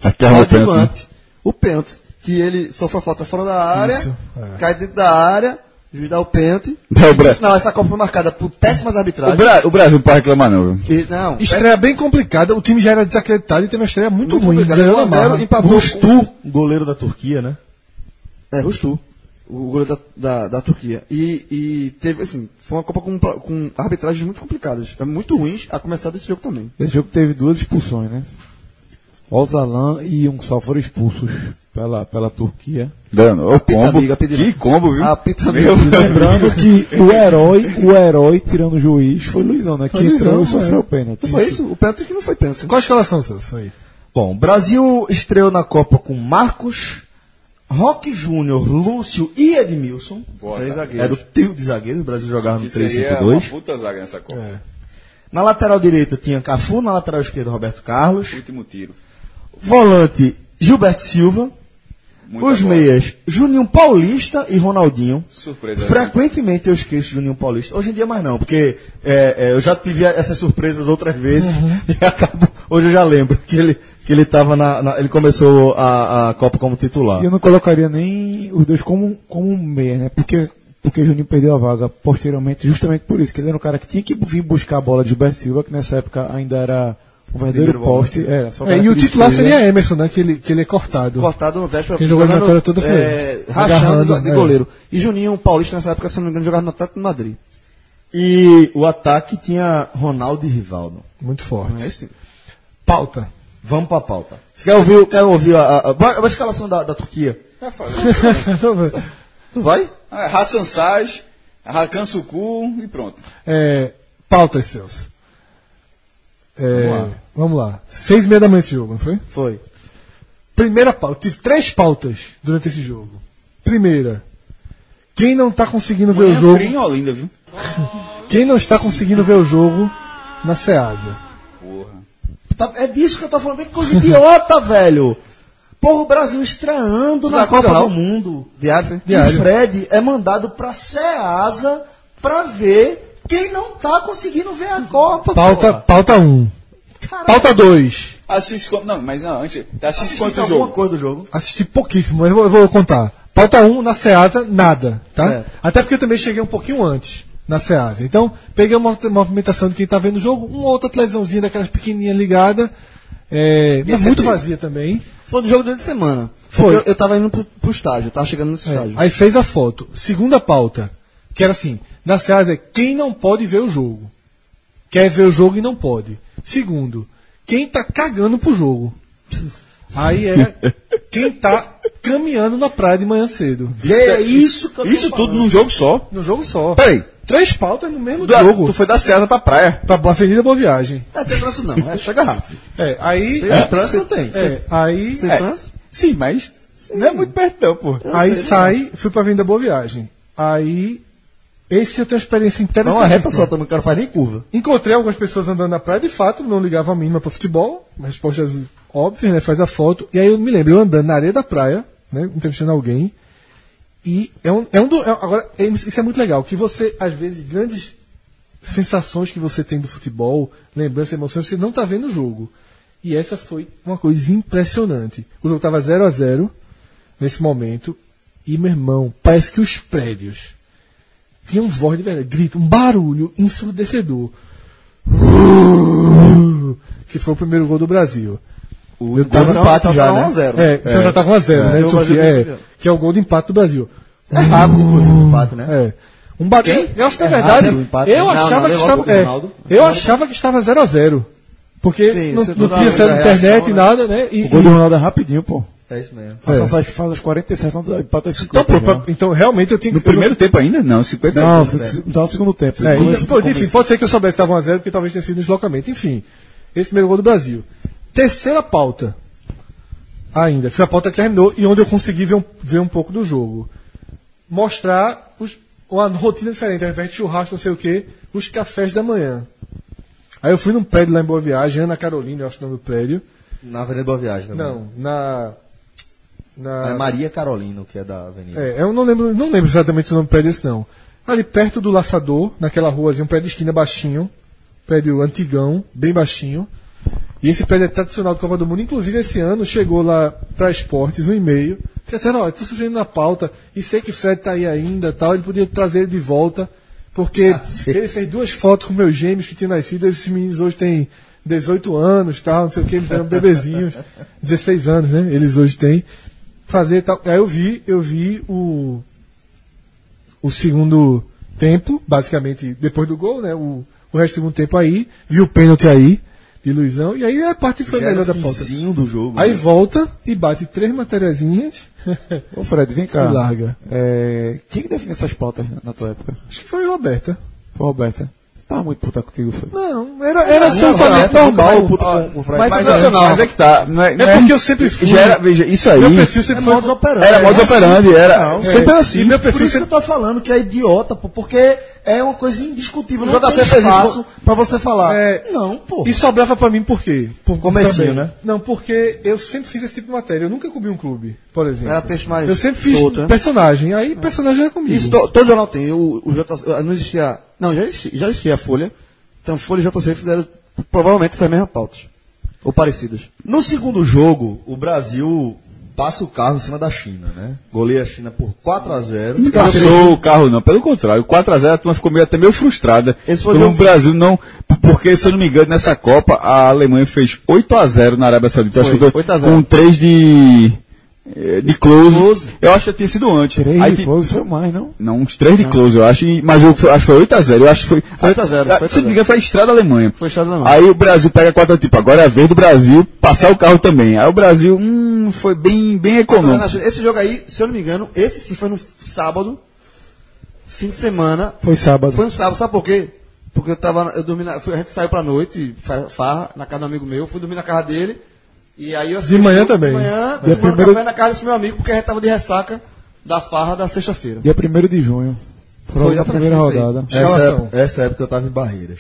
Speaker 5: Aquela
Speaker 2: O
Speaker 5: é pênalti, né?
Speaker 2: adjuvante, O pênalti. Que ele sofre a falta fora da área,
Speaker 3: Isso,
Speaker 2: cai dentro da área, o juiz dá o pênalti.
Speaker 5: Dá o bra-
Speaker 2: No final, essa Copa foi marcada por péssimas
Speaker 5: O,
Speaker 2: arbitragens.
Speaker 5: Bra- o Brasil não pode reclamar não. viu?
Speaker 2: E- não,
Speaker 3: Estreia bem complicada. O time já era desacreditado e teve uma estreia muito,
Speaker 2: Muito
Speaker 3: ruim.
Speaker 2: complicada,
Speaker 3: Ganhou na
Speaker 2: 1 a 0,
Speaker 3: marra.
Speaker 2: empatou.
Speaker 4: Rustu, goleiro da Turquia, né?
Speaker 2: É, Rustu. O goleiro da, da, da Turquia. E, e teve, assim, foi uma Copa com, pra- com arbitragens muito complicadas. É muito ruins a começar desse jogo também.
Speaker 17: Esse jogo teve duas expulsões, né? Ozalan e um sal foram expulsos pela, pela Turquia.
Speaker 5: Dano, o
Speaker 2: pita
Speaker 5: combo.
Speaker 2: amiga, pita
Speaker 5: que
Speaker 2: amiga.
Speaker 5: combo,
Speaker 4: Ah,
Speaker 5: viu?
Speaker 2: A pita
Speaker 5: Meu-
Speaker 17: Lembrando que o herói, o herói tirando o juiz foi Luizão, né? Que entrou
Speaker 3: Luizão,
Speaker 17: e sofreu
Speaker 3: é.
Speaker 17: o pênalti.
Speaker 2: Não foi isso? O pênalti que não foi pênalti.
Speaker 3: Qual a escalação, Celso? Aí.
Speaker 4: Bom, Brasil estreou na Copa com Marcos, Roque Júnior, Lúcio e Edmilson.
Speaker 2: Três zagueiros.
Speaker 4: Era o trio de zagueiros, o Brasil jogava no 3-5-2.
Speaker 5: é puta zaga nessa Copa.
Speaker 4: Na lateral direita tinha Cafu, na lateral esquerda Roberto Carlos.
Speaker 5: Último tiro.
Speaker 4: Volante Gilberto Silva.
Speaker 5: Muita
Speaker 4: os
Speaker 5: bola.
Speaker 4: meias Juninho Paulista e Ronaldinho.
Speaker 2: é
Speaker 5: Surpresa, né?
Speaker 4: Frequentemente eu esqueço Juninho Paulista. Hoje em dia mais não, porque é, é, eu já tive essas surpresas outras vezes e acabo. Hoje eu já lembro que ele que ele tava na, na- ele começou a, a Copa como titular.
Speaker 17: E eu não colocaria nem os dois como, um, como meia, né? Porque, porque o Juninho perdeu a vaga posteriormente, justamente por isso, que ele era um cara que tinha que vir buscar a bola de Gilberto Silva, que nessa época ainda era um verdadeiro
Speaker 4: Primeiro volante.
Speaker 17: poste. Era, só
Speaker 3: É,
Speaker 17: cara
Speaker 3: e o
Speaker 17: que
Speaker 3: titular
Speaker 17: defesa.
Speaker 3: seria Emerson, né? Que ele, que ele é cortado.
Speaker 2: Cortado no véspera.
Speaker 3: Quem jogou a
Speaker 2: jogando,
Speaker 3: eliminatória toda foi
Speaker 2: é,
Speaker 3: ele.
Speaker 2: Rachando
Speaker 3: Agarrando,
Speaker 2: de
Speaker 3: é.
Speaker 2: goleiro. E Juninho Paulista, nessa época, se não me engano, jogava no Atlético de Madrid.
Speaker 4: E o ataque tinha Ronaldo e Rivaldo.
Speaker 3: Muito forte.
Speaker 2: É sim.
Speaker 3: Pauta.
Speaker 4: Vamos pra pauta. Quer ouvir, quer ouvir a, a, a- a escalação da, da Turquia? Tu vai?
Speaker 5: Ah, Hassan Saj, Hakan Suku e pronto.
Speaker 3: é, pautas, Celso. É, vamos, lá. Seis e meia da manhã esse jogo, não foi?
Speaker 4: Foi.
Speaker 3: Primeira pauta. Tive três pautas durante esse jogo. Primeira. Quem não tá conseguindo ver o
Speaker 5: Manhã
Speaker 3: jogo...
Speaker 5: fria em é Olinda, viu?
Speaker 3: Quem não está conseguindo ver o jogo na Ceasa.
Speaker 4: Tá- é disso que eu tô falando. Que coisa idiota, velho. Porra, o Brasil estreando na
Speaker 2: Tá,
Speaker 4: Copa
Speaker 2: legal.
Speaker 4: do Mundo.
Speaker 2: Diário,
Speaker 4: E o Fred é mandado pra Ceasa pra ver quem não tá conseguindo ver a Copa.
Speaker 3: Pauta,
Speaker 4: porra.
Speaker 3: pauta 1. Um.
Speaker 4: Caralho.
Speaker 3: Pauta 2.
Speaker 5: Assiste quanto. Não, mas não, antes. Assiste quanto
Speaker 3: alguma
Speaker 5: jogo?
Speaker 3: coisa do jogo? Assisti pouquíssimo, mas eu vou, eu vou contar. Pauta 1 na Seasa, nada, tá?
Speaker 4: É.
Speaker 3: Até porque eu também cheguei um pouquinho antes na Seasa. Então, peguei uma mov- movimentação de quem tá vendo o jogo, uma outra televisãozinha daquelas pequenininha ligada, é, mas muito vazia também.
Speaker 4: Foi do jogo durante a semana.
Speaker 3: Foi.
Speaker 4: Eu, eu tava indo pro, pro estágio, tava chegando nesse estágio.
Speaker 3: É. Aí fez a foto. Segunda pauta, que era assim, na Seasa é quem não pode ver o jogo. Quer ver o jogo e não pode. Segundo, quem tá cagando pro jogo. Aí era quem tá caminhando na praia de manhã cedo.
Speaker 2: é isso que eu tô
Speaker 5: Isso
Speaker 2: falando.
Speaker 5: tudo num jogo só?
Speaker 3: No jogo só.
Speaker 5: Peraí.
Speaker 3: Três pautas no mesmo
Speaker 5: Da-
Speaker 3: jogo.
Speaker 5: Tu foi da César pra praia.
Speaker 3: Pra Avenida Boa Viagem.
Speaker 4: É, tem trânsito não, é, chega rápido.
Speaker 3: É, aí.
Speaker 4: Tem trânsito não tem.
Speaker 3: É, aí.
Speaker 4: Tem
Speaker 5: É.
Speaker 4: trânsito?
Speaker 5: Sim, mas. Não é muito perto, não, pô.
Speaker 3: Aí sai, fui pra Avenida Boa Viagem. Aí. Esse eu tenho uma experiência
Speaker 4: Dá
Speaker 3: interessante.
Speaker 4: uma reta só, também, o cara faz nem curva.
Speaker 3: Encontrei algumas pessoas andando na praia, de fato, não ligava a mínima para futebol, respostas óbvias, né? Faz a foto. E aí eu me lembro, eu andando na areia da praia, né? Entrevistando alguém. E é um, é um do, é- agora, é- isso é muito legal, que você, às vezes, grandes sensações que você tem do futebol, lembranças, emoções, você não tá vendo o jogo. E essa foi uma coisa impressionante. O jogo tava 0 a 0 nesse momento, e meu irmão, parece que os prédios tinham voz de verdade, grito, um barulho ensurdecedor. Que foi o primeiro gol do Brasil.
Speaker 4: O gol do empate já, né? 1x0.
Speaker 3: É, então já tava 1 a 0 né?
Speaker 4: Então,
Speaker 3: Turquia,
Speaker 4: Brasil
Speaker 3: é,
Speaker 4: campeão.
Speaker 3: que é o gol de empate do Brasil.
Speaker 4: É rápido, inclusive, o empate, né?
Speaker 3: É. Um ba...
Speaker 4: Quem?
Speaker 3: Eu acho que é
Speaker 4: É
Speaker 3: verdade.
Speaker 4: rápido o empate.
Speaker 3: eu
Speaker 4: Não, não,
Speaker 3: achava que
Speaker 4: levou um
Speaker 3: estava.
Speaker 4: pouco,
Speaker 3: é,
Speaker 4: Ronaldo.
Speaker 3: eu achava que estava 0 a 0 Porque
Speaker 4: Sim,
Speaker 3: não,
Speaker 4: você
Speaker 3: não
Speaker 4: toda
Speaker 3: tinha
Speaker 4: hora da
Speaker 3: sendo internet
Speaker 4: reação,
Speaker 3: e
Speaker 4: né?
Speaker 3: nada, né? E,
Speaker 6: O gol do Ronaldo é rapidinho, pô.
Speaker 4: É isso mesmo.
Speaker 6: Passa as- faz as 47, não empata as né?
Speaker 3: então,
Speaker 6: 50.
Speaker 3: pô, pra- então, realmente eu tinha que.
Speaker 5: No primeiro tempo ainda? Não, 50
Speaker 6: Não, se- dá o segundo tempo.
Speaker 3: É,
Speaker 6: Começa-
Speaker 3: então, pô, enfim, pode ser que eu soubesse que estava 1x0, porque talvez tenha sido um deslocamento. Enfim, esse primeiro gol do Brasil. Terceira pauta. Ainda. Foi a pauta que terminou e onde eu consegui ver um, ver um pouco do jogo. Mostrar os- uma rotina diferente, ao invés de churrasco, não sei o quê, os cafés da manhã. Aí eu fui num prédio lá em Boa Viagem, Ana Carolina, eu acho o nome do prédio.
Speaker 4: Na Avenida Boa
Speaker 6: Tá
Speaker 4: Viagem também.
Speaker 3: Não, na.
Speaker 4: É
Speaker 3: Na.
Speaker 4: Maria Carolina, que é da Avenida.
Speaker 3: É, eu não lembro, não lembro exatamente o nome do prédio esse não. Ali perto do Laçador, naquela ruazinha, um prédio de esquina baixinho, prédio antigão, bem baixinho. E esse prédio é tradicional do Copa do Mundo, inclusive esse ano chegou lá para esportes um e-mail, que disseram, ó, tô sugerindo na pauta, e sei que o Fred tá aí ainda tal, ele podia trazer ele de volta, porque ele fez duas fotos com meus gêmeos que tinham nascido, esses meninos hoje têm 18 anos, tal, não sei o que, eles eram bebezinhos, 16 anos, né? Eles hoje têm fazer tal. Aí eu vi, eu vi o o segundo tempo, basicamente depois do gol, né? O, o resto do segundo tempo aí, vi o pênalti aí de Luizão e aí a parte foi melhor da pauta.
Speaker 2: do jogo.
Speaker 3: Aí volta e bate três matériazinhas.
Speaker 4: É.
Speaker 6: Ô, Fred, vem cá.
Speaker 3: E larga.
Speaker 6: É, quem que definiu essas pautas na- na tua época?
Speaker 3: Acho que foi o Roberta.
Speaker 6: Foi a Roberta. Tava muito puta contigo, foi.
Speaker 3: Não, era era
Speaker 4: Não,
Speaker 3: absolutamente
Speaker 4: Roberta,
Speaker 3: normal.
Speaker 4: puta com- com o Fred.
Speaker 3: mas
Speaker 5: Mas,
Speaker 3: não,
Speaker 5: não, mas é que tá. Não é, não
Speaker 3: é porque eu sempre fui.
Speaker 5: Já era, veja, isso aí.
Speaker 3: Meu perfil sempre foi um-
Speaker 4: É,
Speaker 5: Era modus
Speaker 4: assim,
Speaker 5: operandi, era. Sempre era
Speaker 3: E
Speaker 5: assim.
Speaker 3: meu
Speaker 9: Por
Speaker 3: perfil
Speaker 9: isso que
Speaker 3: sempre
Speaker 9: eu
Speaker 4: tá
Speaker 9: tô falando que é idiota, pô, porque é uma coisa indiscutível. Não
Speaker 4: Joga
Speaker 9: tem
Speaker 4: sempre
Speaker 9: espaço
Speaker 4: isso,
Speaker 9: pra você falar.
Speaker 3: É.
Speaker 9: Não, pô.
Speaker 3: E sobrava pra mim por quê? Por
Speaker 4: Comecinho,
Speaker 3: também.
Speaker 4: né?
Speaker 3: Não, porque eu sempre fiz esse tipo de matéria. Eu nunca cobri um clube, por exemplo.
Speaker 4: Era texto mais
Speaker 3: eu sempre fiz
Speaker 4: solto, né?
Speaker 3: personagem. Aí personagem era comigo.
Speaker 4: Isso to- todo jornal tem. O, o JC, não existia. Não, já existia, já existia a Folha. Então Folha e JC fizeram provavelmente essas mesmas pautas. Ou parecidas.
Speaker 2: No segundo jogo, o Brasil passa o carro em cima da China, né? Goleia a China por 4 a 0
Speaker 5: Não passou o carro, não. Pelo contrário, 4x0 a turma ficou meio, até meio frustrada.
Speaker 4: Esse foi o
Speaker 5: Pelo
Speaker 4: jogo-
Speaker 5: Brasil não. Porque, se eu não me engano, nessa Copa a Alemanha fez 8x0 na Arábia Saudita. Eu acho
Speaker 4: Foi,
Speaker 5: que foi
Speaker 4: 8 a 0.
Speaker 5: com 3 de. eh, De close. Eu acho que tinha sido antes.
Speaker 6: Três
Speaker 5: Aí
Speaker 6: de
Speaker 5: ti-
Speaker 6: close foi mais, não?
Speaker 5: Não, uns 3 de close, eu acho. e- Mas eu, acho que foi 8x0. Eu acho que foi.
Speaker 4: Foi 8 a 0,
Speaker 5: ah,
Speaker 4: foi 8 a
Speaker 5: Se eu não
Speaker 4: 0.
Speaker 5: me engano, foi a estrada Alemanha.
Speaker 4: Foi estado na mão.
Speaker 5: Aí o Brasil pega quatro, tipo, agora é a vez do Brasil passar o carro também. Aí o Brasil, hum, foi bem, bem econômico.
Speaker 4: Esse jogo aí, se eu não me engano, esse sim foi no sábado, fim de semana.
Speaker 6: Foi sábado.
Speaker 4: Foi um sábado, sabe por quê? Porque eu tava. Eu dormi na, fui- a gente saiu pra noite, fa- farra, na casa do amigo meu, fui dormir na casa dele. E aí eu assisti
Speaker 3: De manhã
Speaker 4: o jogo
Speaker 3: também.
Speaker 4: De manhã,
Speaker 6: Dia
Speaker 4: tomando
Speaker 6: primeiro-
Speaker 4: café na casa desse meu amigo, porque a gente tava de ressaca da farra da sexta-feira.
Speaker 6: Dia 1 de junho.
Speaker 4: Foi
Speaker 6: Foi a
Speaker 4: exatamente
Speaker 6: primeira
Speaker 4: isso aí.
Speaker 6: rodada.
Speaker 2: Essa, é época- essa época eu tava em Barreiras.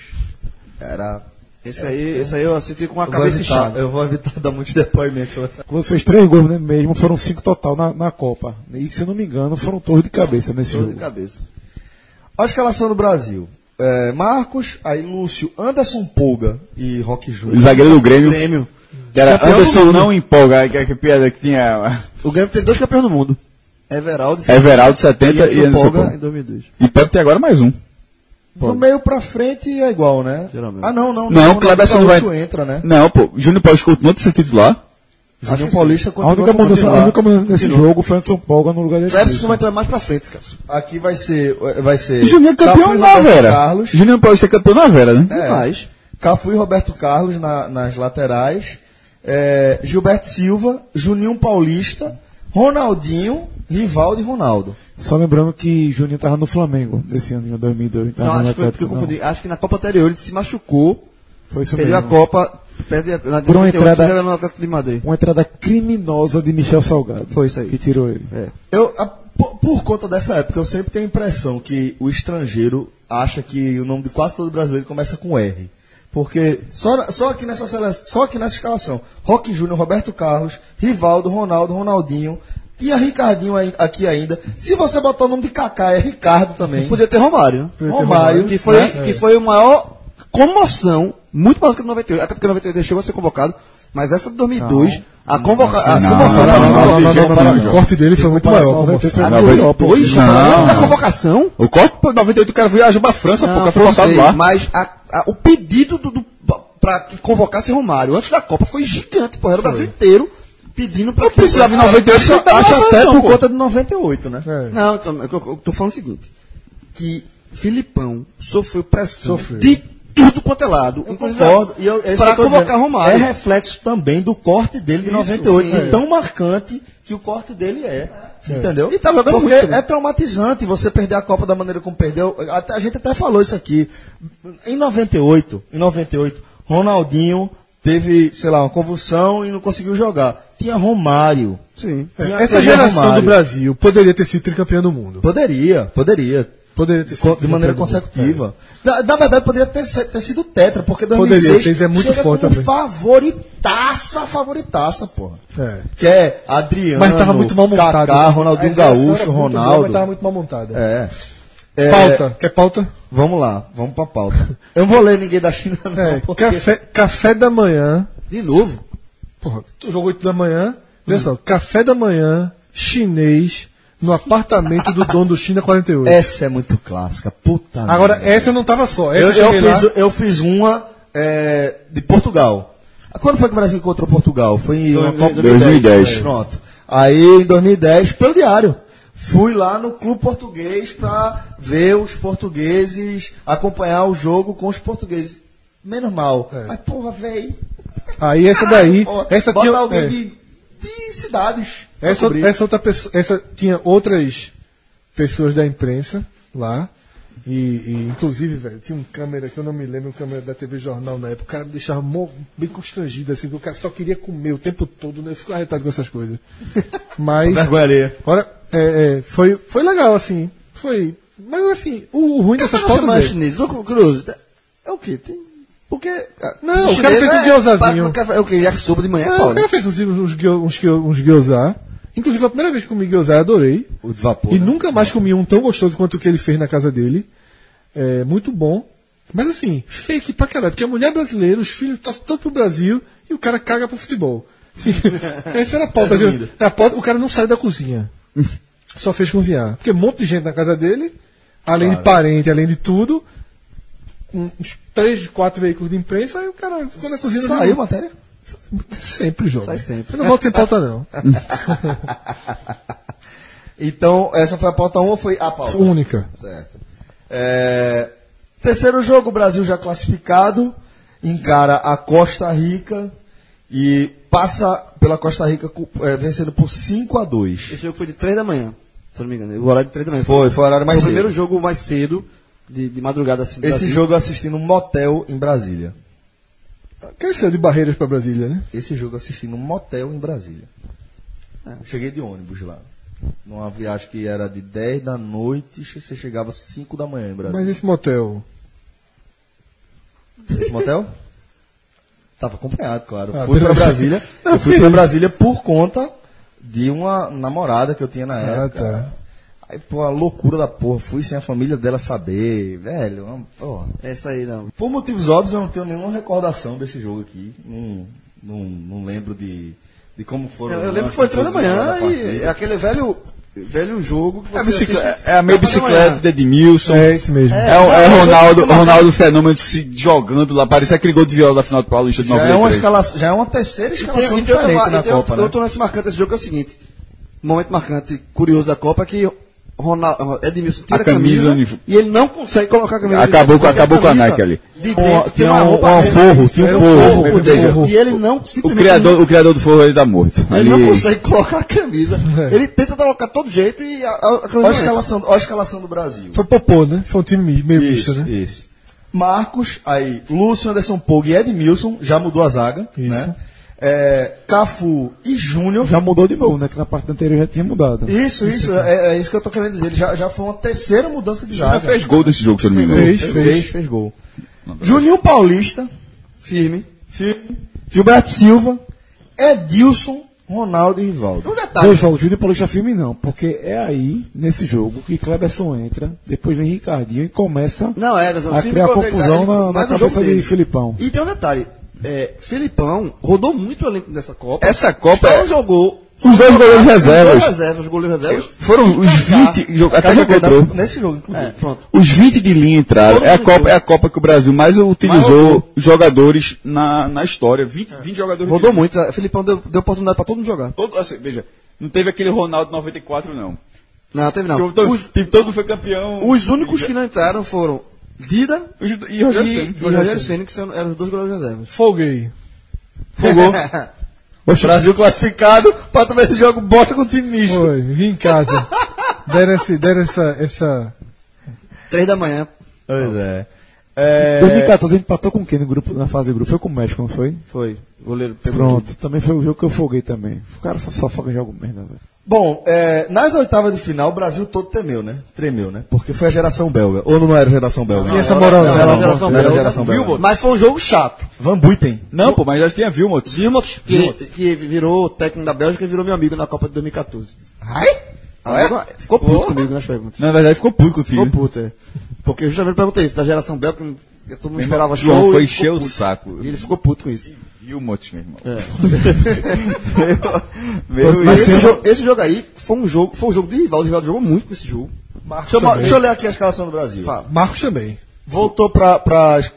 Speaker 2: Era.
Speaker 4: Esse aí, esse aí É. eu assisti com a
Speaker 2: Eu vou,
Speaker 4: cabeça
Speaker 2: evitar,
Speaker 4: inchada.
Speaker 2: eu vou evitar dar muitos depoimentos sobre essa
Speaker 6: Você fez três gols né, mesmo, foram cinco total na, na Copa. E se eu não me engano, foram torres de cabeça nesse
Speaker 4: Dor de
Speaker 6: jogo.
Speaker 4: cabeça.
Speaker 2: A escalação do Brasil. É, Marcos, aí Lúcio, Anderson Polga e Roque Júnior.
Speaker 5: Zagueiro do Grêmio.
Speaker 4: Grêmio.
Speaker 5: Que era
Speaker 2: Campeão do
Speaker 5: Anderson
Speaker 2: mundo.
Speaker 5: não empolga, que, que piada que tinha.
Speaker 2: O Grêmio tem dois campeões do mundo. Everaldo,
Speaker 5: Everaldo 70
Speaker 2: e
Speaker 5: e Anderson
Speaker 2: Polga em
Speaker 5: Polga.
Speaker 2: 2002.
Speaker 5: E pode ter agora mais um.
Speaker 4: Do meio pra frente é igual, né?
Speaker 2: Geralmente.
Speaker 4: Ah, não, não.
Speaker 5: Não, o Cleberson vai.
Speaker 4: Gaúcho entra, né?
Speaker 5: Não, pô. Júnior Paulo continua de ser titular.
Speaker 2: Júnior Paulista
Speaker 3: A única mudança, a única mudança nesse jogo foi Anderson Polga no lugar dele.
Speaker 2: Clebson vai entrar mais pra frente, cara.
Speaker 4: Aqui vai ser. Vai ser
Speaker 5: Júnior é campeão
Speaker 4: Cafu e
Speaker 5: na
Speaker 4: tá Roberto
Speaker 5: Vera.
Speaker 4: Carlos.
Speaker 5: Júnior Paulista é campeão na Vera, né?
Speaker 4: É.
Speaker 2: Demais.
Speaker 4: Cafu e Roberto Carlos na- nas laterais. É, Gilberto Silva, Juninho Paulista, Ronaldinho, Rivaldo e Ronaldo.
Speaker 3: Só lembrando que Juninho tava no Flamengo esse ano, em 2002.
Speaker 2: Não,
Speaker 3: Tava no
Speaker 2: acho que foi porque eu
Speaker 3: Atlético, não.
Speaker 2: confundi. Acho que na Copa anterior ele se machucou,
Speaker 3: Foi isso
Speaker 2: perdeu
Speaker 3: mesmo.
Speaker 2: a Copa, perde a, na
Speaker 3: Por uma
Speaker 2: 98,
Speaker 3: entrada-
Speaker 2: joga no Atlético de Madrid.
Speaker 3: Uma entrada criminosa de Michel Salgado.
Speaker 2: Foi isso aí.
Speaker 3: Que tirou ele.
Speaker 2: É.
Speaker 4: Eu, a- por, por conta dessa época, eu sempre tenho a impressão que o estrangeiro acha que o nome de quase todo brasileiro começa com R. Porque só, só, aqui, nessa sele- só aqui nessa escalação, Roque Júnior, Roberto Carlos, Rivaldo, Ronaldo, Ronaldinho, tinha Ricardinho aí- aqui ainda. Se você botar o nome de Kaká, é Ricardo também.
Speaker 2: Podia ter Romário, né?
Speaker 4: Podia ter Romário,
Speaker 2: que foi,
Speaker 4: né?
Speaker 2: que foi o maior comoção, muito maior do que o 98. Até porque o 98 chegou a ser convocado, mas essa de 2002, a convocação. A convocação da
Speaker 6: O corte dele foi muito maior.
Speaker 3: Comparação, vai
Speaker 6: como
Speaker 3: ter
Speaker 6: você.
Speaker 2: Ah,
Speaker 3: feito-
Speaker 5: Não.
Speaker 2: a convocação.
Speaker 5: O corte pô, 98 o cara viajou pra França, pô, o cara foi
Speaker 2: eu
Speaker 5: cortado
Speaker 2: sei,
Speaker 5: lá.
Speaker 2: Mas a- a- o pedido do, do, pra que convocasse Romário antes da Copa foi gigante, pô. Era o Brasil inteiro pedindo pra
Speaker 5: Eu precisava em 98
Speaker 2: Acho
Speaker 5: acho até por conta
Speaker 4: de 98, né?
Speaker 2: Não, então, eu, eu tô falando o seguinte: que Filipão sofreu pressão de tudo quanto é lado.
Speaker 4: Eu
Speaker 2: inclusive
Speaker 4: concordo. E eu, é isso que
Speaker 2: pra
Speaker 4: eu tô
Speaker 2: convocar
Speaker 4: dizendo.
Speaker 2: Romário. é.
Speaker 4: É reflexo também do corte dele de 98, de tão marcante que o corte dele é. Entendeu?
Speaker 2: E tá jogando
Speaker 4: Porque
Speaker 2: muito, né?
Speaker 4: é traumatizante você perder a Copa da maneira como perdeu. Até- a gente até falou isso aqui. Em 98, em 98, Ronaldinho teve, sei lá, uma convulsão e não conseguiu jogar. Tinha Romário.
Speaker 2: Sim.
Speaker 4: Tinha-
Speaker 6: Essa
Speaker 4: tinha
Speaker 6: geração
Speaker 4: Romário.
Speaker 6: do Brasil poderia ter sido tricampeã do mundo.
Speaker 4: Poderia, poderia.
Speaker 6: Poderia ter
Speaker 4: Co-
Speaker 6: sido
Speaker 4: De maneira
Speaker 6: campeão do mundo.
Speaker 4: consecutiva. Na, na verdade, poderia ter, se- ter sido tetra, porque 2006
Speaker 6: Poderia, seis é muito
Speaker 4: chega
Speaker 6: forte
Speaker 4: como
Speaker 6: também.
Speaker 4: favoritaça, favoritaça, porra.
Speaker 6: É.
Speaker 4: Que é Adriano,
Speaker 6: Mas tava muito mal montado.
Speaker 4: Kaká,
Speaker 6: né?
Speaker 4: Ronaldinho
Speaker 6: A geração era
Speaker 4: Gaúcho,
Speaker 6: muito
Speaker 4: Ronaldo.
Speaker 6: boa, mas tava muito mal montada.
Speaker 4: É. É,
Speaker 6: Pauta. Quer pauta?
Speaker 4: Vamos lá, vamos pra pauta. Eu não vou ler ninguém da China, não.
Speaker 6: É,
Speaker 4: porque-
Speaker 6: café, café da manhã.
Speaker 4: De novo.
Speaker 6: Porra, tu jogou 8 da manhã. Olha só, café da manhã, chinês, no apartamento do dono do China 48.
Speaker 4: Essa é muito clássica, puta
Speaker 6: Agora,
Speaker 4: merda.
Speaker 6: essa não tava só. Essa
Speaker 4: Eu, eu
Speaker 6: cheguei lá-
Speaker 4: fiz, eu fiz uma é, de Portugal. Ah, Quando foi que o Brasil encontrou Portugal? Foi em uma Copa-
Speaker 5: 2010.
Speaker 4: Pronto. Aí, em 2010, pelo diário. Fui lá no clube português para ver os portugueses, acompanhar o jogo com os portugueses. Menos mal. Mas, porra, velho.
Speaker 6: Aí essa daí,
Speaker 4: Porra,
Speaker 6: É. essa
Speaker 4: bota
Speaker 6: tinha,
Speaker 4: alguém
Speaker 6: é,
Speaker 4: de, de cidades. pra
Speaker 6: essa,
Speaker 4: cobrir.
Speaker 6: essa outra pessoa, essa tinha outras pessoas da imprensa lá. E, e, inclusive, velho, tinha um câmera que eu não me lembro, um câmera da TV Jornal na época, o cara me deixava mo- bem constrangido, assim, porque o cara só queria comer o tempo todo, né? Eu fico arretado com essas coisas. Mas.
Speaker 4: Vergonha
Speaker 6: Ora, é, é, foi, foi legal, assim. Foi. Mas assim, o, o ruim dessas pautas é.
Speaker 2: chinês, o Cruz. É o quê? Tem. Porque. ah,
Speaker 6: Não, o
Speaker 2: chinês
Speaker 6: cara fez um
Speaker 2: é-
Speaker 6: gyozazinho.
Speaker 2: pa- café- É o quê? Yakisoba de manhã,
Speaker 6: Ah,
Speaker 2: pau,
Speaker 6: o
Speaker 2: né?
Speaker 6: cara fez uns, uns, gyô- uns, gyô- uns gyozá. Inclusive, a primeira vez que eu comi gyozá, adorei.
Speaker 4: O de vapor.
Speaker 6: E
Speaker 4: né?
Speaker 6: nunca mais comi um tão gostoso quanto o que ele fez na casa dele. É, muito bom. Mas assim, fake pra caralho. Porque a mulher brasileira, os filhos torcem todo pro Brasil e o cara caga pro futebol. Sim. Essa era a
Speaker 4: é
Speaker 6: pauta. que eu- era a pauta- o cara não saiu da cozinha. Só fez cozinhar. Porque um monte de gente na casa dele, além de parente, além de tudo, um- uns três, quatro veículos de imprensa, aí o cara ficou na cozinha.
Speaker 4: Saiu matéria?
Speaker 6: Sempre, João.
Speaker 4: Sai sempre. É
Speaker 6: Eu não volto sem pauta, não.
Speaker 4: Então, essa foi a pauta 1 ou foi a pauta?
Speaker 6: Única.
Speaker 4: Certo. É, terceiro jogo, o Brasil já classificado, encara a Costa Rica e passa pela Costa Rica cu- é, vencendo por 5 a 2
Speaker 2: Esse jogo foi de 3 da manhã, se eu não me engano. O horário de 3 da manhã.
Speaker 4: Foi, foi o horário mais
Speaker 2: Foi o primeiro
Speaker 4: cedo.
Speaker 2: jogo mais cedo, de, de madrugada assim. do
Speaker 4: Esse
Speaker 2: Brasil.
Speaker 4: jogo eu assisti num motel em Brasília.
Speaker 6: Quem saiu de Barreiras pra Brasília, né?
Speaker 4: Esse jogo eu assisti num motel em Brasília.
Speaker 2: É.
Speaker 4: Eu Cheguei de ônibus lá. Numa viagem que era de 10 da noite, che- você chegava 5 da manhã em
Speaker 2: Tá.
Speaker 4: Brasília.
Speaker 6: Mas esse motel.
Speaker 4: Esse motel? Tava acompanhado, claro.
Speaker 6: Ah,
Speaker 4: fui pra
Speaker 6: beleza.
Speaker 4: Brasília. eu fui pra Brasília por conta de uma namorada que eu tinha na época.
Speaker 6: tá.
Speaker 4: Aí, pô, a loucura da porra. Fui sem a família dela saber, velho. uma- Porra.
Speaker 2: Essa aí não.
Speaker 4: Por motivos óbvios, eu não tenho nenhuma recordação desse jogo aqui. Não,
Speaker 2: não, não lembro de, de como foram.
Speaker 4: Eu,
Speaker 2: os
Speaker 4: eu lembro
Speaker 2: lances
Speaker 4: que foi
Speaker 2: todos
Speaker 4: entrando da manhã
Speaker 2: da
Speaker 4: e é
Speaker 2: partida.
Speaker 4: aquele velho, velho jogo que
Speaker 5: É a,
Speaker 4: você
Speaker 5: bicicle-
Speaker 4: assiste
Speaker 5: é a meio
Speaker 4: café da
Speaker 5: bicicleta
Speaker 4: manhã.
Speaker 5: de Edmilson.
Speaker 6: É esse mesmo.
Speaker 5: É, o- é o Ronaldo, Ronaldo Fenômeno se jogando lá. Parece aquele gol de viola da final do Paulista de
Speaker 2: Já é, uma
Speaker 5: 93.
Speaker 2: escala, já é uma terceira
Speaker 4: Tem,
Speaker 2: escalação
Speaker 4: tem, outro,
Speaker 2: diferente
Speaker 4: ma-
Speaker 2: na
Speaker 4: tem
Speaker 2: Copa,
Speaker 4: outro,
Speaker 2: né?
Speaker 4: outro lance marcante desse jogo que é o seguinte. Momento marcante, curioso da Copa, é que Ronaldo, Edmilson tira
Speaker 5: A
Speaker 4: a
Speaker 5: camisa
Speaker 4: camisa,
Speaker 5: univ-
Speaker 4: e ele não consegue colocar a camisa.
Speaker 5: Acabou com-
Speaker 4: Porque
Speaker 5: acabou com a
Speaker 4: camisa
Speaker 5: Nike ali.
Speaker 4: de
Speaker 2: Com-
Speaker 4: dentro
Speaker 2: tinha
Speaker 4: uma
Speaker 2: um-
Speaker 4: roupa-
Speaker 2: um
Speaker 4: ele-
Speaker 2: forro, tinha um
Speaker 4: era
Speaker 2: forro,
Speaker 4: forro,
Speaker 2: ou seja,
Speaker 4: forro. E ele não
Speaker 5: O
Speaker 4: simplesmente
Speaker 5: criador, o criador do forró ele tá morto.
Speaker 4: Ele não
Speaker 5: Ali,
Speaker 4: consegue colocar a camisa. Ele tenta colocar todo jeito e a, a, a
Speaker 2: Olha
Speaker 4: camisa.
Speaker 2: a
Speaker 4: não entra.
Speaker 2: escalação, olha a escalação do Brasil.
Speaker 6: Foi Popô, né? Foi um time meio misto, né?
Speaker 2: isso. Marcos, aí, Lúcio, Anderson Pog e Edmilson, já mudou a zaga,
Speaker 6: Isso.
Speaker 2: né? É, Cafu e Júnior.
Speaker 3: Já mudou de novo, né? Que na parte anterior já tinha mudado.
Speaker 2: Isso, isso, é, é isso que eu tô querendo dizer. Ele já, já foi uma terceira mudança de
Speaker 5: já
Speaker 2: zaga.
Speaker 5: fez gol nesse jogo, se eu não me engano.
Speaker 6: Fez,
Speaker 2: Fez,
Speaker 6: fez.
Speaker 2: fez gol. Juninho Paulista,
Speaker 4: Firme.
Speaker 2: firme. Gilberto Silva, Edilson, Ronaldo e Rivaldo.
Speaker 4: Um detalhe.
Speaker 3: Dois jogos, tá, Júnior Paulista firme não, porque é aí, nesse jogo, que Cleberson entra, depois vem Ricardinho e começa
Speaker 4: Não, é, Anderson,
Speaker 3: a
Speaker 4: firme
Speaker 3: criar
Speaker 4: foi-
Speaker 3: confusão
Speaker 4: ele-
Speaker 3: na- na
Speaker 4: mais um
Speaker 3: cabeça
Speaker 4: jogo
Speaker 3: de
Speaker 4: dele.
Speaker 3: Filipão.
Speaker 4: E tem um detalhe. É, Filipão rodou muito o elenco nessa Copa.
Speaker 5: Essa Copa
Speaker 4: Só
Speaker 5: é-
Speaker 4: jogou.
Speaker 5: Os dois goleiros
Speaker 4: Os
Speaker 5: reservas.
Speaker 4: dois reservas, os goleiros reservas.
Speaker 5: Foram os 20. jo- Até que
Speaker 2: Jogou
Speaker 5: entrou.
Speaker 2: nessa- nesse jogo, inclusive.
Speaker 4: É, pronto.
Speaker 5: Os 20 de linha entraram. É a, Copa, é a Copa que o Brasil mais utilizou jogadores na, na história. 20, 20 jogadores.
Speaker 4: né? Rodou muito. é, Filipão deu, deu oportunidade pra todo mundo jogar.
Speaker 5: Todo, assim, veja, não teve aquele Ronaldo 94, não.
Speaker 4: Não, teve
Speaker 5: Porque
Speaker 4: não.
Speaker 5: o to-
Speaker 4: Os,
Speaker 5: o time todo foi campeão.
Speaker 4: os únicos que não entraram foram Dida
Speaker 5: Os- E
Speaker 4: e
Speaker 5: Rogério Ceni.
Speaker 4: e Rogério Senna, que são- eram os dois goleiros reservas.
Speaker 6: Folguei.
Speaker 2: Fogou. Brasil classificado para também esse jogo bota com o time misto.
Speaker 6: Foi, vim em casa. Deram, esse, deram essa, essa.
Speaker 4: Três da manhã.
Speaker 2: Pois é. É,
Speaker 3: 2014 a gente empatou com quem no grupo, na fase de grupo? Foi com o México, não foi?
Speaker 4: Foi. Goleiro pegou
Speaker 3: Pronto, também foi o jogo que eu foguei também. O cara só, só foga em jogo merda, velho.
Speaker 2: Bom, é, nas oitavas de final, o Brasil todo temeu, né? Tremeu, né? Porque foi a geração belga. Ou não era a geração belga?
Speaker 6: E essa moral,
Speaker 2: não,
Speaker 6: não,
Speaker 4: né?
Speaker 2: era,
Speaker 6: não,
Speaker 2: geração
Speaker 4: não,
Speaker 2: belga. Era
Speaker 4: não,
Speaker 2: a geração
Speaker 4: não,
Speaker 2: belga.
Speaker 4: tudo. Mas foi um jogo chato.
Speaker 2: Van Buiten.
Speaker 5: Não, pô, mas já tinha Vilmot.
Speaker 4: Wilmot, que, que virou técnico da Bélgica e virou meu amigo na Copa de 2014.
Speaker 2: Ai?
Speaker 4: Agora, Ficou puto comigo nas perguntas.
Speaker 5: Na verdade, ficou público o
Speaker 4: Ficou
Speaker 5: time.
Speaker 4: puto, é. Porque eu justamente perguntei isso, da geração belga, que todo mundo esperava
Speaker 5: João
Speaker 4: show.
Speaker 5: foi
Speaker 4: e ficou
Speaker 5: encher o
Speaker 4: puto.
Speaker 5: saco.
Speaker 4: E ele ficou É. puto com isso.
Speaker 5: Vilmot, meu irmão.
Speaker 4: Mas,
Speaker 5: meu, meu,
Speaker 4: esse, jogo, esse jogo aí foi um jogo, foi um jogo de rival, o rival jogou muito nesse jogo.
Speaker 2: Deixa eu, deixa eu ler aqui a escalação do Brasil.
Speaker 4: Fala.
Speaker 6: Marcos também.
Speaker 2: Voltou para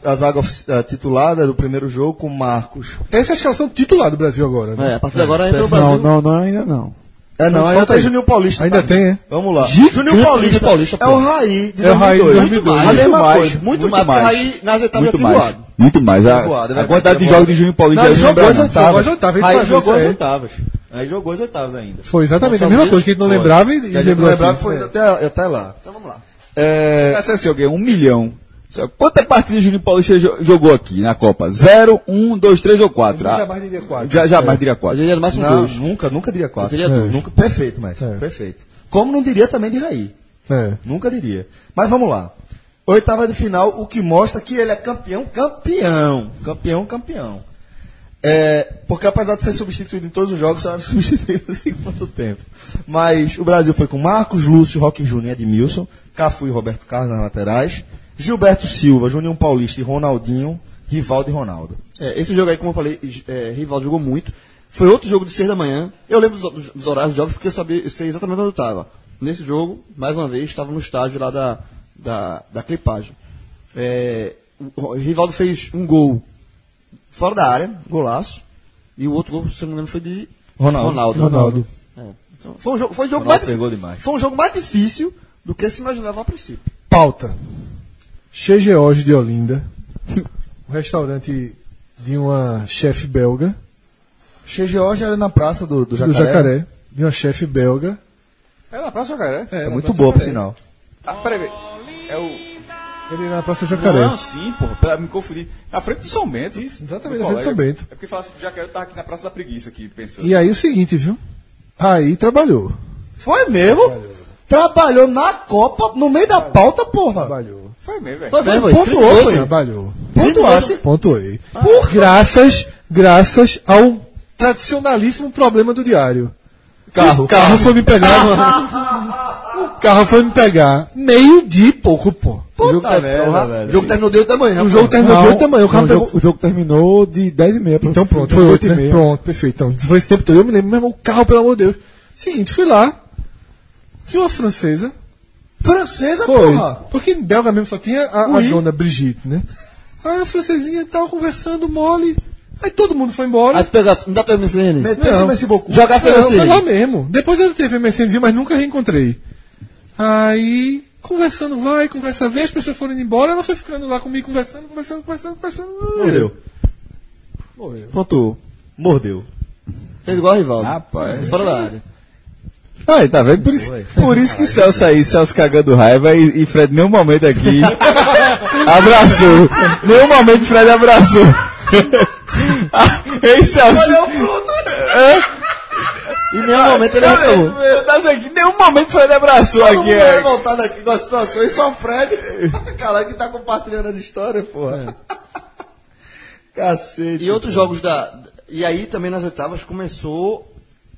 Speaker 2: a zaga ofici- eh, titular né, do primeiro jogo com Marcos.
Speaker 6: Essa é a escalação titular do Brasil agora. né?
Speaker 4: É, a partir de agora entra
Speaker 3: Não,
Speaker 4: o Brasil.
Speaker 3: não, não, ainda não.
Speaker 2: É, não, ainda
Speaker 6: solta
Speaker 2: tem
Speaker 6: aí.
Speaker 2: Juninho Paulista.
Speaker 6: Ainda tem, é?
Speaker 2: Vamos lá.
Speaker 4: Gigante
Speaker 2: Juninho Paulista,
Speaker 4: Juninho Paulista,
Speaker 2: é
Speaker 4: pô.
Speaker 2: o Raí de
Speaker 6: É o Raí de
Speaker 2: 2002. A
Speaker 6: 2002.
Speaker 4: Muito
Speaker 2: mesma
Speaker 4: mais,
Speaker 2: coisa.
Speaker 4: muito mais, porque aí nas oitavas
Speaker 5: muito
Speaker 4: já tinha
Speaker 5: mais.
Speaker 4: voado.
Speaker 5: Muito mais. A,
Speaker 2: Voado, é
Speaker 5: a
Speaker 2: verdade,
Speaker 5: quantidade de
Speaker 2: é
Speaker 5: jogos de Juninho Paulista
Speaker 2: Não,
Speaker 5: já
Speaker 2: jogou as
Speaker 5: lembra, não.
Speaker 2: oitavas.
Speaker 6: Jogou as oitavas,
Speaker 2: Aí
Speaker 6: ele fazia
Speaker 2: jogou
Speaker 6: isso é.
Speaker 2: as
Speaker 6: aí.
Speaker 2: oitavas. Aí jogou as oitavas ainda.
Speaker 6: Foi exatamente a
Speaker 2: Estados
Speaker 6: mesma coisa que a gente não
Speaker 2: Unidos,
Speaker 6: lembrava e,
Speaker 2: foi.
Speaker 6: e
Speaker 2: Que a gente não
Speaker 6: lembrou.
Speaker 2: lembrava
Speaker 6: aqui.
Speaker 2: foi
Speaker 6: É.
Speaker 2: até, até lá.
Speaker 4: Então vamos lá.
Speaker 2: É,
Speaker 5: Pensa assim, alguém, um milhão. Sabe Quantas partidas o Juninho Paulista jo- jogou aqui na Copa? Zero, um, dois, três ou quatro?
Speaker 6: Ele
Speaker 5: Ah,
Speaker 6: jamais diria quatro.
Speaker 5: Já, jamais diria
Speaker 4: Eu
Speaker 5: quatro.
Speaker 4: diria no máximo
Speaker 2: não,
Speaker 4: dois.
Speaker 2: nunca, nunca diria quatro.
Speaker 4: Eu diria dois.
Speaker 2: Nunca, perfeito, mas
Speaker 6: É.
Speaker 2: perfeito. Como não diria também de Raí.
Speaker 6: É.
Speaker 2: Nunca diria. Mas vamos lá. Oitava de final, o que mostra que ele é campeão, campeão. Campeão, campeão. É, porque apesar de ser substituído em todos os jogos, só era substituído não sei quanto tempo. Mas o Brasil foi com Marcos, Lúcio, Roque Júnior e Edmilson, Cafu e Roberto Carlos nas laterais, Gilberto Silva, Juninho Paulista e Ronaldinho, Rivaldo e Ronaldo.
Speaker 4: É, esse jogo aí, como eu falei, é, Rival jogou muito. Foi outro jogo de 6 da manhã. Eu lembro dos, dos- dos horários dos jogos porque eu sabia, eu sei exatamente onde eu estava. Nesse jogo, mais uma vez, estava no estádio lá da, da, da clipagem. É, o o Rivaldo fez um gol fora da área, golaço. E o outro gol, se eu não me engano, foi de
Speaker 2: Ronaldo.
Speaker 4: Ronaldo.
Speaker 6: Ronaldo.
Speaker 4: É. Então, foi, um jogo, foi, um jogo
Speaker 2: Ronaldo
Speaker 4: mais,
Speaker 2: pegou demais.
Speaker 4: foi um jogo mais difícil do que se imaginava a princípio.
Speaker 6: Pauta. Che George de Olinda. Um restaurante de uma chefe belga.
Speaker 2: Che George era na praça do, do Jacaré.
Speaker 6: Do jacaré. De uma chefe belga.
Speaker 5: É na Praça Jacaré?
Speaker 2: É muito boa, por sinal.
Speaker 5: Ah, peraí. É o...
Speaker 6: Ele era na Praça Jacaré.
Speaker 5: Não, sim, porra, pera- me confundi. Na frente do São Bento.
Speaker 6: é Isso, exatamente,
Speaker 5: Meu
Speaker 6: na frente do São
Speaker 5: colega.
Speaker 6: Bento.
Speaker 5: É porque falasse que o Jacaré tava aqui na Praça da Preguiça, aqui, pensando.
Speaker 6: E aí o seguinte, viu? Aí trabalhou.
Speaker 2: Foi mesmo? Trabalhou. na Copa, no meio da pauta, porra.
Speaker 6: Trabalhou.
Speaker 5: Foi mesmo, velho.
Speaker 2: Foi,
Speaker 4: mesmo,
Speaker 2: pontuou, foi.
Speaker 6: Trabalhou.
Speaker 2: Pontuasse.
Speaker 6: Pontuei. Por graças, graças ao tradicionalíssimo problema do diário.
Speaker 2: Carro.
Speaker 6: O carro foi me pegar. mano. o carro foi me pegar. Meio dia e pouco, pô.
Speaker 4: o jogo,
Speaker 2: Puta
Speaker 4: ter-
Speaker 2: merda,
Speaker 4: porra,
Speaker 2: velho.
Speaker 4: o jogo terminou de 8 da manhã.
Speaker 3: O jogo
Speaker 4: pô.
Speaker 3: terminou de 8 da manhã. O
Speaker 6: Não,
Speaker 3: cara
Speaker 6: o,
Speaker 3: pegou.
Speaker 6: jogo, o jogo terminou de 10 e meia.
Speaker 3: Então pronto,
Speaker 6: foi
Speaker 3: foi
Speaker 6: 8 e
Speaker 3: né?
Speaker 6: meia.
Speaker 3: Pronto, perfeito. Então foi esse tempo todo. Eu me lembro, meu irmão, carro, pelo amor de Deus. Seguinte, fui lá. Tinha uma francesa.
Speaker 2: Francesa,
Speaker 3: Foi.
Speaker 2: porra.
Speaker 3: Porque em belga mesmo só tinha a, a dona Brigitte, né? Aí a francesinha tava conversando mole. Aí todo mundo foi embora.
Speaker 4: Aí tu pegasse, me dá teu MCN.
Speaker 2: Meteu-se nesse bocu.
Speaker 4: Jogasse
Speaker 3: Não, foi lá
Speaker 4: assim.
Speaker 3: mesmo. Depois eu teve MSNzinho, mas nunca reencontrei. Aí, conversando, vai, conversa, vem, as pessoas foram indo embora, ela foi ficando lá comigo, conversando, conversando, conversando, conversando.
Speaker 2: Mordeu.
Speaker 4: Pronto.
Speaker 2: Mordeu.
Speaker 4: Fez igual o Rivaldo.
Speaker 5: Rapaz.
Speaker 4: Fora da área.
Speaker 5: Aí, tá vendo? Por isso, por isso que Celso aí, Celso cagando raiva e, e Fred, nenhum momento aqui abraçou. Nenhum momento Fred abraçou. Ah, Ei, Celso.
Speaker 4: E em nenhum momento
Speaker 5: Tá
Speaker 4: ele reclamou.
Speaker 5: Mas aqui, nenhum momento Fred abraçou
Speaker 4: Todo
Speaker 5: aqui.
Speaker 4: mundo
Speaker 5: é.
Speaker 4: revoltado aqui com a situação. E só o Fred, caralho, que tá compartilhando a história, porra. Cacete. E outros jogos da... E aí também nas oitavas começou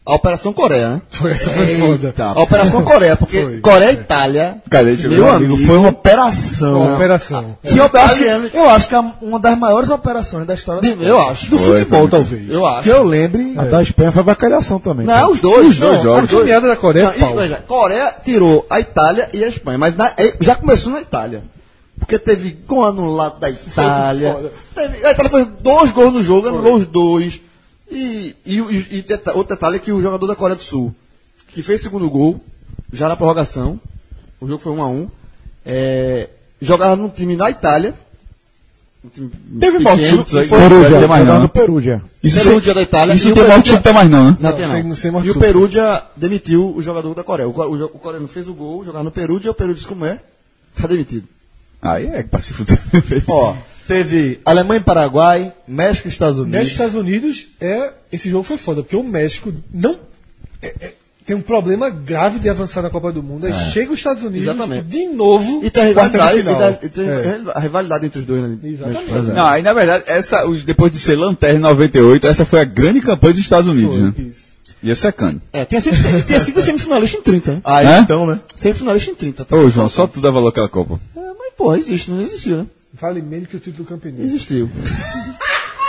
Speaker 4: a Operação Coreia, né?
Speaker 3: Foi essa foi foda.
Speaker 4: A Operação Coreia, porque Coreia e Itália...
Speaker 5: Cadê? Deixa eu ver.
Speaker 4: Meu amigo,
Speaker 15: um Foi uma operação. né?
Speaker 3: Uma operação.
Speaker 15: Que eu, acho que,
Speaker 4: Italiano.
Speaker 15: eu acho que é uma das maiores operações da história do
Speaker 4: Eu acho.
Speaker 15: do futebol, talvez.
Speaker 4: Eu acho.
Speaker 15: Que eu lembre.
Speaker 6: A da Espanha foi bacalhação também.
Speaker 4: Não, os dois. Os
Speaker 5: dois jogos.
Speaker 3: A caminhada da Coreia,
Speaker 4: Não, isso,
Speaker 3: pau.
Speaker 4: veja, Coreia tirou a Itália e a Espanha, mas na- eh, já começou na Itália. Porque teve gol anulado da Itália. Teve- a Itália fez dois gols no jogo, anulou os dois. E, e, o- e- e deta- outro detalhe é que o jogador da Coreia do Sul, que fez o segundo gol, já na prorrogação, o jogo foi 1 a 1 eh, jogava num time na Itália. um time
Speaker 5: Teve
Speaker 4: pequeno,
Speaker 5: morte súbitos
Speaker 3: né?
Speaker 5: aí.
Speaker 4: e foi-
Speaker 5: Peru já,
Speaker 6: Perugia,
Speaker 5: mais
Speaker 6: jogava
Speaker 5: não,
Speaker 6: no
Speaker 5: né?
Speaker 6: Peru já.
Speaker 5: Isso
Speaker 4: Peru
Speaker 5: tem-
Speaker 4: já da Itália,
Speaker 5: Isso
Speaker 4: e
Speaker 5: não
Speaker 4: o
Speaker 5: tem
Speaker 4: Peru
Speaker 5: morte
Speaker 4: já-
Speaker 5: súbita mais não, né?
Speaker 4: Não,
Speaker 3: Não,
Speaker 4: tem
Speaker 3: sem-
Speaker 4: não.
Speaker 3: sem morte
Speaker 4: e o
Speaker 3: súbita.
Speaker 4: Perugia demitiu o jogador da Coreia. O, co- o, jo- o coreano fez o gol, jogava no Perugia, o Peru disse como é, tá demitido.
Speaker 5: Aí é que pra se fuder.
Speaker 2: Ó, teve Alemanha e Paraguai, México e Estados Unidos.
Speaker 3: México e Estados Unidos, é, esse jogo foi foda, porque o México não é- é- tem um problema grave de avançar na Copa do Mundo. Aí chega os Estados Unidos
Speaker 4: É. Exatamente.
Speaker 3: de novo
Speaker 4: E tem a
Speaker 3: quarta de
Speaker 4: rivalidade, e
Speaker 3: final.
Speaker 4: tem- e tá- tem
Speaker 3: É.
Speaker 4: a rivalidade entre os dois, né?
Speaker 3: Exatamente.
Speaker 4: Mas,
Speaker 5: Não, aí na verdade, essa, os- depois de ser lanterna em 98, essa foi a grande campanha dos Estados Unidos, né?
Speaker 3: Isso.
Speaker 5: E é secando.
Speaker 4: É, tinha sido, tinha sido semifinalista em 30, né?
Speaker 2: Aí
Speaker 5: Hã?
Speaker 2: então, né?
Speaker 4: Semifinalista em 30.
Speaker 5: Ô, João, só tu dá valor àquela Copa.
Speaker 4: É, mas, porra, existe, não existiu, né?
Speaker 3: Vale menos que o título do campeonato.
Speaker 4: Existiu.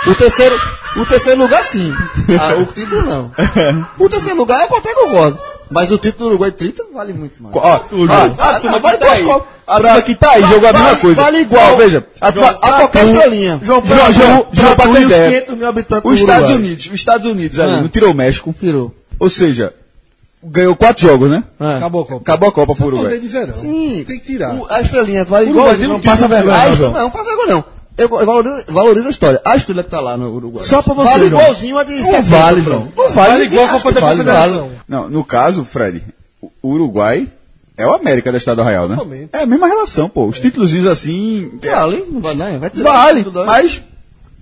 Speaker 4: o, terceiro, o terceiro lugar, sim. Ah, o título, não. O terceiro lugar eu até concordo. Mas o título do Uruguai 30 vale muito Ah, mais.
Speaker 5: Ó, ó, a turma que tá aí. A turma que tá aí,
Speaker 4: Vale-
Speaker 5: jogo a mesma
Speaker 4: vale-
Speaker 5: coisa.
Speaker 4: vale igual.
Speaker 5: Ó, veja, a
Speaker 4: João,
Speaker 5: turma-
Speaker 4: a qualquer estrelinha.
Speaker 5: João, João, João, João, pra ter
Speaker 2: Os
Speaker 5: ideia.
Speaker 2: 500 mil habitantes
Speaker 5: Os
Speaker 2: do Uruguai.
Speaker 5: Estados Unidos, os Estados Unidos ali,
Speaker 4: Ah.
Speaker 5: não tirou o México.
Speaker 4: Tirou.
Speaker 5: Ou seja, ganhou quatro jogos, né?
Speaker 6: É.
Speaker 3: Acabou a Copa.
Speaker 5: Acabou a Copa pro
Speaker 3: Torneio
Speaker 5: Uruguai.
Speaker 3: de verão.
Speaker 4: Sim.
Speaker 3: Tem que tirar.
Speaker 4: O- a estrelinha vale
Speaker 3: Uruguai
Speaker 4: igual.
Speaker 3: tem um
Speaker 4: Não
Speaker 3: time
Speaker 4: passa
Speaker 3: muito
Speaker 4: vergonha.
Speaker 3: grande,
Speaker 4: não,
Speaker 3: João.
Speaker 4: não passa vergonha, não. Eu, eu valorizo, valorizo a história. A estrela que tá lá no Uruguai.
Speaker 15: Só pra você,
Speaker 4: Vale
Speaker 15: João.
Speaker 4: igualzinho a de
Speaker 15: Não
Speaker 4: 70,
Speaker 15: vale,
Speaker 4: pronto.
Speaker 15: João.
Speaker 4: Não vale,
Speaker 3: Vale igual a
Speaker 4: acho
Speaker 3: Copa
Speaker 4: que
Speaker 3: da
Speaker 4: vale,
Speaker 3: Confederação.
Speaker 4: vale.
Speaker 5: Não, no caso, Fred, o Uruguai é o América da Estado Arraial, né?
Speaker 3: Totalmente.
Speaker 5: É a mesma relação, pô. Os títulos assim. é,
Speaker 4: Vale, não vale, não. Vai ter
Speaker 5: Vale,
Speaker 4: tudo, né?
Speaker 5: mas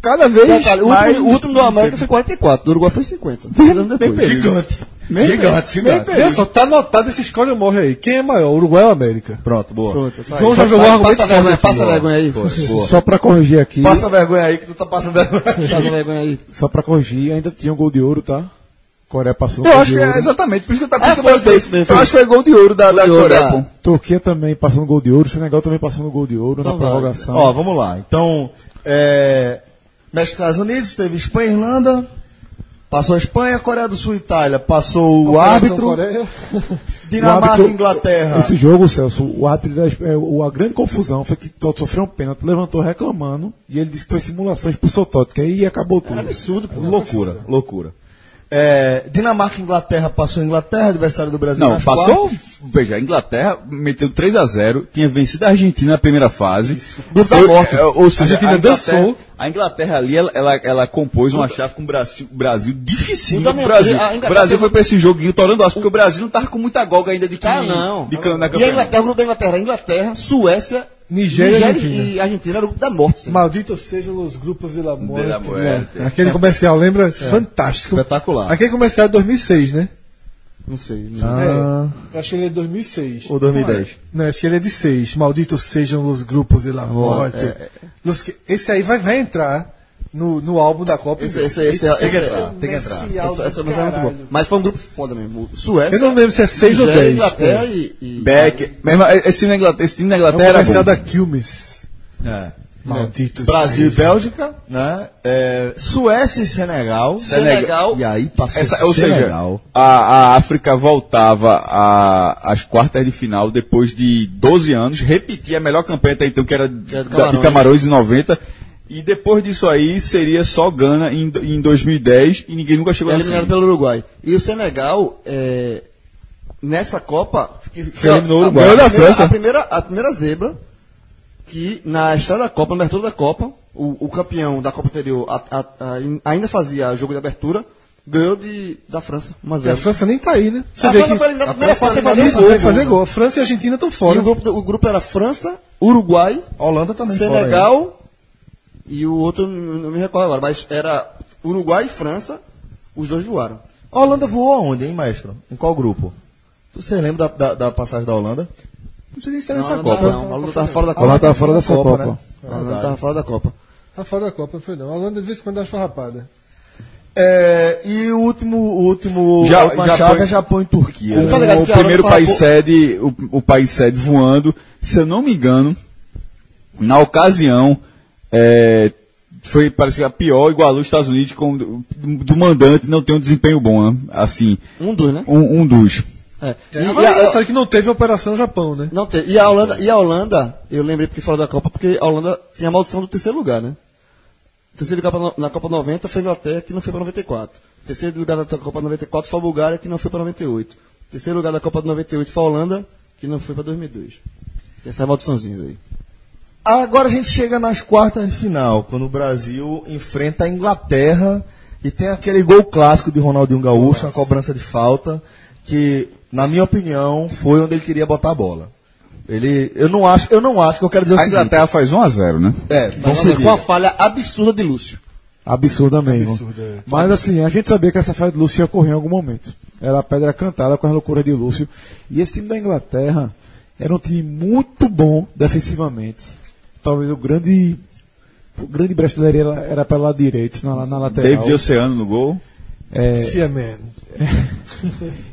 Speaker 5: cada vez
Speaker 4: Detalhe, o,
Speaker 5: mais.
Speaker 4: último, o último do América foi 44, do Uruguai foi um 50. Dois anos depois.
Speaker 2: Gigante.
Speaker 5: Bem
Speaker 2: Gigante,
Speaker 4: É.
Speaker 5: bem
Speaker 2: gigante.
Speaker 3: Olha só, tá anotado esse escolha ou morre aí. Quem é maior, Uruguai ou América?
Speaker 2: Pronto, boa.
Speaker 3: João já jogou argumento
Speaker 4: Passa vergonha, passa vergonha aí.
Speaker 6: Só pra corrigir aqui,
Speaker 2: Passa vergonha aí que tu tá passando vergonha.
Speaker 4: Passa vergonha aí.
Speaker 6: só pra corrigir, ainda tinha um gol de ouro, tá? Coreia passou um
Speaker 5: Eu
Speaker 6: gol
Speaker 5: acho
Speaker 6: de
Speaker 5: que é
Speaker 6: ouro.
Speaker 5: exatamente, por isso que eu
Speaker 4: Ah,
Speaker 5: tava
Speaker 4: foi,
Speaker 5: pensando
Speaker 4: foi
Speaker 5: isso
Speaker 4: isso mesmo,
Speaker 5: Eu
Speaker 4: foi.
Speaker 5: acho que foi gol de ouro da, da
Speaker 4: Gol de ouro, é.
Speaker 5: Coreia,
Speaker 4: da-
Speaker 5: pô.
Speaker 6: Turquia também passando gol de ouro, Senegal também passando gol de ouro na prorrogação.
Speaker 2: Ó, vamos lá. Então, é, México e Estados Unidos, teve Espanha e Irlanda, passou a Espanha, Coreia do Sul e Itália, passou o árbitro,
Speaker 3: Coreia.
Speaker 2: Dinamarca
Speaker 6: árbitro-
Speaker 2: e Inglaterra.
Speaker 6: Esse jogo, Celso, o árbitro da, é, o- a grande confusão foi que Toto sofreu um pênalti, levantou reclamando e ele disse que foi simulação, expulsou Toto, que aí acabou tudo.
Speaker 2: absurdo, pô. Loucura, loucura. É, Dinamarca e Inglaterra, passou a Inglaterra, adversário do Brasil.
Speaker 5: Não,
Speaker 2: nas
Speaker 5: passou.
Speaker 2: quartas.
Speaker 5: Veja, a Inglaterra meteu 3x0, tinha vencido a Argentina na primeira fase.
Speaker 3: Grupo da
Speaker 5: Foi-
Speaker 3: morte.
Speaker 5: é, Ou seja,
Speaker 3: A Argentina dançou.
Speaker 5: A Inglaterra ali, ela, ela, ela compôs uma chave com o Brasil, Brasil dificílimo pro
Speaker 4: Fundamental.
Speaker 5: Brasil. O
Speaker 4: A Inglaterra
Speaker 5: Brasil
Speaker 4: teve-
Speaker 5: foi pra esse joguinho torando aço, porque o Brasil não tava com muita goga ainda de que.
Speaker 4: Tá, não.
Speaker 5: De, can- na
Speaker 4: e a
Speaker 5: campeonato.
Speaker 4: Inglaterra, o grupo da Inglaterra, Inglaterra, Suécia,
Speaker 3: Nigéria e Argentina.
Speaker 4: e Argentina era o grupo da morte. sim.
Speaker 3: Maldito sejam os grupos de la
Speaker 5: De la
Speaker 3: morte.
Speaker 5: muerte.
Speaker 3: Aquele comercial, lembra?
Speaker 4: É.
Speaker 3: Fantástico.
Speaker 2: Espetacular.
Speaker 3: Aquele comercial de 2006, né?
Speaker 4: Não sei. não.
Speaker 2: Ah,
Speaker 3: É. Acho que ele é de 2006.
Speaker 2: Ou 2010.
Speaker 3: Não, acho que ele é de
Speaker 4: é.
Speaker 3: 6. Maldito sejam os grupos de la morte. Los que- Esse aí vai, vai entrar no, no álbum da Copa.
Speaker 4: Esse, esse, esse, é- esse, é-
Speaker 2: Tem que entrar.
Speaker 4: essa, essa música é muito boa. Mas foi um grupo foda mesmo. Suécia.
Speaker 3: Eu não lembro se é 6 ou
Speaker 4: Nigéria,
Speaker 3: 10.
Speaker 4: Inglaterra e, e.
Speaker 5: Beck. Meu irmão, esse time da Inglaterra, esse time da
Speaker 3: É um
Speaker 5: Inglaterra era
Speaker 3: comercial
Speaker 5: bom.
Speaker 3: da Kilmes.
Speaker 2: É.
Speaker 3: Maldito
Speaker 2: Brasil e Bélgica, né? É, Suécia e Senegal.
Speaker 5: Senegal.
Speaker 2: E aí passou
Speaker 5: Essa- ou seja,
Speaker 2: Senegal.
Speaker 5: a, a África voltava a- às quartas de final depois de 12 anos, repetia a melhor campanha até então, que era da- de Camarões, em 90. E depois disso aí seria só Gana em, em 2010 e ninguém nunca chegou na
Speaker 4: Foi é eliminado
Speaker 5: semi.
Speaker 4: pelo Uruguai. E o Senegal, é, nessa Copa, que, que
Speaker 5: eliminou o
Speaker 4: a-
Speaker 5: Uruguai.
Speaker 4: A
Speaker 5: Ganhou da
Speaker 4: primeira,
Speaker 5: França.
Speaker 4: a, primeira, a primeira zebra que na estrada da Copa, na abertura da Copa, o, o campeão da Copa anterior a- a- a- in- ainda fazia jogo de abertura, ganhou de, da França, 1 a
Speaker 3: E a
Speaker 4: 0.
Speaker 3: França nem tá aí, né? Você
Speaker 4: A
Speaker 3: vê
Speaker 4: França
Speaker 3: que
Speaker 4: foi eliminada
Speaker 3: a
Speaker 4: na primeira
Speaker 3: França
Speaker 4: fase,
Speaker 3: vai
Speaker 4: fazer
Speaker 3: fazer
Speaker 4: gol,
Speaker 3: gol, fazer gol. A França e a Argentina estão
Speaker 4: E
Speaker 3: fora.
Speaker 4: o grupo, do- o grupo era França, Uruguai,
Speaker 3: Holanda também fora. aí.
Speaker 4: Senegal e o outro, não não me recordo agora, mas era Uruguai e França, os dois voaram.
Speaker 2: A Holanda voou aonde, hein, maestro? Em qual grupo? Você lembra da, da- da passagem da Holanda?
Speaker 5: Não sei nem se era
Speaker 4: Nessa
Speaker 5: essa
Speaker 4: não,
Speaker 5: Copa.
Speaker 4: Não, o Holanda tava fora da
Speaker 6: A Holanda
Speaker 4: Copa.
Speaker 6: estava fora dessa Copa.
Speaker 2: né?
Speaker 4: A Holanda tava fora da Copa.
Speaker 3: Tá fora da Copa, não foi não. A Holanda é de vez em quando dá uma churrapada.
Speaker 2: É, e o último, o último
Speaker 5: Já-
Speaker 2: a última
Speaker 5: Japão-
Speaker 2: chave é Japão e Turquia.
Speaker 5: Com
Speaker 2: né?
Speaker 5: o primeiro país sede, o, o país sede voando, se eu não me engano, na ocasião, é, foi, parece que a pior, igualou os Estados Unidos com, do, do mandante não ter um desempenho bom, né? Assim,
Speaker 4: Um, dois, né?
Speaker 5: um, um dos.
Speaker 4: É. E,
Speaker 3: E,
Speaker 4: e a,
Speaker 3: sabe que não teve a Operação Japão, né?
Speaker 4: não tem. E a Holanda, e a Holanda, eu lembrei porque fora da Copa, porque a Holanda tinha a maldição do terceiro lugar, né? O terceiro lugar pra no- na Copa 90 foi a Inglaterra, que não foi para 94. O terceiro lugar da Copa 94 foi a Bulgária, que não foi para 98. O terceiro lugar da Copa de 98 foi a Holanda, que não foi para 2002. Tem essas maldiçãozinhas aí.
Speaker 2: Agora a gente chega nas quartas de final, quando o Brasil enfrenta a Inglaterra e tem aquele gol clássico de Ronaldinho Gaúcho, na cobrança de falta, que, na minha opinião, foi onde ele queria botar a bola. Ele, eu não acho, eu não acho que eu quero dizer o
Speaker 5: A
Speaker 2: seguinte.
Speaker 5: Inglaterra faz 1 a 0 né?
Speaker 2: É,
Speaker 4: Mas
Speaker 2: vamos
Speaker 4: olha,
Speaker 2: seguir.
Speaker 4: com a falha absurda de Lúcio.
Speaker 6: Absurda mesmo.
Speaker 4: é.
Speaker 6: Mas assim, a gente sabia que essa falha de Lúcio ia ocorrer em algum momento. Era a pedra cantada com as loucuras de Lúcio. E esse time da Inglaterra era um time muito bom defensivamente. Talvez o grande. O grande brasileiro era, era pelo lado direito, na, na lateral.
Speaker 5: David Oceano no gol.
Speaker 6: É,
Speaker 3: Cia Man.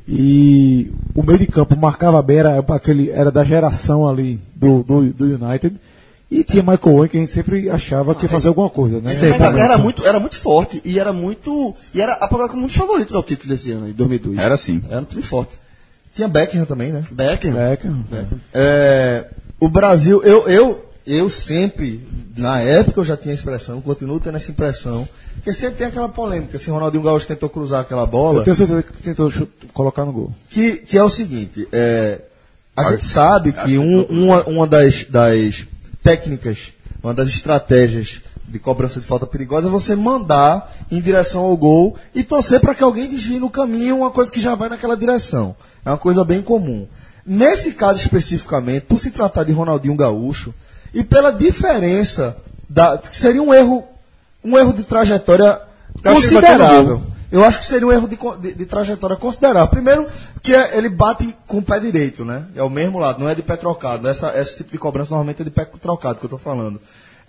Speaker 6: E o meio de campo marcava bem, era, aquele, era da geração ali do, do, do United. E tinha Michael Owen, que a gente sempre achava que ia fazer alguma coisa, né?
Speaker 4: Ah, é. Mas era, era muito, era muito forte e era muito. E era apagado como um dos favoritos ao título desse ano, em 2002.
Speaker 5: Era assim.
Speaker 4: Era um time forte.
Speaker 2: Tinha Beckham também, né?
Speaker 4: Becker.
Speaker 6: Beckham.
Speaker 2: É, o Brasil, eu, eu, eu sempre, na época eu já tinha a expressão, continuo tendo essa impressão, porque sempre tem aquela polêmica, se Ronaldinho Gaúcho tentou cruzar aquela bola,
Speaker 6: Eu tenho certeza que tentou chu- colocar no gol.
Speaker 2: que, que é o seguinte, é, a gente sabe que um- uma, uma das, das técnicas, uma das estratégias de cobrança de falta perigosa é você mandar em direção ao gol e torcer para que alguém desvie no caminho uma coisa que já vai naquela direção. É uma coisa bem comum. Nesse caso especificamente, por se tratar de Ronaldinho Gaúcho, e pela diferença, da, que seria um erro, um erro de trajetória
Speaker 5: Eu acho que ele bateu no
Speaker 2: considerável.
Speaker 5: gol.
Speaker 2: Eu acho que seria um erro de, co- de- de trajetória considerável. Primeiro, que é- ele bate com o pé direito, né? É o mesmo lado, não é de pé trocado. Essa- esse tipo de cobrança normalmente é de pé trocado que eu tô falando.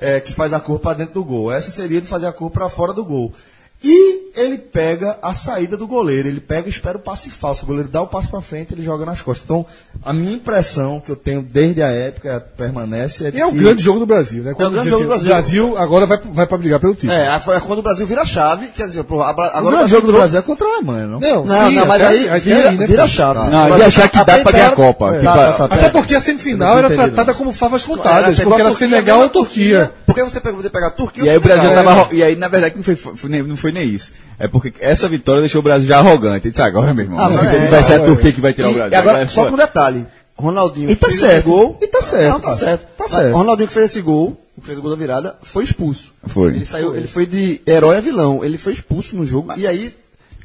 Speaker 2: É, que faz a curva para dentro do gol. Essa seria de fazer a curva para fora do gol. E ele pega a saída do goleiro, ele pega e espera o passe falso. O goleiro dá o passo para frente ele joga nas costas. Então, a minha impressão que eu tenho desde a época permanece é
Speaker 3: E é o
Speaker 2: que-
Speaker 3: grande jogo do Brasil,
Speaker 2: É
Speaker 3: né?
Speaker 4: É um grande
Speaker 3: diz
Speaker 4: jogo
Speaker 3: assim,
Speaker 4: do
Speaker 3: O Brasil agora vai, vai pra brigar pelo título.
Speaker 4: É, aí foi quando o Brasil vira a chave, quer dizer, pro- a- agora
Speaker 2: O grande jogo do Brasil é contra a Alemanha, não?
Speaker 3: Não,
Speaker 4: Não,
Speaker 3: sim,
Speaker 4: não, mas
Speaker 3: até-
Speaker 4: aí
Speaker 3: até
Speaker 4: vira,
Speaker 3: aí, né,
Speaker 4: vira a
Speaker 3: pô?
Speaker 4: chave.
Speaker 5: Não,
Speaker 4: Mas
Speaker 5: de achar que dá pra ganhar a
Speaker 4: apertaram-
Speaker 5: Copa.
Speaker 2: É,
Speaker 5: Que
Speaker 2: tá,
Speaker 5: pa-
Speaker 2: tá, tá,
Speaker 3: Até
Speaker 2: pera.
Speaker 3: porque a semifinal
Speaker 2: Eu não
Speaker 3: era
Speaker 2: tô entendendo.
Speaker 3: tratada como favas
Speaker 4: Ela
Speaker 3: contadas,
Speaker 4: pegou
Speaker 3: porque
Speaker 4: a
Speaker 3: era
Speaker 4: Turquia,
Speaker 3: Senegal
Speaker 4: pegou
Speaker 3: ou
Speaker 4: a
Speaker 3: Turquia.
Speaker 4: Por que você pegou- você pegar a Turquia
Speaker 5: E aí o Brasil
Speaker 4: Senegal?
Speaker 5: tava. arro- E aí, na verdade, não foi, foi- nem- não foi nem isso. É porque essa vitória deixou o Brasil já arrogante. Ele disse agora, meu irmão.
Speaker 4: Ah, mas é,
Speaker 5: vai ser a
Speaker 4: é.
Speaker 5: Turquia que vai tirar o
Speaker 4: E,
Speaker 5: Brasil.
Speaker 4: e agora,
Speaker 5: Vai-
Speaker 4: só com um detalhe. Ronaldinho
Speaker 2: E tá
Speaker 4: fez esse
Speaker 2: certo.
Speaker 4: gol.
Speaker 2: E tá certo.
Speaker 4: Não, tá certo.
Speaker 2: Tá
Speaker 4: Mas
Speaker 2: certo.
Speaker 4: Ronaldinho que fez esse gol, que fez o gol da virada, foi expulso.
Speaker 5: Foi.
Speaker 4: Ele saiu, ele foi de herói a vilão. Ele foi expulso no jogo. E aí,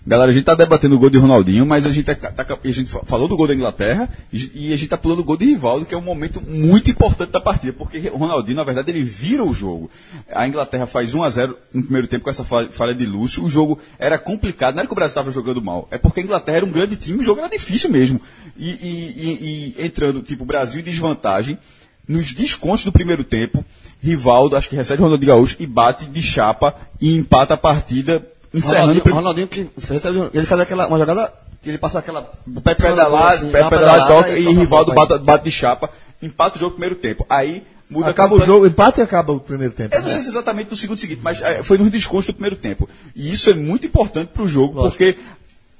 Speaker 5: Galera, a gente tá debatendo o gol de Ronaldinho, mas a gente, tá- tá- a gente fa- falou do gol da Inglaterra e, e a gente tá pulando o gol de Rivaldo, que é um momento muito importante da partida, porque o Ronaldinho, na verdade, ele vira o jogo. A Inglaterra faz 1 a 0 no primeiro tempo com essa fa- falha de Lúcio. O jogo era complicado, não era que o Brasil estava jogando mal, é porque a Inglaterra era um grande time, o jogo era difícil mesmo. E, e- e- e entrando, tipo, Brasil em desvantagem, nos descontos do primeiro tempo, Rivaldo, acho que recebe o Ronaldinho Gaúcho e bate de chapa e empata a partida, encerrando o
Speaker 4: Ronaldinho,
Speaker 5: prim-
Speaker 4: Ronaldinho que recebe, ele faz aquela, uma jogada que ele passa aquela.
Speaker 5: pé pedalado,
Speaker 2: assim,
Speaker 5: pé pedalado,
Speaker 2: né,
Speaker 5: toca e Rivaldo bate, bate de chapa, empata o jogo no primeiro tempo. Aí muda
Speaker 2: Acaba o
Speaker 5: completamente-
Speaker 2: jogo, empate e acaba o primeiro tempo. né?
Speaker 5: Eu não sei se é exatamente no segundo seguinte, mas eh, foi nos descontos do primeiro tempo. E isso é muito importante para o jogo, porque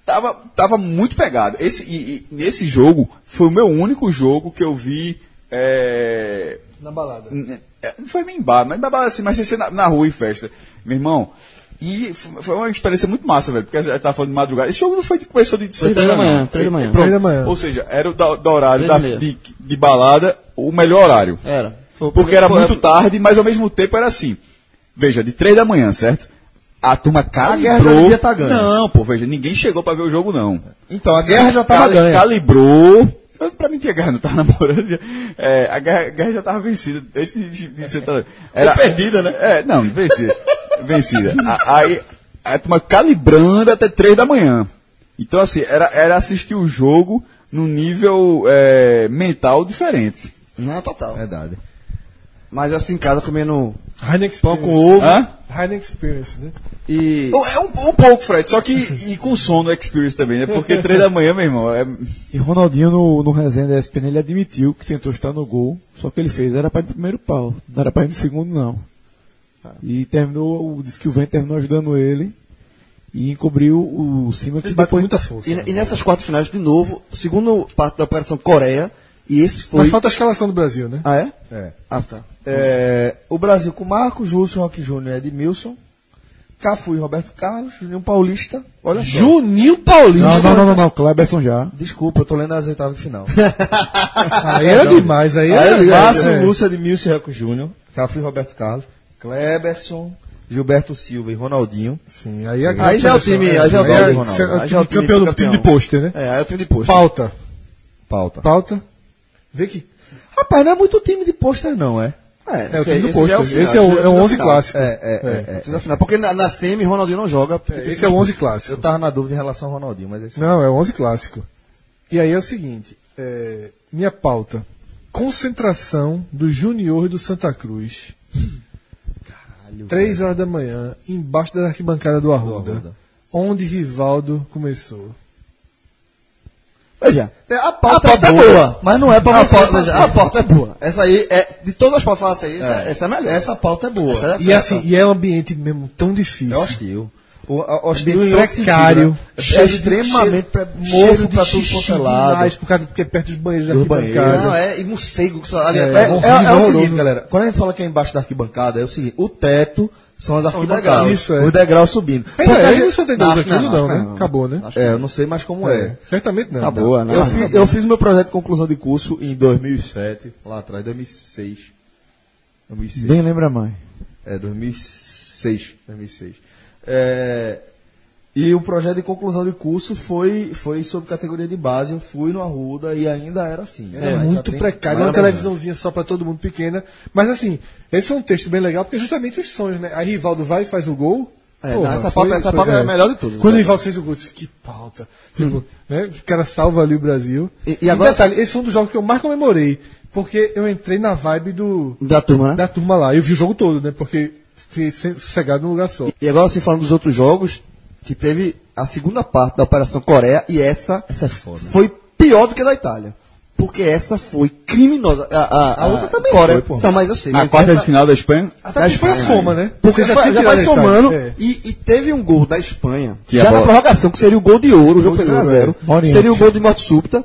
Speaker 5: tava, tava muito pegado. Esse, e, e nesse jogo, foi o meu único jogo que eu vi. eh,
Speaker 2: Na balada.
Speaker 5: N- é, Não foi nem em bar, mas na balada assim, mas sem ser na, na rua em festa. Meu irmão. E f- foi uma experiência muito massa, velho, porque a gente tava falando de madrugada. Esse jogo não foi de começou de seis horas,
Speaker 4: três da manhã,
Speaker 5: não.
Speaker 4: três da manhã.
Speaker 5: Pronto.
Speaker 6: Três da manhã.
Speaker 5: Ou seja, era o da, do horário
Speaker 4: Três
Speaker 5: da-
Speaker 4: e meia.
Speaker 5: de, de balada, o melhor horário.
Speaker 4: Era. Foi o
Speaker 5: Porque era
Speaker 4: primeiro-
Speaker 5: muito tarde, mas ao mesmo tempo era assim. Veja, de três da manhã, certo? A turma
Speaker 2: guerra já
Speaker 5: calibrou.
Speaker 2: devia tá ganha.
Speaker 5: não, pô, veja, ninguém chegou pra ver o jogo, não.
Speaker 2: Então, a guerra já tava
Speaker 5: Cali-
Speaker 2: ganha.
Speaker 5: Calibrou. Mas Pra mim que a guerra não tava namorando, já- é, a, guerra, a guerra já tava vencida. Antes de, de, de ser tra- era perdida, né? É, não, vencida. vencida. A- aí, a turma calibrando até três da manhã. Então, assim, era, era assistir o jogo num nível é, mental diferente.
Speaker 4: Não, né, total.
Speaker 2: Verdade.
Speaker 4: Mas eu assim em casa comendo
Speaker 6: Heineken Experience.
Speaker 4: pão com ovo
Speaker 5: Hã?
Speaker 6: Heineken Experience, né?
Speaker 4: e.
Speaker 5: É um, um pouco, Fred, só que e com sono experience também, né? Porque três da manhã, meu irmão, é
Speaker 3: E Ronaldinho, no, no resenha da ESPN, ele admitiu que tentou estar no gol, só que ele fez, era pra ir no primeiro pau, não era pra ir no segundo, não. E terminou, o- disse que o vento terminou ajudando ele e encobriu o cima que
Speaker 6: Ele bateu
Speaker 3: depois...
Speaker 6: muita força.
Speaker 4: E, e nessas quartas finais, de novo, segunda parte da Operação Coreia, e esse foi.
Speaker 6: Mas falta a escalação do Brasil, né?
Speaker 4: Ah, é?
Speaker 2: É.
Speaker 4: Ah, tá.
Speaker 2: É, o Brasil com Marcos, Lúcio, Roque Júnior e Edmilson. Cafu e Roberto Carlos, Juninho Paulista. Olha só.
Speaker 6: Juninho Paulista.
Speaker 3: Não, não, não, não, não, Cleberson já.
Speaker 2: Desculpa, eu tô lendo as oitavas de final.
Speaker 4: Tá
Speaker 3: Ah,
Speaker 6: Aí era demais, aí era
Speaker 2: Aí, é. Márcio,
Speaker 3: né?
Speaker 6: demais.
Speaker 2: Lúcio, Edmilson e Reco Júnior. Cafu e Roberto Carlos. Kleberson, Gilberto Silva e Ronaldinho.
Speaker 6: Sim, aí, a-
Speaker 4: Aí já é o time, aí já é o time,
Speaker 6: Aí
Speaker 4: Ronaldo.
Speaker 6: cê-
Speaker 4: Aí já é o time
Speaker 6: campeão do
Speaker 4: campeão.
Speaker 6: time de pôster, né?
Speaker 4: É, aí eu tenho de posto.
Speaker 6: Pauta.
Speaker 2: Pauta.
Speaker 6: Pauta. Vê que
Speaker 2: Rapaz, não é muito time de pôster, não, é?
Speaker 6: é o time do
Speaker 4: esse já
Speaker 6: pôster.
Speaker 4: final,
Speaker 6: Esse é
Speaker 4: já
Speaker 6: o, é o
Speaker 4: time da
Speaker 6: 11
Speaker 4: final.
Speaker 6: clássico.
Speaker 2: É, é, é. é.
Speaker 4: Time da final. Porque na, na semi, Ronaldinho não joga. porque tem
Speaker 6: Esse é o 11 clássico.
Speaker 2: Eu tava na dúvida em relação ao Ronaldinho, mas é isso.
Speaker 6: Não, é o 11 clássico. E aí é o seguinte, é, minha pauta. Concentração do Junior e do Santa Cruz. Três horas da manhã, embaixo da arquibancada do Arruda,
Speaker 2: Arruda.
Speaker 6: onde Rivaldo começou.
Speaker 4: Veja,
Speaker 2: A
Speaker 4: a
Speaker 2: pauta,
Speaker 4: pauta tá
Speaker 2: é boa, mas não é pra
Speaker 4: a
Speaker 2: você
Speaker 4: porta,
Speaker 2: fazer.
Speaker 4: a porta é boa. Essa aí é. De todas as pautas falar essa aí, essa, essa é a melhor.
Speaker 2: Essa pauta é boa.
Speaker 4: Essa é
Speaker 6: E, assim, e é um ambiente mesmo tão
Speaker 2: É
Speaker 6: difícil.
Speaker 2: hostil. O, a,
Speaker 6: Bem
Speaker 2: hostil em outro sentido,
Speaker 6: precário.
Speaker 2: né? É
Speaker 6: Cheiro de-
Speaker 2: extremamente pre-
Speaker 6: Cheiro
Speaker 2: mofo
Speaker 6: de
Speaker 2: pra tudo
Speaker 6: xixi
Speaker 2: quanto é lado.
Speaker 6: demais, por causa, porque é perto dos banheiros da
Speaker 2: Dos banheiros.
Speaker 6: arquibancada.
Speaker 4: Não, é, e morcego. que só-
Speaker 2: É,
Speaker 4: aliás,
Speaker 2: é,
Speaker 4: é-
Speaker 2: é o
Speaker 6: horroroso.
Speaker 2: seguinte, galera. Quando a gente fala que é embaixo da arquibancada, é o seguinte: o teto são as arquibancadas.
Speaker 4: degraus.
Speaker 6: Isso, é.
Speaker 2: Os degraus subindo. Porque
Speaker 6: Ainda
Speaker 2: a
Speaker 6: é,
Speaker 2: gente-
Speaker 6: não sou tem dúvida
Speaker 4: acho que não,
Speaker 6: daquilo não,
Speaker 4: acho que
Speaker 6: né?
Speaker 4: não.
Speaker 6: Acabou, né?
Speaker 2: É, eu não sei mais como é.
Speaker 6: Certamente não.
Speaker 4: boa, né?
Speaker 2: Eu, fi- eu fiz meu projeto de conclusão de curso em 2007, lá atrás, 2006. 2006.
Speaker 3: Bem lembra mais.
Speaker 2: É, 2006. 2006. É, e o projeto de conclusão de curso foi, foi sobre categoria de base. Eu fui no Arruda e ainda era assim.
Speaker 6: É, muito precário. É uma televisãozinha só pra todo mundo pequena. Mas assim, esse é um texto bem legal, porque é justamente os sonhos, né? Aí Rivaldo vai e faz o gol.
Speaker 4: É, não, essa pauta- essa pauta é a melhor de todas.
Speaker 6: Quando o Rivaldo fez o gol, eu disse, que pauta. Tipo, né? O cara salva ali o Brasil.
Speaker 4: E- e agora-
Speaker 6: detalhe, esse foi um dos jogos que eu mais comemorei, porque eu entrei na vibe do,
Speaker 4: Da turma, né?
Speaker 6: da turma lá. Eu vi o jogo todo, né? Porque fiquei se- sossegado num lugar só.
Speaker 4: E agora, assim, falando dos outros jogos, que teve a segunda parte da Operação Coreia, e essa,
Speaker 2: Essa é foda.
Speaker 4: foi pior do que a da Itália. Porque essa foi criminosa. A, a,
Speaker 2: A outra também
Speaker 4: Coreia,
Speaker 2: foi, pô.
Speaker 4: São mais eu sei.
Speaker 5: na
Speaker 4: mas
Speaker 5: quarta é
Speaker 4: essa-
Speaker 5: de final da Espanha.
Speaker 6: Até porque foi a soma, né?
Speaker 4: Porque
Speaker 6: Você
Speaker 4: já, foi-
Speaker 6: tinha
Speaker 4: já vai
Speaker 6: tirado a Itália.
Speaker 4: somando.
Speaker 6: É.
Speaker 4: E, e teve um gol da Espanha,
Speaker 5: Que a
Speaker 4: já na
Speaker 5: bola-
Speaker 4: prorrogação, que seria o gol de ouro, o jogo
Speaker 6: Gol
Speaker 4: foi
Speaker 6: de ouro,
Speaker 4: 0
Speaker 6: é. Oriente.
Speaker 4: Seria o gol de morte súbita,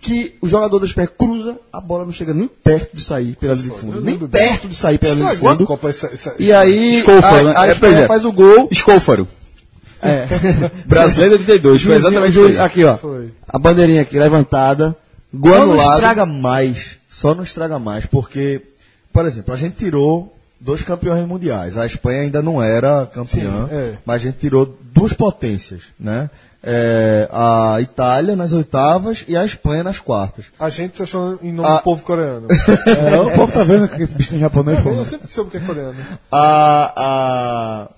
Speaker 4: que o jogador da Espanha cruza, a bola não chega nem perto de sair pela linha de fundo. Nem perto de sair pela linha de
Speaker 6: Estragou a
Speaker 4: fundo.
Speaker 6: Copa essa- essa-
Speaker 4: E aí,
Speaker 5: Escôfaro, né?
Speaker 4: a, a
Speaker 5: É, pois
Speaker 4: Espanha
Speaker 5: é.
Speaker 4: faz o gol.
Speaker 5: Escôfaro. Brasileiro 82, foi exatamente
Speaker 4: Juiz-
Speaker 5: isso. aí.
Speaker 4: Aqui, ó.
Speaker 6: Foi.
Speaker 4: A bandeirinha aqui, levantada. Gol
Speaker 2: Só não
Speaker 4: anulado.
Speaker 2: estraga mais. Só não estraga mais, porque, por exemplo, a gente tirou dois campeões mundiais. A Espanha ainda não era campeã,
Speaker 6: Sim, é.
Speaker 2: mas a gente tirou duas potências, né? É, a Itália nas oitavas e a Espanha nas quartas.
Speaker 6: A gente tá falando em nome
Speaker 2: Ah.
Speaker 6: do povo coreano.
Speaker 3: É, o povo tá vendo que esse bicho tem japonês, pô.
Speaker 6: Eu sempre soube o que é coreano.
Speaker 2: A, a...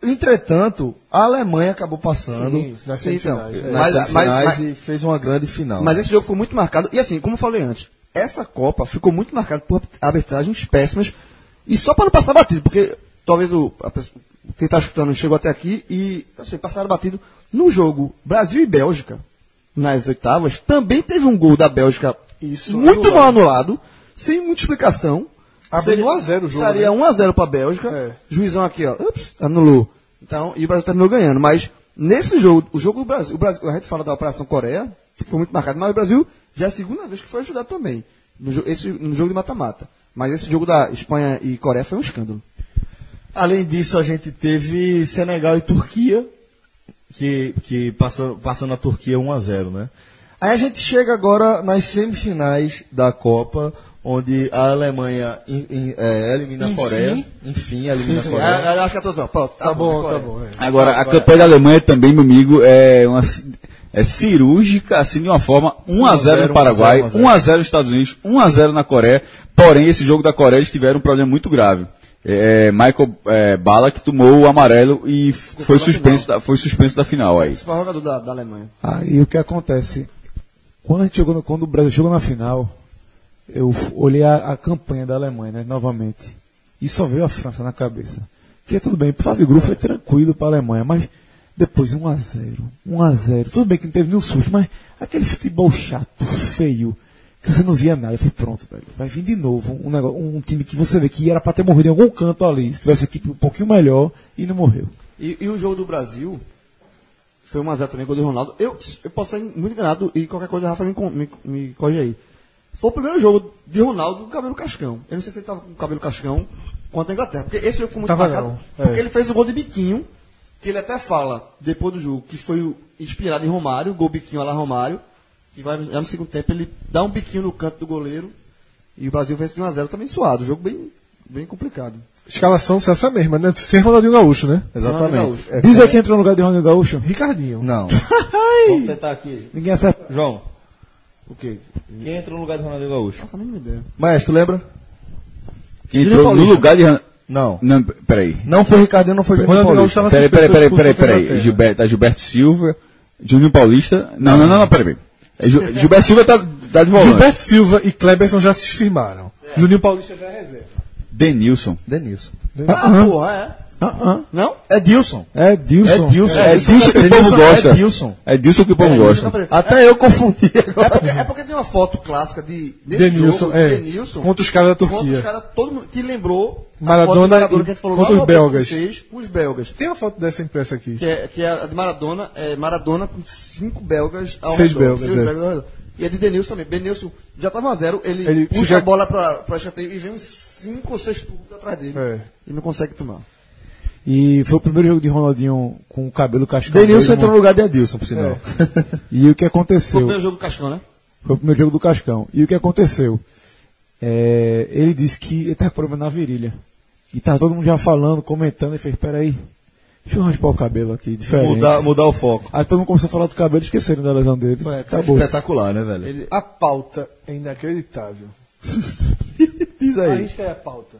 Speaker 2: Entretanto, a Alemanha acabou passando
Speaker 6: Sim,
Speaker 4: Então,
Speaker 6: nas semifinais, é.
Speaker 2: nas
Speaker 4: Mas-
Speaker 2: semifinais
Speaker 4: mas-
Speaker 2: e fez uma grande final.
Speaker 4: Mas esse jogo ficou muito marcado. E assim, como eu falei antes, essa Copa ficou muito marcada por arbitragens péssimas. E só para não passar batido, porque talvez o, a pessoa, quem está escutando chegou até aqui e assim, passaram batido. No jogo Brasil e Bélgica, nas oitavas, também teve um gol da Bélgica muito mal anulado, um sem muita explicação.
Speaker 6: Abriu 1 a 0 o jogo,
Speaker 4: Seria 1x0 para a Bélgica. Juizão aqui, ó. Ups, anulou. Então, e o Brasil terminou ganhando. Mas nesse jogo, o jogo do Brasil, o Brasil, a gente fala da Operação Coreia, que foi muito marcado, mas o Brasil já é a segunda vez que foi ajudado também. No, jo- esse, no jogo de mata-mata. Mas esse jogo da Espanha e Coreia foi um escândalo.
Speaker 2: Além disso, a gente teve Senegal e Turquia, que, que passou, passou na Turquia 1 a 0 né? Aí a gente chega agora nas semifinais da Copa, onde a Alemanha in- in- eh, elimina a Coreia. Enfim, elimina a Coreia.
Speaker 4: acho que a atuação, pronto, tá, bom, tá bom.
Speaker 5: Agora, a campanha da Alemanha também, meu amigo, é uma ci- é cirúrgica, assim, de uma forma 1x0 no Paraguai,
Speaker 2: 1 a 0, 1
Speaker 5: 1x0 nos Estados Unidos, 1x0 na Coreia. Porém, esse jogo da Coreia, eles tiveram um problema muito grave. É, Michael é, Ballack tomou o amarelo e foi suspenso, da, foi suspenso da final aí.
Speaker 4: Esse foi o jogador da, da Alemanha.
Speaker 3: Aí Ah, o que acontece? Quando, a gente chegou no- quando o Brasil chegou na final, eu f- olhei a, a campanha da Alemanha, né, novamente. E só veio a França na cabeça. Que é tudo bem, fase de grupo foi tranquilo para a Alemanha, mas depois 1 a 0 1 a 0 Tudo bem que não teve nenhum susto, mas aquele futebol chato, feio, que você não via nada. Eu falei, pronto, velho, vai vir de novo um, negócio, um time que você vê que era para ter morrido em algum canto ali, se tivesse equipe um pouquinho melhor, e não morreu.
Speaker 4: E, e o jogo do Brasil foi 1x0 também, gol do Ronaldo. Eu, eu posso estar muito enganado e qualquer coisa, Rafa, me, con- me, me corrige aí. Foi o primeiro jogo de Ronaldo com cabelo cascão. Eu não sei se ele estava com cabelo cascão contra a Inglaterra, porque esse jogo foi muito
Speaker 6: Tava
Speaker 4: marcado.
Speaker 6: não, é.
Speaker 4: Porque ele fez o gol de biquinho, que ele até fala depois do jogo, que foi o- inspirado em Romário, gol biquinho lá Romário, que vai já no segundo tempo, ele dá um biquinho no canto do goleiro e o Brasil vence de 1x0 também suado. Jogo bem, bem complicado.
Speaker 6: Escalação se essa mesma, né? Sem Ronaldinho Gaúcho, né?
Speaker 4: Ronaldo
Speaker 2: Exatamente.
Speaker 4: Gaúcho.
Speaker 2: É,
Speaker 3: Diz aí quem entrou no lugar de Ronaldo Gaúcho.
Speaker 6: Ricardinho.
Speaker 2: não.
Speaker 4: Vamos tentar aqui.
Speaker 3: Ninguém acerta.
Speaker 2: João,
Speaker 4: O quê?
Speaker 2: quem entrou no lugar do Ronaldinho Gaúcho?
Speaker 4: Não faço a mínima ideia.
Speaker 2: Maestro, lembra?
Speaker 5: Quem entrou no lugar de... Ran-
Speaker 2: Não.
Speaker 5: Não, peraí.
Speaker 2: Não foi Ricardinho, não foi Juninho
Speaker 6: Ronaldinho
Speaker 2: Paulista.
Speaker 6: Gaúcho
Speaker 5: Peraí,
Speaker 6: tava
Speaker 5: peraí, peraí,
Speaker 6: suspenso, expulso
Speaker 5: peraí,
Speaker 6: contra a
Speaker 5: peraí.
Speaker 6: Inglaterra.
Speaker 5: Gilberto, é Gilberto Silva, Juninho Paulista. Não, não, não, não peraí. É Ju- Gilberto Silva tá, tá de volante.
Speaker 6: Gilberto Silva e Kleberson já se firmaram. Juninho Paulista já é reserva.
Speaker 5: Denilson.
Speaker 2: Denilson.
Speaker 4: Ah, porra, é. Não?
Speaker 2: É Dilson.
Speaker 3: É Dilson.
Speaker 2: É Dilson.
Speaker 5: É Dilson que o povo gosta.
Speaker 2: É Dilson.
Speaker 5: É Dilson que o povo gosta.
Speaker 2: Até eu confundi
Speaker 4: É
Speaker 2: agora.
Speaker 4: porque, é porque tem uma foto clássica de desse
Speaker 6: Denilson,
Speaker 4: jogo,
Speaker 6: é.
Speaker 4: de Denilson
Speaker 6: Contra os caras da Turquia.
Speaker 4: Contra os caras, todo mundo que lembrou a
Speaker 6: Maradona
Speaker 4: foto de Maradona
Speaker 6: e-
Speaker 4: que a gente falou
Speaker 6: contra
Speaker 4: lá
Speaker 6: os
Speaker 4: no
Speaker 6: belgas.
Speaker 4: 86, com os belgas.
Speaker 6: Tem uma foto dessa impressa aqui.
Speaker 4: Que é, que é a de Maradona, é Maradona com cinco belgas ao
Speaker 6: Seis
Speaker 4: redor.
Speaker 6: belgas,
Speaker 4: seis
Speaker 6: é.
Speaker 4: belgas ao redor. E a de Denilson também. Denilson já tava a zero, ele,
Speaker 6: Ele
Speaker 4: puxa
Speaker 6: já-
Speaker 4: a bola pra, pra escanteio e vem uns cinco ou seis tudo atrás dele.
Speaker 6: É.
Speaker 4: E não consegue tomar.
Speaker 3: E foi o primeiro jogo de Ronaldinho com o cabelo cascão.
Speaker 2: Denilson
Speaker 3: mesmo.
Speaker 2: entrou no lugar de Adilson, por sinal.
Speaker 3: E o que aconteceu?
Speaker 4: É. Primeiro jogo do Cascão, né?
Speaker 3: Foi o primeiro jogo do Cascão. E o que aconteceu? É, ele disse que ele estava com problema na virilha. E tava todo mundo já falando, comentando, e fez, peraí, deixa eu raspar o cabelo aqui, diferente.
Speaker 2: Mudar, mudar o foco.
Speaker 3: Aí todo mundo começou a falar do cabelo, esqueceram da lesão dele.
Speaker 2: Foi
Speaker 3: Acabou.
Speaker 2: espetacular, né, velho?
Speaker 6: A pauta é inacreditável.
Speaker 2: Diz aí.
Speaker 6: Isso é a pauta.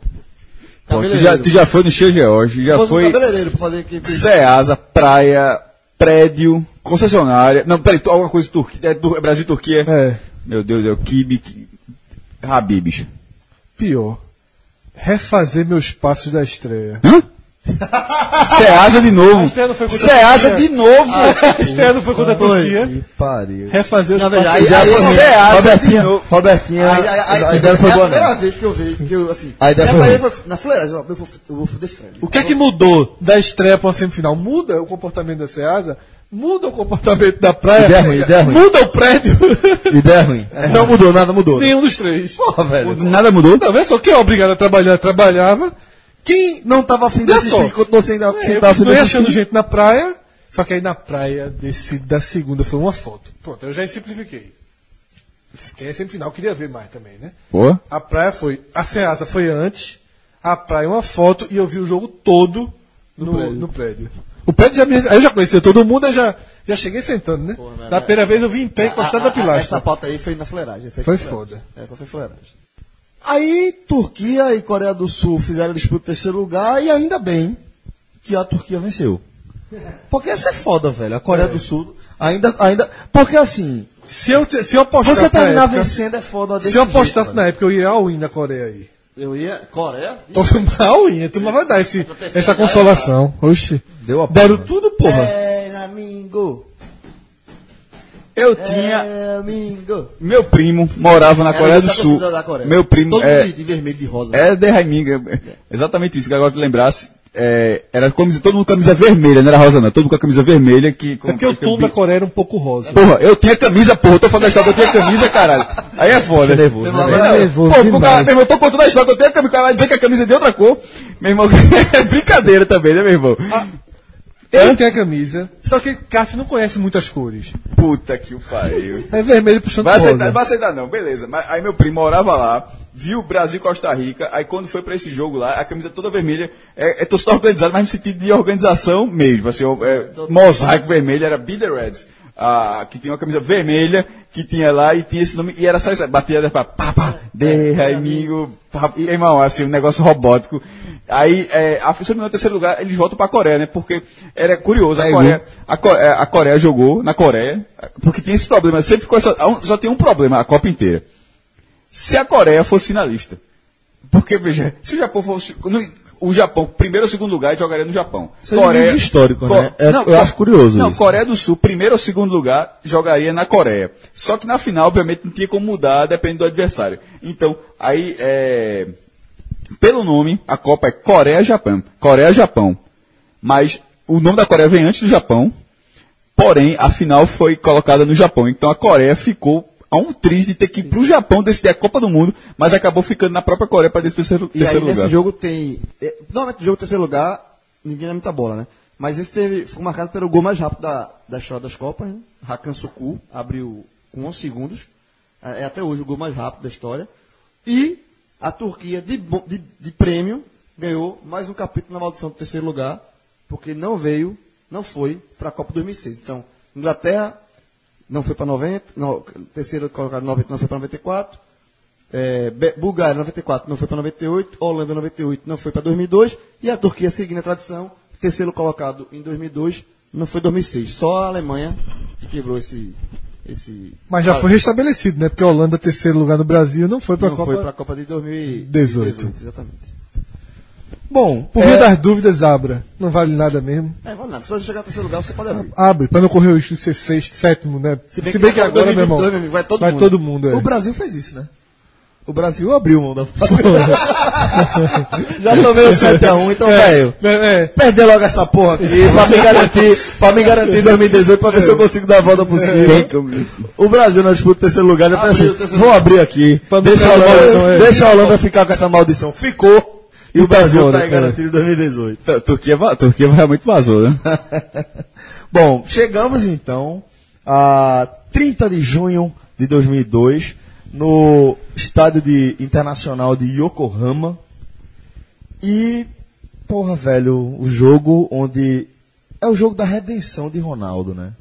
Speaker 5: Pô, tu, já, tu já foi no Cheio George, já
Speaker 4: Fosse um
Speaker 5: foi
Speaker 4: cabeleireiro pra fazer aqui.
Speaker 5: Ceasa, praia, prédio, concessionária. Não, peraí, tu- alguma coisa Turquia. É, Tur- é Brasil e Turquia.
Speaker 6: É,
Speaker 5: Meu Deus, é o Kibi. Ki- Habibs.
Speaker 6: pior. Refazer meus passos da estreia.
Speaker 5: Hã? Ceasa de novo.
Speaker 6: estreia não foi contra a
Speaker 5: Ceasa de novo.
Speaker 6: A estreia não foi contra a Turquia.
Speaker 2: Que pariu.
Speaker 6: Refazer os passos
Speaker 4: verdade,
Speaker 2: Já
Speaker 4: aí-
Speaker 2: foi ruim.
Speaker 5: Ceasa
Speaker 2: Robertinha,
Speaker 5: de novo.
Speaker 2: Robertinha,
Speaker 4: Aí, aí, aí,
Speaker 2: Ah, a
Speaker 4: é
Speaker 2: ideia foi
Speaker 4: a
Speaker 2: boa,
Speaker 4: primeira
Speaker 2: não.
Speaker 4: vez que eu vejo, que eu, assim...
Speaker 2: A ideia
Speaker 4: eu
Speaker 2: foi
Speaker 4: falei, eu falei, Na fuleira, eu vou, eu vou fuder Fred.
Speaker 6: O que é que mudou da estreia para uma semifinal? Muda o comportamento da Ceasa? Muda o comportamento da praia?
Speaker 5: é
Speaker 2: Ideia ruim, ideia ruim.
Speaker 6: Muda o prédio?
Speaker 2: Ideia ruim. Não mudou, nada mudou.
Speaker 6: Nenhum dos três.
Speaker 2: Porra, velho.
Speaker 5: Nada mudou?
Speaker 6: Não, vê só quem é obrigado a trabalhar, trabalhava. Quem
Speaker 2: Não tava afim
Speaker 6: Olha
Speaker 2: desse
Speaker 6: só.
Speaker 2: filho, continuou sem dar
Speaker 6: É,
Speaker 2: sem
Speaker 6: eu
Speaker 2: dar afim
Speaker 6: continuei
Speaker 2: desse
Speaker 6: achando
Speaker 2: filho.
Speaker 6: gente na praia, só que aí na praia desse, da segunda foi uma foto. Pronto, eu já simplifiquei. Quem é semifinal queria ver mais também, né?
Speaker 5: Pô.
Speaker 6: A praia foi. A Ceasa foi antes, a praia uma foto e eu vi o jogo todo no, no prédio. O prédio já me. Aí eu já conhecia todo mundo, eu já, já cheguei sentando, né? da primeira vez eu vim em pé
Speaker 4: é A- a-
Speaker 6: encostado na
Speaker 4: a- Essa
Speaker 6: pilastra.
Speaker 4: pauta aí foi na fuleiragem. essa aí
Speaker 6: Foi
Speaker 4: fuleiragem. Essa foi fuleiragem.
Speaker 2: Aí, Turquia e Coreia do Sul fizeram a disputa do terceiro lugar e ainda bem que a Turquia venceu. Porque essa é foda, velho. A Coreia do Sul ainda, ainda. Porque assim,
Speaker 6: Se eu, te- se eu apostasse.
Speaker 2: você
Speaker 6: tá na
Speaker 2: terminar
Speaker 6: época-
Speaker 2: vencendo é foda desse
Speaker 6: Se eu
Speaker 2: jeito,
Speaker 6: apostasse
Speaker 2: velho.
Speaker 6: na época, eu ia ao win da Coreia aí. Então,
Speaker 4: Eu ia. Coreia?
Speaker 6: Tô mal, unha, tu não vai dar esse, essa consolação. Oxi.
Speaker 2: Deu a
Speaker 6: Deram tudo, porra.
Speaker 4: É, amigo.
Speaker 5: Eu tinha.
Speaker 4: É, amigo.
Speaker 5: Meu primo morava na
Speaker 4: Era
Speaker 5: Coreia do
Speaker 4: outra
Speaker 5: Sul.
Speaker 4: torcida da tá Coreia.
Speaker 5: Meu primo.
Speaker 4: Todo
Speaker 5: é,
Speaker 4: mundo de, de vermelho, de rosa.
Speaker 5: É Derhaiminga, exatamente isso, que agora que lembrasse. É, era camisa, todo mundo com a camisa vermelha, não era rosa não, todo mundo com a camisa vermelha que. Com,
Speaker 6: É porque o
Speaker 5: que-
Speaker 6: tom da Coreia era um pouco rosa.
Speaker 5: Porra, eu tinha camisa, porra, eu tô falando da história, eu tinha camisa, caralho. Aí é foda.
Speaker 2: nervoso, né,
Speaker 5: Não,
Speaker 2: velho?
Speaker 5: não,
Speaker 3: Nervoso
Speaker 5: pô,
Speaker 3: demais.
Speaker 5: o cara- meu irmão, eu tô contando a história que eu tenho a camisa, o cara vai dizer que a camisa é de outra cor. Meu irmão, é brincadeira também, né, meu irmão?
Speaker 6: Ah. Ele tem a camisa, só que Cássio não conhece muitas cores.
Speaker 5: Puta que o pariu.
Speaker 6: É vermelho puxando
Speaker 5: Vai aceitar,
Speaker 6: rosa.
Speaker 5: vai aceitar não, beleza. Mas aí meu primo morava lá, viu o Brasil e Costa Rica, aí quando foi pra esse jogo lá, a camisa toda vermelha, é, é torcida organizada, mas no sentido de organização mesmo, assim, o- é, mosaico vermelho, era Be The Reds, ah, que tinha uma camisa vermelha, que tinha lá e tinha esse nome, e era só isso, aí, batia, né, pá, pá, pá, de, amigo, pá, e, irmão, assim, um negócio robótico. Aí, é, a, se eu não me engano, em terceiro lugar, eles voltam pra Coreia, né, porque era curioso, a Coreia, a, Co- é, a Coreia jogou na Coreia, porque tem esse problema, sempre ficou essa, um- só tem um problema a Copa inteira. Se a Coreia fosse finalista. Porque, veja, se o Japão fosse. no- o Japão, primeiro ou segundo lugar, jogaria no Japão.
Speaker 2: São inimigos históricos, um né? É- eu
Speaker 5: Co-
Speaker 2: acho curioso
Speaker 5: Não,
Speaker 2: isso.
Speaker 5: Coreia do Sul, primeiro ou segundo lugar, jogaria na Coreia. Só que na final, obviamente, não tinha como mudar, depende do adversário. Então, aí, é, pelo nome, a Copa é Coreia-Japão. Coreia-Japão. Mas o nome da Coreia vem antes do Japão, Porém, a final foi colocada no Japão. Então a Coreia ficou a um triz de ter que ir pro Japão decidir a Copa do Mundo, mas acabou ficando na própria Coreia para decidir o terceiro,
Speaker 4: E aí
Speaker 5: terceiro
Speaker 4: nesse
Speaker 5: lugar.
Speaker 4: jogo tem. é, Normalmente o jogo terceiro lugar, ninguém dá muita bola, né? Mas esse teve, ficou marcado pelo gol mais rápido da, da história das Copas, né? Hakan Suku abriu com 11 segundos. É é até hoje o gol mais rápido da história. E a Turquia, de, bo- de, de prêmio, ganhou mais um capítulo na maldição do terceiro lugar, porque não veio, não foi para a Copa 2006. Então, Inglaterra não foi para 90, não, terceiro colocado 90 não foi para 94, é, Be- Bulgária 94 não foi para 98, Holanda 98 não foi para 2002 e a Turquia seguindo a tradição, terceiro colocado em 2002 não foi 2006, só a Alemanha que quebrou esse esse
Speaker 6: Mas já foi restabelecido, né? Porque a Holanda, terceiro lugar no Brasil, não foi pra
Speaker 4: não
Speaker 6: Copa.
Speaker 4: foi para a Copa de 2018,
Speaker 6: 18.
Speaker 4: exatamente.
Speaker 6: Bom, por via das dúvidas, abra. Não vale nada mesmo.
Speaker 4: É, vale nada. Se você chegar no terceiro lugar, você pode abrir.
Speaker 6: Abre, pra não correr o risco de ser sexto, sétimo, né? Se bem, que, agora, meu irmão,
Speaker 4: 2022, meu amigo, vai todo
Speaker 6: vai
Speaker 4: mundo.
Speaker 6: todo mundo. é.
Speaker 2: O Brasil fez isso, né? O Brasil abriu mão da.
Speaker 4: Já tomei o 7x1, então
Speaker 2: um, Velho,
Speaker 6: É, é.
Speaker 2: perder logo essa porra aqui pra me garantir, pra me garantir 2018 pra ver
Speaker 6: É.
Speaker 2: se eu consigo dar a volta possível. O Brasil na disputa do terceiro lugar, eu pensei, vou abrir aqui,
Speaker 6: Pra não
Speaker 2: deixa a,
Speaker 6: cair na maldição,
Speaker 2: Holanda,
Speaker 6: é.
Speaker 2: deixa a Holanda ficar com essa maldição. Ficou, e o Brasil
Speaker 6: fora,
Speaker 2: tá aí
Speaker 6: cara.
Speaker 2: garantido em 2018.
Speaker 5: Então, a Turquia, va- a Turquia realmente vazou, né?
Speaker 2: Bom, chegamos então a 30 de junho de 2002 no estádio de- internacional de Yokohama e porra velho, o jogo onde é o jogo da redenção de Ronaldo, né?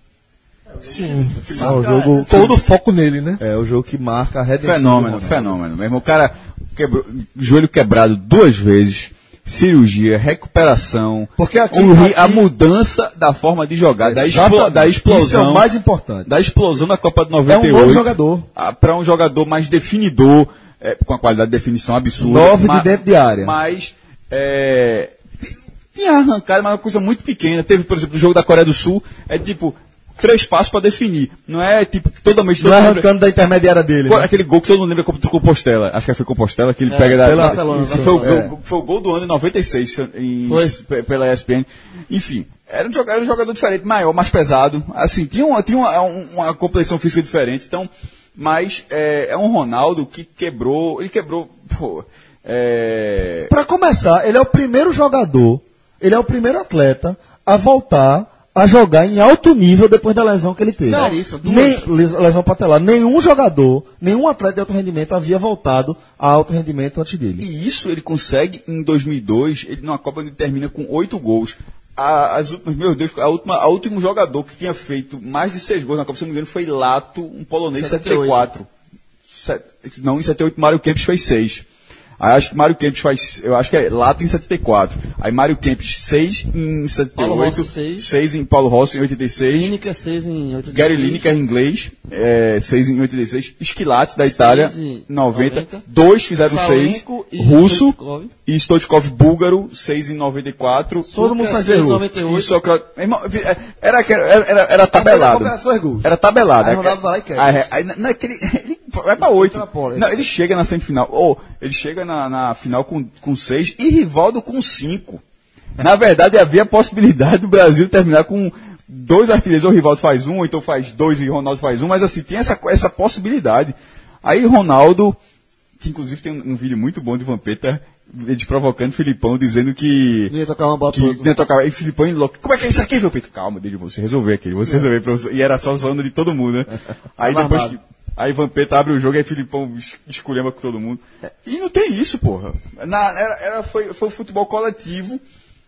Speaker 6: Sim.
Speaker 2: É o jogo
Speaker 6: Todo o foco nele, né?
Speaker 2: é o jogo que marca a redenção. do
Speaker 5: Fenômeno,
Speaker 2: Ronaldo.
Speaker 5: fenômeno. Meu irmão, o cara quebrou, joelho quebrado duas vezes, cirurgia, recuperação,
Speaker 2: Porque aqui-
Speaker 5: o ri- a
Speaker 2: aqui-
Speaker 5: mudança da forma de jogar, da, explo-
Speaker 2: Exatamente.
Speaker 5: da explosão.
Speaker 2: Isso é o mais importante.
Speaker 5: da explosão da Copa de
Speaker 2: É
Speaker 5: 98.
Speaker 2: um novo jogador.
Speaker 5: Para um jogador mais definidor, é, com a qualidade de definição absurda.
Speaker 2: Nove de
Speaker 5: ma-
Speaker 2: dentro de área.
Speaker 5: Mas, é, t- tinha arrancado, mas é uma coisa muito pequena. Teve, por exemplo, o jogo da Coreia do Sul, é tipo, três passos para definir. Não é tipo, totalmente...
Speaker 2: Não é arrancando da intermediária dele.
Speaker 5: Qual- é
Speaker 2: né?
Speaker 5: Aquele gol que todo mundo lembra como do Compostela. Acho que foi Compostela que ele pega da.
Speaker 2: É, pela-
Speaker 5: da-
Speaker 2: Barcelona,
Speaker 5: isso, foi, o
Speaker 2: Barcelona.
Speaker 5: gol, foi o gol do ano em 96 se- em, pe- pela ESPN. Enfim, era um, joga- era um jogador, diferente, maior, mais pesado. Assim, tinha uma, tinha uma, um- uma complexão física diferente. Então, mas é, é um Ronaldo que quebrou. Ele quebrou. Pô, é,
Speaker 2: Pra começar, ele é o primeiro jogador, ele é o primeiro atleta a voltar a jogar em alto nível depois da lesão que ele teve.
Speaker 4: Não, isso, duas.
Speaker 2: Nem, les- lesão patelar. Nenhum jogador, nenhum atleta de alto rendimento havia voltado a alto rendimento antes dele.
Speaker 5: E isso ele consegue em 2002, ele, numa Copa ele termina com oito gols. A, as últimas, meu Deus, a última, a último jogador que tinha feito mais de seis gols na Copa, se não me engano, foi Lato, um polonês, em 74. Set- não, em 78 Mário Kempis fez seis. Aí acho que Mário Kempis faz, eu acho que é Lato em 74. Aí Mário Kempis seis em 78,
Speaker 4: Paulo Rossi, seis.
Speaker 5: seis em Paulo Rossi em 86.
Speaker 4: Lineker 6 em 8
Speaker 5: Gary Lineker em inglês, é, 6 em 86. Esquilate da Itália,
Speaker 4: em
Speaker 5: 90.
Speaker 4: 90.
Speaker 5: Dois fizeram 6.
Speaker 4: Salenko
Speaker 5: e russo e Stoichkov búlgaro, 6 em 94.
Speaker 4: Todo mundo fazia
Speaker 5: Socrates,
Speaker 4: gol.
Speaker 5: 98. E Socrates, meu irmão, vi- é, era, que- era, era, era tabelado.
Speaker 4: combinações, gols.
Speaker 5: Era tabelado.
Speaker 4: Aí
Speaker 5: É que-
Speaker 4: mandava vai lá e quebra.
Speaker 5: Ah, é. Aí, na- naquele, ele vai pra 8.
Speaker 4: Extrapola.
Speaker 5: Não, ele chega na semifinal. Ou ele chega na, na final com 6 com seis, e Rivaldo com 5. Na verdade, é havia a possibilidade do Brasil terminar com dois artilheiros. Ou o Rivaldo faz um, ou então faz dois e o Ronaldo faz um. Mas assim, tem essa, essa possibilidade. Aí Ronaldo, que inclusive tem um, um vídeo muito bom de Vampeta, de provocando Filipão, dizendo que.
Speaker 4: Não ia tocar uma bola
Speaker 5: que
Speaker 4: pro outro.
Speaker 5: não ia tocar. E Filipão indo louco. Como é que é isso aqui, meu peito? Calma, dele, você resolver aquele, você resolver, professor. E era só zoando de todo mundo, né? Aí
Speaker 4: Tava
Speaker 5: depois que.
Speaker 4: armado.
Speaker 5: Aí Vampeta abre o jogo, aí Filipão es- esculhamba com todo mundo. E não tem isso, porra. Na- era, era- foi, foi um futebol coletivo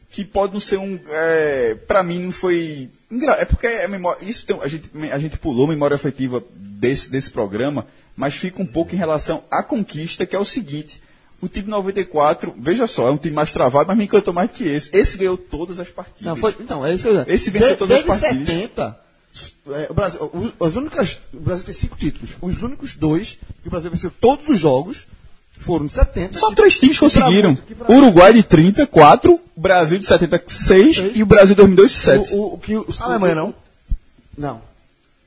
Speaker 5: que pode não ser um. É, pra mim não foi. engra- É porque a memória. Isso tem- a, gente, a gente pulou a memória afetiva desse, desse programa, mas fica um pouco em relação à conquista, que é o seguinte. O time 94, veja só, é um time mais travado, mas me encantou mais do que esse. Esse ganhou todas as partidas.
Speaker 4: Não, foi, então, é isso aí.
Speaker 5: Esse venceu todas as
Speaker 4: desde
Speaker 5: partidas.
Speaker 4: 70, é, o, Brasil, o- as únicas, o Brasil tem cinco títulos. Os únicos dois que o Brasil venceu todos os jogos foram de 70.
Speaker 5: Só
Speaker 4: que-
Speaker 5: três times
Speaker 4: que pra
Speaker 5: conseguiram.
Speaker 4: muito, que pra
Speaker 5: Uruguai de 34, Brasil de 76 e o Brasil de 2002 de 7.
Speaker 4: O, o, o que o,
Speaker 2: A Alemanha não?
Speaker 4: Não.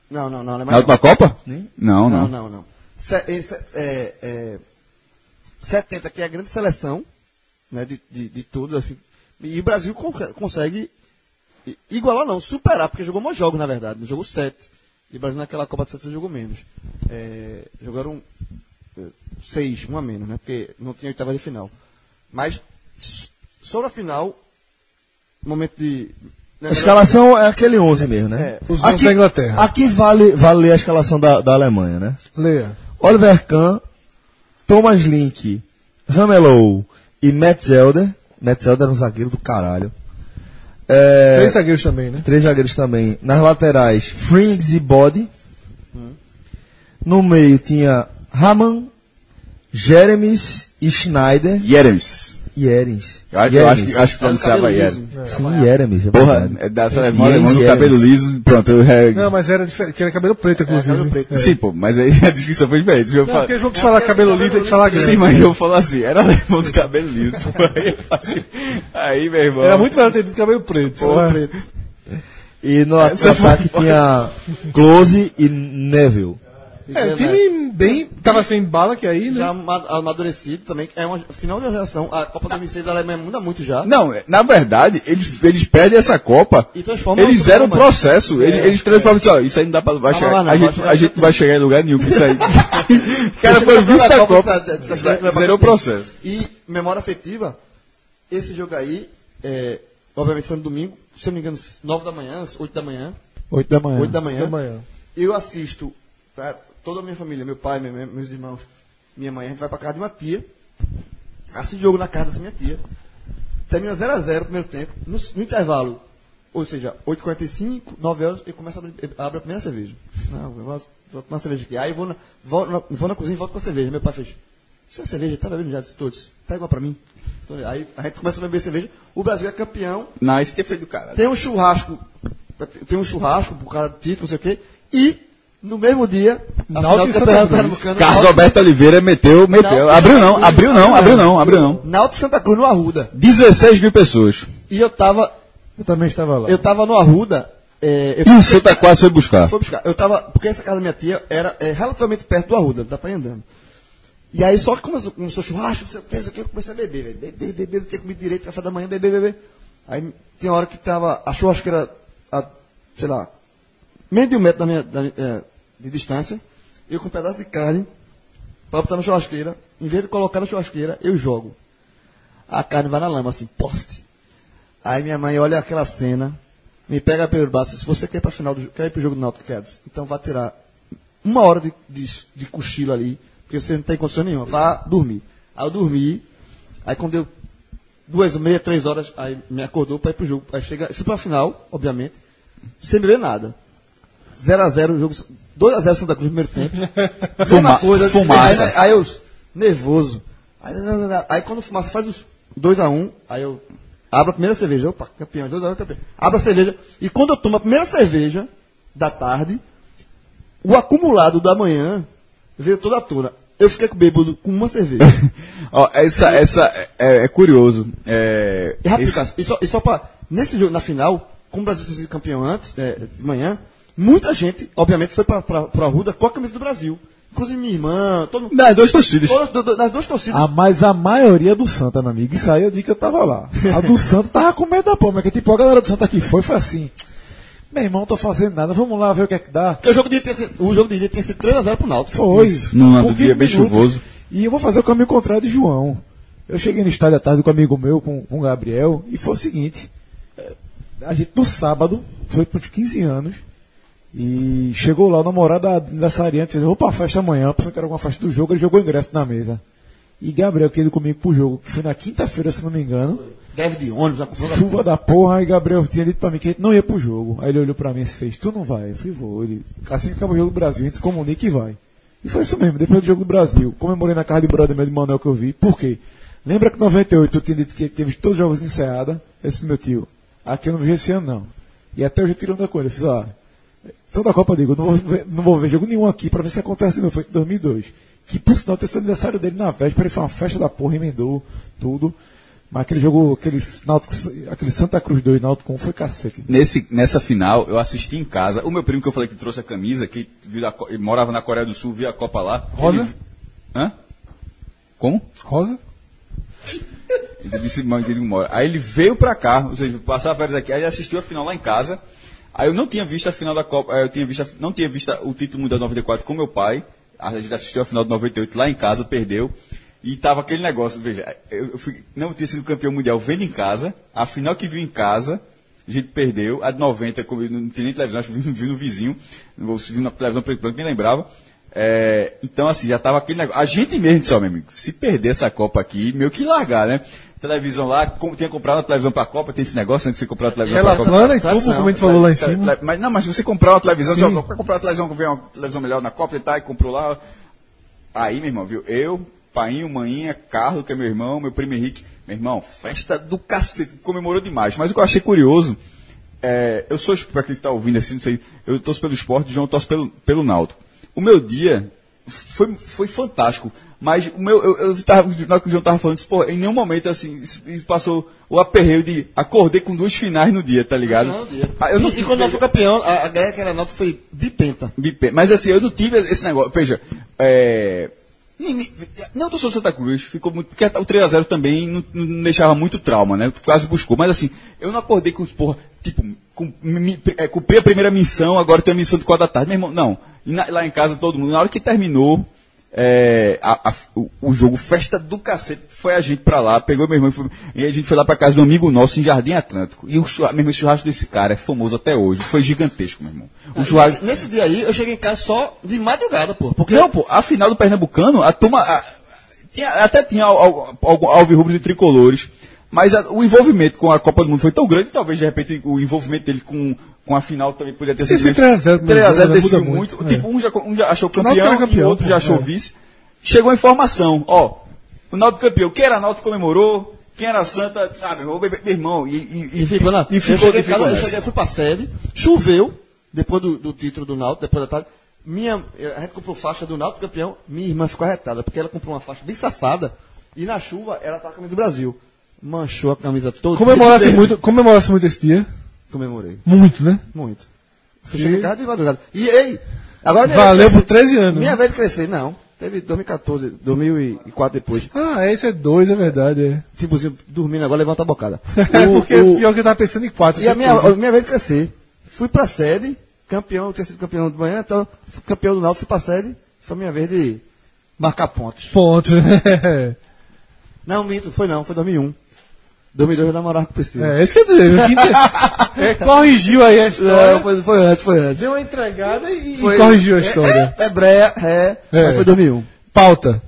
Speaker 4: Não, não, não.
Speaker 5: Na
Speaker 4: Alemanha
Speaker 5: última Copa? Não,
Speaker 4: não,
Speaker 5: não.
Speaker 4: não, não. Se- esse, é, é, 70, que é a grande seleção né, de, de, de tudo. assim. e o Brasil con- consegue i- igualar, não, superar, porque jogou mais jogos, na verdade. né? Jogou 7. E o Brasil naquela Copa de 70 jogou menos. É, jogaram 6, um a menos, né? Porque não tinha oitava de final. Mas, s- sobre a final, momento de. né,
Speaker 2: A escalação é aquele 11 mesmo,
Speaker 4: É.
Speaker 2: né?
Speaker 3: Os onze da Inglaterra.
Speaker 2: Aqui vale, vale ler a escalação da, da Alemanha, né?
Speaker 3: Leia.
Speaker 2: Oliver Kahn, Thomas Link, Ramelow e Matt Zelder. Matt Zelder era um zagueiro do caralho. É,
Speaker 3: Três zagueiros também, né?
Speaker 2: Três zagueiros também. Nas laterais, Frings e Body. No meio tinha Raman, Jeremies e Schneider
Speaker 5: Yeremis.
Speaker 2: e Erens.
Speaker 5: Eu, acho- eu acho, que-
Speaker 2: Tá
Speaker 5: acho que pronunciava Yeremis.
Speaker 2: Sim, Jeremies. É
Speaker 5: Porra,
Speaker 2: verdade.
Speaker 5: é dessa
Speaker 2: Sim,
Speaker 5: memória,
Speaker 2: Jens
Speaker 5: mano,
Speaker 2: Yeremis.
Speaker 5: cabelo liso, pronto. eu- é-
Speaker 3: Não, mas era diferente, que era cabelo preto, inclusive. É.
Speaker 5: Sim, pô, mas aí a descrição foi diferente. Eu
Speaker 3: Não,
Speaker 5: falo-
Speaker 3: porque eles vão falar cabelo liso, tem que falar grande.
Speaker 5: Sim, mas eu falo assim, era alemão do cabelo liso. pô, Aí, eu faço assim, aí, meu irmão.
Speaker 3: Era muito melhor ter dito cabelo preto. Porra.
Speaker 2: E no at- ataque tinha Close e Neville.
Speaker 3: É, o time bem. Tava sem bala, que aí, né?
Speaker 4: já ama- amadurecido também. É uma final de geração. A Copa 2006 da Alemanha é muda muito já.
Speaker 5: Não, é, na verdade, eles, eles perdem essa Copa.
Speaker 4: Tá? E transforma
Speaker 5: eles
Speaker 4: no
Speaker 5: zeram o
Speaker 4: programa.
Speaker 5: processo. Eles, eles transformam assim, ó, isso aí não dá pra. Vai chegar,
Speaker 4: lá,
Speaker 5: a,
Speaker 4: É. não, vai
Speaker 5: gente,
Speaker 4: chegar.
Speaker 5: a gente não vai chegar em lugar nenhum com isso aí. Cara,
Speaker 4: Deixa eu
Speaker 5: foi
Speaker 4: falar
Speaker 5: vice
Speaker 4: da tá,
Speaker 5: da Copa.
Speaker 4: da- da- da- da-
Speaker 5: Zerou o processo.
Speaker 4: E memória afetiva, esse jogo aí, é, obviamente foi no domingo, se eu não me engano, 9 da manhã, 8 da manhã.
Speaker 6: 8 da manhã.
Speaker 4: 8 da manhã.
Speaker 3: Da manhã.
Speaker 4: Eu assisto tá, toda a minha família, meu pai, minha- meus irmãos, minha mãe, a gente vai pra casa de uma tia. Assisto jogo na casa dessa minha tia. Termina 0x0 o primeiro tempo. No, no intervalo, ou seja, 8h45, 9 horas, eu começo a abrir, abro a primeira cerveja. Não, eu vou, vou tomar uma cerveja aqui. Aí eu vou na, vou, na, vou na cozinha e volto com a cerveja. Meu pai fez. Isso é cerveja, tá bebendo já disse todos. Pega uma pra mim. Então, aí a gente começa a beber cerveja. O Brasil é campeão
Speaker 5: Não, esse que foi do cara.
Speaker 4: tem um churrasco, tem um churrasco por causa do título, não sei o quê, e no mesmo dia, a final
Speaker 3: Náutico
Speaker 4: do
Speaker 3: e Santa
Speaker 4: Campeonato
Speaker 3: Cruz.
Speaker 4: Pernambucano,
Speaker 5: Carlos Alberto Oliveira meteu, meteu.
Speaker 4: Náutico-
Speaker 5: Abriu não, abriu não, abriu não, abriu não.
Speaker 4: Náutico e Santa Cruz no Arruda.
Speaker 5: 16 mil pessoas.
Speaker 4: E eu tava,
Speaker 6: Eu também estava lá.
Speaker 4: eu tava no Arruda, é, eu
Speaker 5: E
Speaker 4: fui
Speaker 5: o Um Santa quase foi buscar.
Speaker 4: Foi buscar. Eu tava. Porque essa casa da minha tia era é, relativamente perto do Arruda, dá pra ir andando. E aí só que começou, começou churrasco, não sei o que, não sei o que, eu comecei a beber, velho. Beber, beber, não ter comido direito, café da manhã, beber, beber. Aí tem hora que tava. A churrasqueira, a, sei lá, meio de um metro da minha, da minha- é, de distância, eu com um pedaço de carne, pra botar na churrasqueira, em vez de colocar na churrasqueira, eu jogo. A carne vai na lama, assim, poste. Aí minha mãe olha aquela cena, me pega pelo braço, se você quer ir pra final do jogo, quer ir pro jogo do Náutico, quero. Então vá tirar uma hora de, de, de cochilo ali, porque você não tem condição nenhuma, vá dormir. Aí eu dormi, aí quando deu duas e meia, três horas, aí me acordou pra ir pro jogo. Aí chega, fui pra final, obviamente, sem beber nada. 0x0 o jogo, 2x0 Santa Cruz no primeiro tempo.
Speaker 5: Fuma-
Speaker 4: Mesma coisa, assim,
Speaker 5: fumaça.
Speaker 4: Aí, aí eu, nervoso. Aí, aí quando fumaça faz os 2x1, aí eu abro a primeira cerveja, opa, campeão, 2x1 campeão. Abro a cerveja, e quando eu tomo a primeira cerveja da tarde, o acumulado da manhã veio toda à tona. eu fiquei com bêbado com uma cerveja.
Speaker 5: Ó, essa, essa é, é curioso. É,
Speaker 4: E rápido,
Speaker 5: esse-
Speaker 4: Cássio, e só, e só pra. Nesse jogo, na final, como o Brasil tinha sido campeão antes, é, de manhã, muita gente, obviamente, foi pra, pra, pra Ruda com a camisa do Brasil. Inclusive minha irmã, todo mundo.
Speaker 5: Nas duas torcidas.
Speaker 4: Todas, do- do- das duas torcidas.
Speaker 6: Ah, mas a maioria do Santa, meu amigo. Isso aí eu digo que eu tava lá. A do Santa tava com medo da pomba. Que tipo, a galera do Santa que foi, foi assim. Meu irmão, não tô fazendo nada. Vamos lá ver o que é que dá.
Speaker 4: Porque o jogo de dia tinha, sido- o jogo de dia tinha sido 3x0 pro Náutico.
Speaker 6: Foi.
Speaker 5: Num
Speaker 6: Com
Speaker 5: lado do dia
Speaker 6: 15
Speaker 5: bem
Speaker 6: minutos.
Speaker 5: chuvoso.
Speaker 6: E eu vou fazer o caminho contrário de João. Eu cheguei no estádio à tarde com um amigo meu, com, com o Gabriel, e foi o seguinte. eh, A gente no sábado, foi para os 15 anos, e chegou lá o namorado da aniversariante, fez, vou pra festa amanhã, porque eu quero alguma festa do jogo, ele jogou ingresso na mesa. E Gabriel, que ia comigo pro jogo, que foi na quinta-feira, se não me engano,
Speaker 4: Greve de ônibus, a confusão da
Speaker 6: chuva da porra, e Gabriel tinha dito pra mim que a gente não ia pro jogo. Aí ele olhou pra mim e fez, tu não vai? Eu falei, vou. Ele, assim que acaba o jogo do Brasil, a gente se comunica e vai. E foi isso mesmo, depois do jogo do Brasil, comemorei na casa do brother meu de Manuel que eu vi. Por quê? Lembra que em 98 eu tinha dito que teve todos os jogos encerrada? Esse pro meu tio, aqui eu não vejo esse ano não. E até hoje eu tirei onda com ele, eu fiz, ó, toda a Copa eu digo, eu não vou ver, não vou ver jogo nenhum aqui pra ver se acontece de novo, Assim, foi em 2002. Que por sinal tem esse aniversário dele na véspera, ele foi uma festa da porra, emendou tudo. Mas aquele jogo, aquele, Náutico- aquele Santa Cruz 2, Náutico 1 foi cacete.
Speaker 5: Nesse, nessa final, eu assisti em casa. O meu primo que eu falei que trouxe a camisa, que viu da Co- ele morava na Coreia do Sul, viu a Copa lá.
Speaker 3: Rosa?
Speaker 5: Ele- Hã? Como?
Speaker 3: Rosa?
Speaker 5: Ele disse mas ele não mora. Aí ele veio pra cá, ou seja, passava férias aqui, aí ele assistiu a final lá em casa. Aí eu não tinha visto a final da Copa, eh, eu tinha visto, a- não tinha visto o título mundial de 94 com meu pai. A gente assistiu a final de 98 lá em casa, perdeu. E tava aquele negócio, veja, eu eu fui- não tinha sido campeão mundial vendo em casa, a final que viu em casa, a gente perdeu, a de 90, como eu não tinha nem televisão, acho que vi, vi no vizinho, ou se vi na televisão preto e branco, nem lembrava. É, então, assim, já tava aquele negócio. A gente mesmo, só, meu amigo, se perder essa Copa aqui, meio que largar, né? Televisão lá, com, tinha comprado a televisão pra Copa, tem esse negócio antes de você comprar a televisão pra Copa.
Speaker 3: Relatando e tudo, como a gente falou lá em
Speaker 5: Tele-
Speaker 3: cima.
Speaker 5: tele- Mas não, mas se você comprar uma televisão, só, "Vou comprar uma televisão que vem uma televisão melhor na Copa e tal, e comprou lá. Aí, meu irmão, viu? Eu, Painho, Maninha, Carlos, que é meu irmão, meu primo Henrique. Meu irmão, festa do cacete, comemorou demais. Mas o que eu achei curioso, é, eu sou, para quem está ouvindo assim, não sei, eu torço pelo esporte, o João torce pelo, pelo Náutico. O meu dia foi, foi fantástico, mas o meu, eu, eu tava, na hora que o João estava falando isso, pô, em nenhum momento, assim, isso, isso passou o aperreio de acordei com duas finais no dia, tá ligado? Ah, eu não
Speaker 4: e, e quando nós fomos campeão, a, a galera que era Náutico foi bipenta.
Speaker 5: Bipe- Mas assim, eu não tive esse negócio. Veja, é. ninguém- Não, eu sou do Santa Cruz, ficou muito. Porque o 3x0 também não, não deixava muito trauma, né? Quase buscou. Mas assim, eu não acordei com os porra, tipo, com, mi- é, cumpri a primeira missão, agora tem a missão de 4 da tarde. Meu irmão, não. E na- lá em casa todo mundo, na hora que terminou é, a- a- o, o jogo, festa do cacete, foi a gente pra lá, pegou meu irmão e, foi- e a gente foi lá pra casa de um amigo nosso em Jardim Atlântico. E o churrasco, meu irmão, o churrasco desse cara é famoso até hoje, foi gigantesco, meu irmão. O churrasco,
Speaker 4: Nesse, nesse dia aí, eu cheguei em casa só de madrugada, pô. Porque
Speaker 5: não, pô, a final do Pernambucano, a turma. a- tinha- até tinha al- al- algum alvirrubros e tricolores. Mas a- o envolvimento com a Copa do Mundo foi tão grande, talvez de repente o envolvimento dele com, com a final também podia ter sido.
Speaker 3: Esse
Speaker 5: grande.
Speaker 3: 3x0 mesmo, né,
Speaker 5: 3x0 decidiu
Speaker 3: muda
Speaker 5: muito.
Speaker 3: muito, é.
Speaker 5: Tipo, um já, um já achou
Speaker 3: Náutico
Speaker 5: campeão,
Speaker 3: era campeão,
Speaker 5: e o outro
Speaker 3: pô,
Speaker 5: já achou
Speaker 3: é.
Speaker 5: vice. Chegou a informação, ó. O Náutico campeão, quem era Náutico comemorou, quem era Santa, ah, meu irmão, meu irmão, e, e,
Speaker 4: E ficou na.
Speaker 5: e
Speaker 4: eu
Speaker 5: ficou, e
Speaker 4: cheguei, em
Speaker 5: ficou
Speaker 4: casa, eu
Speaker 5: nessa.
Speaker 4: cheguei, fui pra sede, choveu, depois do, do título do Náutico, depois da tarde. Minha, a gente comprou faixa do Náutico campeão, minha irmã ficou arretada, porque ela comprou uma faixa bem safada, e na chuva ela tá com a camisa do Brasil. Manchou a camisa toda.
Speaker 3: Comemorasse muito, comemorasse muito esse dia.
Speaker 4: Comemorei,
Speaker 3: Muito, né?
Speaker 4: muito. Eu cheguei em casa de madrugada. E ei, agora... minha
Speaker 3: Valeu
Speaker 4: vez de
Speaker 3: por 13 anos.
Speaker 4: crescer. Minha vez de crescer, não. Teve 2014, 2004 depois.
Speaker 3: Ah, esse é dois, é verdade. É.
Speaker 4: Tipozinho dormindo agora, levanta a bocada.
Speaker 3: É
Speaker 4: O-
Speaker 3: porque
Speaker 4: o-
Speaker 3: pior que eu tava pensando em quatro.
Speaker 4: E a minha,
Speaker 3: Tudo.
Speaker 4: a minha vez de crescer. Fui pra sede, campeão, eu tinha sido campeão de manhã, então fui campeão do Náutico, fui pra sede, foi a minha vez de marcar pontos.
Speaker 3: Ponto.
Speaker 4: Não, minto, foi não, foi 2001. 2002 eu namorava com o Priscila.
Speaker 3: é, isso quer dizer, o quinto é, é, corrigiu aí a
Speaker 4: Não,
Speaker 3: história.
Speaker 4: foi, foi antes, foi antes.
Speaker 3: Deu uma entregada e,
Speaker 4: Foi-
Speaker 3: e corrigiu a história.
Speaker 4: É, é breia, é, mas foi 2001.
Speaker 3: Pauta.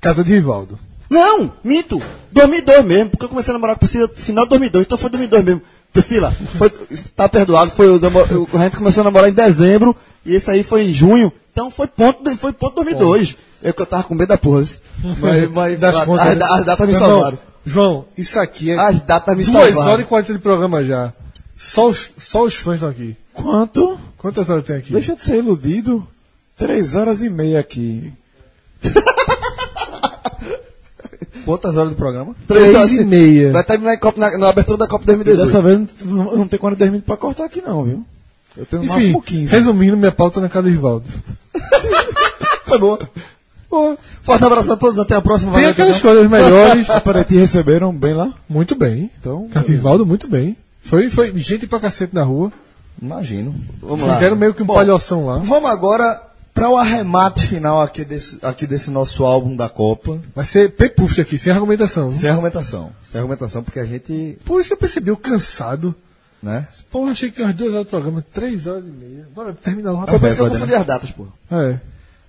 Speaker 3: Casa de Rivaldo.
Speaker 4: Não, minto, 2002 mesmo, porque eu comecei a namorar com Priscila no final de 2002, então foi 2002 mesmo. Priscila, foi, tá perdoado, foi, o namo- o- a gente começou a namorar em dezembro, e esse aí foi em junho, então foi ponto, do- foi ponto 2002. É que eu tava com medo da porra. Mas, mas
Speaker 3: Das
Speaker 4: a-
Speaker 3: contas,
Speaker 4: as,
Speaker 3: né?
Speaker 4: as datas me
Speaker 3: Não,
Speaker 4: salvaram.
Speaker 3: não. João, isso aqui é
Speaker 6: Ah,
Speaker 4: As datas me
Speaker 3: duas
Speaker 4: salvaram.
Speaker 3: horas e 40 de programa já. Só os, só os fãs estão aqui.
Speaker 6: Quanto?
Speaker 3: Quantas horas tem aqui?
Speaker 6: Deixa de ser iludido. Três horas e meia aqui.
Speaker 2: Quantas horas do programa?
Speaker 6: Três e meia.
Speaker 4: Vai terminar em Copa, na, na abertura da Copa 2018.
Speaker 3: Dessa vez eu não, eu não tenho 40 minutos pra cortar aqui, não, viu? Eu tenho no
Speaker 6: Enfim,
Speaker 3: máximo 15.
Speaker 6: resumindo, minha pauta na casa de Valdo.
Speaker 4: Foi boa. Forte abraço a todos, até a próxima.
Speaker 6: Tem
Speaker 4: valeu,
Speaker 6: aquelas
Speaker 4: Cacau.
Speaker 6: coisas melhores.
Speaker 3: Para ti receberam bem lá?
Speaker 6: Muito bem.
Speaker 3: Então,
Speaker 6: Cativaldo, muito bem. Foi, foi gente pra cacete na rua.
Speaker 2: Imagino.
Speaker 4: Vamos lá.
Speaker 6: Fizeram meio que um palhoção lá.
Speaker 2: Vamos agora para o arremate final aqui desse, aqui desse nosso álbum da Copa.
Speaker 6: Vai ser pepuf aqui, sem argumentação.
Speaker 2: Sem argumentação. Sem argumentação, porque a gente.
Speaker 6: Por isso que eu percebi, eu cansado.
Speaker 2: né?
Speaker 6: Porra, achei que tinha umas duas horas de programa, três horas e meia. Bora terminar logo.
Speaker 4: Foi por isso que eu
Speaker 2: Vai, vai,
Speaker 4: confundi as datas, pô.
Speaker 6: É.
Speaker 2: né?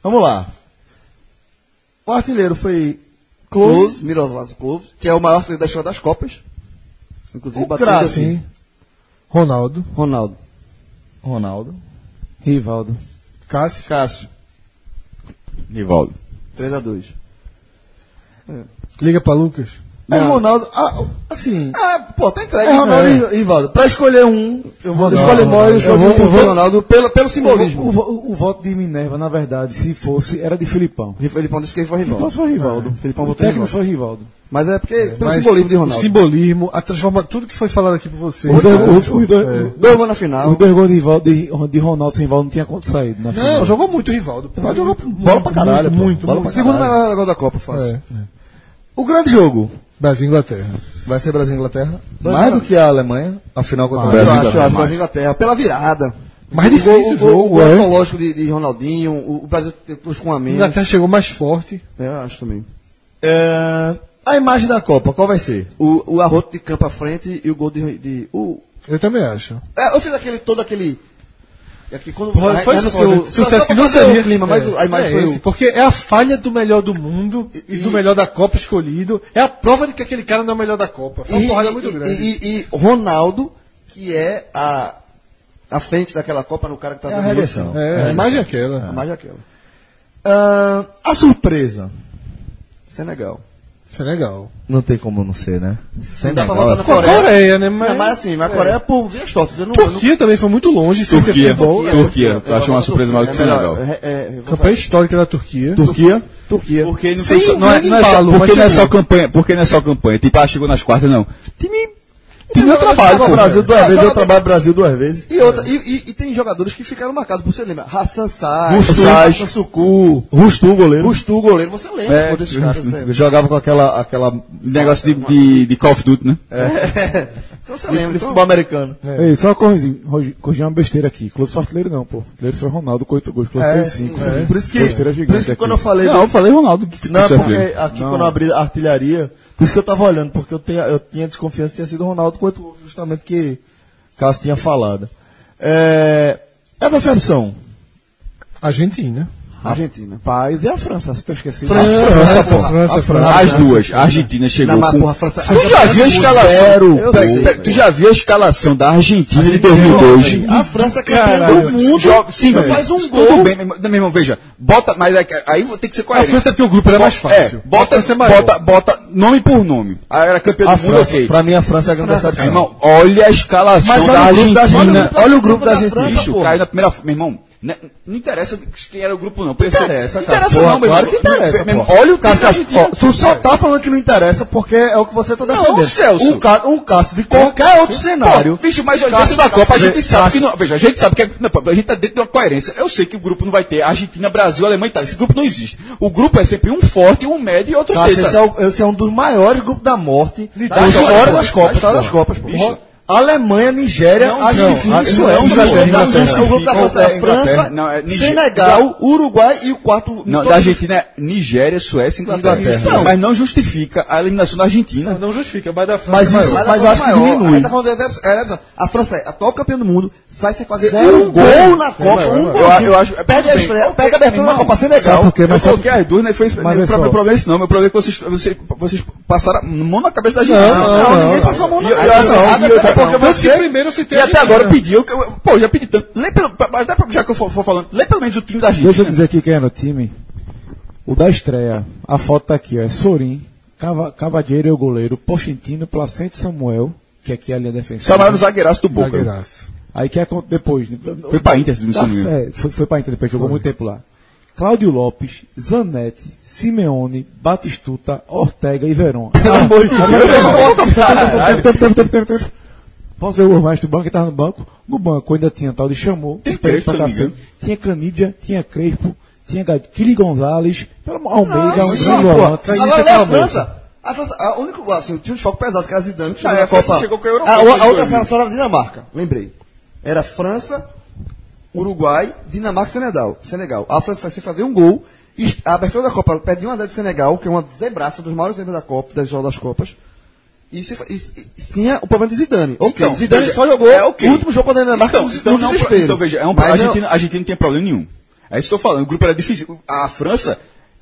Speaker 2: Vamos lá. O artilheiro foi Close.
Speaker 4: Close, Miroslav Close, que é o maior artilheiro da história das Copas. Inclusive,
Speaker 2: O
Speaker 4: bateu
Speaker 2: craque.
Speaker 4: Davi.
Speaker 6: Sim. Ronaldo.
Speaker 4: Ronaldo.
Speaker 2: Ronaldo.
Speaker 3: Rivaldo.
Speaker 6: Cássio.
Speaker 4: Cássio.
Speaker 5: Rivaldo.
Speaker 4: 3x2.
Speaker 6: Liga pra Lucas.
Speaker 2: É Ronaldo. ah, assim.
Speaker 4: Ah, pô, tá entregue.
Speaker 2: É Ronaldo e e Valdo. Pra escolher um, eu vou escolher
Speaker 4: Olha, o
Speaker 2: nós.
Speaker 4: jogo do Ronaldo pelo, pelo simbolismo.
Speaker 3: O, vo- o voto de Minerva, na verdade, se fosse, era de Filipão.
Speaker 4: O Felipão disse que ele foi rival. É.
Speaker 3: Então foi
Speaker 2: É,
Speaker 3: Rivaldo.
Speaker 4: Felipão
Speaker 3: o
Speaker 4: votou em
Speaker 3: técnico foi
Speaker 4: Rivaldo.
Speaker 3: Rivaldo.
Speaker 4: Mas é porque pelo
Speaker 6: Mas
Speaker 4: simbolismo de
Speaker 6: O
Speaker 4: Ronaldo. um
Speaker 6: simbolismo, a transforma tudo que foi falado aqui pra você.
Speaker 3: Os dois- os- os dois-
Speaker 4: Dois gols É. na
Speaker 2: Ah,
Speaker 4: final.
Speaker 3: Os dois gols de, Rivaldo- de, de Ronaldo sem Rivaldo não tinha quanto saído. né? Na
Speaker 6: Não,
Speaker 3: final.
Speaker 6: jogou muito o Rivaldo. pô.
Speaker 2: Rivaldo jogou
Speaker 6: Muito,
Speaker 2: bola pra caralho, pô.
Speaker 6: Muito,
Speaker 2: Bola
Speaker 6: muito.
Speaker 2: pra
Speaker 4: Segundo melhor gol da Copa, fácil.
Speaker 6: É.
Speaker 2: O grande jogo
Speaker 6: Brasil e Inglaterra.
Speaker 2: vai ser Brasil e Inglaterra. Mais do que a Alemanha. Afinal, contra a
Speaker 4: Eu
Speaker 2: Brasil.
Speaker 4: acho, eu acho, Brasil e Inglaterra, pela virada.
Speaker 6: Mais difícil o
Speaker 4: O
Speaker 6: jogo,
Speaker 4: gol
Speaker 6: é.
Speaker 4: antológico de, de Ronaldinho, o, o Brasil depois com um a
Speaker 6: A
Speaker 4: menos.
Speaker 6: Inglaterra chegou mais forte.
Speaker 4: Eu acho também.
Speaker 2: É, A imagem da Copa, qual vai ser?
Speaker 4: O, o arroto de campo à frente e o gol de. de- o,
Speaker 6: Eu também acho.
Speaker 4: é, eu fiz aquele, todo aquele. é que quando,
Speaker 6: Porra,
Speaker 4: é,
Speaker 6: foi
Speaker 4: é no
Speaker 6: foda.
Speaker 4: seu-
Speaker 6: Sucesso
Speaker 4: só- só pra
Speaker 6: que não
Speaker 4: fazer o
Speaker 6: seria.
Speaker 4: clima, mas
Speaker 6: É,
Speaker 4: o- a imagem
Speaker 6: é
Speaker 4: foi o-
Speaker 6: esse, Porque é a falha do melhor do mundo e, do
Speaker 4: E-
Speaker 6: melhor da Copa escolhido. É a prova de que aquele cara não é o melhor da Copa. Foi uma porrada muito grande.
Speaker 4: e- e- e Ronaldo, que é a, a frente daquela Copa, no cara que tá
Speaker 2: É a
Speaker 4: dando
Speaker 2: redenção.
Speaker 4: isso.
Speaker 6: é, a imagem é aquela.
Speaker 4: A mais aquela.
Speaker 2: Ah, a surpresa.
Speaker 4: Senegal.
Speaker 6: Isso é legal.
Speaker 2: Não tem como não ser, né? Sem
Speaker 4: Dá pra botar na
Speaker 6: Com a
Speaker 4: Coreia.
Speaker 6: Coreia, né?
Speaker 4: Mas,
Speaker 6: Mas,
Speaker 4: mas assim, mas a Coreia por vias tortas. Eu não, eu não-
Speaker 6: Turquia também foi muito longe. sem ter
Speaker 5: Turquia.
Speaker 6: futebol.
Speaker 5: Turquia. Eu acho uma surpresa maior que o
Speaker 4: É melhor,
Speaker 5: Senegal.
Speaker 4: é- é, eu vou
Speaker 6: Campanha histórica da Turquia.
Speaker 2: Turquia.
Speaker 4: Turquia.
Speaker 5: Porque não,
Speaker 6: Sem
Speaker 5: foi só, não, é, não é
Speaker 6: embalo,
Speaker 5: só, porque
Speaker 6: mas
Speaker 5: não é
Speaker 6: chegou.
Speaker 5: só campanha. Porque não é só campanha. Tipo, ah, chegou nas quartas, não. Time. Time deu trabalho,
Speaker 2: Jogou
Speaker 5: pô.
Speaker 2: Brasil duas
Speaker 4: É,
Speaker 2: vezes,
Speaker 4: joga-
Speaker 2: deu trabalho Brasil duas vezes.
Speaker 4: E, outra, e, e- e tem jogadores que ficaram marcados, você lembra? Hassan Sai,
Speaker 2: Gusto.
Speaker 4: Hassan Suku,
Speaker 2: Rustu, goleiro.
Speaker 4: Gustu, goleiro, você lembra
Speaker 5: É,
Speaker 4: pô, desses caras.
Speaker 5: Gustu.
Speaker 4: né?
Speaker 2: Jogava com aquela. aquela
Speaker 5: Negócio de, de, de Call of Duty, né?
Speaker 4: Então você
Speaker 2: de
Speaker 4: lembra. Então,
Speaker 2: futebol americano.
Speaker 3: Ei, só corrigi corrigi- corrigi uma besteira aqui. Close foi artilheiro não, pô. Artilheiro foi Ronaldo com 8 gols. Close
Speaker 2: É,
Speaker 3: teve 5.
Speaker 2: é. Por isso que,
Speaker 3: Besteira gigante
Speaker 2: por isso que
Speaker 3: aqui.
Speaker 2: quando eu falei.
Speaker 5: Não, eu falei Ronaldo.
Speaker 2: Não, é
Speaker 5: Isso é
Speaker 2: porque
Speaker 5: feio.
Speaker 2: aqui quando eu abri a artilharia, por isso que eu tava olhando, porque eu, tenho, eu tinha desconfiança que tinha sido o Ronaldo com oito gols, justamente que Cássio tinha falado. É, é decepção.
Speaker 6: Argentina.
Speaker 4: Argentina.
Speaker 3: Paz e a França, você tá esquecendo.
Speaker 6: França, pô. França, França.
Speaker 5: As duas. A Argentina chegou
Speaker 4: Na,
Speaker 5: com...
Speaker 4: porra, a França,
Speaker 5: Tu já viu a escalação?
Speaker 4: Eu
Speaker 5: Pe-
Speaker 4: sei,
Speaker 5: pe-
Speaker 4: velho.
Speaker 5: tu já viu a escalação da Argentina de 2002?
Speaker 4: a França é campeã
Speaker 5: Caralho, velho.
Speaker 4: do mundo.
Speaker 5: Joga- sim,
Speaker 4: velho.
Speaker 5: faz um gol. Tudo bem, meu irmão. Não, meu irmão, veja. Bota, mas é que- aí tem que ser
Speaker 6: A
Speaker 5: coerente.
Speaker 2: é
Speaker 6: França porque o grupo era mais fácil.
Speaker 5: É, bota,
Speaker 6: França é maior.
Speaker 5: bota, bota nome por nome. Ah, era campeão do
Speaker 2: A
Speaker 5: mundo,
Speaker 2: França,
Speaker 5: ok.
Speaker 2: pra mim a França é a grande
Speaker 5: Meu
Speaker 2: decepção.
Speaker 5: irmão, olha a escalação
Speaker 2: Mas
Speaker 5: da,
Speaker 2: olha o grupo da
Speaker 5: Argentina.
Speaker 2: Argentina. Olha o grupo da Argentina.
Speaker 5: Bicho,
Speaker 2: Porra.
Speaker 5: caiu na primeira. Meu irmão, né, não interessa quem era o grupo, não. Pensa-
Speaker 2: Interessa, cara.
Speaker 5: interessa
Speaker 2: Porra,
Speaker 5: não, meu irmão.
Speaker 2: claro que interessa.
Speaker 5: Meu irmão,
Speaker 2: porra.
Speaker 5: Olha o caso
Speaker 2: Cássio,
Speaker 5: da Argentina.
Speaker 2: ó, tu só tá falando que não interessa porque é o que você tá defendendo.
Speaker 5: Celso.
Speaker 2: Um, ca um Cássio de qualquer outro cenário.
Speaker 5: Pô, bicho, mas dentro da Copa a gente sabe que não. Veja, a gente sabe que. é- não, pô, a gente tá dentro de uma coerência. Eu sei que o grupo não vai ter Argentina, Brasil, Alemanha e Itália. Esse grupo não existe. O grupo é sempre um forte, um médio e outro
Speaker 2: Cássio,
Speaker 5: teta.
Speaker 2: esse é, o- esse é um dos maiores grupos da morte da,
Speaker 5: da
Speaker 2: história,
Speaker 5: história,
Speaker 2: das
Speaker 5: pô.
Speaker 2: Copas.
Speaker 5: Da história
Speaker 2: pô.
Speaker 5: das Copas, pô.
Speaker 2: Bicho, Alemanha, Nigéria,
Speaker 5: Não,
Speaker 2: Argentina
Speaker 5: não,
Speaker 2: e
Speaker 5: não,
Speaker 2: Suécia.
Speaker 5: não justifica,
Speaker 2: Não,
Speaker 5: não
Speaker 2: não
Speaker 5: justifica.
Speaker 2: o grupo da França é a França.
Speaker 5: Não, é Nigéria.
Speaker 4: tá Senegal, Uruguai e o quarto.
Speaker 5: Não,
Speaker 4: todo-
Speaker 5: da Argentina é Nigéria, Suécia e Inglaterra.
Speaker 2: Inglaterra.
Speaker 5: Não, mas não justifica a eliminação da Argentina.
Speaker 6: Não justifica, mas da
Speaker 2: Mas
Speaker 6: França.
Speaker 2: isso,
Speaker 4: Mas,
Speaker 2: mas eu acho que diminui.
Speaker 4: Tá falando, de- é, é, a França é atual campeã do mundo, sai sem fazer
Speaker 2: Zero
Speaker 4: um
Speaker 2: gol.
Speaker 4: gol, na Copa,
Speaker 6: mas-
Speaker 4: um
Speaker 6: mas-
Speaker 4: gol.
Speaker 5: Eu, eu
Speaker 2: é
Speaker 5: acho.
Speaker 4: Perde a estreia, perde a abertura da Copa
Speaker 3: Sabe
Speaker 4: Senegal.
Speaker 3: por quê? Mas
Speaker 5: eu
Speaker 3: sabe-
Speaker 5: coloquei as duas, né? Foi,
Speaker 3: Mas,
Speaker 5: meu
Speaker 3: pessoal-
Speaker 5: próprio problema é esse não. Meu problema é que vocês, vocês, vocês passaram a mão na cabeça da gente.
Speaker 6: Não, não, não,
Speaker 5: ninguém
Speaker 6: não.
Speaker 5: passou a mão na
Speaker 2: E- e-
Speaker 5: cabeça.
Speaker 2: não,
Speaker 5: Ah,
Speaker 2: e
Speaker 5: mas é
Speaker 2: outra-
Speaker 5: porque
Speaker 2: não,
Speaker 6: Tanto que
Speaker 5: você-
Speaker 6: primeiro se
Speaker 5: E até agora
Speaker 2: é
Speaker 5: pediu, que eu, pô, já pedi tanto. Lê pelo, até porque já que eu for, for falando, lê pelo menos o time da Argentina.
Speaker 3: Deixa eu dizer aqui quem é no time. O da estreia, a foto tá aqui, ó. É Sorin, Cava, Cavadeiro é o goleiro, Pochentino, Placente Samuel, que aqui é a linha defensiva.
Speaker 5: Samael no zagueiraço do Boca.
Speaker 6: Zagueiraço.
Speaker 3: Aí que acontece depois. né? Ah,
Speaker 5: Foi pra Inter, se não me engano.
Speaker 3: É, foi, foi pra Inter depois, jogou muito tempo lá. Cláudio Lopes, Zanetti, Simeone, Batistuta, Ortega e Verón.
Speaker 18: Pelo amor de
Speaker 2: é
Speaker 18: Deus,
Speaker 3: Tempo, tempo, tempo, tempo, tempo, tempo. Posso dizer o resto do banco que estava no banco? No banco ainda tinha tal de chamou.
Speaker 5: Tem
Speaker 3: Pérez
Speaker 5: Crespo,
Speaker 3: pra
Speaker 5: se eu não me
Speaker 3: cacete, Tinha Canídia, tinha Crespo, tinha Ga- Kili Gonzalez, pelo amor- Almeida,
Speaker 5: Então,
Speaker 3: um grande volante.
Speaker 4: Então, assim, Agora
Speaker 5: é
Speaker 4: olha a França. A França, a única, assim, tinha um choque pesado que era Zidane, que chegou
Speaker 5: Ah,
Speaker 4: na
Speaker 5: a França
Speaker 4: Copa.
Speaker 5: chegou com a Eurocopa
Speaker 4: a, a
Speaker 5: em
Speaker 4: outra
Speaker 5: 2000.
Speaker 4: seleção era Dinamarca, lembrei. Era França, Uruguai, Dinamarca e Senegal. Senegal. A França sem fazer um gol. e A abertura da Copa, ela perde 1 a 0 de Senegal, que é uma zebraça dos maiores zebras da Copa, das jogos das Copas. E, se, e, se- e tinha o problema de Zidane. Ok,
Speaker 5: Então,
Speaker 4: Zidane
Speaker 5: veja,
Speaker 4: só jogou
Speaker 5: é ok.
Speaker 4: o último jogo contra a Dinamarca
Speaker 5: Então,
Speaker 4: no-
Speaker 5: então,
Speaker 4: no
Speaker 5: não,
Speaker 4: desespero.
Speaker 5: então veja, é um, a,
Speaker 4: Mas
Speaker 5: Argentina, a Argentina não tem problema nenhum. É isso que eu tô falando. O grupo era difícil. A França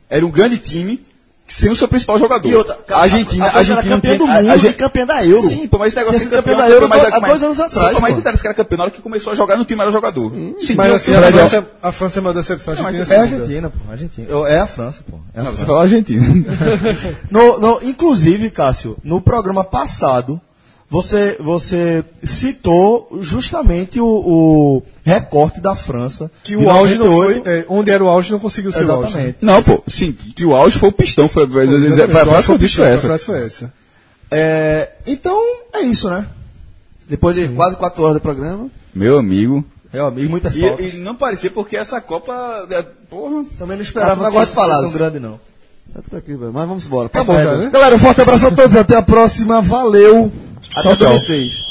Speaker 5: era um grande time sem o seu principal jogador.
Speaker 4: E outra, cara,
Speaker 5: a Argentina,
Speaker 4: a- a
Speaker 5: a
Speaker 4: França era
Speaker 5: Argentina é não
Speaker 4: campeã
Speaker 5: tinha-
Speaker 4: do mundo
Speaker 5: a, a,
Speaker 4: e campeã da Euro.
Speaker 5: Sim, pô, mas esse negócio
Speaker 4: Tinha
Speaker 5: de
Speaker 4: sido campeã
Speaker 5: campeão,
Speaker 4: da Euro
Speaker 5: mas,
Speaker 4: há
Speaker 5: mas-
Speaker 4: dois anos
Speaker 5: Sim,
Speaker 4: atrás,
Speaker 5: pô, mas
Speaker 4: pô.
Speaker 5: o Itália era campeão na hora que começou a jogar, não tinha mais jogador. Sim,
Speaker 6: Mas
Speaker 5: deu-
Speaker 6: assim,
Speaker 5: deu-
Speaker 6: a
Speaker 5: deu-
Speaker 6: França, a França é uma decepção. A Argentina
Speaker 18: É a
Speaker 6: é segunda.
Speaker 18: Argentina, pô. Argentina. Eu- É a França, pô. É a
Speaker 5: Não,
Speaker 18: França.
Speaker 5: você falou Argentina.
Speaker 18: No, no- inclusive, Cássio, no programa passado, você, você citou justamente o, o recorte da França.
Speaker 6: Que
Speaker 18: de
Speaker 6: o auge não
Speaker 18: 98.
Speaker 6: foi. é, onde era o auge não conseguiu ser o auge. né?
Speaker 18: Exatamente.
Speaker 5: Não, pô, sim, que o auge foi o pistão. Foi, foi, foi, foi, foi, foi, foi, foi
Speaker 6: A
Speaker 5: essa.
Speaker 6: frase foi essa.
Speaker 18: É, então, é isso, né?
Speaker 4: Depois de quase 4 horas do programa.
Speaker 5: Meu amigo.
Speaker 18: Meu amigo, muitas
Speaker 5: E,
Speaker 18: faltas.
Speaker 5: e não parecia porque essa Copa. é, Porra.
Speaker 18: Também não
Speaker 4: Ah,
Speaker 18: esperava
Speaker 4: mas gosto de
Speaker 18: fosse
Speaker 4: falar.
Speaker 18: tão grande, não.
Speaker 4: Tá aqui, velho, mas vamos embora. né?
Speaker 18: Tá bom,
Speaker 4: Passa-
Speaker 18: Galera, um forte abraço a todos. Até a próxima. Valeu.
Speaker 4: Até 2006.